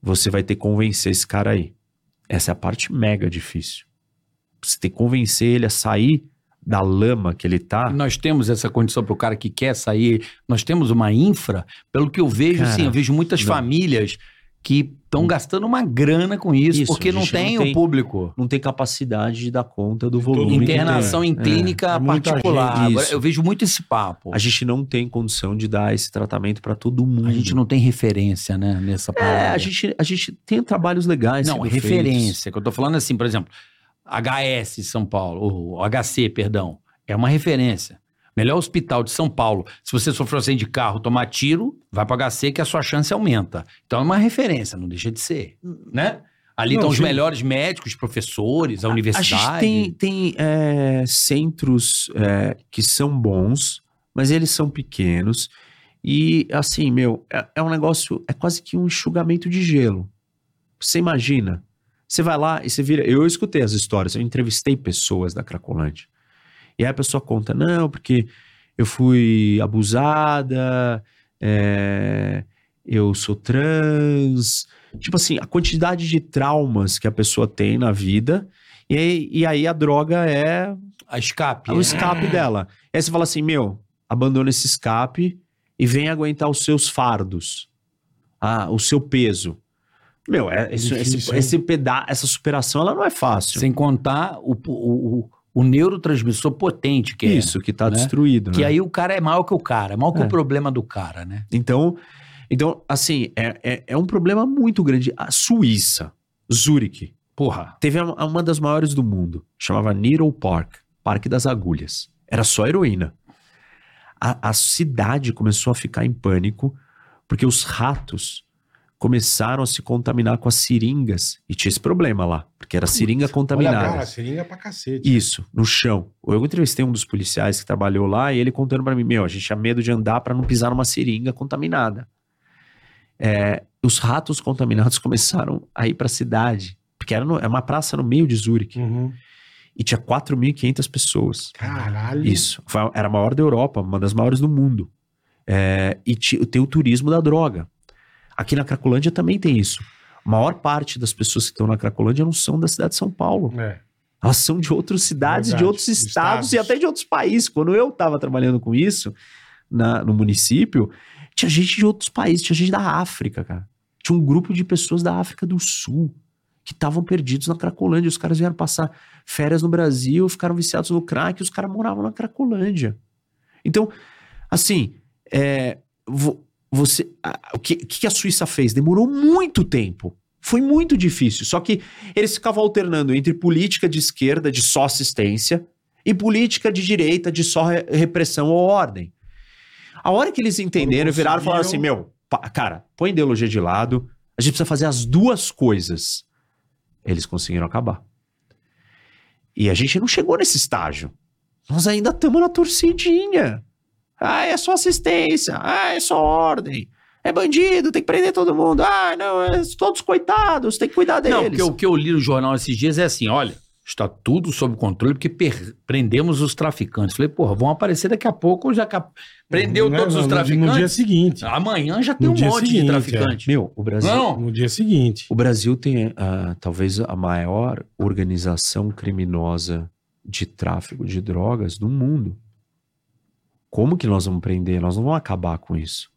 Speaker 8: você vai ter que convencer esse cara aí. Essa é a parte mega difícil. Você tem que convencer ele a sair da lama que ele tá.
Speaker 3: Nós temos essa condição para o cara que quer sair. Nós temos uma infra. Pelo que eu vejo,
Speaker 8: Cara,
Speaker 3: assim, eu vejo muitas
Speaker 8: não. Hum.
Speaker 3: famílias que estão gastando uma grana com isso,
Speaker 8: Isso,
Speaker 3: porque
Speaker 8: a
Speaker 3: não
Speaker 8: gente não
Speaker 3: tem,
Speaker 8: tem.
Speaker 3: o público.
Speaker 8: Não tem capacidade de dar conta do
Speaker 4: todo
Speaker 8: volume. que
Speaker 3: Internação em clínica
Speaker 4: É muita
Speaker 3: particular.
Speaker 8: gente.
Speaker 3: Agora,
Speaker 8: Isso.
Speaker 3: eu vejo muito esse papo.
Speaker 8: tem. A gente não tem condição de dar esse tratamento pra todo mundo.
Speaker 3: A gente não tem referência, né, nessa
Speaker 8: É,
Speaker 3: parada.
Speaker 8: a gente, a gente tem trabalhos legais.
Speaker 3: não,
Speaker 8: sendo
Speaker 3: referência.
Speaker 8: feitos.
Speaker 3: Que eu tô falando assim, por exemplo, HS São Paulo, o HC, perdão, é uma referência. Melhor hospital de São Paulo. Se você sofreu acidente de carro, tomar tiro, vai para HC que a sua chance aumenta. Então é uma referência, não deixa de ser, né? Ali
Speaker 4: Não,
Speaker 3: estão os
Speaker 4: sim.
Speaker 3: melhores médicos, professores, a
Speaker 8: A
Speaker 3: universidade.
Speaker 8: gente tem, tem é, centros é, que são bons, mas eles são pequenos. E, assim, meu, é, é um negócio, é quase que um enxugamento de gelo. Você imagina? Você vai lá e você vira. Eu escutei as histórias, eu entrevistei pessoas da Cracolândia. E aí a pessoa conta: não, porque eu fui abusada, é, eu sou trans. Tipo assim, a quantidade de traumas que a pessoa tem na vida E aí, e aí a droga é
Speaker 3: A escape.
Speaker 8: é o
Speaker 3: é.
Speaker 8: escape dela. E aí você fala assim, meu, abandona esse escape e vem aguentar os seus fardos, ah, o seu peso. Meu, é, isso-
Speaker 4: Difícil,
Speaker 8: esse,
Speaker 4: hein?
Speaker 8: esse peda essa superação, ela não é fácil.
Speaker 3: Sem contar o, o, o, o neurotransmissor potente que é.
Speaker 8: Isso, que tá
Speaker 3: né?
Speaker 8: destruído.
Speaker 3: Que
Speaker 8: né?
Speaker 3: aí o cara é maior que o cara, é maior que
Speaker 8: É.
Speaker 3: o problema do cara, né?
Speaker 8: Então, então assim, é, é, é um problema muito grande. A Suíça, Zurique,
Speaker 3: Porra.
Speaker 8: teve uma, uma das maiores do mundo. Chamava Needle Park, Parque das Agulhas. Era só heroína. A, a cidade começou a ficar em pânico porque os ratos começaram a se contaminar com as seringas. E tinha esse problema lá, porque era seringa
Speaker 4: Olha,
Speaker 8: contaminada.
Speaker 4: cara, seringa pra cacete.
Speaker 8: Isso, no chão. Eu entrevistei um dos policiais que trabalhou lá e ele contando pra mim: Meu, a gente tinha medo de andar pra não pisar numa seringa contaminada. É, os ratos contaminados *laughs* começaram a ir pra cidade, porque era, no- é uma praça no meio de Zurique
Speaker 4: Uhum.
Speaker 8: e tinha 4.500 pessoas.
Speaker 4: Caralho.
Speaker 8: Isso, foi a- era a maior da Europa, uma das maiores do mundo. É, e ti- tem o turismo da droga. Aqui na Cracolândia também tem isso. A maior parte das pessoas que estão na Cracolândia não são da cidade de São Paulo.
Speaker 4: É.
Speaker 8: Elas são de outras cidades,
Speaker 4: Verdade,
Speaker 8: de outros
Speaker 4: de
Speaker 8: estados,
Speaker 4: estados.
Speaker 8: e até de outros países. Quando eu estava trabalhando com isso na- no município, tinha gente de outros países, tinha gente da África, cara. Tinha um grupo de pessoas da África do Sul que estavam perdidos na Cracolândia. Os caras vieram passar férias no Brasil, ficaram viciados no crack, e os caras moravam na Cracolândia. Então, assim, é, vo- você, a- o que, o que a Suíça fez? Demorou muito tempo. Foi muito difícil. Só que eles ficavam alternando entre política de esquerda, de só assistência, e política de direita, de só re- repressão ou ordem. A hora que eles entenderam e viraram e falaram assim:
Speaker 4: conseguiram-
Speaker 8: meu, pa- cara, põe ideologia de lado, a gente precisa fazer as duas coisas. Eles conseguiram acabar. E a gente não chegou nesse estágio. Nós ainda estamos na torcidinha. Ah, é só assistência. Ah, é só ordem. É bandido, tem que prender todo mundo. Ah, não, é todos coitados, tem que cuidar deles.
Speaker 3: Não, porque o que eu li no jornal esses dias é assim, olha, está tudo sob controle porque per- prendemos os traficantes. Falei, porra, vão aparecer daqui a pouco, já cap- prendeu
Speaker 4: Não é,
Speaker 3: todos
Speaker 4: não,
Speaker 3: os
Speaker 4: no dia- No dia
Speaker 3: traficantes.
Speaker 4: seguinte.
Speaker 3: Amanhã já tem
Speaker 4: No
Speaker 3: um
Speaker 4: dia
Speaker 3: monte
Speaker 4: seguinte,
Speaker 3: de traficante.
Speaker 8: Meu, o Brasil.
Speaker 3: Não,
Speaker 4: No dia seguinte.
Speaker 8: O Brasil tem ah, talvez a maior organização criminosa de tráfico de drogas do mundo. Como que nós vamos prender? Nós não vamos acabar com isso.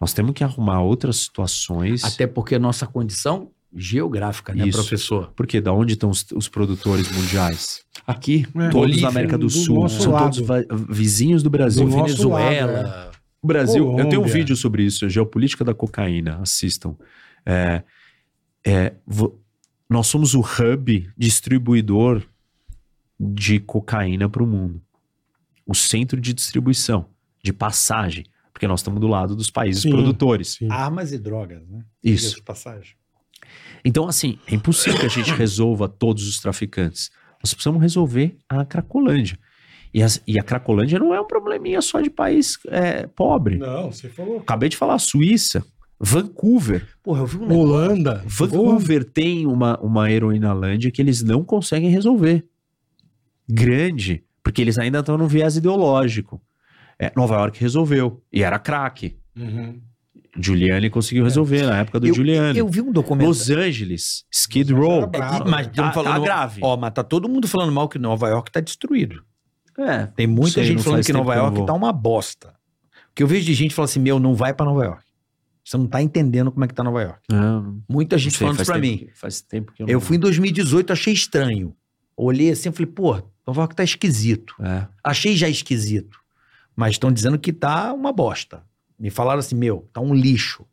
Speaker 8: Nós temos que arrumar outras situações.
Speaker 3: até porque nossa condição geográfica, né,
Speaker 8: Isso.
Speaker 3: professor?
Speaker 8: Porque da onde estão os, os produtores mundiais? Aqui,
Speaker 4: É.
Speaker 8: todos
Speaker 3: Bolívia,
Speaker 8: da América do,
Speaker 4: do
Speaker 8: Sul,
Speaker 4: nosso
Speaker 8: são
Speaker 4: lado.
Speaker 8: todos va- vizinhos do Brasil.
Speaker 4: Do nosso é.
Speaker 3: Venezuela.
Speaker 8: O Brasil, eu tenho um
Speaker 4: Colômbia.
Speaker 8: vídeo sobre isso, geopolítica da cocaína, assistam. É, é, vo- nós somos o hub distribuidor de cocaína para o mundo. O centro de distribuição, de passagem, porque nós estamos do lado dos países
Speaker 4: Sim,
Speaker 8: produtores.
Speaker 4: Sim.
Speaker 7: Armas e drogas, né?
Speaker 8: Isso.
Speaker 7: Diga-se de Passagem.
Speaker 8: Então, assim, é impossível que a gente resolva todos os traficantes. Nós precisamos resolver a Cracolândia. E, as- e a Cracolândia não é um probleminha só de país é, pobre.
Speaker 4: Não, você falou.
Speaker 8: Acabei de falar, Suíça, Vancouver.
Speaker 3: Porra, eu vi um negócio.
Speaker 4: Holanda.
Speaker 8: Vancouver tem uma, uma heroinalândia que eles não conseguem resolver. Grande, porque eles ainda estão no viés ideológico. É, Nova York resolveu, e era crack.
Speaker 4: Uhum.
Speaker 8: Giuliani conseguiu resolver na época do
Speaker 3: É. Eu-
Speaker 8: Giuliani.
Speaker 3: Eu vi um documento.
Speaker 8: Los Angeles, Skid Row.
Speaker 4: Era brabo.
Speaker 3: Mas estamos
Speaker 8: Tá-
Speaker 3: né? Então, falando.
Speaker 8: tá grave.
Speaker 3: Ó, mas tá todo mundo falando mal que Nova York tá destruído.
Speaker 8: É,
Speaker 3: Tem muita
Speaker 8: Sei,
Speaker 3: gente
Speaker 8: não
Speaker 3: falando
Speaker 8: faz
Speaker 3: que
Speaker 8: tempo
Speaker 3: Nova
Speaker 8: que eu não
Speaker 3: York
Speaker 8: vou.
Speaker 3: tá uma bosta. O que eu vejo de gente falando assim: meu, não vai pra Nova York. Você não tá entendendo como é que tá Nova York.
Speaker 8: Não,
Speaker 3: Muita gente
Speaker 8: sei,
Speaker 3: falando
Speaker 8: faz
Speaker 3: isso pra
Speaker 8: tempo
Speaker 3: mim.
Speaker 8: que- faz tempo que eu não.
Speaker 3: Eu fui em 2018, achei estranho. Olhei assim e falei, pô, Nova York tá esquisito.
Speaker 8: É.
Speaker 3: Achei já esquisito. Mas estão dizendo que tá uma bosta. Me falaram assim, meu, tá um lixo.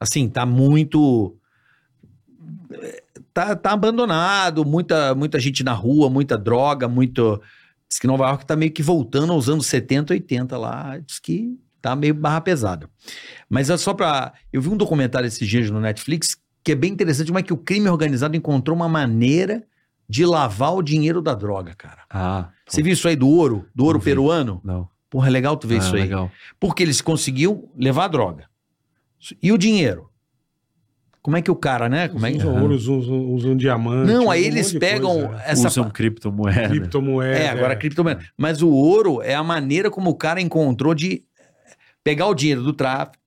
Speaker 3: Assim, tá muito. é, Tá, tá abandonado, muita, muita gente na rua, muita droga, muito. Diz que Nova York tá meio que voltando aos anos 70, 80 lá. Diz que tá meio barra pesada. Mas é só pra. Eu vi um documentário esses dias no Netflix que é bem interessante como é que o crime organizado encontrou uma maneira de lavar o dinheiro da droga, cara.
Speaker 8: Ah,
Speaker 3: Você viu isso aí do ouro? Do ouro
Speaker 8: Não vi.
Speaker 3: peruano?
Speaker 8: não.
Speaker 3: Porra, é legal tu ver
Speaker 8: Ah,
Speaker 3: isso aí.
Speaker 8: legal.
Speaker 3: Porque eles conseguiam levar a droga. E o dinheiro? Como é que o cara, né? Como é que...
Speaker 4: Usam ouro, usam, usam, usam diamante.
Speaker 3: Não, aí
Speaker 4: usam um
Speaker 3: eles
Speaker 4: monte de
Speaker 3: pegam
Speaker 4: coisa.
Speaker 3: essa...
Speaker 8: Usam criptomoeda.
Speaker 4: Criptomoeda.
Speaker 3: É, agora criptomoeda. Mas o ouro é a maneira como o cara encontrou de pegar o dinheiro do tráfico.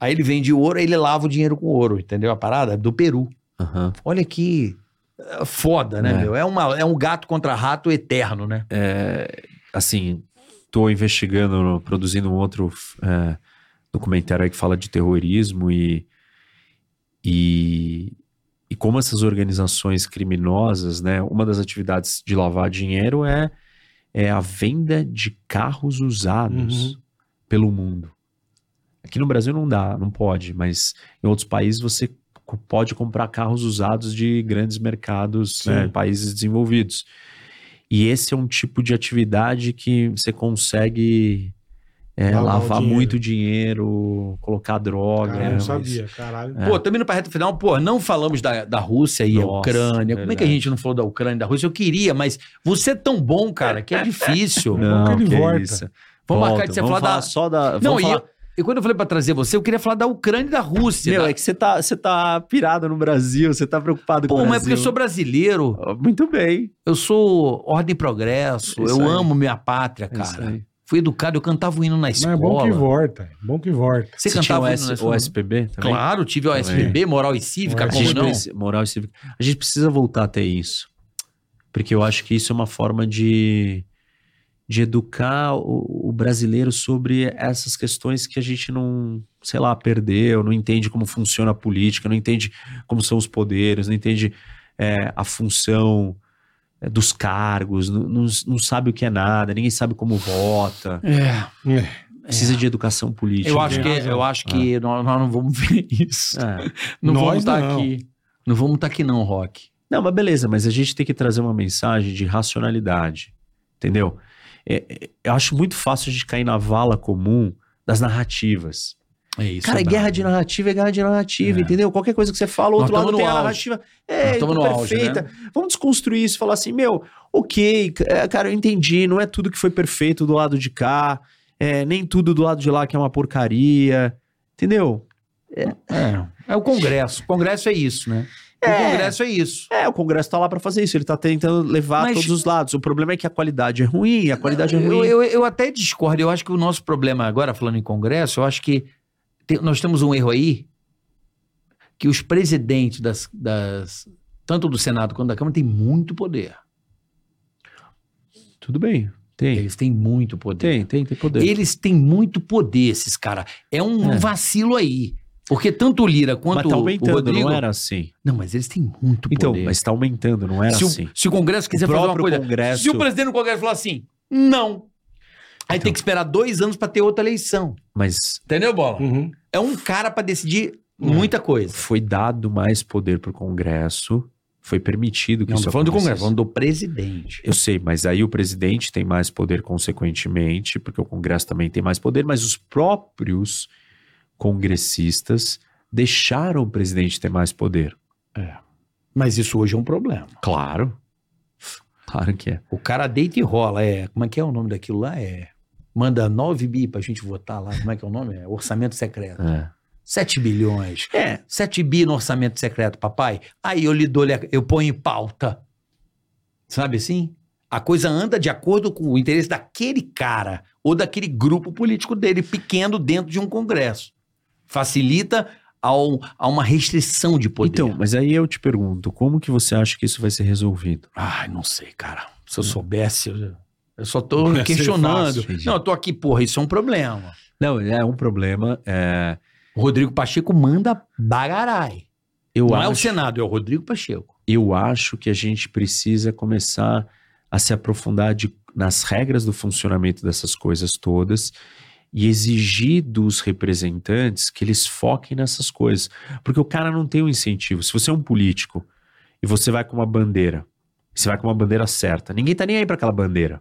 Speaker 3: Aí ele vende o ouro, aí ele lava o dinheiro com ouro, entendeu? A parada é do Peru.
Speaker 8: Aham.
Speaker 3: Olha que é, foda, né,
Speaker 8: É.
Speaker 3: meu? É, uma, é um gato contra rato eterno, né?
Speaker 8: assim, tô investigando, produzindo um outro é, documentário aí que fala de terrorismo e, e, e como essas organizações criminosas, né, uma das atividades de lavar dinheiro é, é a venda de carros usados pelo mundo. Aqui no Brasil não dá, não pode, mas em outros países você co- pode comprar carros usados de grandes mercados,
Speaker 4: Sim.
Speaker 8: né, países desenvolvidos. E esse é um tipo de atividade que você consegue é,
Speaker 4: Lavar o
Speaker 8: lavar
Speaker 4: dinheiro.
Speaker 8: muito dinheiro, colocar droga.
Speaker 4: Cara, eu não
Speaker 8: mas-
Speaker 4: sabia, caralho.
Speaker 3: Pô, também indo pra reta final, pô, não falamos da, da Rússia e a
Speaker 8: É. Nossa,
Speaker 3: Ucrânia. Como é que a
Speaker 8: verdade.
Speaker 3: gente não falou da Ucrânia e da Rússia? Eu queria, mas você é tão bom, cara, que é difícil.
Speaker 8: *laughs* Não,
Speaker 4: ele
Speaker 8: que
Speaker 4: volta.
Speaker 8: isso.
Speaker 3: Vamos
Speaker 8: Volta,
Speaker 3: marcar de você
Speaker 8: vamos
Speaker 3: falar da-
Speaker 8: só da...
Speaker 3: Não,
Speaker 8: vamos
Speaker 3: e,
Speaker 8: falar-
Speaker 3: eu- e quando eu falei pra trazer você, eu queria falar da Ucrânia e da Rússia.
Speaker 8: Meu,
Speaker 3: da-
Speaker 8: é que você tá, você tá pirado no Brasil, você tá preocupado
Speaker 3: Pô,
Speaker 8: com o
Speaker 3: mas é porque
Speaker 8: Brasil.
Speaker 3: eu sou brasileiro.
Speaker 8: Muito bem.
Speaker 3: Eu sou ordem e progresso,
Speaker 8: Isso
Speaker 3: eu
Speaker 8: aí.
Speaker 3: amo minha pátria,
Speaker 8: É isso
Speaker 3: cara.
Speaker 8: aí.
Speaker 3: Fui educado, eu cantava o hino na
Speaker 4: Mas
Speaker 3: escola.
Speaker 4: é bom que volta. Bom que volta.
Speaker 3: Você,
Speaker 8: tinha
Speaker 3: cantava
Speaker 8: o,
Speaker 3: o hino
Speaker 8: S-
Speaker 3: na
Speaker 8: o
Speaker 3: escola?
Speaker 8: SPB também?
Speaker 3: Claro, tive OSPB, moral e cívica,
Speaker 8: A
Speaker 4: Moral
Speaker 3: como
Speaker 8: gente,
Speaker 3: não?
Speaker 8: preci- moral e cívica. a gente precisa voltar a ter isso. Porque eu acho que isso é uma forma de, de educar o, o brasileiro sobre essas questões que a gente não, sei lá, perdeu, não entende como funciona a política, não entende como são os poderes, não entende é, a função é, dos cargos, não, não- não sabe o que é nada, ninguém sabe como vota.
Speaker 4: É.
Speaker 8: Precisa de educação política.
Speaker 3: Eu acho
Speaker 4: tem
Speaker 3: que,
Speaker 4: razão.
Speaker 3: eu acho que
Speaker 8: Ah.
Speaker 3: nós, nós não vamos *laughs* ver isso.
Speaker 8: É.
Speaker 3: Não
Speaker 4: Nós
Speaker 3: vamos estar
Speaker 4: não.
Speaker 3: aqui. Não vamos estar aqui não, Rock.
Speaker 8: tá Não, mas beleza, mas a gente tem que trazer uma mensagem de racionalidade, entendeu? É, é, eu acho muito fácil a gente cair na vala comum das narrativas.
Speaker 3: É isso.
Speaker 8: Cara,
Speaker 3: é
Speaker 8: é
Speaker 3: brabo.
Speaker 8: guerra de narrativa é guerra de narrativa, entendeu? Qualquer coisa que você fala, o
Speaker 3: Nós
Speaker 8: outro
Speaker 3: tamo
Speaker 8: lado
Speaker 3: no
Speaker 8: tem a
Speaker 3: auge.
Speaker 8: narrativa
Speaker 3: Nós
Speaker 8: é,
Speaker 3: tamo no auge, né?
Speaker 8: perfeita. Vamos desconstruir isso, falar assim, meu, ok, c- é, cara, eu entendi, não é tudo que foi perfeito do lado de cá, é, nem tudo do lado de lá que é uma porcaria, entendeu?
Speaker 3: É, é o Congresso. O Congresso é isso, né? O
Speaker 8: É.
Speaker 3: Congresso é isso.
Speaker 8: É, o Congresso tá lá pra fazer isso, ele tá tentando levar
Speaker 3: Mas-
Speaker 8: todos os lados. O problema é que a qualidade é ruim, a qualidade é
Speaker 3: Eu,
Speaker 8: ruim.
Speaker 3: eu, eu até discordo. Eu acho que o nosso problema agora, falando em Congresso, eu acho que te- nós temos um erro aí que os presidentes das, das- tanto do Senado quanto da Câmara têm muito poder.
Speaker 8: Tudo bem, tem.
Speaker 3: Eles têm muito poder.
Speaker 8: Tem, tem, tem poder.
Speaker 3: Eles têm muito poder, esses caras. É um
Speaker 8: É.
Speaker 3: vacilo aí. Porque tanto o Lira quanto
Speaker 8: mas tá
Speaker 3: o- o
Speaker 8: aumentando,
Speaker 3: Rodrigo...
Speaker 8: não era assim.
Speaker 3: Não, mas eles têm muito
Speaker 8: Então,
Speaker 3: poder.
Speaker 8: mas tá aumentando, não era
Speaker 3: se, o,
Speaker 8: assim.
Speaker 3: se o Congresso quiser
Speaker 8: O
Speaker 3: fazer uma
Speaker 8: próprio
Speaker 3: coisa...
Speaker 8: Congresso- Então.
Speaker 3: Se o presidente do Congresso falar assim, não. Aí tem que esperar dois anos pra ter outra eleição.
Speaker 8: Mas
Speaker 3: Entendeu,
Speaker 8: Hum.
Speaker 3: Bola?
Speaker 4: Uhum.
Speaker 3: É um cara pra decidir muita coisa.
Speaker 8: foi dado mais poder pro Congresso, foi permitido que
Speaker 3: Não,
Speaker 8: isso
Speaker 3: tô falando do Congresso, falando
Speaker 8: acontecesse.
Speaker 3: do presidente.
Speaker 8: Eu sei, mas aí o presidente tem mais poder consequentemente, porque o Congresso também tem mais poder, mas os próprios congressistas deixaram o presidente ter mais poder.
Speaker 3: Mas isso hoje é um problema.
Speaker 8: Claro. Claro que é.
Speaker 3: O cara deita e rola, é. Como é que é o nome daquilo lá? É. Manda 9 bi pra gente votar lá. Como é que é o nome? É orçamento secreto.
Speaker 8: É.
Speaker 3: 7 bilhões.
Speaker 8: É.
Speaker 3: 7 bi no orçamento secreto, papai. Aí eu lhe dou, eu ponho em pauta. Sabe assim? A coisa anda de acordo com o interesse daquele cara ou daquele grupo político dele, pequeno dentro de um congresso. Facilita ao- a uma restrição de poder.
Speaker 8: Então, mas aí eu te pergunto, como que você acha que isso vai ser resolvido?
Speaker 3: Ai, não sei, cara. Se eu soubesse, eu, eu só tô
Speaker 4: Ia ser
Speaker 3: questionando.
Speaker 4: fácil.
Speaker 3: Não, eu tô aqui, porra, isso é um problema.
Speaker 8: Não, é um problema. é,
Speaker 3: O Rodrigo Pacheco manda bagarai.
Speaker 8: eu,
Speaker 3: Não é o
Speaker 8: acho,
Speaker 3: Senado, é o Rodrigo Pacheco.
Speaker 8: eu acho que a gente precisa começar a se aprofundar de- nas regras do funcionamento dessas coisas todas e exigir dos representantes que eles foquem nessas coisas. Porque o cara não tem um incentivo. Se você é um político e você vai com uma bandeira, você vai com uma bandeira certa, ninguém tá nem aí pra aquela bandeira.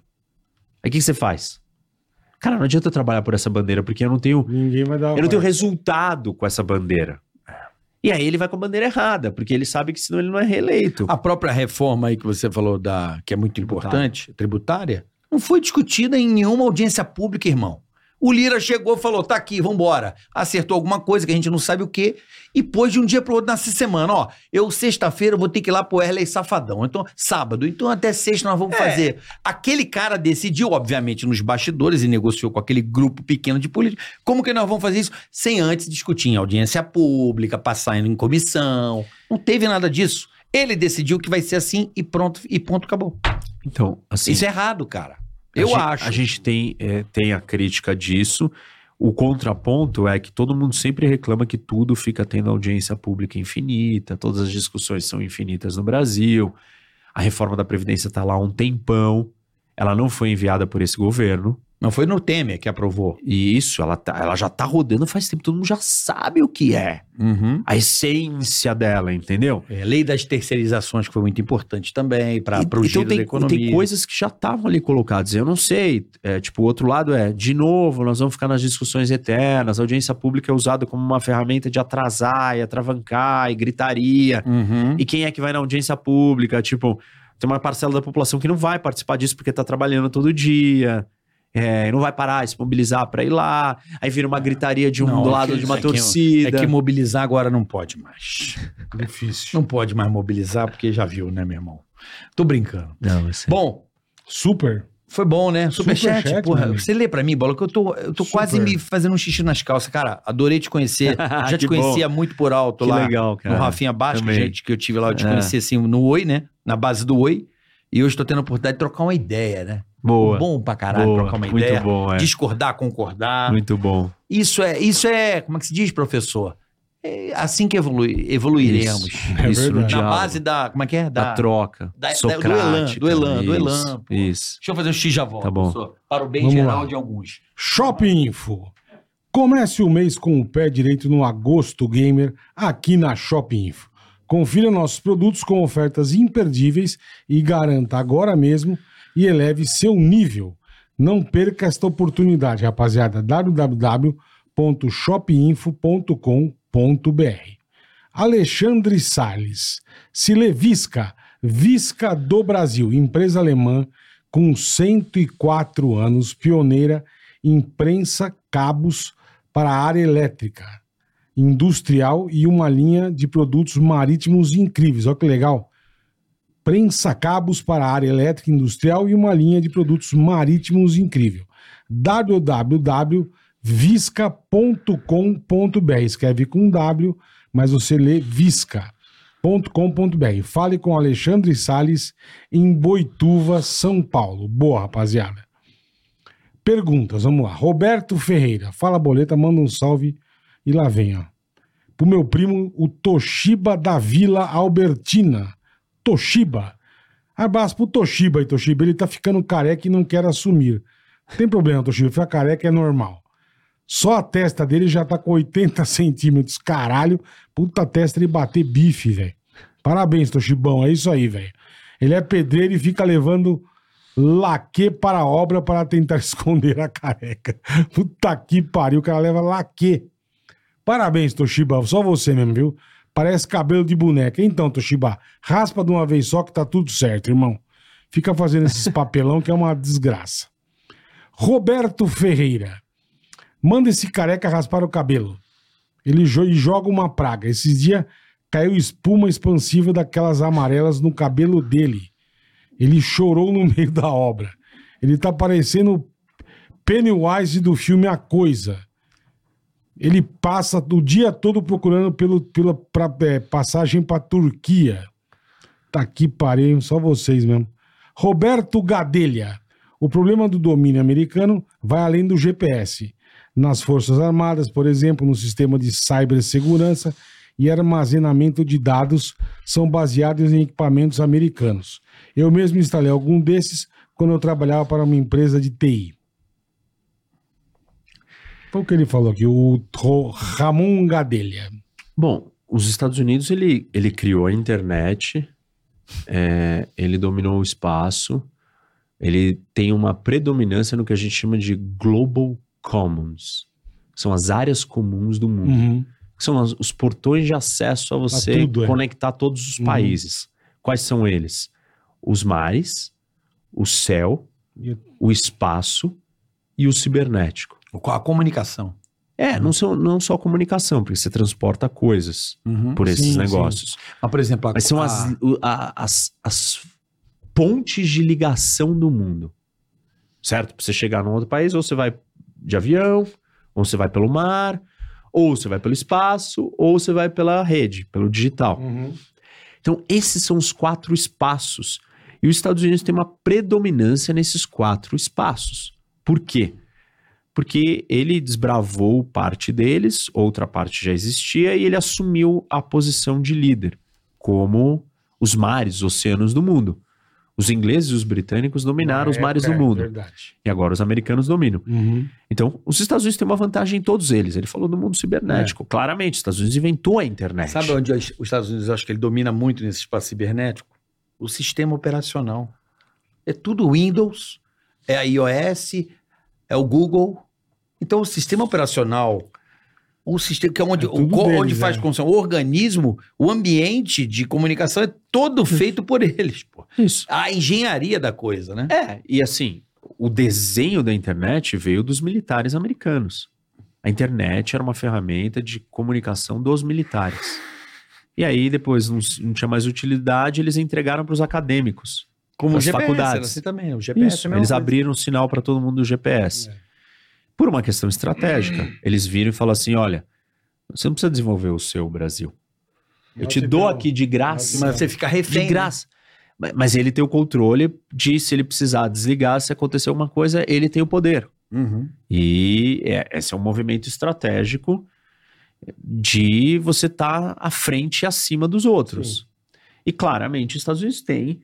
Speaker 8: Aí o que que você faz? Cara, não adianta eu trabalhar por essa bandeira, porque eu não tenho
Speaker 4: Ninguém vai dar.
Speaker 8: Eu não tenho resultado com essa bandeira. E aí ele vai com a bandeira errada, porque ele sabe que senão ele não é reeleito.
Speaker 3: A própria reforma aí que você falou, da, que é muito
Speaker 8: Tributária.
Speaker 3: importante, tributária, não foi discutida em nenhuma audiência pública, irmão. O Lira chegou e falou: tá aqui, vambora. Acertou alguma coisa que a gente não sabe o quê. E pôs de um dia pro outro nessa semana, ó. Eu, sexta-feira, vou ter que ir lá pro Erley Safadão. Então, sábado. Então, até sexta nós vamos fazer. Aquele cara decidiu, obviamente, nos bastidores e negociou com aquele grupo pequeno de políticos. Como que nós vamos fazer isso? Sem antes discutir em audiência pública, passar em comissão. Não teve nada disso. Ele decidiu que vai ser assim e pronto, e ponto, acabou.
Speaker 8: Então, assim.
Speaker 3: Isso é errado, cara.
Speaker 8: A
Speaker 3: Eu
Speaker 8: gen-
Speaker 3: acho.
Speaker 8: A gente tem, é, tem a crítica disso. O contraponto é que todo mundo sempre reclama que tudo fica tendo audiência pública infinita, todas as discussões são infinitas no Brasil. A reforma da Previdência está lá há um tempão. Ela não foi enviada por esse governo.
Speaker 3: Não foi no Temer que aprovou.
Speaker 8: E isso, ela, tá- ela já tá rodando faz tempo, todo mundo já sabe o que é.
Speaker 3: Uhum.
Speaker 8: A essência dela, entendeu?
Speaker 3: É, lei das terceirizações, que foi muito importante também para
Speaker 8: E- então
Speaker 3: o giro
Speaker 8: tem,
Speaker 3: Tá da economia.
Speaker 8: tem coisas que já estavam ali colocadas. Eu não sei. é, tipo, o outro lado é, de novo, nós vamos ficar nas discussões eternas. A audiência pública é usada como uma ferramenta de atrasar e atravancar e gritaria.
Speaker 3: Uhum.
Speaker 8: E quem é que vai na audiência pública? Tipo, tem uma parcela da população que não vai participar disso porque tá trabalhando todo dia. é, não vai parar, se mobilizar para ir lá. Aí vira uma gritaria de um
Speaker 3: Não,
Speaker 8: do
Speaker 3: é
Speaker 8: lado
Speaker 3: que-
Speaker 8: de uma
Speaker 3: é que-
Speaker 8: torcida.
Speaker 3: É que mobilizar agora não pode mais.
Speaker 4: Difícil.
Speaker 3: Não pode mais mobilizar, porque já viu, né, meu irmão? Tô brincando.
Speaker 8: Não, isso é
Speaker 3: Bom,
Speaker 4: Super.
Speaker 3: foi bom, né? Superchat,
Speaker 4: Superchat, meu
Speaker 3: porra.
Speaker 4: amigo.
Speaker 3: Você lê pra mim, Bola, que eu tô, eu tô
Speaker 4: Super.
Speaker 3: quase me fazendo um xixi nas calças. Cara, adorei te conhecer. Já te
Speaker 8: Que bom.
Speaker 3: conhecia muito por alto
Speaker 8: Que
Speaker 3: lá
Speaker 8: legal, cara.
Speaker 3: no Rafinha Basco,
Speaker 8: também.
Speaker 3: gente, que eu tive lá, eu te
Speaker 8: É.
Speaker 3: conheci assim no Oi, né? Na base do Oi. E hoje tô tendo a oportunidade de trocar uma ideia, né?
Speaker 8: Boa.
Speaker 3: Bom pra caralho
Speaker 8: boa,
Speaker 3: trocar uma
Speaker 8: muito
Speaker 3: ideia.
Speaker 8: bom, é.
Speaker 3: Discordar, concordar.
Speaker 8: Muito bom.
Speaker 3: Isso é, isso é, como é que se diz, professor? É assim que evolui, evoluiremos.
Speaker 8: Isso,
Speaker 4: É
Speaker 8: isso
Speaker 4: verdade.
Speaker 8: no
Speaker 3: Na
Speaker 8: diálogo,
Speaker 3: base da, como é que é?
Speaker 8: da,
Speaker 3: Da,
Speaker 8: troca.
Speaker 3: da- da- do elan,
Speaker 8: socrática,
Speaker 3: do elan, do elan,
Speaker 8: isso,
Speaker 3: pô.
Speaker 8: Isso.
Speaker 3: Deixa eu fazer um x já volto,
Speaker 8: Tá bom.
Speaker 3: professor, para o bem
Speaker 4: Vamos
Speaker 3: geral
Speaker 4: lá.
Speaker 3: de alguns.
Speaker 4: Shopping Info. Comece o mês com o pé direito no Agosto Gamer aqui na Shopping Info. Confira nossos produtos com ofertas imperdíveis e garanta agora mesmo e eleve seu nível. Não perca esta oportunidade, rapaziada. www.shopinfo.com.br Alexandre Salles. Silevisca, Visca do Brasil, empresa alemã com 104 anos, pioneira em prensa cabos para a área elétrica, industrial e uma linha de produtos marítimos incríveis. Olha que legal. Prensa cabos para a área elétrica industrial e uma linha de produtos marítimos incrível. www.visca.com.br. Escreve com W, mas você lê visca.com.br. Fale com Alexandre Sales em Boituva, São Paulo. Boa, rapaziada. Perguntas, vamos lá. Roberto Ferreira, fala boleta, manda um salve e lá vem, ó. Pro meu primo, o Toshiba da Vila Albertina. Toshiba. Abraço pro Toshiba aí, Toshiba. Ele tá ficando careca e não quer assumir. Não tem problema, Toshiba. Ficar careca é normal. Só a testa dele já tá com 80 centímetros. Caralho, puta testa de bater bife, velho. Parabéns, Toshibão. É isso aí, velho. Ele é pedreiro e fica levando laque para a obra para tentar *laughs* esconder a careca. Puta que pariu, o cara leva laque. Parabéns, Toshiba. Só você mesmo, viu? Parece cabelo de boneca. Então, Toshiba, raspa de uma vez só que tá tudo certo, irmão. Fica fazendo esses papelão que é uma desgraça. Roberto Ferreira. Manda esse careca raspar o cabelo. Ele jo- e joga uma praga. Esses dias caiu espuma expansiva daquelas amarelas no cabelo dele. Ele chorou no *laughs* meio da obra. Ele tá parecendo o Pennywise do filme A Coisa. Ele passa o dia todo procurando pelo, pela pra- é, passagem pra Turquia. Tá aqui, parei, só vocês mesmo. Roberto Gadelha. O problema do domínio americano vai além do GPS. Nas Forças Armadas, por exemplo, no sistema de cibersegurança e armazenamento de dados são baseados em equipamentos americanos. Eu mesmo instalei algum desses quando eu trabalhava para uma empresa de TI. Foi o que ele falou aqui, o Ro- Ramon Gadelha.
Speaker 8: Bom, os Estados Unidos, ele, ele criou a internet, é, ele dominou o espaço, ele tem uma predominância no que a gente chama de Global Commons. São as áreas comuns do mundo. que são as- os portões de acesso a você
Speaker 4: tudo, é.
Speaker 8: conectar todos os
Speaker 4: Uhum.
Speaker 8: países. Quais são eles? Os mares, o céu,
Speaker 4: E o-
Speaker 8: o espaço e o cibernético.
Speaker 3: Com a comunicação.
Speaker 8: É, não, são, não só comunicação, porque você transporta coisas por esses
Speaker 4: Sim, sim.
Speaker 8: negócios.
Speaker 3: Uhum. Mas, por exemplo, a,
Speaker 8: Mas são
Speaker 3: a-
Speaker 8: as, o- a- as, as pontes de ligação do mundo. Certo? Pra você chegar num outro país, ou você vai de avião, ou você vai pelo mar, ou você vai pelo espaço, ou você vai pela rede, pelo digital. Então, esses são os quatro espaços. E os Estados Unidos tem uma predominância nesses quatro espaços. Por quê? Porque ele desbravou parte deles, outra parte já existia, e ele assumiu a posição de líder, como os mares, oceanos do mundo. Os ingleses e os britânicos dominaram os
Speaker 4: É,
Speaker 8: mares
Speaker 4: é,
Speaker 8: do mundo.
Speaker 4: Verdade.
Speaker 8: E agora os americanos dominam.
Speaker 4: Uhum.
Speaker 8: Então, os Estados Unidos têm uma vantagem em todos eles. Ele falou do mundo
Speaker 4: É.
Speaker 8: cibernético. Claramente, os Estados Unidos inventou a internet.
Speaker 3: Sabe onde os os Estados Unidos eu acho que ele domina muito nesse espaço cibernético? O sistema operacional. É tudo Windows, é a iOS, é o Google. Então o sistema operacional, o sistema que é onde,
Speaker 4: É tudo
Speaker 3: o co- onde
Speaker 4: deles,
Speaker 3: faz
Speaker 4: é.
Speaker 3: construção, o organismo, o ambiente de comunicação é
Speaker 8: *laughs*
Speaker 3: todo feito por eles. Pô.
Speaker 8: Isso.
Speaker 3: A engenharia da coisa, né?
Speaker 8: É, e assim, o desenho da internet veio dos militares americanos. A internet era uma ferramenta de comunicação dos militares. E aí, depois, não, s- não tinha mais utilidade, eles entregaram para os acadêmos.
Speaker 3: Como
Speaker 8: As faculdades.
Speaker 3: era assim também. O GPS
Speaker 8: Isso,
Speaker 3: é a mesma
Speaker 8: eles
Speaker 3: coisa. É.
Speaker 8: abriram o sinal para todo mundo do GPS. Por uma questão estratégica. Eles viram e falaram assim: olha, você não precisa desenvolver o seu Brasil. Eu
Speaker 4: Nós
Speaker 8: te
Speaker 4: te
Speaker 8: dou
Speaker 4: damos.
Speaker 8: aqui de graça.
Speaker 3: Mas assim, você fica refém.
Speaker 8: de
Speaker 3: né?
Speaker 8: graça. Ma- Mas ele tem o controle de se ele precisar desligar, se acontecer alguma coisa, ele tem o poder.
Speaker 3: Uhum.
Speaker 8: E é, esse é um movimento estratégico de você estar à frente e acima dos outros. E claramente os Estados Unidos têm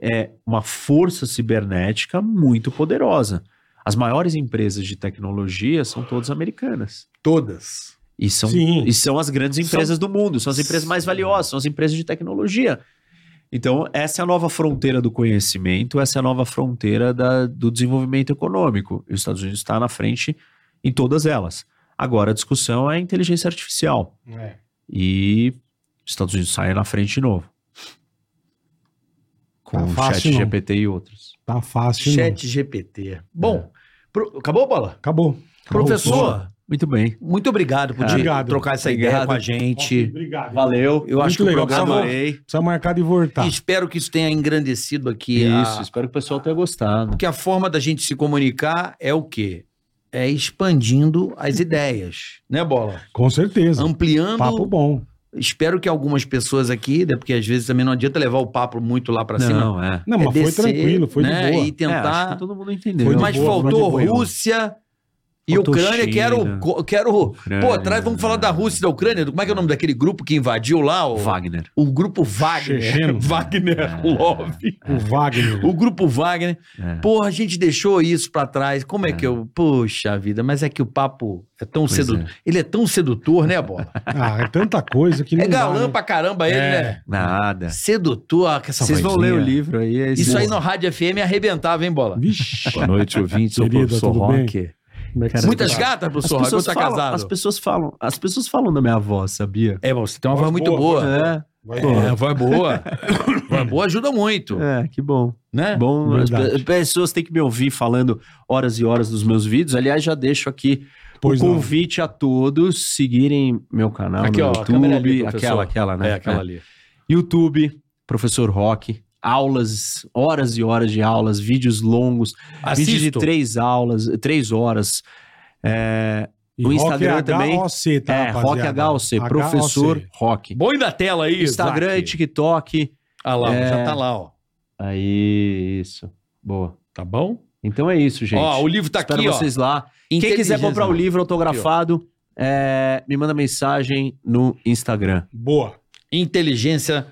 Speaker 8: é, uma força cibernética muito poderosa. As maiores empresas de tecnologia são todas americanas.
Speaker 3: Todas.
Speaker 8: E são,
Speaker 4: Sim.
Speaker 8: e são as grandes empresas do mundo, são as empresas mais valiosas, são as empresas de tecnologia. Então, essa é a nova fronteira do conhecimento, essa é a nova fronteira da- do desenvolvimento econômico. E os Estados Unidos está na frente em todas elas. Agora, a discussão é a inteligência artificial.
Speaker 4: É.
Speaker 8: E os Estados Unidos saem na frente de novo. Com
Speaker 4: Tá
Speaker 8: o
Speaker 4: fácil,
Speaker 8: chat
Speaker 4: não.
Speaker 8: GPT e outros.
Speaker 4: Tá
Speaker 8: assim,
Speaker 4: fácil. não.
Speaker 3: Chat GPT. Bom,
Speaker 8: é.
Speaker 3: pro- acabou, Bola?
Speaker 4: Acabou. Acabou.
Speaker 3: Professor,
Speaker 8: Muito bem.
Speaker 3: muito obrigado por
Speaker 8: Cara,
Speaker 3: ter
Speaker 4: É. obrigado.
Speaker 3: trocar essa ideia
Speaker 8: Obrigado.
Speaker 3: com a gente.
Speaker 4: Obrigado.
Speaker 8: Valeu.
Speaker 3: Eu acho que
Speaker 4: Muito legal. Tá
Speaker 3: o programa. é
Speaker 8: Adorei.
Speaker 4: Precisa marcar de voltar.
Speaker 3: Espero que isso tenha engrandecido aqui.
Speaker 8: Isso,
Speaker 3: a-
Speaker 8: espero que o pessoal tenha gostado.
Speaker 3: Porque a forma da gente se comunicar é o quê? É expandindo as ideias. Né, Bola?
Speaker 4: Com certeza.
Speaker 3: Ampliando.
Speaker 4: Papo bom.
Speaker 3: Espero que algumas pessoas aqui, né, porque às vezes também não adianta levar o papo muito lá pra cima.
Speaker 8: Não, é.
Speaker 4: Não,
Speaker 3: É
Speaker 4: mas foi
Speaker 3: descer,
Speaker 4: tranquilo, foi
Speaker 3: né,
Speaker 4: de boa.
Speaker 3: E
Speaker 8: É, acho
Speaker 3: tentar.
Speaker 8: que todo mundo entendeu.
Speaker 4: Foi de
Speaker 3: Mas
Speaker 4: boa,
Speaker 3: faltou
Speaker 4: foi de boa.
Speaker 3: Rússia e
Speaker 8: Faltou
Speaker 3: Ucrânia, que era
Speaker 8: China.
Speaker 3: o. co- Que era o
Speaker 8: Ucrânia.
Speaker 3: pô, atrás vamos falar da Rússia e da Ucrânia. Como é que é o nome daquele grupo que invadiu lá? O,
Speaker 8: Wagner.
Speaker 3: o grupo Wagner.
Speaker 4: Checheno.
Speaker 3: *laughs* Wagner Love.
Speaker 4: O Wagner.
Speaker 3: *laughs* O grupo Wagner.
Speaker 8: É.
Speaker 3: Porra, a gente deixou isso pra trás. Como é, que eu. Poxa vida, mas é que o papo é tão
Speaker 8: Pois
Speaker 3: sedutor.
Speaker 8: é.
Speaker 3: Ele é tão sedutor, né,
Speaker 4: *laughs*
Speaker 3: Bola?
Speaker 4: Ah, é tanta coisa que não
Speaker 3: é galã
Speaker 4: dá, né?
Speaker 3: pra caramba ele,
Speaker 4: É.
Speaker 3: né?
Speaker 8: Nada.
Speaker 3: Sedutor, com essa
Speaker 8: Vocês vão
Speaker 3: vozinha.
Speaker 8: ler o livro aí. é
Speaker 3: Isso aí no Rádio FM arrebentava, hein, Bola?
Speaker 4: Vixe.
Speaker 8: Boa noite, ouvintes. Sou o
Speaker 4: Querida,
Speaker 8: professor
Speaker 4: tudo bem?
Speaker 8: Rock.
Speaker 4: Como é que
Speaker 8: Cara,
Speaker 4: você
Speaker 3: Muitas
Speaker 4: tá?
Speaker 3: gatas,
Speaker 8: As
Speaker 3: professor. Agora
Speaker 8: pessoas,
Speaker 3: tá
Speaker 8: falam,
Speaker 3: casado.
Speaker 8: as pessoas falam, as pessoas falam da minha avó, sabia?
Speaker 3: É, bom, você tem uma voz muito boa.
Speaker 8: É,
Speaker 4: Vai
Speaker 8: Pô.
Speaker 4: lá.
Speaker 3: É, voz boa. voz boa ajuda muito,
Speaker 8: é que bom.
Speaker 3: né?
Speaker 8: Bom, as
Speaker 4: Verdade.
Speaker 8: pe- pessoas têm que me ouvir falando horas e horas dos meus vídeos. Aliás, já deixo aqui
Speaker 4: Pois
Speaker 8: o
Speaker 4: não.
Speaker 8: convite a todos seguirem meu canal
Speaker 3: Aqui,
Speaker 8: no
Speaker 3: ó, a
Speaker 8: YouTube,
Speaker 3: câmera é ali, professor.
Speaker 8: aquela, aquela, né?
Speaker 3: É, aquela ali.
Speaker 8: YouTube, Professor Rock, aulas, horas e horas de aulas, vídeos longos, vídeos de
Speaker 3: Assisto.
Speaker 8: três aulas, três horas. É,
Speaker 4: E
Speaker 8: O Instagram
Speaker 4: Rock é
Speaker 8: também.
Speaker 4: HOC, tá,
Speaker 8: é Rock
Speaker 4: rapaziada?
Speaker 8: HOC, Professor Rock.
Speaker 3: Põe na tela aí,
Speaker 8: Instagram,
Speaker 3: Isaac.
Speaker 8: TikTok.
Speaker 3: Ah lá,
Speaker 8: É.
Speaker 3: já tá lá, ó.
Speaker 8: Aí, isso. Boa.
Speaker 3: Tá bom?
Speaker 8: Então é isso, gente.
Speaker 3: Ó, o livro tá
Speaker 8: Espero
Speaker 3: aqui, ó.
Speaker 8: vocês lá. Quem quiser comprar o livro autografado, é, me manda mensagem no Instagram.
Speaker 4: Boa.
Speaker 3: Inteligência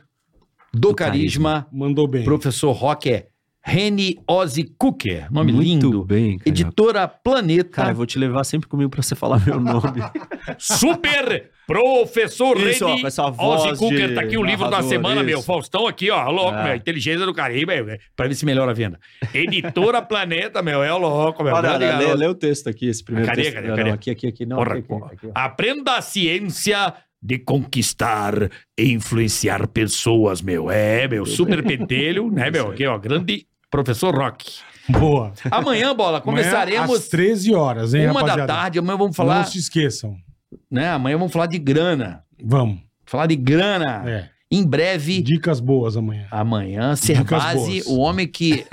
Speaker 3: do,
Speaker 8: Do
Speaker 3: carisma.
Speaker 4: Mandou bem.
Speaker 3: Professor Rock é Reni Ozzy Cooker. Nome
Speaker 8: Muito
Speaker 3: lindo.
Speaker 8: bem, cara.
Speaker 3: Editora Planeta.
Speaker 8: Cara, eu vou te levar sempre comigo pra você falar *laughs*
Speaker 2: *laughs*
Speaker 8: meu nome.
Speaker 2: Super Professor
Speaker 8: Isso, ó,
Speaker 2: Reni
Speaker 8: com essa voz
Speaker 2: Ozzy
Speaker 8: de
Speaker 2: Cooker, tá aqui o livro da
Speaker 8: narrador,
Speaker 2: semana,
Speaker 8: isso.
Speaker 2: meu. Faustão aqui, ó, louco,
Speaker 8: É.
Speaker 2: meu. Inteligência do Caribe, meu.
Speaker 3: Pra ver se melhora a venda.
Speaker 2: Editora *laughs* Planeta, meu. É louco, meu.
Speaker 8: Olha,
Speaker 2: Grande
Speaker 8: lê,
Speaker 2: garoto.
Speaker 8: lê o texto aqui, esse primeiro
Speaker 2: Cadê,
Speaker 8: texto.
Speaker 2: cadê,
Speaker 8: não,
Speaker 2: cadê?
Speaker 8: não, aqui, aqui, aqui. Não,
Speaker 2: Porra,
Speaker 8: aqui, aqui,
Speaker 2: porra.
Speaker 8: aqui, ó.
Speaker 2: Aprenda a ciência de conquistar e influenciar pessoas, meu. É, meu. Super pentelho, né, meu? Aqui, ó. Grande professor Rock.
Speaker 4: Boa.
Speaker 3: Amanhã, bola,
Speaker 4: Amanhã Às
Speaker 3: *laughs* começaremos
Speaker 4: 13 horas, hein,
Speaker 3: uma
Speaker 4: rapaziada?
Speaker 3: da tarde. Amanhã vamos falar,
Speaker 4: Não se esqueçam.
Speaker 3: né? Amanhã vamos falar de grana.
Speaker 4: Vamos.
Speaker 3: Falar de grana.
Speaker 4: É.
Speaker 3: Em breve,
Speaker 4: Dicas boas amanhã.
Speaker 3: Amanhã, Cerbasi,
Speaker 4: boas.
Speaker 3: o homem que,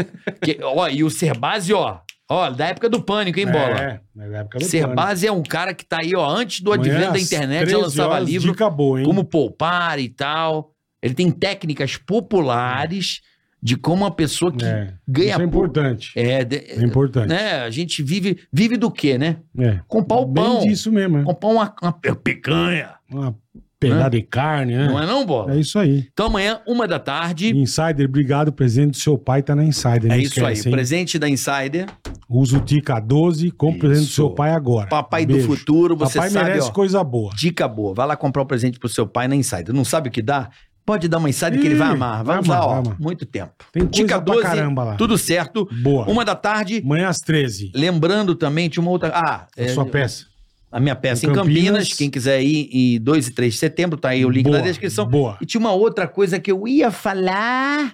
Speaker 3: que- Ó, e o Cerbasi, ó. Ó, da época do pânico, hein, bola?
Speaker 4: É, na época do pânico.
Speaker 3: Cerbasi é um cara que tá aí, ó, antes do
Speaker 4: Amanhã
Speaker 3: advento da
Speaker 4: às
Speaker 3: internet, já
Speaker 4: 13
Speaker 3: lançava
Speaker 4: horas,
Speaker 3: livro
Speaker 4: Dica boa, hein?
Speaker 3: como poupar e tal. Ele tem técnicas populares de como a pessoa que
Speaker 4: É.
Speaker 3: ganha
Speaker 4: Isso é
Speaker 3: pouco-
Speaker 4: importante.
Speaker 3: É, de-
Speaker 4: É importante.
Speaker 3: né? A gente vive vive do quê, né?
Speaker 4: É.
Speaker 3: Comprar o
Speaker 4: Bem
Speaker 3: pão.
Speaker 4: disso mesmo, é.
Speaker 3: Comprar uma, uma pe- picanha.
Speaker 4: Uma pedaço de carne, né?
Speaker 3: Não é não, Bola?
Speaker 4: É isso aí.
Speaker 3: Então amanhã, uma da tarde.
Speaker 4: Insider, obrigado. O presente do seu pai tá na Insider. não
Speaker 3: é isso
Speaker 4: esquece,
Speaker 3: aí.
Speaker 4: hein?
Speaker 3: Presente da Insider.
Speaker 4: Usa o Tica 12 com o presente do
Speaker 3: Isso.
Speaker 4: seu pai agora.
Speaker 3: Papai
Speaker 4: Beijo.
Speaker 3: do futuro, você
Speaker 4: Papai
Speaker 3: sabe,
Speaker 4: merece
Speaker 3: ó,
Speaker 4: coisa boa.
Speaker 3: dica boa. Vai lá comprar o presente pro seu pai na Insider. Não sabe o que dá? Pode dar uma Insider que
Speaker 4: Ih,
Speaker 3: ele vai amar. Vai
Speaker 4: vai
Speaker 3: usar,
Speaker 4: amar,
Speaker 3: ó,
Speaker 4: vai amar.
Speaker 3: muito tempo.
Speaker 4: Tem coisa
Speaker 3: dica
Speaker 4: pra
Speaker 3: 12,
Speaker 4: caramba lá.
Speaker 3: tudo certo.
Speaker 4: Boa.
Speaker 3: Uma da tarde.
Speaker 4: Amanhã às 13.
Speaker 3: Lembrando também de uma outra... Ah,
Speaker 4: É,
Speaker 3: é,
Speaker 4: sua peça.
Speaker 3: a minha peça
Speaker 4: em
Speaker 3: em Campinas.
Speaker 4: Campinas.
Speaker 3: Quem quiser ir em 2 e 3 de setembro, tá aí o link
Speaker 4: Boa,
Speaker 3: na descrição.
Speaker 4: Boa.
Speaker 3: E tinha uma outra coisa que eu ia falar.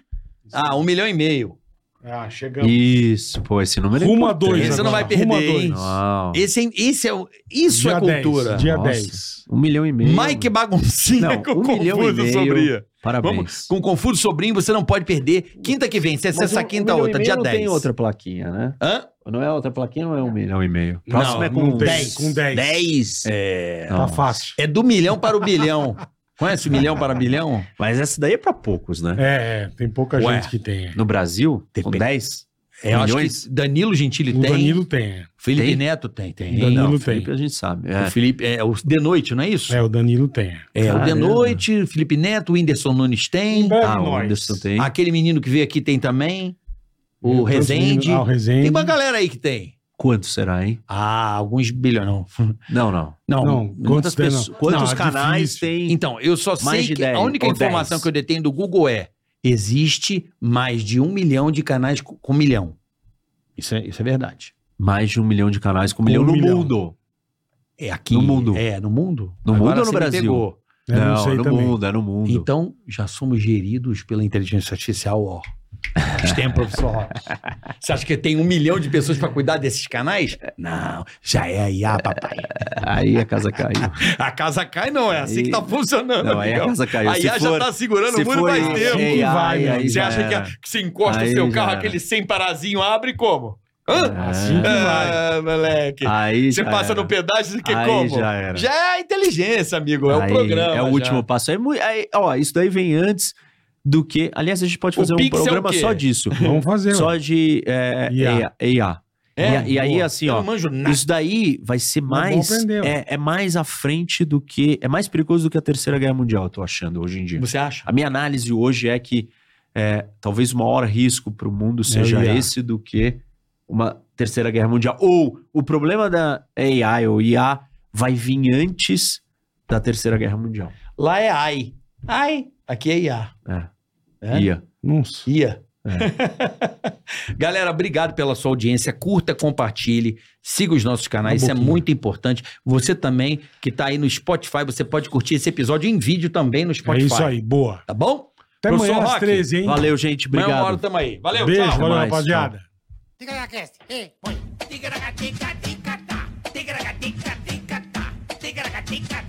Speaker 3: Ah, um milhão e meio.
Speaker 4: Ah, chegamos.
Speaker 8: Isso, pô, esse número é
Speaker 4: Ruma
Speaker 8: importante.
Speaker 4: dois.
Speaker 3: Esse
Speaker 4: agora.
Speaker 3: não vai
Speaker 4: Ruma
Speaker 3: perder,
Speaker 4: dois.
Speaker 3: hein?
Speaker 8: Uau.
Speaker 3: Esse, é- esse é, o- isso
Speaker 4: Dia
Speaker 3: é
Speaker 4: 10,
Speaker 3: cultura.
Speaker 4: Dia
Speaker 8: Nossa.
Speaker 4: 10.
Speaker 8: Um milhão e meio.
Speaker 3: Mike é Baguncinha
Speaker 8: Não,
Speaker 3: com
Speaker 8: um milhão e
Speaker 3: Confuso
Speaker 8: meio.
Speaker 3: Sobrinho.
Speaker 8: Parabéns.
Speaker 3: Vamos, com Confuso Sobrinho, você não pode perder. Quinta que vem, se essa,
Speaker 8: Mas
Speaker 3: essa
Speaker 8: um- um
Speaker 3: quinta
Speaker 8: milhão e
Speaker 3: outra,
Speaker 8: meio
Speaker 3: dia
Speaker 8: não
Speaker 3: 10.
Speaker 8: tem outra plaquinha, né?
Speaker 3: Hã?
Speaker 8: Não é outra plaquinha ou é um milhão e meio?
Speaker 3: Próximo
Speaker 4: é com não tem. Com 10.
Speaker 3: 10. É.
Speaker 4: Tá fácil.
Speaker 3: É do milhão para o bilhão. Conhece o milhão para bilhão?
Speaker 8: Mas essa daí é pra poucos, né?
Speaker 4: É, é, tem pouca
Speaker 3: Ué.
Speaker 4: gente que tem. é.
Speaker 8: No Brasil, com
Speaker 3: Depende.
Speaker 8: 10?
Speaker 3: É, eu acho
Speaker 8: Milhões?
Speaker 3: que Danilo Gentili
Speaker 4: O
Speaker 3: tem.
Speaker 4: Danilo tem. é.
Speaker 3: Felipe
Speaker 8: Tem?
Speaker 3: Neto tem, tem.
Speaker 4: Danilo
Speaker 8: Não,
Speaker 4: tem.
Speaker 8: Felipe, a gente sabe.
Speaker 3: O
Speaker 8: É.
Speaker 3: Felipe, é, o de noite, não é isso?
Speaker 4: É, o Danilo tem. é.
Speaker 3: É, o de
Speaker 8: Caramba.
Speaker 3: noite, Felipe Neto, o Whindersson Nunes tem.
Speaker 4: Em breve
Speaker 8: Ah, o
Speaker 4: nós.
Speaker 8: Anderson tem.
Speaker 3: Aquele menino que veio aqui tem também.
Speaker 4: Eu
Speaker 3: O
Speaker 4: tô
Speaker 3: Rezende.
Speaker 4: subindo- Ah, o Rezende.
Speaker 3: Tem uma galera aí que tem.
Speaker 8: Quanto será, hein?
Speaker 3: Ah, alguns bilhões, não. *laughs*
Speaker 8: Não, não.
Speaker 3: Não.
Speaker 4: Não, é quantas
Speaker 8: Quantas
Speaker 4: pessoas.
Speaker 8: pessoas, quantos canais tem?
Speaker 3: Então, eu só
Speaker 8: Mais
Speaker 3: sei
Speaker 8: de
Speaker 3: que
Speaker 8: 10
Speaker 3: a única
Speaker 8: ou
Speaker 3: informação
Speaker 8: 10.
Speaker 3: que eu detenho do Google é existe mais de um milhão de canais com, com milhão. Isso é, isso é verdade.
Speaker 8: Mais de um milhão de canais com um milhão no
Speaker 4: milhão.
Speaker 8: mundo.
Speaker 3: É aqui.
Speaker 8: No mundo.
Speaker 3: É, no mundo.
Speaker 8: No mundo ou no
Speaker 3: você me
Speaker 8: Brasil?
Speaker 3: pegou.
Speaker 4: Eu É, não, sei
Speaker 8: no
Speaker 4: também.
Speaker 8: mundo, é no mundo.
Speaker 3: Então, já somos geridos pela inteligência artificial, *laughs* ó. A gente tem, professor Rock. Você acha que tem um milhão de pessoas pra cuidar desses canais? Não, já é a IA, papai.
Speaker 8: Aí a casa caiu.
Speaker 2: A casa cai, não. É assim que tá funcionando.
Speaker 8: Não,
Speaker 3: é
Speaker 8: aí a
Speaker 2: amigão.
Speaker 8: casa caiu.
Speaker 2: A
Speaker 8: Se
Speaker 2: IA
Speaker 8: for-
Speaker 2: já tá segurando o muro
Speaker 8: for
Speaker 2: faz
Speaker 8: isso,
Speaker 2: tempo.
Speaker 8: aí,
Speaker 4: vai,
Speaker 8: aí,
Speaker 4: né?
Speaker 8: aí
Speaker 2: Você
Speaker 8: já
Speaker 2: acha que,
Speaker 8: era.
Speaker 2: a- que você encosta
Speaker 8: Aí
Speaker 2: o seu
Speaker 8: já
Speaker 2: carro,
Speaker 8: era.
Speaker 2: aquele sem parazinho abre como? Hã?
Speaker 8: É.
Speaker 4: Assim que vai.
Speaker 2: Ah, moleque.
Speaker 8: Aí
Speaker 2: Você
Speaker 8: já
Speaker 2: passa
Speaker 8: era.
Speaker 2: no pedágio, que
Speaker 8: Aí
Speaker 2: como?
Speaker 8: já era.
Speaker 2: Já é inteligência, amigo. É o
Speaker 8: Aí
Speaker 2: programa.
Speaker 8: É o
Speaker 2: já.
Speaker 8: último passo. Aí, mui- aí, ó, isso daí vem antes do que. Aliás, a gente pode
Speaker 2: O
Speaker 8: fazer um
Speaker 2: Pix é o
Speaker 8: programa
Speaker 2: quê? um.
Speaker 8: só disso.
Speaker 4: Vamos fazer.
Speaker 8: só de é,
Speaker 4: IA.
Speaker 8: IA. IA.
Speaker 2: É,
Speaker 8: E a- e aí,
Speaker 2: boa.
Speaker 8: assim,
Speaker 2: Eu
Speaker 8: ó.
Speaker 2: não manjo nada.
Speaker 8: Isso daí vai ser
Speaker 4: Mas
Speaker 8: mais.
Speaker 4: vamos aprender, ó.
Speaker 8: É, é mais à frente do que. É mais perigoso do que a Terceira Guerra Mundial, eu tô achando, hoje em dia.
Speaker 2: Você acha?
Speaker 8: A minha análise hoje é que é, talvez o maior risco para o mundo seja
Speaker 4: IA.
Speaker 8: esse do que uma terceira guerra mundial. Ou o problema da AI ou IA vai vir antes da terceira guerra mundial.
Speaker 2: Lá é AI. AI. Aqui é IA. É?
Speaker 8: IA.
Speaker 4: Nossa.
Speaker 2: IA.
Speaker 3: É. *laughs* Galera, obrigado pela sua audiência. Curta, compartilhe, siga os nossos canais,
Speaker 4: Uma
Speaker 3: isso é
Speaker 4: boquinha.
Speaker 3: muito importante. Você também, que tá aí no Spotify, você pode curtir esse episódio em vídeo também no
Speaker 4: É
Speaker 3: Spotify.
Speaker 4: isso aí, boa.
Speaker 3: Tá bom?
Speaker 4: Até
Speaker 3: Professor
Speaker 4: amanhã às
Speaker 3: Roque,
Speaker 4: 13, hein?
Speaker 8: Valeu, gente.
Speaker 3: Amanhã uma hora
Speaker 8: Obrigado.
Speaker 3: tamo aí. Valeu,
Speaker 4: Beijo,
Speaker 3: tchau.
Speaker 4: valeu,
Speaker 8: mais,
Speaker 4: rapaziada.
Speaker 1: Diga lá, cast. Ei, põe.
Speaker 5: Tica-taca, tica, tica-tá. Tica-taca, tica, tica-tá. Tica-taca, tica,